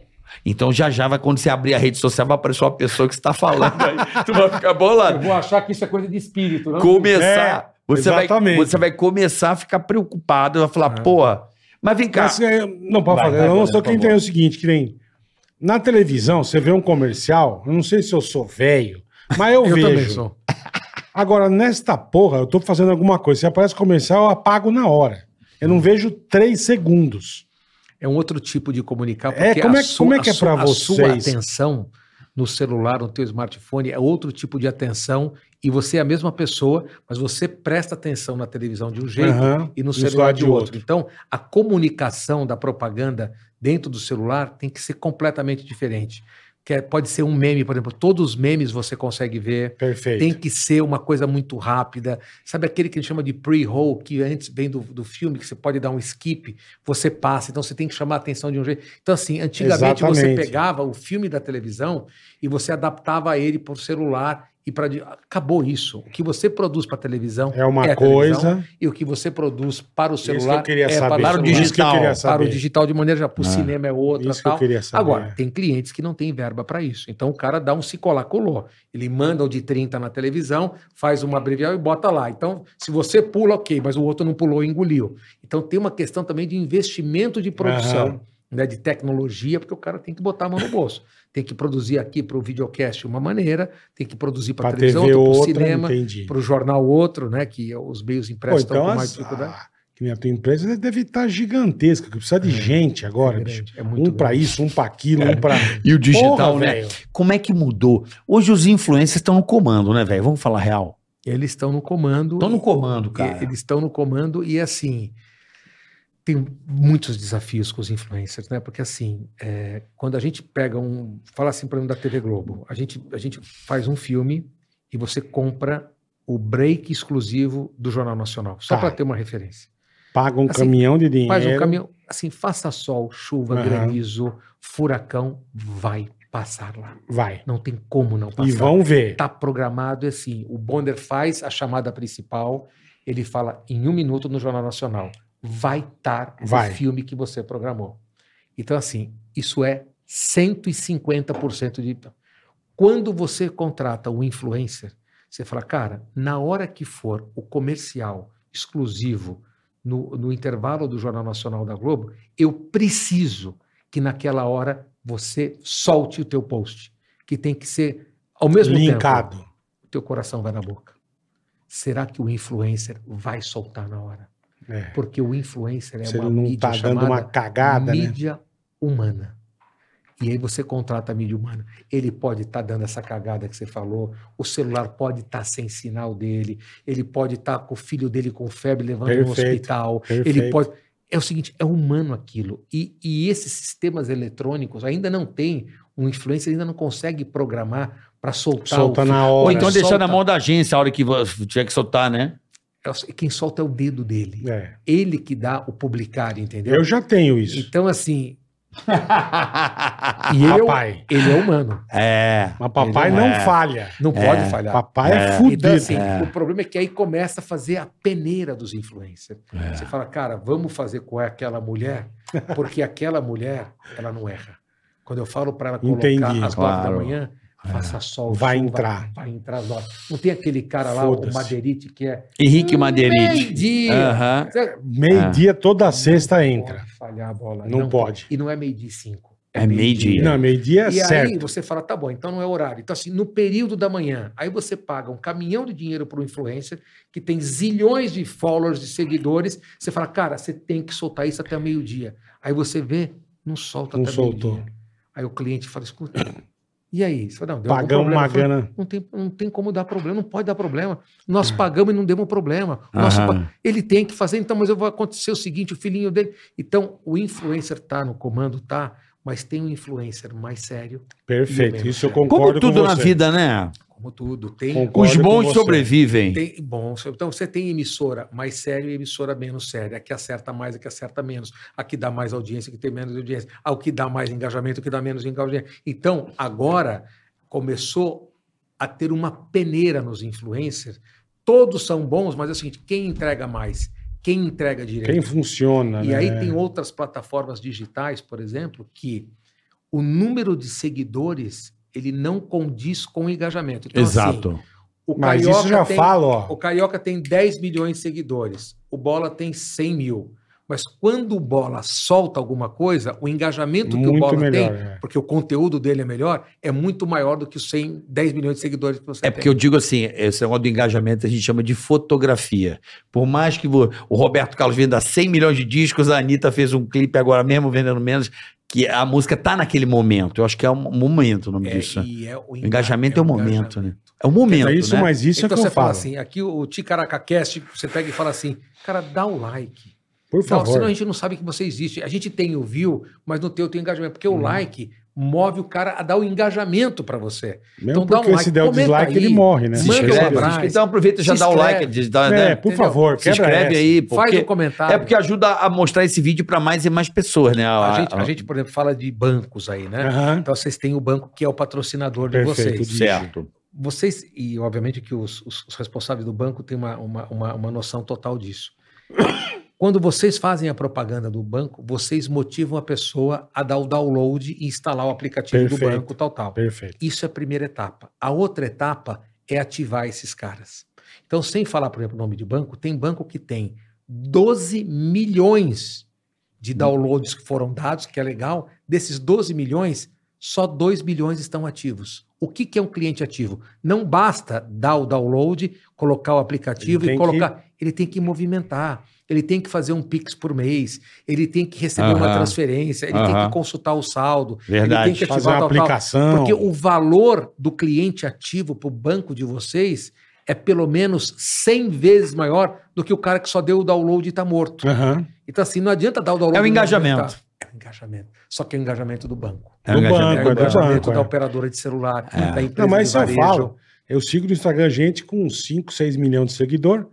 [SPEAKER 3] Então já já vai, quando você abrir a rede social, vai aparecer uma pessoa que você tá falando aí. tu vai ficar bolado.
[SPEAKER 2] vou achar que isso é coisa de espírito, não?
[SPEAKER 3] começar. você, vai,
[SPEAKER 4] exatamente.
[SPEAKER 3] você vai começar a ficar preocupado, vai falar,
[SPEAKER 2] É.
[SPEAKER 3] porra. Mas vem cá.
[SPEAKER 4] Mas, é, não, pode
[SPEAKER 3] Vai,
[SPEAKER 4] falar.
[SPEAKER 3] vai,
[SPEAKER 4] eu não
[SPEAKER 3] Bruno,
[SPEAKER 4] sou
[SPEAKER 3] por
[SPEAKER 4] quem
[SPEAKER 3] favor.
[SPEAKER 4] tem o seguinte, que nem. Na televisão, você vê um comercial, eu não sei se eu sou velho, mas eu,
[SPEAKER 2] Eu também
[SPEAKER 4] vejo.
[SPEAKER 2] sou.
[SPEAKER 4] Agora, nesta porra, eu tô fazendo alguma coisa. Se aparece comercial, eu apago na hora. Eu
[SPEAKER 2] Hum.
[SPEAKER 4] não vejo três segundos.
[SPEAKER 2] É um outro tipo de comunicar.
[SPEAKER 4] É, como é-
[SPEAKER 2] su-
[SPEAKER 4] como é que é
[SPEAKER 2] su-
[SPEAKER 4] pra
[SPEAKER 2] a sua
[SPEAKER 4] vocês?
[SPEAKER 2] atenção no celular, no teu smartphone, é outro tipo de atenção e você é a mesma pessoa, mas você presta atenção na televisão de um jeito
[SPEAKER 4] Aham,
[SPEAKER 2] e no celular de outro. Então, a comunicação da propaganda dentro do celular tem que ser completamente diferente. Que é- pode ser um meme, por exemplo. Todos os memes você consegue ver.
[SPEAKER 4] Perfeito.
[SPEAKER 2] Tem que ser uma coisa muito rápida. Sabe aquele que a gente chama de pre-roll, que antes vem do, do filme, que você pode dar um skip, você passa. Então você tem que chamar a atenção de um jeito. Então, assim, antigamente você
[SPEAKER 4] Exatamente.
[SPEAKER 2] pegava o filme da televisão e você adaptava ele por celular e para acabou isso. O que você produz para televisão
[SPEAKER 4] É uma
[SPEAKER 2] É,
[SPEAKER 4] coisa.
[SPEAKER 2] e o que você produz para o
[SPEAKER 4] Isso
[SPEAKER 2] celular
[SPEAKER 4] que eu queria
[SPEAKER 2] é
[SPEAKER 4] saber.
[SPEAKER 2] para o
[SPEAKER 3] Para o
[SPEAKER 2] celular,
[SPEAKER 4] Isso que eu
[SPEAKER 3] digital,
[SPEAKER 4] queria
[SPEAKER 2] para o
[SPEAKER 4] saber.
[SPEAKER 2] digital de maneira geral. Para o
[SPEAKER 3] Ah.
[SPEAKER 2] cinema é outra
[SPEAKER 4] Isso que eu
[SPEAKER 2] tal.
[SPEAKER 4] queria saber.
[SPEAKER 2] Agora, tem clientes que não têm verba para isso. Então o cara dá um se colar, colou. Ele manda o de 30 na televisão, faz uma brevial e bota lá. Então, se você pula, ok, mas o outro não pulou e engoliu. Então tem uma questão também de investimento de produção.
[SPEAKER 4] Aham.
[SPEAKER 2] Né, de tecnologia, porque o cara tem que botar a mão no bolso. Tem que produzir aqui para o videocast uma maneira, tem que produzir para a
[SPEAKER 4] Pra
[SPEAKER 2] televisão,
[SPEAKER 4] TV
[SPEAKER 2] para o
[SPEAKER 4] outra,
[SPEAKER 2] cinema,
[SPEAKER 4] entendi.
[SPEAKER 2] para o jornal outro, né? Que os meios
[SPEAKER 4] Pô,
[SPEAKER 2] impressos estão
[SPEAKER 4] então,
[SPEAKER 2] com mais
[SPEAKER 4] as,
[SPEAKER 2] dificuldade.
[SPEAKER 4] ah, que nem a tua empresa deve estar gigantesca, que precisa de gente agora,
[SPEAKER 2] é
[SPEAKER 4] bicho.
[SPEAKER 2] grande, é muito
[SPEAKER 4] Um pra
[SPEAKER 2] grande. É.
[SPEAKER 4] isso, um pra aquilo, um pra.
[SPEAKER 3] E o digital,
[SPEAKER 4] Porra,
[SPEAKER 2] Então,
[SPEAKER 3] né?
[SPEAKER 4] velho.
[SPEAKER 3] Como é que mudou? Hoje os influencers estão no comando, né, velho? Vamos falar real.
[SPEAKER 2] Eles estão no comando.
[SPEAKER 3] Estão no comando,
[SPEAKER 2] e-
[SPEAKER 3] cara.
[SPEAKER 2] Eles estão no comando e assim tem muitos desafios com os influencers, né? Porque assim, é, quando a gente pega um, fala assim para mim da TV Globo, a gente a gente faz um filme e você compra o break exclusivo do Jornal Nacional, só
[SPEAKER 4] Tá.
[SPEAKER 2] para ter uma referência.
[SPEAKER 4] Paga um
[SPEAKER 2] Assim,
[SPEAKER 4] caminhão de dinheiro.
[SPEAKER 2] Faz um caminhão, assim, faça sol, chuva,
[SPEAKER 4] Aham.
[SPEAKER 2] granizo, furacão, vai passar lá.
[SPEAKER 4] Vai.
[SPEAKER 2] Não tem como não passar.
[SPEAKER 4] E vão ver.
[SPEAKER 2] Tá programado é assim, o Bonder faz a chamada principal, ele fala em um minuto no Jornal Nacional. Vai estar
[SPEAKER 4] Vai.
[SPEAKER 2] o filme que você programou. Então, assim, isso é 150% de... então, Quando você contrata um influencer, você fala, cara, na hora que for o comercial exclusivo no, no intervalo do Jornal Nacional da Globo, eu preciso que naquela hora você solte o teu post, que tem que ser ao mesmo tempo.
[SPEAKER 4] Linkado.
[SPEAKER 2] O teu coração vai na boca. Será que o influencer vai soltar na hora?
[SPEAKER 4] É.
[SPEAKER 2] Porque o influencer é
[SPEAKER 4] Se
[SPEAKER 2] uma
[SPEAKER 4] ele não
[SPEAKER 2] mídia
[SPEAKER 4] tá dando
[SPEAKER 2] chamada
[SPEAKER 4] uma cagada, né?
[SPEAKER 2] mídia humana. E aí você contrata a mídia humana. Ele pode estar dando essa cagada que você falou, o celular pode estar sem sinal dele, ele pode estar com o filho dele com febre levando no
[SPEAKER 4] Perfeito,
[SPEAKER 2] hospital,
[SPEAKER 4] perfeito.
[SPEAKER 2] ele pode... É o seguinte, é humano aquilo. E, e esses sistemas eletrônicos ainda não tem, um influencer ainda não consegue programar para soltar
[SPEAKER 4] Solta
[SPEAKER 2] o
[SPEAKER 4] na
[SPEAKER 3] Ou
[SPEAKER 4] hora.
[SPEAKER 3] então deixar
[SPEAKER 2] solta.
[SPEAKER 3] na mão da agência a hora que vo- tiver que soltar, né?
[SPEAKER 2] fi- Quem solta é o dedo dele.
[SPEAKER 4] É.
[SPEAKER 2] Ele que dá o publicar, entendeu?
[SPEAKER 4] Eu já tenho isso.
[SPEAKER 2] Então, assim, e ele é, o-
[SPEAKER 4] papai.
[SPEAKER 2] ele é humano.
[SPEAKER 3] É.
[SPEAKER 4] Mas papai
[SPEAKER 3] Ele
[SPEAKER 4] não
[SPEAKER 3] não é.
[SPEAKER 4] falha.
[SPEAKER 2] Não pode falhar.
[SPEAKER 4] Papai é, fudido.
[SPEAKER 2] Então, assim,
[SPEAKER 3] É.
[SPEAKER 2] o problema é que aí começa a fazer a peneira dos influencers.
[SPEAKER 3] É.
[SPEAKER 2] Você fala, cara, vamos fazer com aquela mulher, porque aquela mulher, ela não erra. Quando eu falo para ela colocar
[SPEAKER 4] Entendi,
[SPEAKER 2] às nove
[SPEAKER 3] claro. É.
[SPEAKER 2] da manhã, faça sol,
[SPEAKER 4] Vai
[SPEAKER 2] chuva,
[SPEAKER 4] entrar.
[SPEAKER 2] Vai entrar às nove. Não tem aquele cara lá,
[SPEAKER 4] Foda-se.
[SPEAKER 2] o Madeirite, que é.
[SPEAKER 3] Henrique Madeirite.
[SPEAKER 2] Meio-dia!
[SPEAKER 3] Aham.
[SPEAKER 2] Você-
[SPEAKER 4] Meio-dia, toda sexta
[SPEAKER 2] Não
[SPEAKER 4] entra.
[SPEAKER 2] Pode falhar a bola.
[SPEAKER 4] Não pode.
[SPEAKER 2] E é. não é meio-dia e cinco.
[SPEAKER 3] É meio-dia.
[SPEAKER 4] Não, meio-dia é
[SPEAKER 2] E
[SPEAKER 4] certo.
[SPEAKER 2] aí você fala, tá bom, então não é horário. Então, assim, no período da manhã, aí você paga um caminhão de dinheiro para um influencer que tem zilhões de followers, de seguidores. Você fala, cara, você tem que soltar isso até meio-dia. Aí você vê, não solta
[SPEAKER 4] Não
[SPEAKER 2] até
[SPEAKER 4] soltou.
[SPEAKER 2] meio-dia. Aí o cliente fala, escuta, e aí? Você fala, não, deu algum
[SPEAKER 4] Pagamos
[SPEAKER 2] problema.
[SPEAKER 4] uma
[SPEAKER 2] Eu falei,
[SPEAKER 4] grana.
[SPEAKER 2] Não tem, não tem como dar problema, não pode dar problema. Nós pagamos e não demos problema. O Nosso
[SPEAKER 3] Aham.
[SPEAKER 2] pa- ele tem que fazer, então, mas eu vou acontecer o seguinte, o filhinho dele. Então, o influencer tá no comando, tá, mas tem um influencer mais sério,
[SPEAKER 4] Perfeito. Isso eu concordo
[SPEAKER 3] Como tudo
[SPEAKER 4] com
[SPEAKER 3] na
[SPEAKER 4] você.
[SPEAKER 3] vida, né?
[SPEAKER 2] como tudo. Tem,
[SPEAKER 4] Concordo
[SPEAKER 3] Os
[SPEAKER 4] com
[SPEAKER 3] bons
[SPEAKER 4] você.
[SPEAKER 3] sobrevivem.
[SPEAKER 2] tem bom, então você tem emissora mais séria e emissora menos séria, a que acerta mais, a que acerta menos, a que dá mais audiência, a que tem menos audiência, ao que dá mais engajamento, a que dá menos engajamento. Então, agora começou a ter uma peneira nos influencers. Todos são bons, mas é o seguinte, quem entrega mais? Quem entrega direito?
[SPEAKER 3] é.
[SPEAKER 4] Quem funciona,
[SPEAKER 2] E
[SPEAKER 4] né?
[SPEAKER 2] aí tem outras plataformas digitais, por exemplo, que o número de seguidores ele não condiz com o engajamento. Então, assim, o
[SPEAKER 4] Mas
[SPEAKER 2] Carioca
[SPEAKER 4] isso eu já
[SPEAKER 2] tem,
[SPEAKER 4] falo, ó.
[SPEAKER 2] O Carioca tem 10 milhões de seguidores, o Bola tem 100 mil. Mas quando o Bola solta alguma coisa, o engajamento que o
[SPEAKER 4] Muito
[SPEAKER 2] Bola
[SPEAKER 4] melhor.
[SPEAKER 2] tem,
[SPEAKER 4] é.
[SPEAKER 2] porque o conteúdo dele é melhor, é muito maior do que os 100, 10 milhões de seguidores que você
[SPEAKER 3] É
[SPEAKER 2] tem.
[SPEAKER 3] porque eu digo assim, esse negócio do engajamento a gente chama de fotografia. Por mais que vo- o Roberto Carlos venda 100 milhões de discos, a Anitta fez um clipe agora mesmo vendendo menos, que a música tá naquele momento. Eu acho que é um momento o nome
[SPEAKER 2] É,
[SPEAKER 3] disso. né?
[SPEAKER 2] e é o enga-
[SPEAKER 3] Engajamento é o momento, né? É o momento,
[SPEAKER 4] Mas isso,
[SPEAKER 3] né?
[SPEAKER 4] mas isso
[SPEAKER 2] então
[SPEAKER 4] é que
[SPEAKER 2] você
[SPEAKER 4] eu falo.
[SPEAKER 2] fala assim, aqui o Ticaracacast, você pega e fala assim, cara, dá o like.
[SPEAKER 4] Por
[SPEAKER 2] Não, então, senão a
[SPEAKER 4] favor.
[SPEAKER 2] gente não sabe que você existe. A gente tem o view, mas não tem o teu engajamento. Porque
[SPEAKER 4] Uhum.
[SPEAKER 2] o like move o cara a dar o engajamento pra você.
[SPEAKER 4] Mesmo
[SPEAKER 2] então dá um
[SPEAKER 4] porque se
[SPEAKER 2] like,
[SPEAKER 4] der o
[SPEAKER 2] comenta
[SPEAKER 4] dislike,
[SPEAKER 2] aí,
[SPEAKER 4] ele morre, né?
[SPEAKER 2] se
[SPEAKER 3] Se
[SPEAKER 2] manda um
[SPEAKER 3] inscreve,
[SPEAKER 2] abraço,
[SPEAKER 3] se inscreve. então aproveita e já
[SPEAKER 2] se
[SPEAKER 3] dá o
[SPEAKER 2] inscreve.
[SPEAKER 3] like. diz- dá-
[SPEAKER 4] É,
[SPEAKER 3] né?
[SPEAKER 4] por
[SPEAKER 2] Entendeu?
[SPEAKER 4] favor,
[SPEAKER 3] Se
[SPEAKER 4] quebra
[SPEAKER 3] inscreve
[SPEAKER 4] essa.
[SPEAKER 3] aí, porque
[SPEAKER 2] Faz um comentário.
[SPEAKER 3] é porque ajuda a mostrar esse vídeo pra mais e mais pessoas, né?
[SPEAKER 2] a, gente, a gente, por exemplo, fala de bancos aí, né?
[SPEAKER 4] Ah, Aham.
[SPEAKER 2] Então vocês têm o banco que é o patrocinador de
[SPEAKER 4] Perfeito,
[SPEAKER 2] vocês.
[SPEAKER 4] diz.
[SPEAKER 3] certo.
[SPEAKER 2] Vocês, e obviamente que os, os- os responsáveis do banco têm uma, uma, uma, uma noção total disso. Quando vocês fazem a propaganda do banco, vocês motivam a pessoa a dar o download e instalar o aplicativo do
[SPEAKER 4] Perfeito.
[SPEAKER 2] banco, tal, tal.
[SPEAKER 4] Perfeito.
[SPEAKER 2] Isso é a primeira etapa. A outra etapa é ativar esses caras. Então, sem falar, por exemplo, o nome de banco, tem banco que tem 12 milhões de downloads que foram dados, que é legal. Desses 12 milhões, só 2 milhões estão ativos. O que, que é um cliente ativo? Não basta dar o download, colocar o aplicativo
[SPEAKER 4] Ele tem
[SPEAKER 2] e colocar. Ele tem que movimentar, ele tem que fazer um Pix por mês, ele tem que receber uma
[SPEAKER 6] Aham.
[SPEAKER 2] transferência, ele tem
[SPEAKER 6] Aham.
[SPEAKER 2] que consultar o saldo,
[SPEAKER 3] Verdade.
[SPEAKER 2] ele tem que
[SPEAKER 4] Fazer
[SPEAKER 2] ativar
[SPEAKER 4] uma
[SPEAKER 2] tal, tal.
[SPEAKER 4] aplicação.
[SPEAKER 2] Porque o valor do cliente ativo para o banco de vocês é pelo menos 100 vezes maior do que o cara que só deu o download e está morto.
[SPEAKER 4] Aham.
[SPEAKER 2] Então, assim, não adianta dar o download.
[SPEAKER 3] É o
[SPEAKER 2] e não
[SPEAKER 3] engajamento.
[SPEAKER 2] movimentar. É o engajamento. Só que é o engajamento do banco.
[SPEAKER 3] É um
[SPEAKER 4] do
[SPEAKER 3] engajamento.
[SPEAKER 2] É o
[SPEAKER 4] banco, é do
[SPEAKER 2] engajamento
[SPEAKER 4] banco.
[SPEAKER 2] da
[SPEAKER 4] é.
[SPEAKER 2] operadora de celular,
[SPEAKER 3] É.
[SPEAKER 2] da empresa
[SPEAKER 4] Não, mas
[SPEAKER 2] de
[SPEAKER 4] isso eu
[SPEAKER 2] varejo.
[SPEAKER 4] falo. Eu sigo no Instagram gente com 5, 6 milhões de seguidor.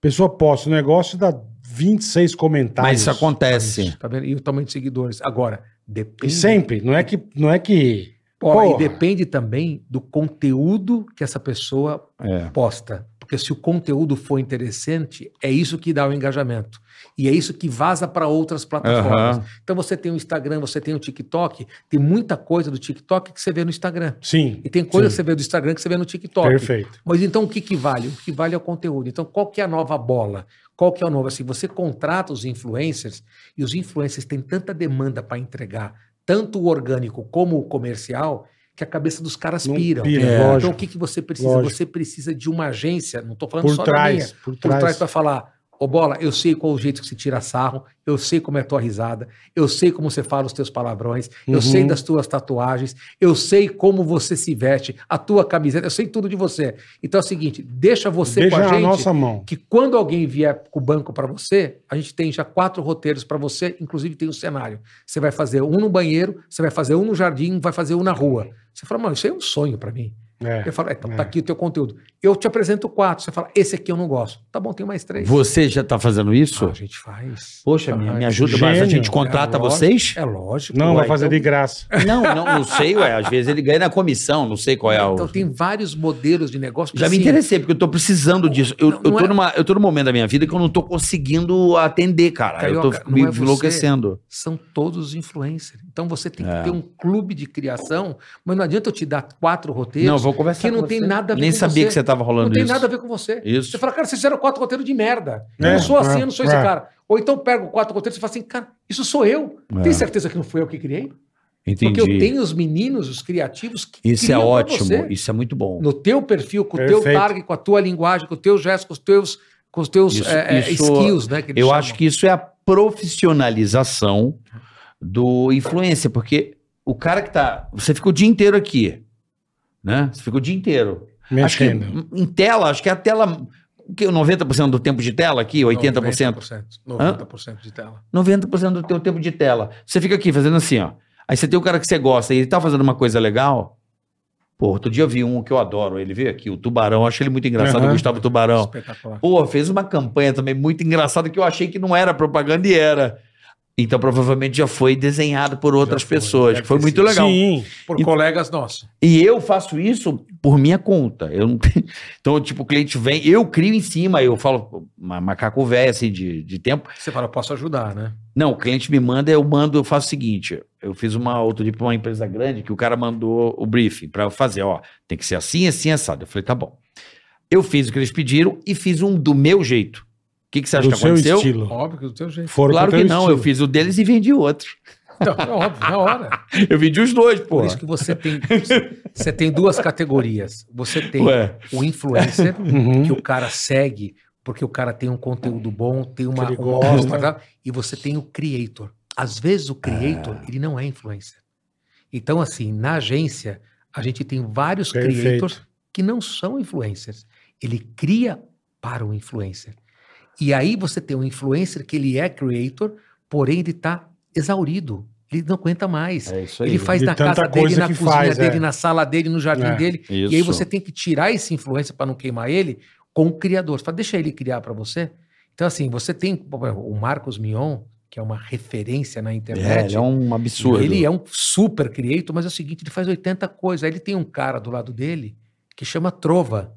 [SPEAKER 4] Pessoa posta um negócio e dá 26 comentários.
[SPEAKER 3] Mas isso acontece.
[SPEAKER 2] Tá vendo? E o tamanho de seguidores. Agora,
[SPEAKER 4] E
[SPEAKER 2] depende.
[SPEAKER 4] sempre, não é que. Não é que...
[SPEAKER 2] Ora, e
[SPEAKER 4] Porra.
[SPEAKER 2] depende também do conteúdo que essa pessoa
[SPEAKER 4] É.
[SPEAKER 2] posta. Porque se o conteúdo for interessante, é isso que dá o engajamento. E é isso que vaza para outras plataformas.
[SPEAKER 6] Aham.
[SPEAKER 2] Então você tem o Instagram, você tem o TikTok, tem muita coisa do TikTok que você vê no Instagram.
[SPEAKER 4] Sim.
[SPEAKER 2] E tem coisa
[SPEAKER 4] Sim.
[SPEAKER 2] que você vê do Instagram que você vê no TikTok.
[SPEAKER 4] Perfeito.
[SPEAKER 2] Mas então o que, que vale? O que vale é o conteúdo. Então qual que é a nova bola? Qual que é o novo? Assim, você contrata os influencers e os influencers têm tanta demanda para entregar, tanto o orgânico como o comercial, que a cabeça dos caras
[SPEAKER 4] Não
[SPEAKER 2] pira.
[SPEAKER 4] pira,
[SPEAKER 2] É. Então
[SPEAKER 4] lógico.
[SPEAKER 2] o que, que você precisa?
[SPEAKER 4] lógico.
[SPEAKER 2] Você precisa de uma agência, não estou falando
[SPEAKER 4] Por
[SPEAKER 2] Então, só da minha,
[SPEAKER 4] trás, por
[SPEAKER 2] por
[SPEAKER 4] trás.
[SPEAKER 2] trás para falar, ô bola, eu sei qual o jeito que se tira sarro, eu sei como é a tua risada, eu sei como você fala os teus palavrões,
[SPEAKER 4] Uhum.
[SPEAKER 2] eu sei das tuas tatuagens, eu sei como você se veste, a tua camiseta, eu sei tudo de você. Então é o seguinte, deixa você
[SPEAKER 4] Deixa
[SPEAKER 2] com a
[SPEAKER 4] na
[SPEAKER 2] gente,
[SPEAKER 4] nossa mão.
[SPEAKER 2] que quando alguém vier com o banco para você, a gente tem já quatro roteiros para você, inclusive tem o cenário. Você vai fazer um no banheiro, você vai fazer um no jardim, vai fazer um na rua. Você fala, mano, isso aí é um sonho para mim.
[SPEAKER 4] É.
[SPEAKER 2] Eu falo, é, então,
[SPEAKER 4] É.
[SPEAKER 2] tá aqui o teu conteúdo. Eu te apresento quatro. Você fala, esse aqui eu não gosto. Tá bom, tem mais três.
[SPEAKER 3] Você já tá fazendo isso?
[SPEAKER 2] Ah, a gente faz.
[SPEAKER 3] Poxa,
[SPEAKER 2] Faz.
[SPEAKER 3] me, me ajuda,
[SPEAKER 4] Gênio.
[SPEAKER 3] mas a gente contrata
[SPEAKER 2] É lógico.
[SPEAKER 3] vocês?
[SPEAKER 2] É lógico.
[SPEAKER 4] Não,
[SPEAKER 2] ué,
[SPEAKER 4] vai fazer de
[SPEAKER 2] então,
[SPEAKER 4] graça.
[SPEAKER 3] Não, não, não sei, ué. Às vezes ele ganha na comissão, não sei qual é o.
[SPEAKER 2] Então tem vários modelos de negócio.
[SPEAKER 3] Já me
[SPEAKER 2] assim,
[SPEAKER 3] interessei, porque eu tô precisando disso. Eu,
[SPEAKER 2] Não,
[SPEAKER 3] eu,
[SPEAKER 2] não
[SPEAKER 3] tô
[SPEAKER 2] é-
[SPEAKER 3] numa, eu tô num momento da minha vida que eu não tô conseguindo atender, cara. eu
[SPEAKER 2] Carioca,
[SPEAKER 3] tô
[SPEAKER 2] não
[SPEAKER 3] me
[SPEAKER 2] é você.
[SPEAKER 3] enlouquecendo.
[SPEAKER 2] São todos influencers. Então você tem que
[SPEAKER 3] É.
[SPEAKER 2] ter um clube de criação, mas não adianta eu te dar quatro roteiros
[SPEAKER 3] Não, vou conversar
[SPEAKER 2] que não
[SPEAKER 3] com
[SPEAKER 2] tem
[SPEAKER 3] você.
[SPEAKER 2] nada a ver
[SPEAKER 3] Nem
[SPEAKER 2] com
[SPEAKER 3] sabia
[SPEAKER 2] você.
[SPEAKER 3] que você tava rolando
[SPEAKER 2] não tem
[SPEAKER 3] isso.
[SPEAKER 2] nada a ver com você.
[SPEAKER 3] Isso.
[SPEAKER 2] Você fala, cara, vocês fizeram quatro roteiros de merda.
[SPEAKER 4] É,
[SPEAKER 2] eu não sou assim,
[SPEAKER 4] é,
[SPEAKER 2] eu não sou esse
[SPEAKER 4] é.
[SPEAKER 2] cara. Ou então pego quatro roteiros e falo assim, cara, isso sou eu.
[SPEAKER 3] É.
[SPEAKER 2] Tem certeza que não fui eu que criei?
[SPEAKER 6] Entendi.
[SPEAKER 2] Porque eu tenho os meninos, os criativos que
[SPEAKER 3] Isso é
[SPEAKER 2] criam pra
[SPEAKER 3] ótimo,
[SPEAKER 2] você.
[SPEAKER 3] isso é muito bom.
[SPEAKER 2] No teu perfil, com o teu
[SPEAKER 4] Perfeito.
[SPEAKER 2] target, com a tua linguagem, com os teus gestos, com os teus, com os teus
[SPEAKER 3] Isso-
[SPEAKER 2] eh, eh,
[SPEAKER 3] isso-
[SPEAKER 2] skills, né? que eles
[SPEAKER 3] Eu
[SPEAKER 2] chamam.
[SPEAKER 3] acho que isso é a profissionalização do influencer, porque o cara que tá. Você fica o dia inteiro aqui. Né? Você fica o dia inteiro. Acho que
[SPEAKER 4] Mexendo.
[SPEAKER 3] em tela, acho que a tela. o quê? 90% do tempo de tela aqui, 80%.
[SPEAKER 2] 90%, 90% de tela.
[SPEAKER 3] 90% do teu tempo de tela. Você fica aqui fazendo assim, ó. Aí você tem o cara que você gosta e ele tá fazendo uma coisa legal. Pô, outro dia eu vi um que eu adoro. Ele veio aqui, o Tubarão. Eu achei ele muito engraçado,
[SPEAKER 4] Aham.
[SPEAKER 3] o Gustavo Tubarão.
[SPEAKER 2] Espetacular.
[SPEAKER 3] Pô, fez uma campanha também muito engraçada que eu achei que não era propaganda e era. Então provavelmente já foi desenhado por outras
[SPEAKER 2] foi,
[SPEAKER 3] pessoas.
[SPEAKER 2] deve
[SPEAKER 3] que Foi
[SPEAKER 2] ter
[SPEAKER 3] muito
[SPEAKER 2] sido.
[SPEAKER 3] legal.
[SPEAKER 4] Sim.
[SPEAKER 3] Então-
[SPEAKER 2] Por colegas nossos.
[SPEAKER 3] E eu faço isso por minha conta. Eu não tenho- Então, tipo, o cliente vem, eu crio em cima, eu falo, ma- macaco velho, assim, de, de tempo.
[SPEAKER 2] Você fala, posso ajudar, né?
[SPEAKER 3] Não, o cliente me manda, eu mando, eu faço o seguinte: eu fiz uma outro dia pra uma empresa grande que o cara mandou o briefing pra eu fazer, ó, tem que ser assim, assim, assado. Eu falei, tá bom. Eu fiz o que eles pediram e fiz um do meu jeito. O que, que você acha
[SPEAKER 4] Do
[SPEAKER 3] que
[SPEAKER 4] seu
[SPEAKER 3] aconteceu?
[SPEAKER 4] estilo.
[SPEAKER 2] Óbvio que do teu jeito.
[SPEAKER 4] Foram
[SPEAKER 3] Claro
[SPEAKER 4] com o
[SPEAKER 3] que
[SPEAKER 4] teu
[SPEAKER 3] não, eu
[SPEAKER 4] estilo.
[SPEAKER 3] fiz o deles e vendi outro.
[SPEAKER 2] Não, é óbvio, na hora.
[SPEAKER 3] Eu vendi os dois, pô.
[SPEAKER 2] Por isso que você tem, você tem duas categorias. Você tem
[SPEAKER 3] Ué.
[SPEAKER 2] o influencer,
[SPEAKER 4] Uhum.
[SPEAKER 2] que o cara segue porque o cara tem um conteúdo bom, tem uma,
[SPEAKER 4] Que ele
[SPEAKER 2] uma
[SPEAKER 4] gosta.
[SPEAKER 2] uma- tá? e você tem o creator. Às vezes o creator,
[SPEAKER 4] Ah.
[SPEAKER 2] ele não é influencer. Então assim, na agência, a gente tem vários
[SPEAKER 4] Perfeito.
[SPEAKER 2] creators que não são influencers. Ele cria para o influencer. E aí você tem um influencer que ele é creator, porém ele está exaurido. Ele não aguenta mais.
[SPEAKER 3] É isso
[SPEAKER 2] Ele faz
[SPEAKER 4] De
[SPEAKER 2] na
[SPEAKER 4] tanta
[SPEAKER 2] casa dele,
[SPEAKER 4] coisa
[SPEAKER 2] na
[SPEAKER 4] que
[SPEAKER 2] cozinha
[SPEAKER 4] faz,
[SPEAKER 2] dele,
[SPEAKER 4] é.
[SPEAKER 2] na sala dele, no jardim
[SPEAKER 4] É.
[SPEAKER 2] dele.
[SPEAKER 3] Isso.
[SPEAKER 2] E aí você tem que tirar esse influencer para não queimar ele com o criador. Você fala, deixa ele criar para você. Então, assim, você tem por exemplo, o Marcos Mion, que é uma referência na
[SPEAKER 3] É,
[SPEAKER 2] internet.
[SPEAKER 3] ele é um absurdo.
[SPEAKER 2] Ele é um super creator, mas é o seguinte, ele faz 80 coisas. Aí ele tem um cara do lado dele que chama Trova,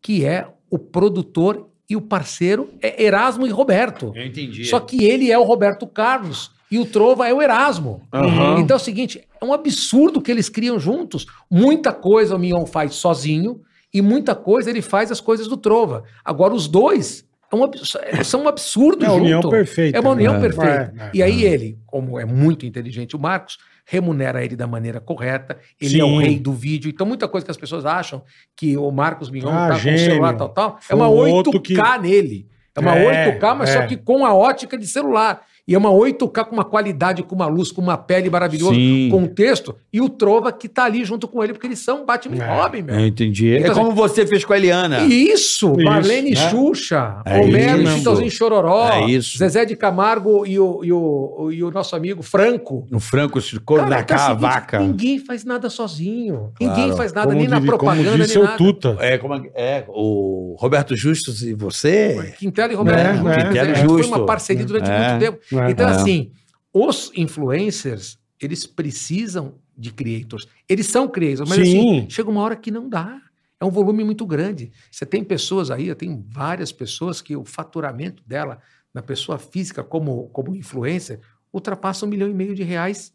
[SPEAKER 2] que é o produtor e o parceiro é Erasmo e Roberto.
[SPEAKER 6] Eu entendi.
[SPEAKER 2] Só que ele é o Roberto Carlos e o Trova é o Erasmo.
[SPEAKER 4] Aham.
[SPEAKER 2] Então é o seguinte, é um absurdo que eles criam juntos. Muita coisa o Mion faz sozinho e muita coisa ele faz as coisas do Trova. Agora os dois é um abs- são um absurdo
[SPEAKER 4] É a união
[SPEAKER 2] junto.
[SPEAKER 4] perfeita.
[SPEAKER 2] É uma união
[SPEAKER 4] É.
[SPEAKER 2] perfeita.
[SPEAKER 4] É, é,
[SPEAKER 2] e aí ele, como é muito inteligente o Marcos, remunera ele da maneira correta, ele é
[SPEAKER 4] Sim.
[SPEAKER 2] o rei do vídeo. Então muita coisa que as pessoas acham que o Marcos Mignon
[SPEAKER 4] Ah,
[SPEAKER 2] tá
[SPEAKER 4] gênio.
[SPEAKER 2] com o celular tal, tal, é
[SPEAKER 4] Foi
[SPEAKER 2] uma
[SPEAKER 4] um outro
[SPEAKER 2] 8K
[SPEAKER 4] que-
[SPEAKER 2] nele. É uma
[SPEAKER 4] É,
[SPEAKER 2] 8K, mas só
[SPEAKER 4] é.
[SPEAKER 2] que com a ótica de celular. E é uma 8K com uma qualidade, com uma luz, com uma pele maravilhosa,
[SPEAKER 6] Sim.
[SPEAKER 2] com um texto. E o Trova que tá ali junto com ele, porque eles são Batman e
[SPEAKER 4] É.
[SPEAKER 2] Robin, meu.
[SPEAKER 6] Eu entendi.
[SPEAKER 3] É como você fez com a Eliana.
[SPEAKER 2] Então, E isso,
[SPEAKER 4] Isso,
[SPEAKER 2] Marlene
[SPEAKER 4] né?
[SPEAKER 2] Xuxa,
[SPEAKER 6] É
[SPEAKER 2] Romero,
[SPEAKER 6] isso.
[SPEAKER 2] Chitãozinho Chororó,
[SPEAKER 3] É isso.
[SPEAKER 2] Zezé de Camargo e o, e o, e o nosso amigo Franco.
[SPEAKER 3] No Franco se
[SPEAKER 2] Cara,
[SPEAKER 3] da
[SPEAKER 2] então é o
[SPEAKER 3] cá,
[SPEAKER 2] seguinte,
[SPEAKER 3] vaca.
[SPEAKER 2] Ninguém faz nada sozinho.
[SPEAKER 3] Claro.
[SPEAKER 2] Ninguém faz nada,
[SPEAKER 4] Como
[SPEAKER 2] nem na
[SPEAKER 4] diria-
[SPEAKER 2] propaganda,
[SPEAKER 4] Como
[SPEAKER 2] nem
[SPEAKER 4] disse o
[SPEAKER 2] nada.
[SPEAKER 4] Tuta.
[SPEAKER 3] É, como é, que- é, o Roberto Justus e você?
[SPEAKER 2] Quintela e Roberto.
[SPEAKER 4] Né, né.
[SPEAKER 2] Quintela e
[SPEAKER 3] Justo.
[SPEAKER 2] Foi uma parceria durante
[SPEAKER 3] É.
[SPEAKER 2] muito
[SPEAKER 4] É.
[SPEAKER 2] tempo. Então,
[SPEAKER 3] É.
[SPEAKER 2] assim, os influencers, eles precisam de creators. Eles são creators, mas
[SPEAKER 4] Sim.
[SPEAKER 2] assim, chega uma hora que não dá. É um volume muito grande. Você tem pessoas aí, eu tenho várias pessoas que o faturamento dela na pessoa física como, como influencer ultrapassa um milhão e meio de reais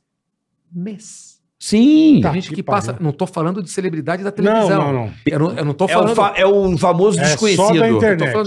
[SPEAKER 2] mês.
[SPEAKER 3] Sim.
[SPEAKER 4] Tá,
[SPEAKER 2] Tem gente
[SPEAKER 4] que
[SPEAKER 2] que passa.
[SPEAKER 4] pariu.
[SPEAKER 2] Não estou falando de celebridade da
[SPEAKER 4] Não,
[SPEAKER 2] televisão.
[SPEAKER 4] não, não.
[SPEAKER 2] Eu, não, eu não tô
[SPEAKER 3] É o,
[SPEAKER 2] falando.
[SPEAKER 3] fa- é o famoso
[SPEAKER 4] É só da
[SPEAKER 3] desconhecido.
[SPEAKER 2] Eu, tô falando,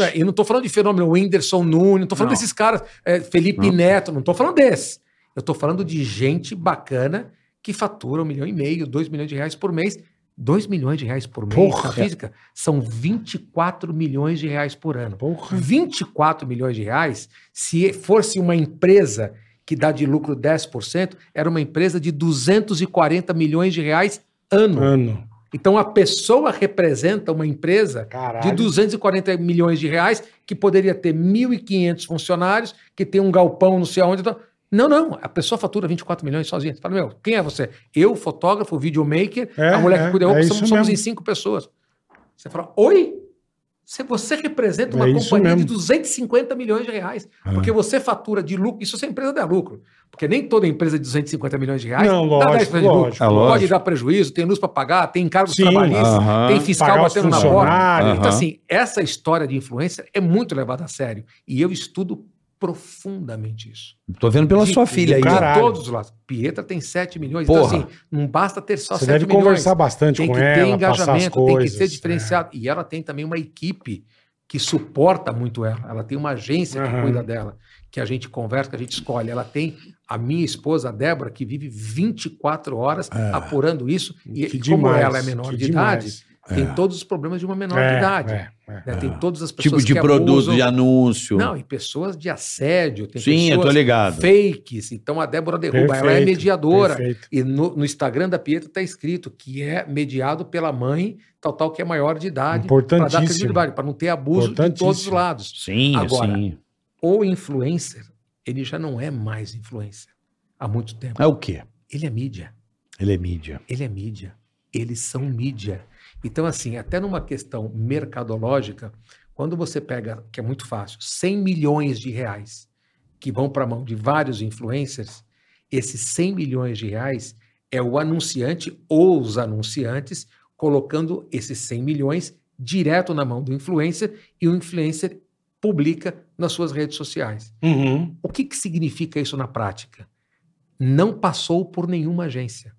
[SPEAKER 4] internet.
[SPEAKER 2] eu não tô falando de fenômeno Whindersson Nunes, não tô falando
[SPEAKER 4] Não.
[SPEAKER 2] desses caras, é, Felipe Neto, não tô falando desse. Eu tô falando de gente bacana que fatura um milhão e meio, dois milhões de reais por mês. Dois milhões de reais por mês
[SPEAKER 4] Porra.
[SPEAKER 2] na física são 24 milhões de reais por ano.
[SPEAKER 4] Porra.
[SPEAKER 2] 24 milhões de reais, se fosse uma empresa que dá de lucro 10%, era uma empresa de 240 milhões de reais ano.
[SPEAKER 4] Mano.
[SPEAKER 2] Então a pessoa representa uma empresa de
[SPEAKER 4] Caralho.
[SPEAKER 2] 240 milhões de reais, que poderia ter 1.500 funcionários, que tem um galpão não sei aonde. Então... Não, não. A pessoa fatura 24 milhões sozinha. Você fala, meu, quem é você? Eu, fotógrafo, videomaker,
[SPEAKER 4] É,
[SPEAKER 2] a mulher
[SPEAKER 4] é,
[SPEAKER 2] que cuida
[SPEAKER 4] é
[SPEAKER 2] eu,
[SPEAKER 4] isso
[SPEAKER 2] somos, somos
[SPEAKER 4] mesmo.
[SPEAKER 2] em cinco pessoas. Você fala, oi? Se você representa uma
[SPEAKER 4] É isso
[SPEAKER 2] companhia de
[SPEAKER 4] mesmo. É.
[SPEAKER 2] 250 milhões de reais, porque você fatura de lucro, isso se a empresa der lucro, porque nem toda empresa de 250 milhões de reais
[SPEAKER 4] Não,
[SPEAKER 2] dá
[SPEAKER 4] lógico,
[SPEAKER 2] 10% de lucro.
[SPEAKER 4] lógico.
[SPEAKER 3] É lógico.
[SPEAKER 2] Pode dar prejuízo, tem luz para pagar, tem encargos
[SPEAKER 4] Sim.
[SPEAKER 2] trabalhistas,
[SPEAKER 6] Aham.
[SPEAKER 2] tem fiscal
[SPEAKER 4] Pagar os
[SPEAKER 2] batendo na
[SPEAKER 4] funcionários.
[SPEAKER 2] porta. Então,
[SPEAKER 6] Aham.
[SPEAKER 2] assim, essa história de influência é muito levada a sério. E eu estudo profundamente isso.
[SPEAKER 3] Tô vendo pela
[SPEAKER 2] De-
[SPEAKER 3] sua
[SPEAKER 2] de
[SPEAKER 3] filha aí.
[SPEAKER 4] cara. Caralho.
[SPEAKER 2] todos os lados. Pietra tem 7 milhões.
[SPEAKER 3] Porra.
[SPEAKER 2] Então, assim, não basta ter só
[SPEAKER 4] Você
[SPEAKER 2] 7
[SPEAKER 4] deve
[SPEAKER 2] milhões.
[SPEAKER 4] conversar bastante
[SPEAKER 2] tem
[SPEAKER 4] com
[SPEAKER 2] que ter
[SPEAKER 4] ela, passar as
[SPEAKER 2] engajamento, tem que
[SPEAKER 4] coisas. né?
[SPEAKER 2] ser diferenciado. E ela tem também uma equipe que suporta muito ela. Ela tem uma agência que
[SPEAKER 4] Aham.
[SPEAKER 2] cuida dela, que a gente conversa, que a gente escolhe. Ela tem a minha esposa, a Débora, que vive 24 horas apurando isso. E,
[SPEAKER 4] É. Que
[SPEAKER 2] e como
[SPEAKER 4] demais,
[SPEAKER 2] ela é menor
[SPEAKER 4] que
[SPEAKER 2] de
[SPEAKER 4] demais.
[SPEAKER 2] idade, tem todos os problemas de uma menor de
[SPEAKER 4] É,
[SPEAKER 2] idade.
[SPEAKER 4] é, é.
[SPEAKER 2] né? Tem todas as pessoas
[SPEAKER 3] Tipo de
[SPEAKER 2] que
[SPEAKER 3] produto,
[SPEAKER 2] abusam.
[SPEAKER 3] de anúncio.
[SPEAKER 2] Não, e pessoas de assédio. Tem
[SPEAKER 3] Sim, eu tô
[SPEAKER 2] pessoas
[SPEAKER 3] ligado.
[SPEAKER 2] fakes. Então a Débora derruba. ela é
[SPEAKER 4] Perfeito,
[SPEAKER 2] mediadora.
[SPEAKER 4] perfeito.
[SPEAKER 2] E no, no Instagram da Pietra está escrito que é mediado pela mãe, tal, tal, que é maior de idade. Para dar
[SPEAKER 4] Importantíssimo.
[SPEAKER 2] credibilidade, para não ter abuso de todos os
[SPEAKER 4] Importantíssimo.
[SPEAKER 2] lados.
[SPEAKER 6] Sim,
[SPEAKER 2] Agora,
[SPEAKER 6] sim.
[SPEAKER 2] O influencer, ele já não é mais influencer há muito tempo.
[SPEAKER 6] É o quê?
[SPEAKER 2] Ele é mídia.
[SPEAKER 6] Ele é mídia.
[SPEAKER 2] Ele é mídia. Eles são mídia. Então, assim, até numa questão mercadológica, quando você pega, que é muito fácil, 100 milhões de reais que vão para a mão de vários influencers, esses 100 milhões de reais é o anunciante ou os anunciantes colocando esses 100 milhões direto na mão do influencer e o influencer publica nas suas redes sociais.
[SPEAKER 4] Uhum.
[SPEAKER 2] O que, que significa isso na prática? Não passou por nenhuma agência.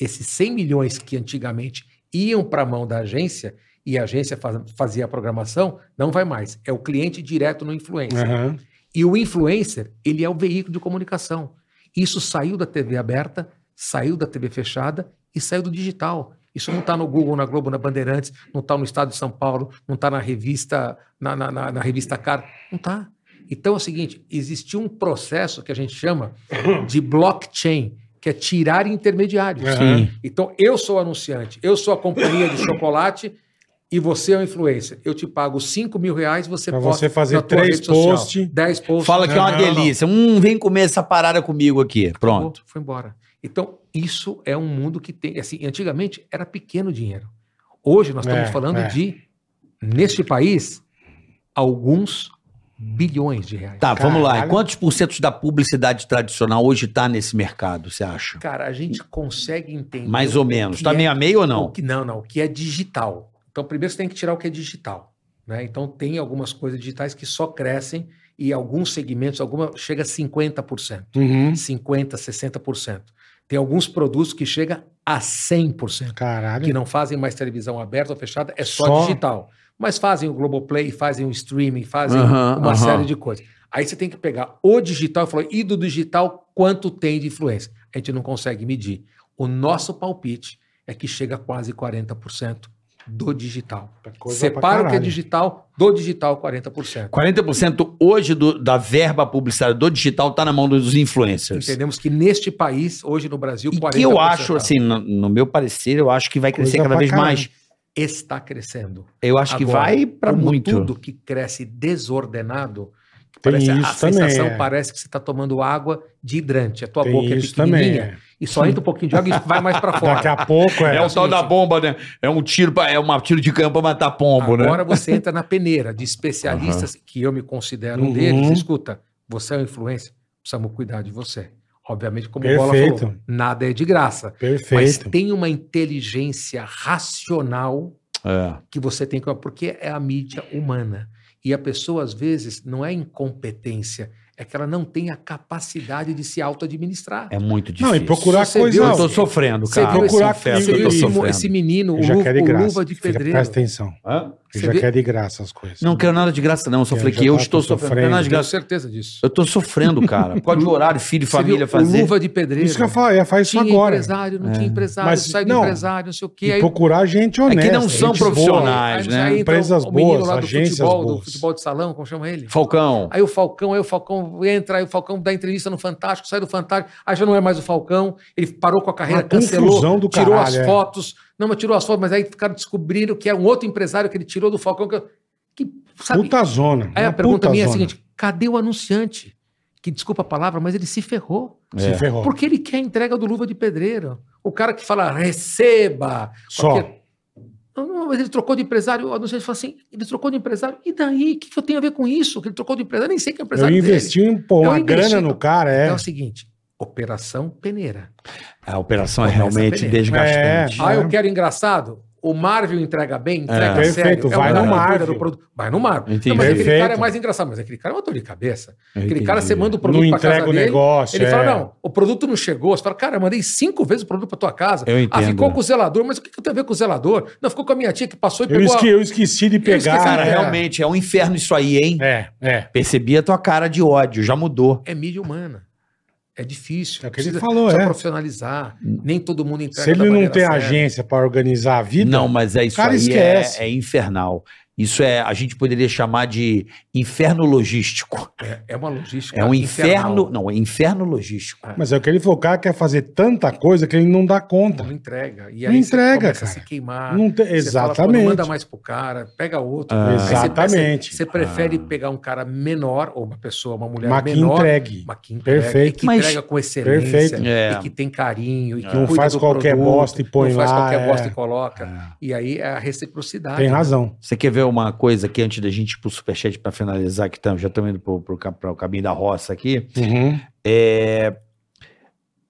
[SPEAKER 2] Esses 100 milhões que antigamente iam para a mão da agência e a agência faz- fazia a programação, não vai mais. É o cliente direto no influencer.
[SPEAKER 4] Aham.
[SPEAKER 2] E o influencer, ele é o veículo de comunicação. Isso saiu da TV aberta, saiu da TV fechada e saiu do digital. Isso não está no Google, na Globo, na Bandeirantes, não está no Estado de São Paulo, não está na revista, na, na, na- na revista Car, não está. Então é o seguinte: existiu um processo que a gente chama de blockchain, que é tirar intermediários.
[SPEAKER 4] Aham.
[SPEAKER 2] Então, eu sou o anunciante, eu sou a companhia de chocolate e você é o influencer. Eu te pago 5 mil reais, você
[SPEAKER 4] Pra
[SPEAKER 2] posta
[SPEAKER 4] você fazer
[SPEAKER 2] na tua
[SPEAKER 4] três
[SPEAKER 2] rede social.
[SPEAKER 4] posts.
[SPEAKER 2] 10 posts. né?
[SPEAKER 3] Fala que é uma
[SPEAKER 4] Não, não, não.
[SPEAKER 3] delícia. Hum, vem comer essa parada comigo aqui. Pronto.
[SPEAKER 2] Acabou, Foi embora. Então, isso é um mundo que tem. Assim, antigamente era pequeno dinheiro. Hoje nós estamos
[SPEAKER 4] É,
[SPEAKER 2] falando
[SPEAKER 4] é.
[SPEAKER 2] de, neste país, alguns bilhões de reais.
[SPEAKER 3] Tá, vamos lá. E
[SPEAKER 4] Caralho.
[SPEAKER 3] Quantos por cento da publicidade tradicional hoje tá nesse mercado, você acha?
[SPEAKER 2] Cara, a gente consegue entender.
[SPEAKER 3] Tá. Mais ou menos.
[SPEAKER 2] que
[SPEAKER 3] Tá
[SPEAKER 2] é-
[SPEAKER 3] meio a meio ou
[SPEAKER 2] não. O
[SPEAKER 3] não?
[SPEAKER 2] que, não, não. O que é digital. Então, primeiro você tem que tirar o que é digital. Né? Então, tem algumas coisas digitais que só crescem e alguns segmentos, alguma chega a 50%.
[SPEAKER 4] Uhum.
[SPEAKER 2] 50%, 60%. Tem alguns produtos que chega a 100%,
[SPEAKER 4] Caralho.
[SPEAKER 2] que não fazem mais televisão aberta ou fechada, é só,
[SPEAKER 4] Só?
[SPEAKER 2] digital. Mas fazem o Globoplay, fazem o streaming, fazem
[SPEAKER 3] Aham,
[SPEAKER 2] uma
[SPEAKER 3] aham.
[SPEAKER 2] série de coisas. Aí você tem que pegar o digital e falar, e do digital, quanto tem de influência? A gente não consegue medir. O nosso palpite é que chega a quase 40% do digital.
[SPEAKER 4] Coisa pra
[SPEAKER 2] Separa o que é
[SPEAKER 4] caralho.
[SPEAKER 2] digital, do digital 40%.
[SPEAKER 3] 40% hoje do- da verba publicitária do digital está na mão dos influencers.
[SPEAKER 2] Entendemos que neste país, hoje no Brasil,
[SPEAKER 3] E que
[SPEAKER 2] é
[SPEAKER 3] eu acho,
[SPEAKER 2] tá.
[SPEAKER 3] assim, no, no meu parecer, eu acho que vai crescer
[SPEAKER 4] Coisa
[SPEAKER 3] cada
[SPEAKER 4] pra
[SPEAKER 3] vez
[SPEAKER 4] caralho.
[SPEAKER 3] mais.
[SPEAKER 2] está crescendo.
[SPEAKER 3] Eu acho que
[SPEAKER 2] Agora,
[SPEAKER 3] vai para
[SPEAKER 2] Como
[SPEAKER 3] muito.
[SPEAKER 2] tudo que cresce desordenado, que
[SPEAKER 4] Tem
[SPEAKER 2] parece, a
[SPEAKER 4] isso também,
[SPEAKER 2] sensação
[SPEAKER 4] é.
[SPEAKER 2] parece que você está tomando água de hidrante. A tua
[SPEAKER 4] Tem
[SPEAKER 2] boca é
[SPEAKER 4] isso também.
[SPEAKER 2] pequenininha
[SPEAKER 4] é.
[SPEAKER 2] e só entra um pouquinho de água e vai mais para
[SPEAKER 4] Daqui
[SPEAKER 2] fora.
[SPEAKER 4] a pouco é.
[SPEAKER 3] É o tal da bomba, né? É um tiro, pra- é um tiro de campo pra matar pombo, né?
[SPEAKER 2] Agora você entra na peneira de especialistas, que eu me considero um
[SPEAKER 4] Uhum.
[SPEAKER 2] deles. Escuta, você é um influencer, precisamos cuidar de você. Obviamente, como o Bola
[SPEAKER 4] Perfeito.
[SPEAKER 2] falou, nada é de graça. Mas
[SPEAKER 4] Perfeito.
[SPEAKER 2] tem uma inteligência racional
[SPEAKER 3] É.
[SPEAKER 2] que você tem que. Porque é a mídia humana. E a pessoa, às vezes, não é incompetência, é que ela não tem a capacidade de se auto-administrar.
[SPEAKER 3] É muito difícil.
[SPEAKER 4] Não, e procurar
[SPEAKER 2] Se você
[SPEAKER 4] coisa.
[SPEAKER 2] viu-
[SPEAKER 3] Eu tô sofrendo,
[SPEAKER 2] Você
[SPEAKER 3] cara.
[SPEAKER 2] viu,
[SPEAKER 4] procurar
[SPEAKER 2] esse,
[SPEAKER 4] filho
[SPEAKER 2] você
[SPEAKER 3] que
[SPEAKER 2] viu
[SPEAKER 3] eu tô
[SPEAKER 2] esse, mo-
[SPEAKER 3] é sofrendo.
[SPEAKER 2] esse menino, então, o,
[SPEAKER 4] Eu já
[SPEAKER 2] Lu-
[SPEAKER 4] quero de
[SPEAKER 2] o
[SPEAKER 4] graça.
[SPEAKER 2] luva de
[SPEAKER 4] Fica-
[SPEAKER 2] pedreiro.
[SPEAKER 4] Presta atenção.
[SPEAKER 3] Hã?
[SPEAKER 4] Eu
[SPEAKER 2] Você
[SPEAKER 4] já
[SPEAKER 2] vê-
[SPEAKER 4] quero de graça as coisas.
[SPEAKER 3] Não quero nada de graça, não. Eu sofri
[SPEAKER 4] Eu já
[SPEAKER 3] que eu
[SPEAKER 4] tá-
[SPEAKER 3] estou
[SPEAKER 4] tô
[SPEAKER 3] sofrendo.
[SPEAKER 4] sofrendo.
[SPEAKER 3] Não é nada de
[SPEAKER 2] Eu tenho
[SPEAKER 3] graça.
[SPEAKER 2] certeza disso.
[SPEAKER 3] Eu tô sofrendo, cara. Por causa de horário, filho,
[SPEAKER 2] Você
[SPEAKER 3] família,
[SPEAKER 2] viu
[SPEAKER 3] fazer. É.
[SPEAKER 2] O luva de pedreiro.
[SPEAKER 4] Isso que eu falo, ia fazer isso
[SPEAKER 2] Tinha
[SPEAKER 4] agora.
[SPEAKER 2] empresário, não tinha empresário,
[SPEAKER 4] Mas,
[SPEAKER 2] sai do
[SPEAKER 4] não.
[SPEAKER 2] empresário, não sei o quê.
[SPEAKER 4] E
[SPEAKER 2] aí- é
[SPEAKER 4] procurar gente honesta.
[SPEAKER 3] não são
[SPEAKER 4] gente boa.
[SPEAKER 3] profissionais. né?
[SPEAKER 2] já entra
[SPEAKER 4] Empresas
[SPEAKER 2] o menino
[SPEAKER 4] boas,
[SPEAKER 2] lá do
[SPEAKER 4] agências
[SPEAKER 2] futebol, do
[SPEAKER 4] boas.
[SPEAKER 2] futebol de salão, como chama ele?
[SPEAKER 3] Falcão.
[SPEAKER 2] Aí o Falcão, aí o Falcão entra, aí o Falcão dá entrevista no Fantástico, sai do Fantástico, aí já não é mais o Falcão, ele parou com a carreira,
[SPEAKER 4] Uma confusão
[SPEAKER 2] cancelou,
[SPEAKER 4] do
[SPEAKER 2] tirou
[SPEAKER 4] caralho,
[SPEAKER 2] as
[SPEAKER 4] é.
[SPEAKER 2] fotos, não, mas tirou as fotos, mas aí ficaram descobrindo que era um outro empresário que ele tirou do Falcão. Que, que, sabe?
[SPEAKER 4] Puta zona.
[SPEAKER 2] aí
[SPEAKER 4] uma
[SPEAKER 2] a pergunta
[SPEAKER 4] puta
[SPEAKER 2] minha é a
[SPEAKER 4] zona.
[SPEAKER 2] seguinte, cadê o anunciante? Que, desculpa a palavra, mas ele se ferrou.
[SPEAKER 4] Se É. ferrou.
[SPEAKER 2] Porque ele quer a entrega do Luva de Pedreiro. O cara que fala, receba.
[SPEAKER 4] Só.
[SPEAKER 2] Porque- Não, não, mas ele trocou de empresário. O anunciante fala assim, ele trocou de empresário. E daí? O que, que eu tenho a ver com isso? Que ele trocou de empresário. Nem sei que é o
[SPEAKER 4] Eu
[SPEAKER 2] empresário
[SPEAKER 4] investi um, pô,
[SPEAKER 2] Eu
[SPEAKER 4] uma
[SPEAKER 2] investi.
[SPEAKER 4] grana no cara,
[SPEAKER 2] dele.
[SPEAKER 4] é.
[SPEAKER 2] Então é o seguinte, operação peneira.
[SPEAKER 3] A operação é
[SPEAKER 2] Começa
[SPEAKER 3] realmente
[SPEAKER 2] a perder.
[SPEAKER 3] desgastante.
[SPEAKER 2] Ah, eu quero engraçado. O Marvel entrega bem, entrega
[SPEAKER 4] Perfeito,
[SPEAKER 2] sério. é
[SPEAKER 4] vai
[SPEAKER 3] no
[SPEAKER 2] o cara que
[SPEAKER 4] Marvel.
[SPEAKER 2] cuida do produto. Vai no Marvel.
[SPEAKER 3] Entendi.
[SPEAKER 2] Não, mas aquele
[SPEAKER 4] Perfeito.
[SPEAKER 2] cara é mais engraçado. Mas aquele cara é um dor de cabeça. Aquele
[SPEAKER 3] Entendi.
[SPEAKER 2] cara, você manda o
[SPEAKER 4] Não
[SPEAKER 2] produto pra casa
[SPEAKER 4] entrega o
[SPEAKER 2] dele,
[SPEAKER 4] negócio.
[SPEAKER 2] Ele
[SPEAKER 4] é.
[SPEAKER 2] fala: não, o produto não chegou. Você fala, cara, eu mandei cinco vezes o produto pra tua casa.
[SPEAKER 3] Eu
[SPEAKER 2] Ah,
[SPEAKER 3] entendo.
[SPEAKER 2] ficou com o zelador, mas o que, que eu tenho a ver com o zelador? Não, ficou com a minha tia que passou e
[SPEAKER 4] Eu,
[SPEAKER 2] pegou. a-
[SPEAKER 4] esque- eu esqueci de pegar.
[SPEAKER 2] esqueci,
[SPEAKER 3] Cara,
[SPEAKER 4] é.
[SPEAKER 3] realmente é um inferno isso aí, hein?
[SPEAKER 4] É, é.
[SPEAKER 3] Percebi a tua cara de ódio, já mudou.
[SPEAKER 2] É mídia humana. É difícil.
[SPEAKER 4] É o que ele
[SPEAKER 2] precisa-
[SPEAKER 4] falou,
[SPEAKER 2] precisa
[SPEAKER 4] é.
[SPEAKER 2] profissionalizar. Nem todo mundo entrega.
[SPEAKER 4] Se
[SPEAKER 2] da
[SPEAKER 4] ele não
[SPEAKER 2] maneira
[SPEAKER 4] tem
[SPEAKER 2] certa.
[SPEAKER 4] agência pra organizar a vida,
[SPEAKER 3] Não, mas é isso
[SPEAKER 4] Cara,
[SPEAKER 3] aí é,
[SPEAKER 4] esquece.
[SPEAKER 3] é infernal. Isso é, a gente poderia chamar de inferno logístico.
[SPEAKER 2] É, é uma logística.
[SPEAKER 3] É um inferno,
[SPEAKER 2] infernal.
[SPEAKER 3] não, é inferno logístico.
[SPEAKER 4] mas é o que ele falou, o cara quer fazer tanta coisa que ele não dá
[SPEAKER 2] Não
[SPEAKER 4] conta.
[SPEAKER 2] entrega. E
[SPEAKER 4] Não
[SPEAKER 2] aí
[SPEAKER 4] entrega,
[SPEAKER 2] você começa a
[SPEAKER 4] cara.
[SPEAKER 2] se queimar.
[SPEAKER 4] Não tem-
[SPEAKER 2] Ah, Você fala, pô, não
[SPEAKER 4] exatamente.
[SPEAKER 2] manda mais pro cara, pega outro.
[SPEAKER 3] Ah.
[SPEAKER 2] Aí você-
[SPEAKER 4] Exatamente.
[SPEAKER 2] Você, você prefere pegar um cara menor, ou uma pessoa, uma mulher
[SPEAKER 4] Mas que
[SPEAKER 2] menor,
[SPEAKER 4] entregue.
[SPEAKER 2] Mas que entrega,
[SPEAKER 4] Perfeito.
[SPEAKER 2] E que
[SPEAKER 3] Mas-
[SPEAKER 2] entrega com excelência.
[SPEAKER 4] Perfeito.
[SPEAKER 3] É.
[SPEAKER 2] E que tem carinho. E que
[SPEAKER 4] Não
[SPEAKER 2] cuida
[SPEAKER 4] faz
[SPEAKER 2] do
[SPEAKER 4] qualquer
[SPEAKER 2] produto,
[SPEAKER 4] bosta e põe
[SPEAKER 2] Não faz
[SPEAKER 4] lá,
[SPEAKER 2] qualquer
[SPEAKER 4] é.
[SPEAKER 2] bosta e coloca. E aí é a reciprocidade.
[SPEAKER 4] Tem razão.
[SPEAKER 3] Você quer ver uma coisa aqui antes da gente ir pro Superchat pra finalizar, que tam, já estamos indo pro, pro, ca- pro caminho da roça aqui.
[SPEAKER 4] Uhum.
[SPEAKER 3] É,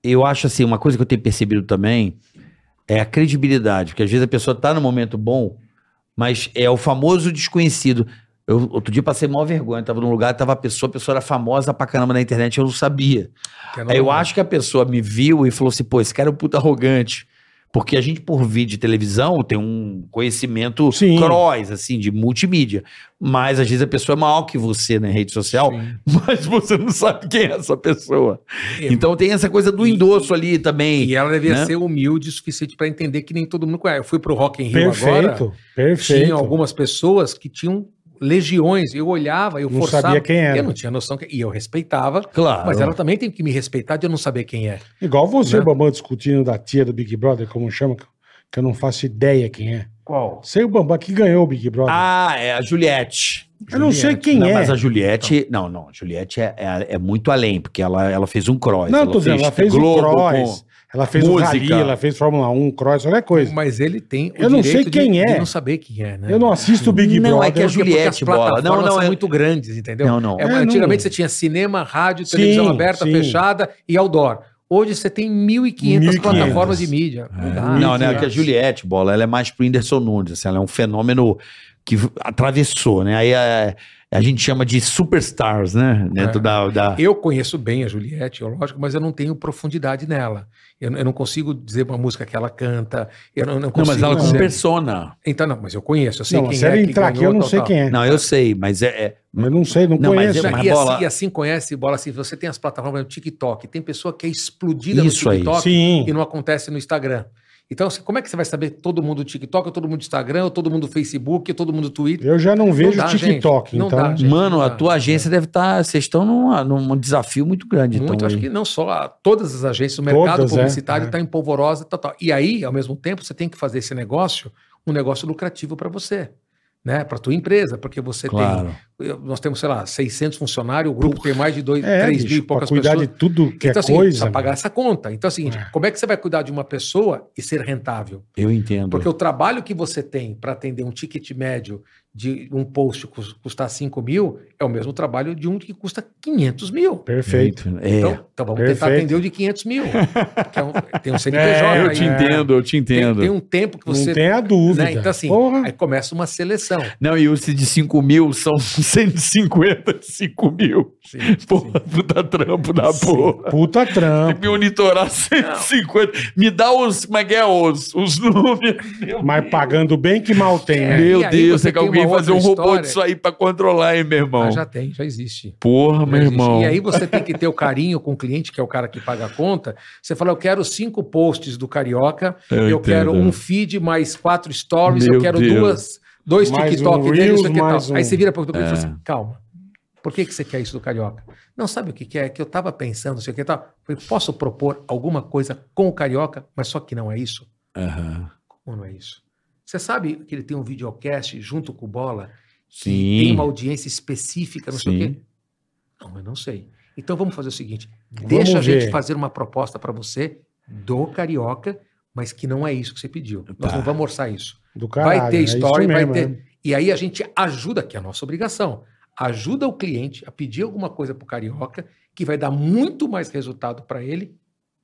[SPEAKER 3] eu acho assim, uma coisa que eu tenho percebido também é a credibilidade, porque às vezes a pessoa tá num momento bom, mas é o famoso desconhecido. Eu, outro dia passei maior vergonha, tava num lugar, tava a pessoa, a pessoa era famosa pra caramba na internet, eu não sabia.
[SPEAKER 2] que é
[SPEAKER 3] Aí eu
[SPEAKER 2] normal.
[SPEAKER 3] acho que a pessoa me viu e falou assim, pô, esse cara é um puta arrogante. Porque a gente, por vídeo de televisão, tem um conhecimento
[SPEAKER 4] Sim.
[SPEAKER 3] cross, assim, de multimídia. Mas às vezes a pessoa é maior que você na rede social,
[SPEAKER 2] Sim.
[SPEAKER 3] mas você não sabe quem é essa pessoa.
[SPEAKER 2] É.
[SPEAKER 3] Então tem essa coisa do endosso ali também.
[SPEAKER 2] E ela devia
[SPEAKER 3] Né?
[SPEAKER 2] ser humilde o suficiente para entender que nem todo mundo conhece. Eu fui pro Rock in Rio agora.
[SPEAKER 4] Perfeito. Perfeito.
[SPEAKER 2] Tinha algumas pessoas que tinham legiões. Eu olhava, eu
[SPEAKER 4] Não
[SPEAKER 2] forçava.
[SPEAKER 4] sabia quem era.
[SPEAKER 2] Eu não tinha noção. que- E eu respeitava.
[SPEAKER 4] é-
[SPEAKER 3] Claro.
[SPEAKER 2] Mas ela também tem que me respeitar de eu não saber quem é.
[SPEAKER 4] Igual você,
[SPEAKER 2] Né?
[SPEAKER 4] Bambam, discutindo da tia do Big Brother, como chama, que- que eu não faço ideia quem é.
[SPEAKER 3] Qual?
[SPEAKER 4] Sei o Bambam que ganhou o Big Brother.
[SPEAKER 3] Ah, é a Juliette.
[SPEAKER 4] eu não sei quem
[SPEAKER 3] não,
[SPEAKER 4] é.
[SPEAKER 3] mas a Juliette. Não, não, a Juliette é, é- é muito além, porque ela, ela fez um cross.
[SPEAKER 4] Não, tô dizendo, ela fez
[SPEAKER 3] Globo
[SPEAKER 4] o Cross,
[SPEAKER 3] com-
[SPEAKER 4] ela fez
[SPEAKER 3] música.
[SPEAKER 4] o Rally, ela fez Fórmula 1, Cross, qualquer coisa.
[SPEAKER 2] Mas ele tem o
[SPEAKER 4] Eu não sei
[SPEAKER 2] direito
[SPEAKER 4] quem
[SPEAKER 2] de,
[SPEAKER 4] é.
[SPEAKER 2] de não saber quem é, né?
[SPEAKER 4] Eu não assisto o Big
[SPEAKER 3] Não, é
[SPEAKER 4] Brother.
[SPEAKER 3] que a
[SPEAKER 2] Porque- porque
[SPEAKER 3] Juliette,
[SPEAKER 2] as
[SPEAKER 3] bola. Não,
[SPEAKER 2] plataformas
[SPEAKER 3] não,
[SPEAKER 2] são
[SPEAKER 3] é-
[SPEAKER 2] muito grandes, entendeu?
[SPEAKER 3] Não, não.
[SPEAKER 2] É,
[SPEAKER 4] É,
[SPEAKER 2] antigamente
[SPEAKER 4] não-
[SPEAKER 2] você tinha cinema, rádio,
[SPEAKER 4] Sim,
[SPEAKER 2] televisão aberta,
[SPEAKER 4] sim.
[SPEAKER 2] fechada e outdoor. Hoje você tem 1.500
[SPEAKER 4] 1.500.
[SPEAKER 2] plataformas de mídia. Não dá.
[SPEAKER 3] Não, né?
[SPEAKER 4] Entendi.
[SPEAKER 3] Que a Juliette, bola, ela é mais pro Whindersson Nunes, assim, ela é um fenômeno que v- atravessou, né? Aí é, a, gente chama de superstars, né? Dentro
[SPEAKER 2] É.
[SPEAKER 3] da. da-
[SPEAKER 4] Ah.
[SPEAKER 2] Eu conheço bem a Juliette, eu, lógico, mas eu não tenho profundidade nela. Eu, eu não consigo dizer uma música que ela canta. Eu não, eu não
[SPEAKER 3] Não,
[SPEAKER 2] consigo.
[SPEAKER 3] mas ela com
[SPEAKER 2] dizer-
[SPEAKER 3] persona.
[SPEAKER 2] Então, não, mas eu conheço, eu sei
[SPEAKER 4] não,
[SPEAKER 2] quem
[SPEAKER 4] se
[SPEAKER 2] é.
[SPEAKER 4] ela
[SPEAKER 2] quem
[SPEAKER 4] entrar aqui, eu
[SPEAKER 2] ganhou,
[SPEAKER 4] não
[SPEAKER 2] tal,
[SPEAKER 4] sei
[SPEAKER 2] tal.
[SPEAKER 4] quem é.
[SPEAKER 3] Não, eu sei, mas é. é-
[SPEAKER 4] Eu não sei, não,
[SPEAKER 3] Não, mas
[SPEAKER 4] conheço.
[SPEAKER 3] é- mas-
[SPEAKER 2] e,
[SPEAKER 3] bola-
[SPEAKER 2] assim, e assim conhece, bola assim, você tem as plataformas no TikTok, tem pessoa que é explodida
[SPEAKER 3] Isso
[SPEAKER 2] no
[SPEAKER 3] aí.
[SPEAKER 2] TikTok
[SPEAKER 4] Sim.
[SPEAKER 2] e não acontece no Instagram. Então, assim, como é que você vai saber todo mundo do TikTok, ou todo mundo do Instagram, ou todo mundo do Facebook, ou todo mundo do Twitter?
[SPEAKER 4] Eu já não vejo
[SPEAKER 2] dá,
[SPEAKER 4] TikTok,
[SPEAKER 2] gente. Não
[SPEAKER 4] então.
[SPEAKER 2] dá, gente.
[SPEAKER 3] Mano, a
[SPEAKER 2] não-
[SPEAKER 3] tua agência deve estar. vocês estão numa- num desafio muito grande.
[SPEAKER 2] Muito,
[SPEAKER 3] então,
[SPEAKER 2] acho
[SPEAKER 3] aí.
[SPEAKER 2] que não só a- todas as agências, o mercado
[SPEAKER 4] Todas, é,
[SPEAKER 2] publicitário tá
[SPEAKER 4] é.
[SPEAKER 2] está em polvorosa, tal, tal. E aí, ao mesmo tempo, você tem que fazer esse negócio um negócio lucrativo para você, né? Para tua empresa, porque você
[SPEAKER 3] Claro.
[SPEAKER 2] tem, eu- nós temos sei lá 600 funcionários, o grupo tem mais de dois,
[SPEAKER 4] É,
[SPEAKER 2] três mil e
[SPEAKER 4] bicho, pra
[SPEAKER 2] poucas
[SPEAKER 4] cuidar
[SPEAKER 2] pessoas.
[SPEAKER 4] de tudo que
[SPEAKER 2] então,
[SPEAKER 4] é
[SPEAKER 2] assim,
[SPEAKER 4] coisa.
[SPEAKER 2] precisa pagar
[SPEAKER 4] mano.
[SPEAKER 2] essa conta. Então é o seguinte: como é que você vai cuidar de uma pessoa e ser rentável?
[SPEAKER 3] Eu entendo.
[SPEAKER 2] Porque o trabalho que você tem para atender um ticket médio de um post cus- custar 5 mil é o mesmo trabalho de um que custa 500 mil.
[SPEAKER 4] Perfeito.
[SPEAKER 3] É.
[SPEAKER 2] Então, então vamos tentar
[SPEAKER 4] Perfeito.
[SPEAKER 2] atender o de 500 mil. que é um- tem um CNPJ.
[SPEAKER 6] É, eu
[SPEAKER 2] aí,
[SPEAKER 6] te
[SPEAKER 2] né?
[SPEAKER 6] entendo, eu te
[SPEAKER 2] Tem,
[SPEAKER 6] entendo.
[SPEAKER 2] tem um tempo que você.
[SPEAKER 4] Não tem a dúvida.
[SPEAKER 2] né? Então, assim,
[SPEAKER 4] Porra.
[SPEAKER 2] aí começa uma seleção.
[SPEAKER 3] Não, e os de 5 mil são 150 de 5 mil. Porra, puta trampo da porra.
[SPEAKER 4] Puta
[SPEAKER 6] Tem
[SPEAKER 4] trampa.
[SPEAKER 6] que monitorar 150. Me dá os, como é que é, os, os números.
[SPEAKER 4] Mas pagando bem que mal tem, né?
[SPEAKER 2] É.
[SPEAKER 6] Meu
[SPEAKER 2] e aí
[SPEAKER 6] Deus,
[SPEAKER 2] você
[SPEAKER 6] tem que
[SPEAKER 2] tem
[SPEAKER 6] alguém
[SPEAKER 2] uma
[SPEAKER 6] fazer um
[SPEAKER 2] outra
[SPEAKER 6] robô
[SPEAKER 2] história.
[SPEAKER 6] disso aí pra controlar, hein, meu irmão?
[SPEAKER 2] Ah, já tem, já existe.
[SPEAKER 6] Porra,
[SPEAKER 2] Já
[SPEAKER 6] meu
[SPEAKER 2] existe.
[SPEAKER 6] irmão.
[SPEAKER 2] E aí você tem que ter o carinho com o cliente, que é o cara que paga a conta. Você fala, eu quero cinco posts do Carioca, eu,
[SPEAKER 6] Eu
[SPEAKER 2] quero
[SPEAKER 6] entendo.
[SPEAKER 2] um feed mais quatro stories,
[SPEAKER 6] Meu
[SPEAKER 2] eu quero
[SPEAKER 6] Deus.
[SPEAKER 2] duas, dois
[SPEAKER 4] Mais
[SPEAKER 2] TikTok
[SPEAKER 4] um
[SPEAKER 2] dele,
[SPEAKER 4] Reels,
[SPEAKER 2] isso aqui e tal.
[SPEAKER 4] mais um-
[SPEAKER 2] Aí você vira para o cliente e
[SPEAKER 6] É.
[SPEAKER 2] fala assim, calma, por que, que você quer isso do Carioca? Não sabe o que, que é? Que eu estava pensando, não sei o que e tal. Eu falei, posso propor alguma coisa com o Carioca, mas só que não é isso?
[SPEAKER 6] Aham.
[SPEAKER 2] Como não é isso? Você sabe que ele tem um videocast junto com o Bola? que
[SPEAKER 6] Sim.
[SPEAKER 2] Tem uma audiência específica, não sei o
[SPEAKER 6] Sim.
[SPEAKER 2] quê? Não, eu não sei. Então vamos fazer o seguinte:
[SPEAKER 4] Vamos
[SPEAKER 2] deixa a gente
[SPEAKER 4] ver.
[SPEAKER 2] fazer uma proposta para você do Carioca, mas que não é isso que você pediu. Nós
[SPEAKER 6] Tá.
[SPEAKER 2] não vamos orçar isso.
[SPEAKER 4] Do caralho.
[SPEAKER 2] vai ter
[SPEAKER 4] é isso
[SPEAKER 2] história, vai
[SPEAKER 4] mesmo,
[SPEAKER 2] ter.
[SPEAKER 4] né?
[SPEAKER 2] E aí a gente ajuda, que é a nossa obrigação, ajuda o cliente a pedir alguma coisa para o Carioca, que vai dar muito mais resultado para ele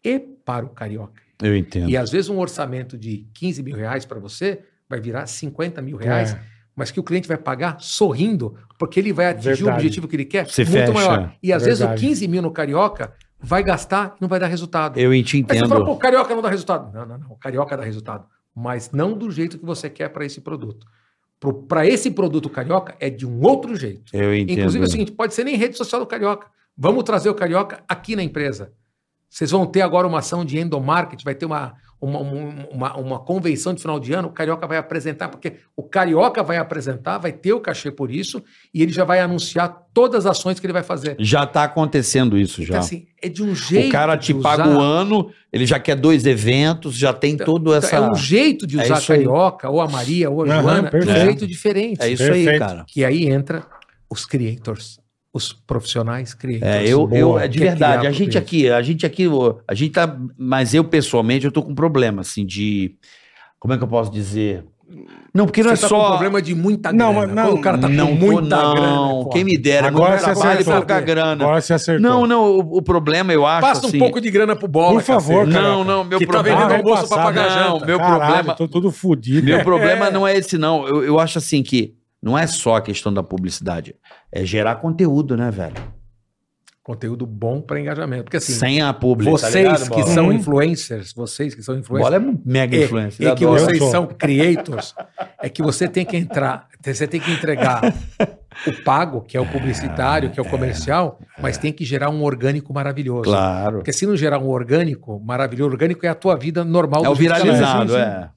[SPEAKER 2] e para o Carioca.
[SPEAKER 3] Eu entendo.
[SPEAKER 2] E às vezes um orçamento de 15 mil reais para você vai virar 50 mil reais,
[SPEAKER 4] É.
[SPEAKER 2] mas que o cliente vai pagar sorrindo, porque ele vai atingir o
[SPEAKER 4] Verdade.
[SPEAKER 2] objetivo que ele quer
[SPEAKER 3] Você fecha.
[SPEAKER 2] muito maior. E às vezes o
[SPEAKER 4] Verdade.
[SPEAKER 2] 15 mil no Carioca vai gastar e não vai dar resultado.
[SPEAKER 3] Eu te
[SPEAKER 2] Aí você fala, pô,
[SPEAKER 3] entendo.
[SPEAKER 2] o Carioca não dá resultado. Não, não, não. O Carioca dá resultado, mas não do jeito que você quer para esse produto. Para esse produto Carioca é de um outro jeito.
[SPEAKER 3] Eu entendo.
[SPEAKER 2] Inclusive é o seguinte, pode ser nem rede social do Carioca. Vamos trazer o Carioca aqui na empresa. Vocês vão ter agora uma ação de endomarketing, vai ter uma, uma, um- uma, uma convenção de final de ano, o Carioca vai apresentar, porque o Carioca vai apresentar, vai ter o cachê por isso, e ele já vai anunciar todas as ações que ele vai fazer.
[SPEAKER 3] Já tá acontecendo isso já.
[SPEAKER 2] Então, assim, é de um jeito
[SPEAKER 3] o cara
[SPEAKER 2] de
[SPEAKER 3] te
[SPEAKER 2] usar-
[SPEAKER 3] paga o ano, ele já quer dois eventos, já tem
[SPEAKER 2] Então,
[SPEAKER 3] todo
[SPEAKER 2] então,
[SPEAKER 3] essa.
[SPEAKER 2] É um jeito de
[SPEAKER 3] É
[SPEAKER 2] usar a
[SPEAKER 3] isso aí.
[SPEAKER 2] Carioca, ou a Maria, ou a
[SPEAKER 4] Aham,
[SPEAKER 2] Joana, de um
[SPEAKER 4] perfeito.
[SPEAKER 2] jeito diferente.
[SPEAKER 3] É isso aí,
[SPEAKER 4] Perfeito.
[SPEAKER 3] cara.
[SPEAKER 2] Que aí entra os creators, os profissionais creators.
[SPEAKER 3] É, eu, eu,
[SPEAKER 4] Boa.
[SPEAKER 3] é de
[SPEAKER 2] Então, assim, Quer
[SPEAKER 3] verdade.
[SPEAKER 2] criar
[SPEAKER 3] A gente
[SPEAKER 2] pro
[SPEAKER 3] aqui, a gente aqui, ô, a gente tá. Mas eu, pessoalmente, eu tô com um problema, assim, de. Como é que eu posso dizer? Não, porque não
[SPEAKER 2] Você
[SPEAKER 3] é
[SPEAKER 2] tá
[SPEAKER 3] só.
[SPEAKER 2] com problema de muita grana.
[SPEAKER 4] Não, mas não,
[SPEAKER 2] Quando o cara tá
[SPEAKER 3] não,
[SPEAKER 2] com
[SPEAKER 3] tô,
[SPEAKER 2] muita
[SPEAKER 3] não.
[SPEAKER 2] grana.
[SPEAKER 3] Quem
[SPEAKER 2] Quem
[SPEAKER 3] me dera,
[SPEAKER 4] Agora
[SPEAKER 3] não
[SPEAKER 4] você
[SPEAKER 3] trabalhe
[SPEAKER 4] acertou.
[SPEAKER 3] pouca grana.
[SPEAKER 4] Agora você acertou.
[SPEAKER 3] Não, não, o, o problema eu acho.
[SPEAKER 2] Passa um
[SPEAKER 3] assim,
[SPEAKER 2] pouco de grana pro bola.
[SPEAKER 4] Por favor,
[SPEAKER 2] cacete.
[SPEAKER 4] cara.
[SPEAKER 3] Não, não, meu
[SPEAKER 2] Que tá
[SPEAKER 3] problema. é
[SPEAKER 2] vendendo
[SPEAKER 4] vai
[SPEAKER 2] almoço pra
[SPEAKER 4] passar,
[SPEAKER 2] pagar
[SPEAKER 3] não,
[SPEAKER 2] janta.
[SPEAKER 3] meu
[SPEAKER 4] Caralho,
[SPEAKER 3] problema-
[SPEAKER 4] Tô todo fodido.
[SPEAKER 3] Meu problema não é esse, não. Eu, eu acho assim que não é só a questão da publicidade. É gerar conteúdo, né, velho?
[SPEAKER 2] Conteúdo bom pra engajamento. Porque assim,
[SPEAKER 3] Sem a publicidade.
[SPEAKER 2] vocês que
[SPEAKER 3] tá Bola?
[SPEAKER 2] são
[SPEAKER 4] Uhum.
[SPEAKER 2] influencers, vocês que são
[SPEAKER 3] Bola
[SPEAKER 2] influencers,
[SPEAKER 3] é um mega
[SPEAKER 2] É,
[SPEAKER 3] influencer.
[SPEAKER 2] e
[SPEAKER 3] ele
[SPEAKER 2] que
[SPEAKER 3] adora.
[SPEAKER 4] Eu
[SPEAKER 2] vocês
[SPEAKER 4] sou.
[SPEAKER 2] são creators, é que você tem que entrar, você tem que entregar o pago, que é o publicitário, que é o comercial, mas tem que gerar um orgânico maravilhoso.
[SPEAKER 3] Claro.
[SPEAKER 2] Porque se não gerar um orgânico maravilhoso, orgânico é a tua vida normal.
[SPEAKER 3] É o
[SPEAKER 2] do jeito que ela
[SPEAKER 3] viralizado,
[SPEAKER 2] é.
[SPEAKER 3] é.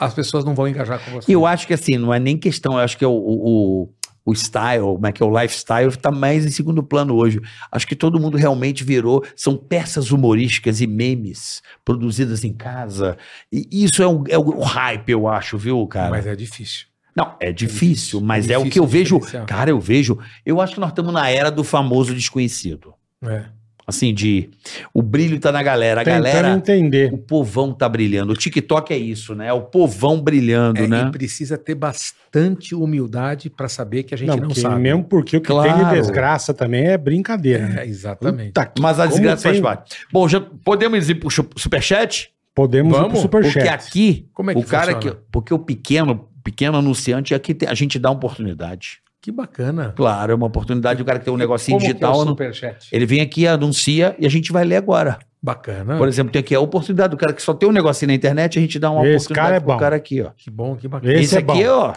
[SPEAKER 2] As pessoas não vão engajar com você.
[SPEAKER 3] E eu acho que assim, não é nem questão, eu acho que é o, o, o- o style, como é que é o lifestyle, tá mais em segundo plano hoje. Acho que todo mundo realmente virou, são peças humorísticas e memes produzidas em casa. E isso é o, é o hype, eu acho, viu, cara?
[SPEAKER 2] Mas é difícil.
[SPEAKER 3] Não, é difícil, mas é o que
[SPEAKER 2] Difícil
[SPEAKER 3] eu vejo.
[SPEAKER 2] diferenciar.
[SPEAKER 3] Cara, eu vejo. Eu acho que nós estamos na era do famoso desconhecido.
[SPEAKER 2] É.
[SPEAKER 3] Assim, de. O brilho tá na galera. A
[SPEAKER 4] Tentando
[SPEAKER 3] galera.
[SPEAKER 4] entender.
[SPEAKER 3] O povão tá brilhando. O TikTok é isso, né? É o povão brilhando,
[SPEAKER 2] É,
[SPEAKER 3] né?
[SPEAKER 2] E precisa ter bastante humildade para saber que a gente
[SPEAKER 4] Não,
[SPEAKER 2] não,
[SPEAKER 4] porque
[SPEAKER 2] sabe.
[SPEAKER 4] mesmo porque o que tem de
[SPEAKER 3] Claro.
[SPEAKER 4] desgraça também é brincadeira. né?
[SPEAKER 2] É, exatamente.
[SPEAKER 4] Puta que-
[SPEAKER 3] Mas a
[SPEAKER 4] como
[SPEAKER 3] desgraça faz
[SPEAKER 4] tem-
[SPEAKER 3] parte. Bom, já podemos ir pro chu- superchat?
[SPEAKER 4] Podemos ir pro
[SPEAKER 2] Vamos?
[SPEAKER 3] Porque
[SPEAKER 4] superchat.
[SPEAKER 3] aqui,
[SPEAKER 2] Como é que
[SPEAKER 3] o cara
[SPEAKER 2] funciona?
[SPEAKER 3] que. Porque o pequeno, pequeno anunciante, aqui tem- a gente dá oportunidade.
[SPEAKER 2] Que bacana.
[SPEAKER 3] Claro, é uma oportunidade. O cara que tem um negocinho
[SPEAKER 2] Como que é
[SPEAKER 3] digital.
[SPEAKER 2] o
[SPEAKER 3] não-
[SPEAKER 2] superchat?
[SPEAKER 3] Ele vem aqui, anuncia e a gente vai ler agora.
[SPEAKER 2] Bacana.
[SPEAKER 3] Por exemplo, tem aqui a oportunidade do cara que só tem um negocinho na internet, a gente dá uma
[SPEAKER 4] Esse
[SPEAKER 3] oportunidade
[SPEAKER 4] cara é
[SPEAKER 3] pro
[SPEAKER 4] bom.
[SPEAKER 3] cara aqui, ó.
[SPEAKER 2] Que bom, que bacana.
[SPEAKER 4] Esse,
[SPEAKER 3] Esse,
[SPEAKER 4] é
[SPEAKER 3] aqui,
[SPEAKER 4] bom.
[SPEAKER 3] ó.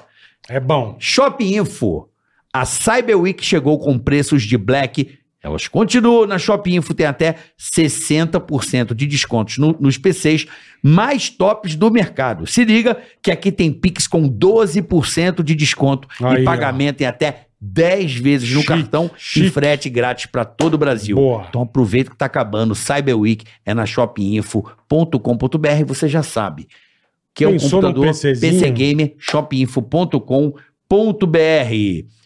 [SPEAKER 4] É bom.
[SPEAKER 3] Shop Info. A Cyber Week chegou com preços de black. Elas continuam na Shop Info, tem até 60% de descontos no- nos PCs mais tops do mercado. Se liga que aqui tem Pix com 12% de desconto
[SPEAKER 4] Aí, ó.
[SPEAKER 3] e pagamento em até 10 vezes no
[SPEAKER 4] Chique,
[SPEAKER 3] cartão
[SPEAKER 4] chique.
[SPEAKER 3] e frete grátis para todo o Brasil.
[SPEAKER 4] Boa.
[SPEAKER 3] Então aproveita que está acabando. Cyber Week é na shopinfo.com.br, você já sabe. Que é um
[SPEAKER 4] Pensou num
[SPEAKER 3] computador
[SPEAKER 4] PCzinho?
[SPEAKER 3] PC Gamer, shopinfo.com.br.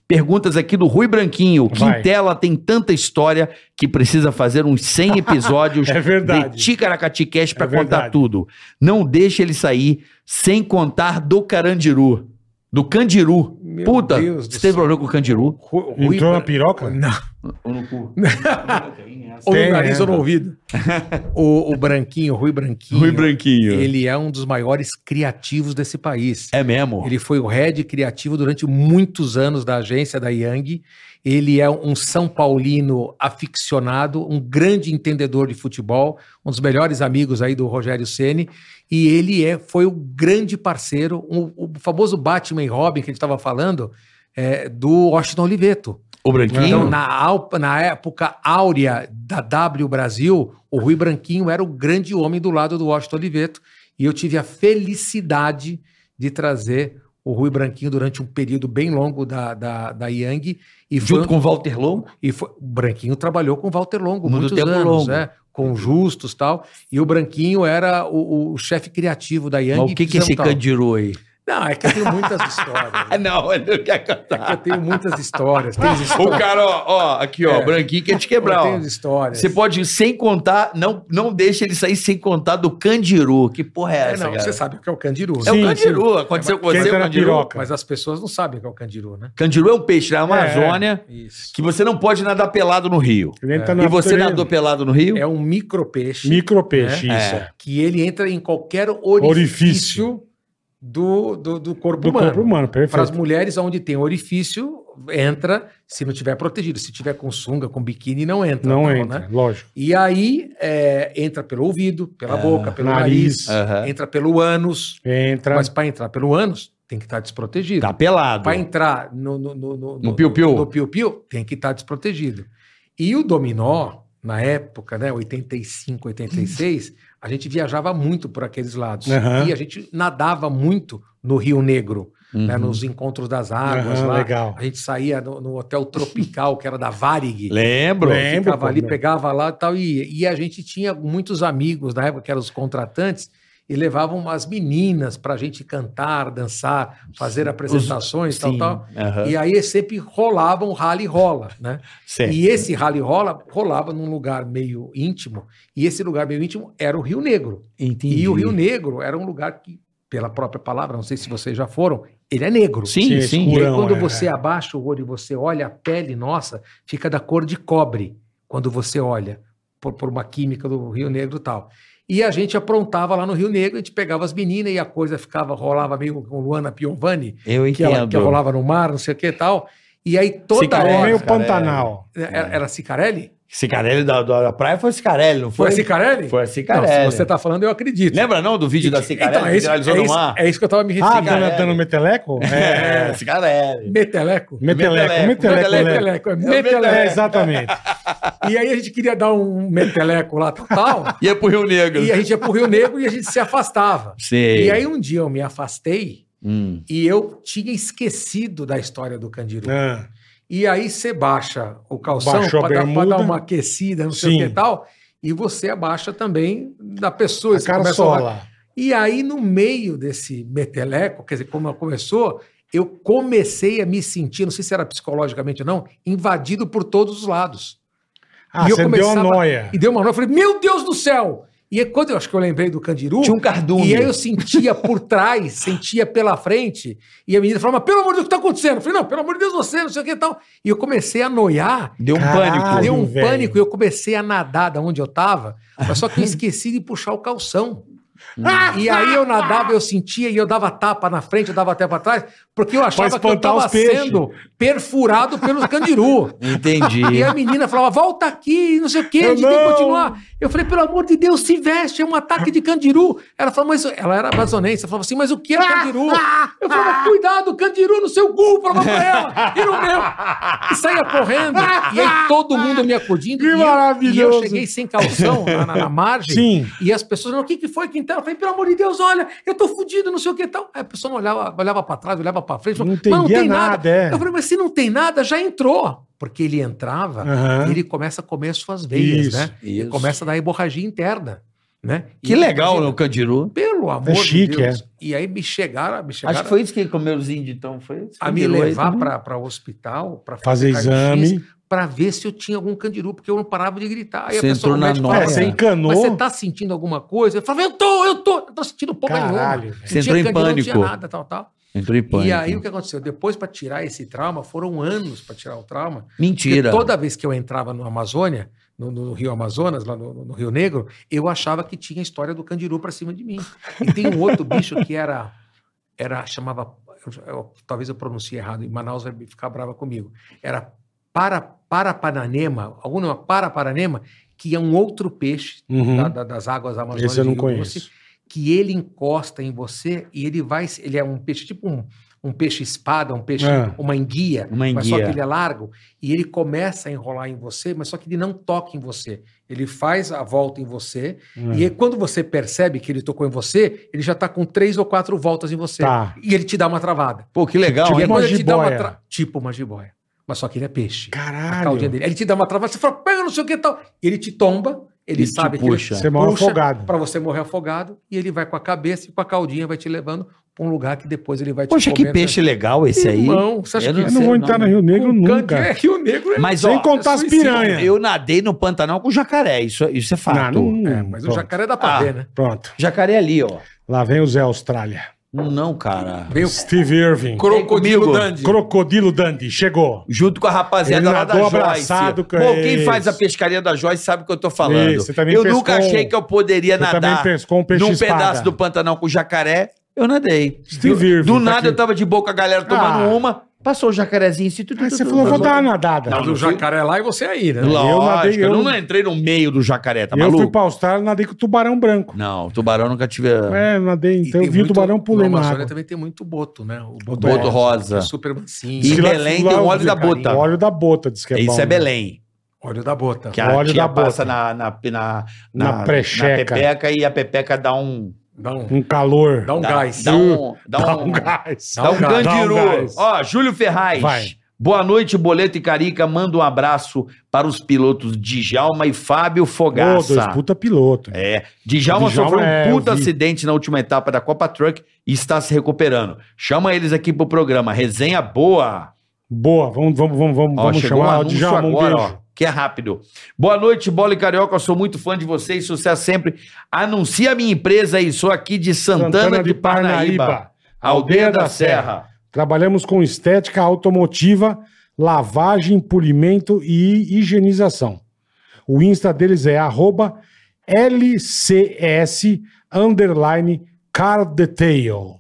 [SPEAKER 3] Perguntas aqui do Rui Branquinho.
[SPEAKER 4] Vai.
[SPEAKER 3] Quintela tem tanta história que precisa fazer uns 100 episódios
[SPEAKER 4] É
[SPEAKER 3] de
[SPEAKER 4] verdade.
[SPEAKER 3] Ticaracati Cash para
[SPEAKER 4] É
[SPEAKER 3] contar
[SPEAKER 4] verdade.
[SPEAKER 3] tudo. Não deixe ele sair sem contar do Carandiru. Do Candiru.
[SPEAKER 2] Meu
[SPEAKER 3] Puta,
[SPEAKER 2] Deus do
[SPEAKER 3] você teve
[SPEAKER 2] céu.
[SPEAKER 3] problema com o Candiru?
[SPEAKER 2] Ru- Rui
[SPEAKER 4] Entrou na
[SPEAKER 2] Bra-
[SPEAKER 4] piroca?
[SPEAKER 2] Não.
[SPEAKER 3] Ou no cu? um
[SPEAKER 2] Ou
[SPEAKER 4] Tem,
[SPEAKER 2] no nariz
[SPEAKER 4] né?
[SPEAKER 2] ou no ouvido. o, o Branquinho, o Rui Branquinho,
[SPEAKER 3] Rui Branquinho.
[SPEAKER 2] ele é um dos maiores criativos desse país.
[SPEAKER 3] É mesmo?
[SPEAKER 2] Ele foi o head criativo durante muitos anos da agência da Yang. Ele é um São Paulino aficionado, um grande entendedor de futebol, um dos melhores amigos aí do Rogério Ceni e ele é, foi o grande parceiro, um- o famoso Batman e Robin que a gente estava falando, é, do Washington Oliveto.
[SPEAKER 3] O Branquinho?
[SPEAKER 2] Então, na, alpa- na época áurea da W Brasil, o Rui Branquinho era o grande homem do lado do Washington Oliveto. E eu tive a felicidade de trazer o Rui Branquinho durante um período bem longo da, da, da Yang. E foi, um
[SPEAKER 3] Junto com o Walter Low?
[SPEAKER 2] e foi- o Branquinho trabalhou com o Walter Longo
[SPEAKER 3] Muito
[SPEAKER 2] muitos
[SPEAKER 3] tempo
[SPEAKER 2] anos,
[SPEAKER 3] longo.
[SPEAKER 2] né? Com Justus e tal. E o Branquinho era o, o chefe criativo da Yang.
[SPEAKER 3] Mas o que, que é esse
[SPEAKER 2] fizemos tal.
[SPEAKER 3] Candiru aí?
[SPEAKER 2] Não, é que eu tenho muitas histórias. né?
[SPEAKER 3] Ah, não, ele não quer
[SPEAKER 2] É
[SPEAKER 3] cantar.
[SPEAKER 2] que eu tenho muitas histórias. Tem
[SPEAKER 3] O
[SPEAKER 2] histórias.
[SPEAKER 3] cara, ó, ó, aqui, ó,
[SPEAKER 2] É.
[SPEAKER 3] Branquinho quer te
[SPEAKER 2] eu
[SPEAKER 3] quebrar, ó.
[SPEAKER 2] tenho histórias.
[SPEAKER 3] Você pode, ir sem contar, não, não deixa ele sair sem contar do Candiru. Que porra é
[SPEAKER 2] É,
[SPEAKER 3] essa,
[SPEAKER 2] não,
[SPEAKER 3] cara?
[SPEAKER 2] você sabe o que é o Candiru.
[SPEAKER 3] É
[SPEAKER 4] Sim,
[SPEAKER 3] o Candiru, aconteceu com
[SPEAKER 4] Quem
[SPEAKER 3] você, é
[SPEAKER 4] tá
[SPEAKER 3] o
[SPEAKER 4] na
[SPEAKER 3] Candiru.
[SPEAKER 4] piroca?
[SPEAKER 2] Mas as pessoas não sabem o que é o Candiru, né?
[SPEAKER 3] Candiru é um peixe da Amazônia
[SPEAKER 2] Isso.
[SPEAKER 3] que você não pode nadar pelado no rio.
[SPEAKER 4] Ele entra na
[SPEAKER 3] É. E você
[SPEAKER 4] natureza.
[SPEAKER 3] nadou pelado no rio?
[SPEAKER 2] É um micropeixe
[SPEAKER 4] Micropeixe,
[SPEAKER 3] É.
[SPEAKER 4] isso.
[SPEAKER 3] É.
[SPEAKER 2] que ele entra em qualquer orifício,
[SPEAKER 4] Orifício.
[SPEAKER 2] Do, do, do corpo
[SPEAKER 4] Do
[SPEAKER 2] humano.
[SPEAKER 4] corpo humano,
[SPEAKER 2] Para as
[SPEAKER 4] perfeito.
[SPEAKER 2] mulheres, onde tem orifício, entra, se não tiver protegido. Se tiver com sunga, com biquíni, não entra.
[SPEAKER 4] Não
[SPEAKER 2] tal,
[SPEAKER 4] entra,
[SPEAKER 2] né?
[SPEAKER 4] lógico.
[SPEAKER 2] E aí, é, entra pelo ouvido,
[SPEAKER 3] É,
[SPEAKER 2] pela boca, pelo
[SPEAKER 4] nariz.
[SPEAKER 2] nariz,
[SPEAKER 3] Aham.
[SPEAKER 2] entra pelo ânus.
[SPEAKER 4] Entra.
[SPEAKER 2] Mas para entrar pelo ânus, tem que estar desprotegido.
[SPEAKER 3] Tá pelado.
[SPEAKER 2] Para entrar no no no, no,
[SPEAKER 3] No piu-piu?
[SPEAKER 2] no piu-piu, tem que estar desprotegido. E o dominó, na época, né, 85, 86, a gente viajava muito por aqueles lados.
[SPEAKER 4] Aham.
[SPEAKER 2] E a gente nadava muito no Rio Negro,
[SPEAKER 3] Uhum.
[SPEAKER 2] né, nos encontros das águas
[SPEAKER 4] Aham,
[SPEAKER 2] lá.
[SPEAKER 4] legal.
[SPEAKER 2] A gente saía no, no hotel tropical, que era da Varig.
[SPEAKER 3] Lembro.
[SPEAKER 4] Lembro.
[SPEAKER 2] ficava ali,
[SPEAKER 4] pô, né?
[SPEAKER 2] pegava lá e tal. E, e a gente tinha muitos amigos na época, que eram os contratantes, e levavam umas meninas para a gente cantar, dançar, fazer apresentações, tal,
[SPEAKER 3] Sim.
[SPEAKER 2] tal.
[SPEAKER 3] Aham.
[SPEAKER 2] E aí sempre rolava um rally rola, né?
[SPEAKER 3] Certo.
[SPEAKER 2] E esse rally rola rolava num lugar meio íntimo, e esse lugar meio íntimo era o Rio Negro.
[SPEAKER 3] Entendi.
[SPEAKER 2] E o Rio Negro era um lugar que, pela própria palavra, não sei se vocês já foram, ele é negro.
[SPEAKER 3] Sim,
[SPEAKER 4] Sim,
[SPEAKER 3] sim.
[SPEAKER 2] E aí,
[SPEAKER 4] Escurão,
[SPEAKER 2] quando
[SPEAKER 4] é,
[SPEAKER 2] você
[SPEAKER 4] é.
[SPEAKER 2] abaixa o olho e você olha, a pele nossa fica da cor de cobre quando você olha, por, por uma química do Rio Negro e tal. E a gente aprontava lá no Rio Negro, a gente pegava as meninas e a coisa ficava, rolava meio com Luana Piovani,
[SPEAKER 3] Eu
[SPEAKER 2] que, ela, que
[SPEAKER 3] entendo.
[SPEAKER 2] rolava no mar, não sei o que e tal. E aí toda
[SPEAKER 3] Cicarelli,
[SPEAKER 4] É
[SPEAKER 2] hora. é,
[SPEAKER 4] meio
[SPEAKER 3] cara,
[SPEAKER 4] Pantanal.
[SPEAKER 2] Era, era Cicarelli?
[SPEAKER 3] Cicarelli da, da, da praia foi Cicarelli, não
[SPEAKER 2] Foi
[SPEAKER 3] foi?
[SPEAKER 2] a Cicarelli?
[SPEAKER 3] Foi a
[SPEAKER 2] Não,
[SPEAKER 3] Cicarelli.
[SPEAKER 2] se você tá falando, eu acredito.
[SPEAKER 3] Lembra não do vídeo da Cicarelli
[SPEAKER 2] Então, é
[SPEAKER 3] que
[SPEAKER 2] isso, é,
[SPEAKER 3] viralizou no
[SPEAKER 2] isso,
[SPEAKER 3] mar?
[SPEAKER 2] é isso que eu tava me
[SPEAKER 4] Ah,
[SPEAKER 2] referindo.
[SPEAKER 4] dando, dando meteleco? É.
[SPEAKER 3] É, Cicarelli.
[SPEAKER 2] Meteleco.
[SPEAKER 4] Meteleco,
[SPEAKER 3] Meteleco, né?
[SPEAKER 4] meteleco. meteleco.
[SPEAKER 2] Meteleco, é
[SPEAKER 4] É,
[SPEAKER 2] meteleco.
[SPEAKER 4] exatamente.
[SPEAKER 2] E aí a gente queria dar um meteleco lá total.
[SPEAKER 3] Ia pro Rio Negro.
[SPEAKER 2] e a gente ia pro Rio Negro e a gente se afastava.
[SPEAKER 3] Sei.
[SPEAKER 2] E aí um dia eu me afastei
[SPEAKER 3] Hum.
[SPEAKER 2] e eu tinha esquecido da história do Candiru.
[SPEAKER 4] Ah,
[SPEAKER 2] E aí você baixa o calção
[SPEAKER 4] Baixou a
[SPEAKER 2] para dar, pra
[SPEAKER 4] bermuda.
[SPEAKER 2] dar uma aquecida, não sei o
[SPEAKER 4] Sim.
[SPEAKER 2] que e tal. E você abaixa também da pessoa.
[SPEAKER 4] a
[SPEAKER 2] você
[SPEAKER 4] cara
[SPEAKER 2] começa a
[SPEAKER 4] sola.
[SPEAKER 2] e aí, no meio desse meteleco, quer dizer, como começou, eu comecei a me sentir, não sei se era psicologicamente ou não, invadido por todos os lados.
[SPEAKER 4] Ah,
[SPEAKER 2] e eu
[SPEAKER 4] você deu uma
[SPEAKER 2] começava-
[SPEAKER 4] noia.
[SPEAKER 2] E deu uma noia. Eu falei, meu Deus do céu! E aí, quando eu acho que eu lembrei do Candiru.
[SPEAKER 5] Tinha um cardume.
[SPEAKER 2] E aí eu sentia por trás, sentia pela frente, e a menina falava, mas pelo amor de Deus, o que está acontecendo? Eu falei, não, pelo amor de Deus, você, não sei o que e tal. E eu comecei a noiar,
[SPEAKER 3] Deu um
[SPEAKER 4] Caralho.
[SPEAKER 3] pânico.
[SPEAKER 2] deu um
[SPEAKER 4] velho.
[SPEAKER 2] pânico, e eu comecei a nadar da onde eu estava, mas só que eu esqueci de puxar o calção.
[SPEAKER 4] Ah,
[SPEAKER 2] E aí eu nadava, eu sentia e eu dava tapa na frente, eu dava até para trás, porque eu achava que eu
[SPEAKER 4] espantar
[SPEAKER 2] estava
[SPEAKER 4] os peixes.
[SPEAKER 2] sendo perfurado pelos candiru.
[SPEAKER 3] Entendi.
[SPEAKER 2] E a menina falava, volta aqui, não sei o quê, a
[SPEAKER 4] Eu
[SPEAKER 2] gente tem que
[SPEAKER 4] não.
[SPEAKER 2] continuar. Eu falei, pelo amor de Deus, se veste, é um ataque de candiru. Ela falou, mas ela era amazonense, ela falava assim, mas o que é candiru? Eu falava, cuidado, candiru no seu cu, falava pra ela, e no meu. E saía correndo, e aí todo mundo me acudindo.
[SPEAKER 4] Que
[SPEAKER 2] e, eu,
[SPEAKER 4] maravilhoso.
[SPEAKER 2] e eu cheguei sem calção na, na- na margem,
[SPEAKER 4] Sim.
[SPEAKER 2] e as pessoas falaram, o que, que foi, Quintela? Eu falei, pelo amor de Deus, olha, eu tô fudido, não sei o que e tal. Aí a pessoa não olhava, olhava pra trás, olhava pra frente,
[SPEAKER 4] Não
[SPEAKER 2] falava, mas não
[SPEAKER 4] entendia
[SPEAKER 2] tem nada.
[SPEAKER 4] nada, é.
[SPEAKER 2] Eu falei, mas se não tem nada, já entrou. Porque ele entrava,
[SPEAKER 4] Aham.
[SPEAKER 2] e ele começa a comer as suas veias,
[SPEAKER 4] Isso,
[SPEAKER 2] né?
[SPEAKER 3] isso.
[SPEAKER 2] Começa a dar hemorragia interna, né?
[SPEAKER 3] Que
[SPEAKER 2] E-
[SPEAKER 3] legal, né, o Candiru.
[SPEAKER 2] Pelo amor
[SPEAKER 4] É chique,
[SPEAKER 2] de Deus. E aí me chegaram, me chegaram
[SPEAKER 3] Acho que foi né? isso que ele comeu os índios, então. Foi isso?
[SPEAKER 2] a me
[SPEAKER 3] Candiru aí
[SPEAKER 2] levar
[SPEAKER 3] também.
[SPEAKER 2] para o hospital, para
[SPEAKER 4] Fazer exame. É,
[SPEAKER 2] para ver se eu tinha algum candiru, porque eu não parava de gritar. Aí
[SPEAKER 3] Você entrou
[SPEAKER 2] o
[SPEAKER 3] na
[SPEAKER 2] médico
[SPEAKER 3] noia.
[SPEAKER 2] falava
[SPEAKER 4] É, você
[SPEAKER 2] assim,
[SPEAKER 4] encanou.
[SPEAKER 2] mas você tá sentindo alguma coisa? Eu falava, eu tô, eu tô, eu tô sentindo porra nenhuma.
[SPEAKER 4] Caralho, velho.
[SPEAKER 3] Você entrou em
[SPEAKER 2] Não
[SPEAKER 3] pânico.
[SPEAKER 2] tinha nada, tal, tal.
[SPEAKER 3] Entrou em pânico.
[SPEAKER 2] E aí o que aconteceu? Depois, para tirar esse trauma, foram anos para tirar o trauma.
[SPEAKER 3] Mentira.
[SPEAKER 2] Porque toda vez que eu entrava no Amazônia, no, no Rio Amazonas, lá no, no Rio Negro, eu achava que tinha a história do candiru pra cima de mim. E tem um outro bicho que era, era chamava, eu- eu- talvez eu pronuncie errado, e Manaus vai ficar brava comigo. Era para Parapananema, algum nome, Parapananema, que é um outro peixe
[SPEAKER 4] Uhum.
[SPEAKER 2] da- da- das águas amazônicas.
[SPEAKER 4] Esse eu não
[SPEAKER 2] Tá, de Rio Doce,
[SPEAKER 4] conheço.
[SPEAKER 2] que ele encosta em você e ele vai. Ele é um peixe, tipo um, um peixe espada, um peixe,
[SPEAKER 4] Ah.
[SPEAKER 2] uma enguia,
[SPEAKER 3] Uma
[SPEAKER 2] mas só que
[SPEAKER 3] enguia.
[SPEAKER 2] ele é largo e ele começa a enrolar em você, mas só que ele não toca em você. Ele faz a volta em você
[SPEAKER 4] Hum.
[SPEAKER 2] e aí, quando você percebe que ele tocou em você, ele já está com três ou quatro voltas em você
[SPEAKER 4] Tá.
[SPEAKER 2] e ele te dá uma travada.
[SPEAKER 3] Pô, que legal,
[SPEAKER 4] Tipo
[SPEAKER 2] E
[SPEAKER 3] hein?
[SPEAKER 2] aí, quando ele te dá uma
[SPEAKER 4] jiboia.
[SPEAKER 2] tra- tipo uma jiboia, mas só que ele é peixe. A caudinha
[SPEAKER 4] Caralho.
[SPEAKER 2] dele. Aí Ele te dá uma travada, você fala, pega não sei o que e tal. Ele te tomba, ele
[SPEAKER 3] Ele te
[SPEAKER 2] sabe que
[SPEAKER 3] puxa.
[SPEAKER 2] ele
[SPEAKER 4] Você morre afogado.
[SPEAKER 2] Pra você morrer afogado, e ele vai com a cabeça e com a caudinha vai te levando pra um lugar que depois ele vai te
[SPEAKER 3] Poxa, que
[SPEAKER 2] comendo. né?
[SPEAKER 3] peixe legal esse aí.
[SPEAKER 2] tipo, é, Irmão, você acha
[SPEAKER 3] Eu
[SPEAKER 2] que
[SPEAKER 3] não
[SPEAKER 4] Eu não vou entrar no Rio Negro
[SPEAKER 2] Com
[SPEAKER 4] nunca.
[SPEAKER 2] Cândido, É que o negro é...
[SPEAKER 3] Mas,
[SPEAKER 4] Sem
[SPEAKER 3] ó,
[SPEAKER 4] contar as
[SPEAKER 2] suicídio.
[SPEAKER 4] piranhas.
[SPEAKER 3] eu nadei no Pantanal com jacaré. Isso, isso é fato.
[SPEAKER 4] Não, não-
[SPEAKER 2] É, mas o
[SPEAKER 4] pronto.
[SPEAKER 2] jacaré dá pra
[SPEAKER 3] Ah.
[SPEAKER 2] ver, né?
[SPEAKER 4] Pronto.
[SPEAKER 3] Jacaré é ali, ó.
[SPEAKER 4] Lá vem o Zé Austrália.
[SPEAKER 3] Não, cara.
[SPEAKER 2] Vem o
[SPEAKER 4] Steve Irving.
[SPEAKER 3] comigo.
[SPEAKER 2] crocodilo dandy.
[SPEAKER 4] Crocodilo Dandy. Chegou.
[SPEAKER 3] Junto com a rapaziada
[SPEAKER 4] Ele
[SPEAKER 3] lá da
[SPEAKER 4] nadou
[SPEAKER 3] Joyce.
[SPEAKER 4] abraçado com
[SPEAKER 3] Bom,
[SPEAKER 4] isso.
[SPEAKER 3] quem faz a pescaria da Joyce sabe o que eu tô falando.
[SPEAKER 4] Isso, você também
[SPEAKER 3] eu
[SPEAKER 4] pescou um.
[SPEAKER 3] nunca achei que eu poderia
[SPEAKER 4] você também
[SPEAKER 3] nadar
[SPEAKER 4] pescou um peixe
[SPEAKER 3] num
[SPEAKER 4] espada.
[SPEAKER 3] pedaço do Pantanal com jacaré. Eu nadei.
[SPEAKER 4] Steve
[SPEAKER 3] do
[SPEAKER 4] Irving,
[SPEAKER 3] do
[SPEAKER 4] tá
[SPEAKER 3] nada
[SPEAKER 4] aqui.
[SPEAKER 3] eu tava de boca, a galera tomando
[SPEAKER 4] Ah.
[SPEAKER 3] uma. Passou o jacarezinho assim. tudo.
[SPEAKER 4] Aí você falou, vou dar uma nadada.
[SPEAKER 2] Mas o jacaré lá e você aí, né?
[SPEAKER 3] Lógico, eu,
[SPEAKER 4] nadei, eu-
[SPEAKER 3] não entrei no meio do jacaré, tá
[SPEAKER 4] eu
[SPEAKER 3] maluco?
[SPEAKER 4] fui pra Austrália e nadei com tubarão branco.
[SPEAKER 3] Não, tubarão nunca tive. É,
[SPEAKER 4] É, nadei.
[SPEAKER 2] E
[SPEAKER 4] Então eu
[SPEAKER 2] tem
[SPEAKER 4] vi o
[SPEAKER 2] muito-
[SPEAKER 4] tubarão pulando
[SPEAKER 2] no
[SPEAKER 4] na
[SPEAKER 2] Amazônia
[SPEAKER 4] água.
[SPEAKER 2] também tem muito boto, né? O boto,
[SPEAKER 3] Boto rosa.
[SPEAKER 2] que é super mansinho.
[SPEAKER 3] E
[SPEAKER 4] Diz que lá-
[SPEAKER 3] Belém
[SPEAKER 4] lá
[SPEAKER 3] tem um
[SPEAKER 4] eu
[SPEAKER 3] óleo
[SPEAKER 4] vi,
[SPEAKER 3] da
[SPEAKER 4] cara,
[SPEAKER 3] bota.
[SPEAKER 4] Óleo da bota, diz que é
[SPEAKER 3] Isso
[SPEAKER 4] bom,
[SPEAKER 3] é
[SPEAKER 4] né?
[SPEAKER 3] Belém.
[SPEAKER 2] Óleo da bota.
[SPEAKER 3] Que a
[SPEAKER 4] Óleo
[SPEAKER 3] tia
[SPEAKER 4] da bota.
[SPEAKER 3] passa na, na, na,
[SPEAKER 4] Na precheca.
[SPEAKER 3] na pepeca e a pepeca dá um.
[SPEAKER 2] Dá um,
[SPEAKER 4] Um calor.
[SPEAKER 2] dá um
[SPEAKER 3] dá,
[SPEAKER 2] gás.
[SPEAKER 3] Dá um. Dá,
[SPEAKER 4] Dá
[SPEAKER 3] um.
[SPEAKER 4] gás.
[SPEAKER 3] Dá um
[SPEAKER 2] Dá um gás.
[SPEAKER 3] gandiru.
[SPEAKER 4] Dá um gás.
[SPEAKER 3] Ó, Júlio Ferraz.
[SPEAKER 4] Vai.
[SPEAKER 3] Boa noite, Boleto e Carica. Manda um abraço para os pilotos Djalma e Fábio
[SPEAKER 4] Ô, dois
[SPEAKER 3] Fogaça.
[SPEAKER 4] puta piloto.
[SPEAKER 3] É. Djalma,
[SPEAKER 4] Djalma,
[SPEAKER 3] sofreu um
[SPEAKER 4] é,
[SPEAKER 3] puta
[SPEAKER 4] eu vi.
[SPEAKER 3] acidente na última etapa da Copa Truck e está se recuperando. Chama eles aqui pro programa. Resenha boa.
[SPEAKER 4] Boa, vamos, vamos, vamos, vamos,
[SPEAKER 3] Ó,
[SPEAKER 4] vamos
[SPEAKER 3] chegou um
[SPEAKER 4] chamar o
[SPEAKER 3] anúncio
[SPEAKER 4] Djalma, um
[SPEAKER 3] agora,
[SPEAKER 4] beijo.
[SPEAKER 3] ó, que é rápido. Boa noite, Bola e Carioca, eu sou muito fã de vocês, sucesso sempre. Anuncia a minha empresa aí, sou aqui de Santana, de, Parnaíba, Aldeia da Serra.
[SPEAKER 4] Trabalhamos com estética automotiva, lavagem, polimento e higienização. O Insta deles é arroba LCS underline car detail.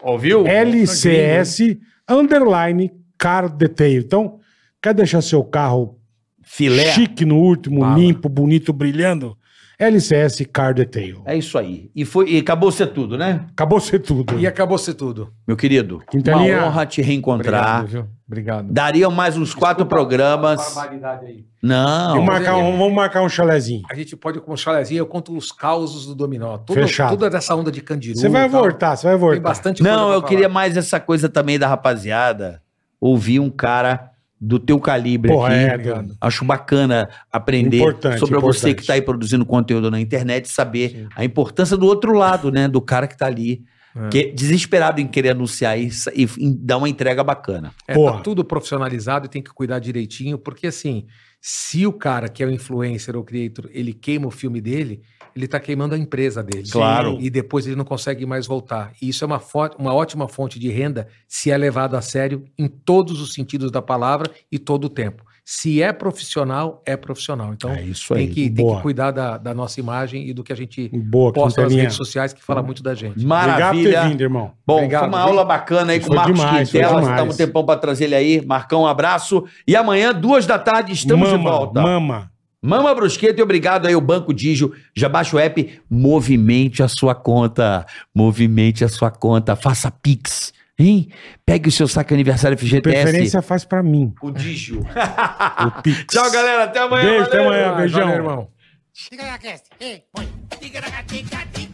[SPEAKER 3] Ouviu?
[SPEAKER 4] LCS underline car detail. Então, quer deixar seu carro
[SPEAKER 3] Filé.
[SPEAKER 4] chique no último,
[SPEAKER 2] Bala.
[SPEAKER 4] limpo, bonito, brilhando? LCS car detail.
[SPEAKER 3] É isso aí. E, foi, e acabou ser tudo, né?
[SPEAKER 4] Acabou ser tudo.
[SPEAKER 2] E acabou-se tudo.
[SPEAKER 3] Meu querido,
[SPEAKER 4] Quintelinha.
[SPEAKER 3] uma honra te reencontrar.
[SPEAKER 2] Obrigado, viu? Obrigado.
[SPEAKER 3] Daria mais uns quatro
[SPEAKER 2] Desculpa,
[SPEAKER 3] programas.
[SPEAKER 2] barbaridade aí.
[SPEAKER 3] Não.
[SPEAKER 4] Vamos marcar
[SPEAKER 3] é.
[SPEAKER 4] um, vamos marcar um chalezinho.
[SPEAKER 2] A gente pode, como chalezinho, eu conto os causos do dominó. Todo,
[SPEAKER 4] Fechado.
[SPEAKER 2] toda essa onda de candiru.
[SPEAKER 4] Você vai
[SPEAKER 2] e tal.
[SPEAKER 4] voltar, você vai
[SPEAKER 2] Tem
[SPEAKER 4] voltar.
[SPEAKER 2] bastante coisa
[SPEAKER 3] Não,
[SPEAKER 2] pra
[SPEAKER 3] eu
[SPEAKER 2] falar.
[SPEAKER 3] queria mais essa coisa também da rapaziada. Ouvir um cara do teu calibre
[SPEAKER 4] Porra,
[SPEAKER 3] aqui.
[SPEAKER 4] é, Eduardo.
[SPEAKER 3] Acho bacana aprender
[SPEAKER 4] Importante,
[SPEAKER 3] sobre você
[SPEAKER 4] importante.
[SPEAKER 3] que está aí produzindo conteúdo na internet, saber a importância do outro lado, né? Do cara que está ali,
[SPEAKER 2] É.
[SPEAKER 3] que é desesperado em querer anunciar isso e, em dar uma entrega bacana.
[SPEAKER 2] É,
[SPEAKER 4] Porra.
[SPEAKER 2] tá tudo profissionalizado e tem que cuidar direitinho, porque assim, Se o cara que é o influencer ou creator, ele queima o filme dele, ele tá queimando a empresa dele.
[SPEAKER 4] Claro.
[SPEAKER 2] E depois ele não consegue mais voltar. E isso é uma, fo- uma ótima fonte de renda se é levado a sério em todos os sentidos da palavra e todo o tempo. Se é profissional, é profissional. Então,
[SPEAKER 4] é isso
[SPEAKER 2] tem,
[SPEAKER 4] aí.
[SPEAKER 2] que, tem que
[SPEAKER 4] boa,
[SPEAKER 2] cuidar da, da nossa imagem e do que a gente
[SPEAKER 4] boa
[SPEAKER 2] posta nas
[SPEAKER 4] Quintelinha.
[SPEAKER 2] redes sociais, que fala muito da gente.
[SPEAKER 4] Obrigado por ter
[SPEAKER 3] Maravilha.
[SPEAKER 4] vindo, irmão.
[SPEAKER 3] Bom,
[SPEAKER 2] Obrigado,
[SPEAKER 3] foi uma
[SPEAKER 2] viu?
[SPEAKER 3] aula bacana aí com o
[SPEAKER 4] Foi
[SPEAKER 3] Marcos
[SPEAKER 4] demais, foi
[SPEAKER 3] Quintela.
[SPEAKER 4] demais.
[SPEAKER 3] Estamos um tempão para trazer ele aí. Marcão, um abraço. E amanhã, duas da tarde, estamos
[SPEAKER 4] mama,
[SPEAKER 3] de volta.
[SPEAKER 4] Mama.
[SPEAKER 3] Mama Brusqueta e obrigado aí ao Banco Digio. Já baixa o app, movimente a sua conta. Movimente a sua conta. Faça Pix, hein? Pegue o seu saque aniversário FGTS.
[SPEAKER 4] Preferência faz pra mim.
[SPEAKER 3] O Digio.
[SPEAKER 4] O Pix.
[SPEAKER 3] Tchau, galera. Até amanhã.
[SPEAKER 4] Beijo, até
[SPEAKER 3] valeu.
[SPEAKER 4] amanhã. Beijão.
[SPEAKER 2] Valeu, irmão.
[SPEAKER 1] Tiga na cast. Ei, põe. Tiga na cast.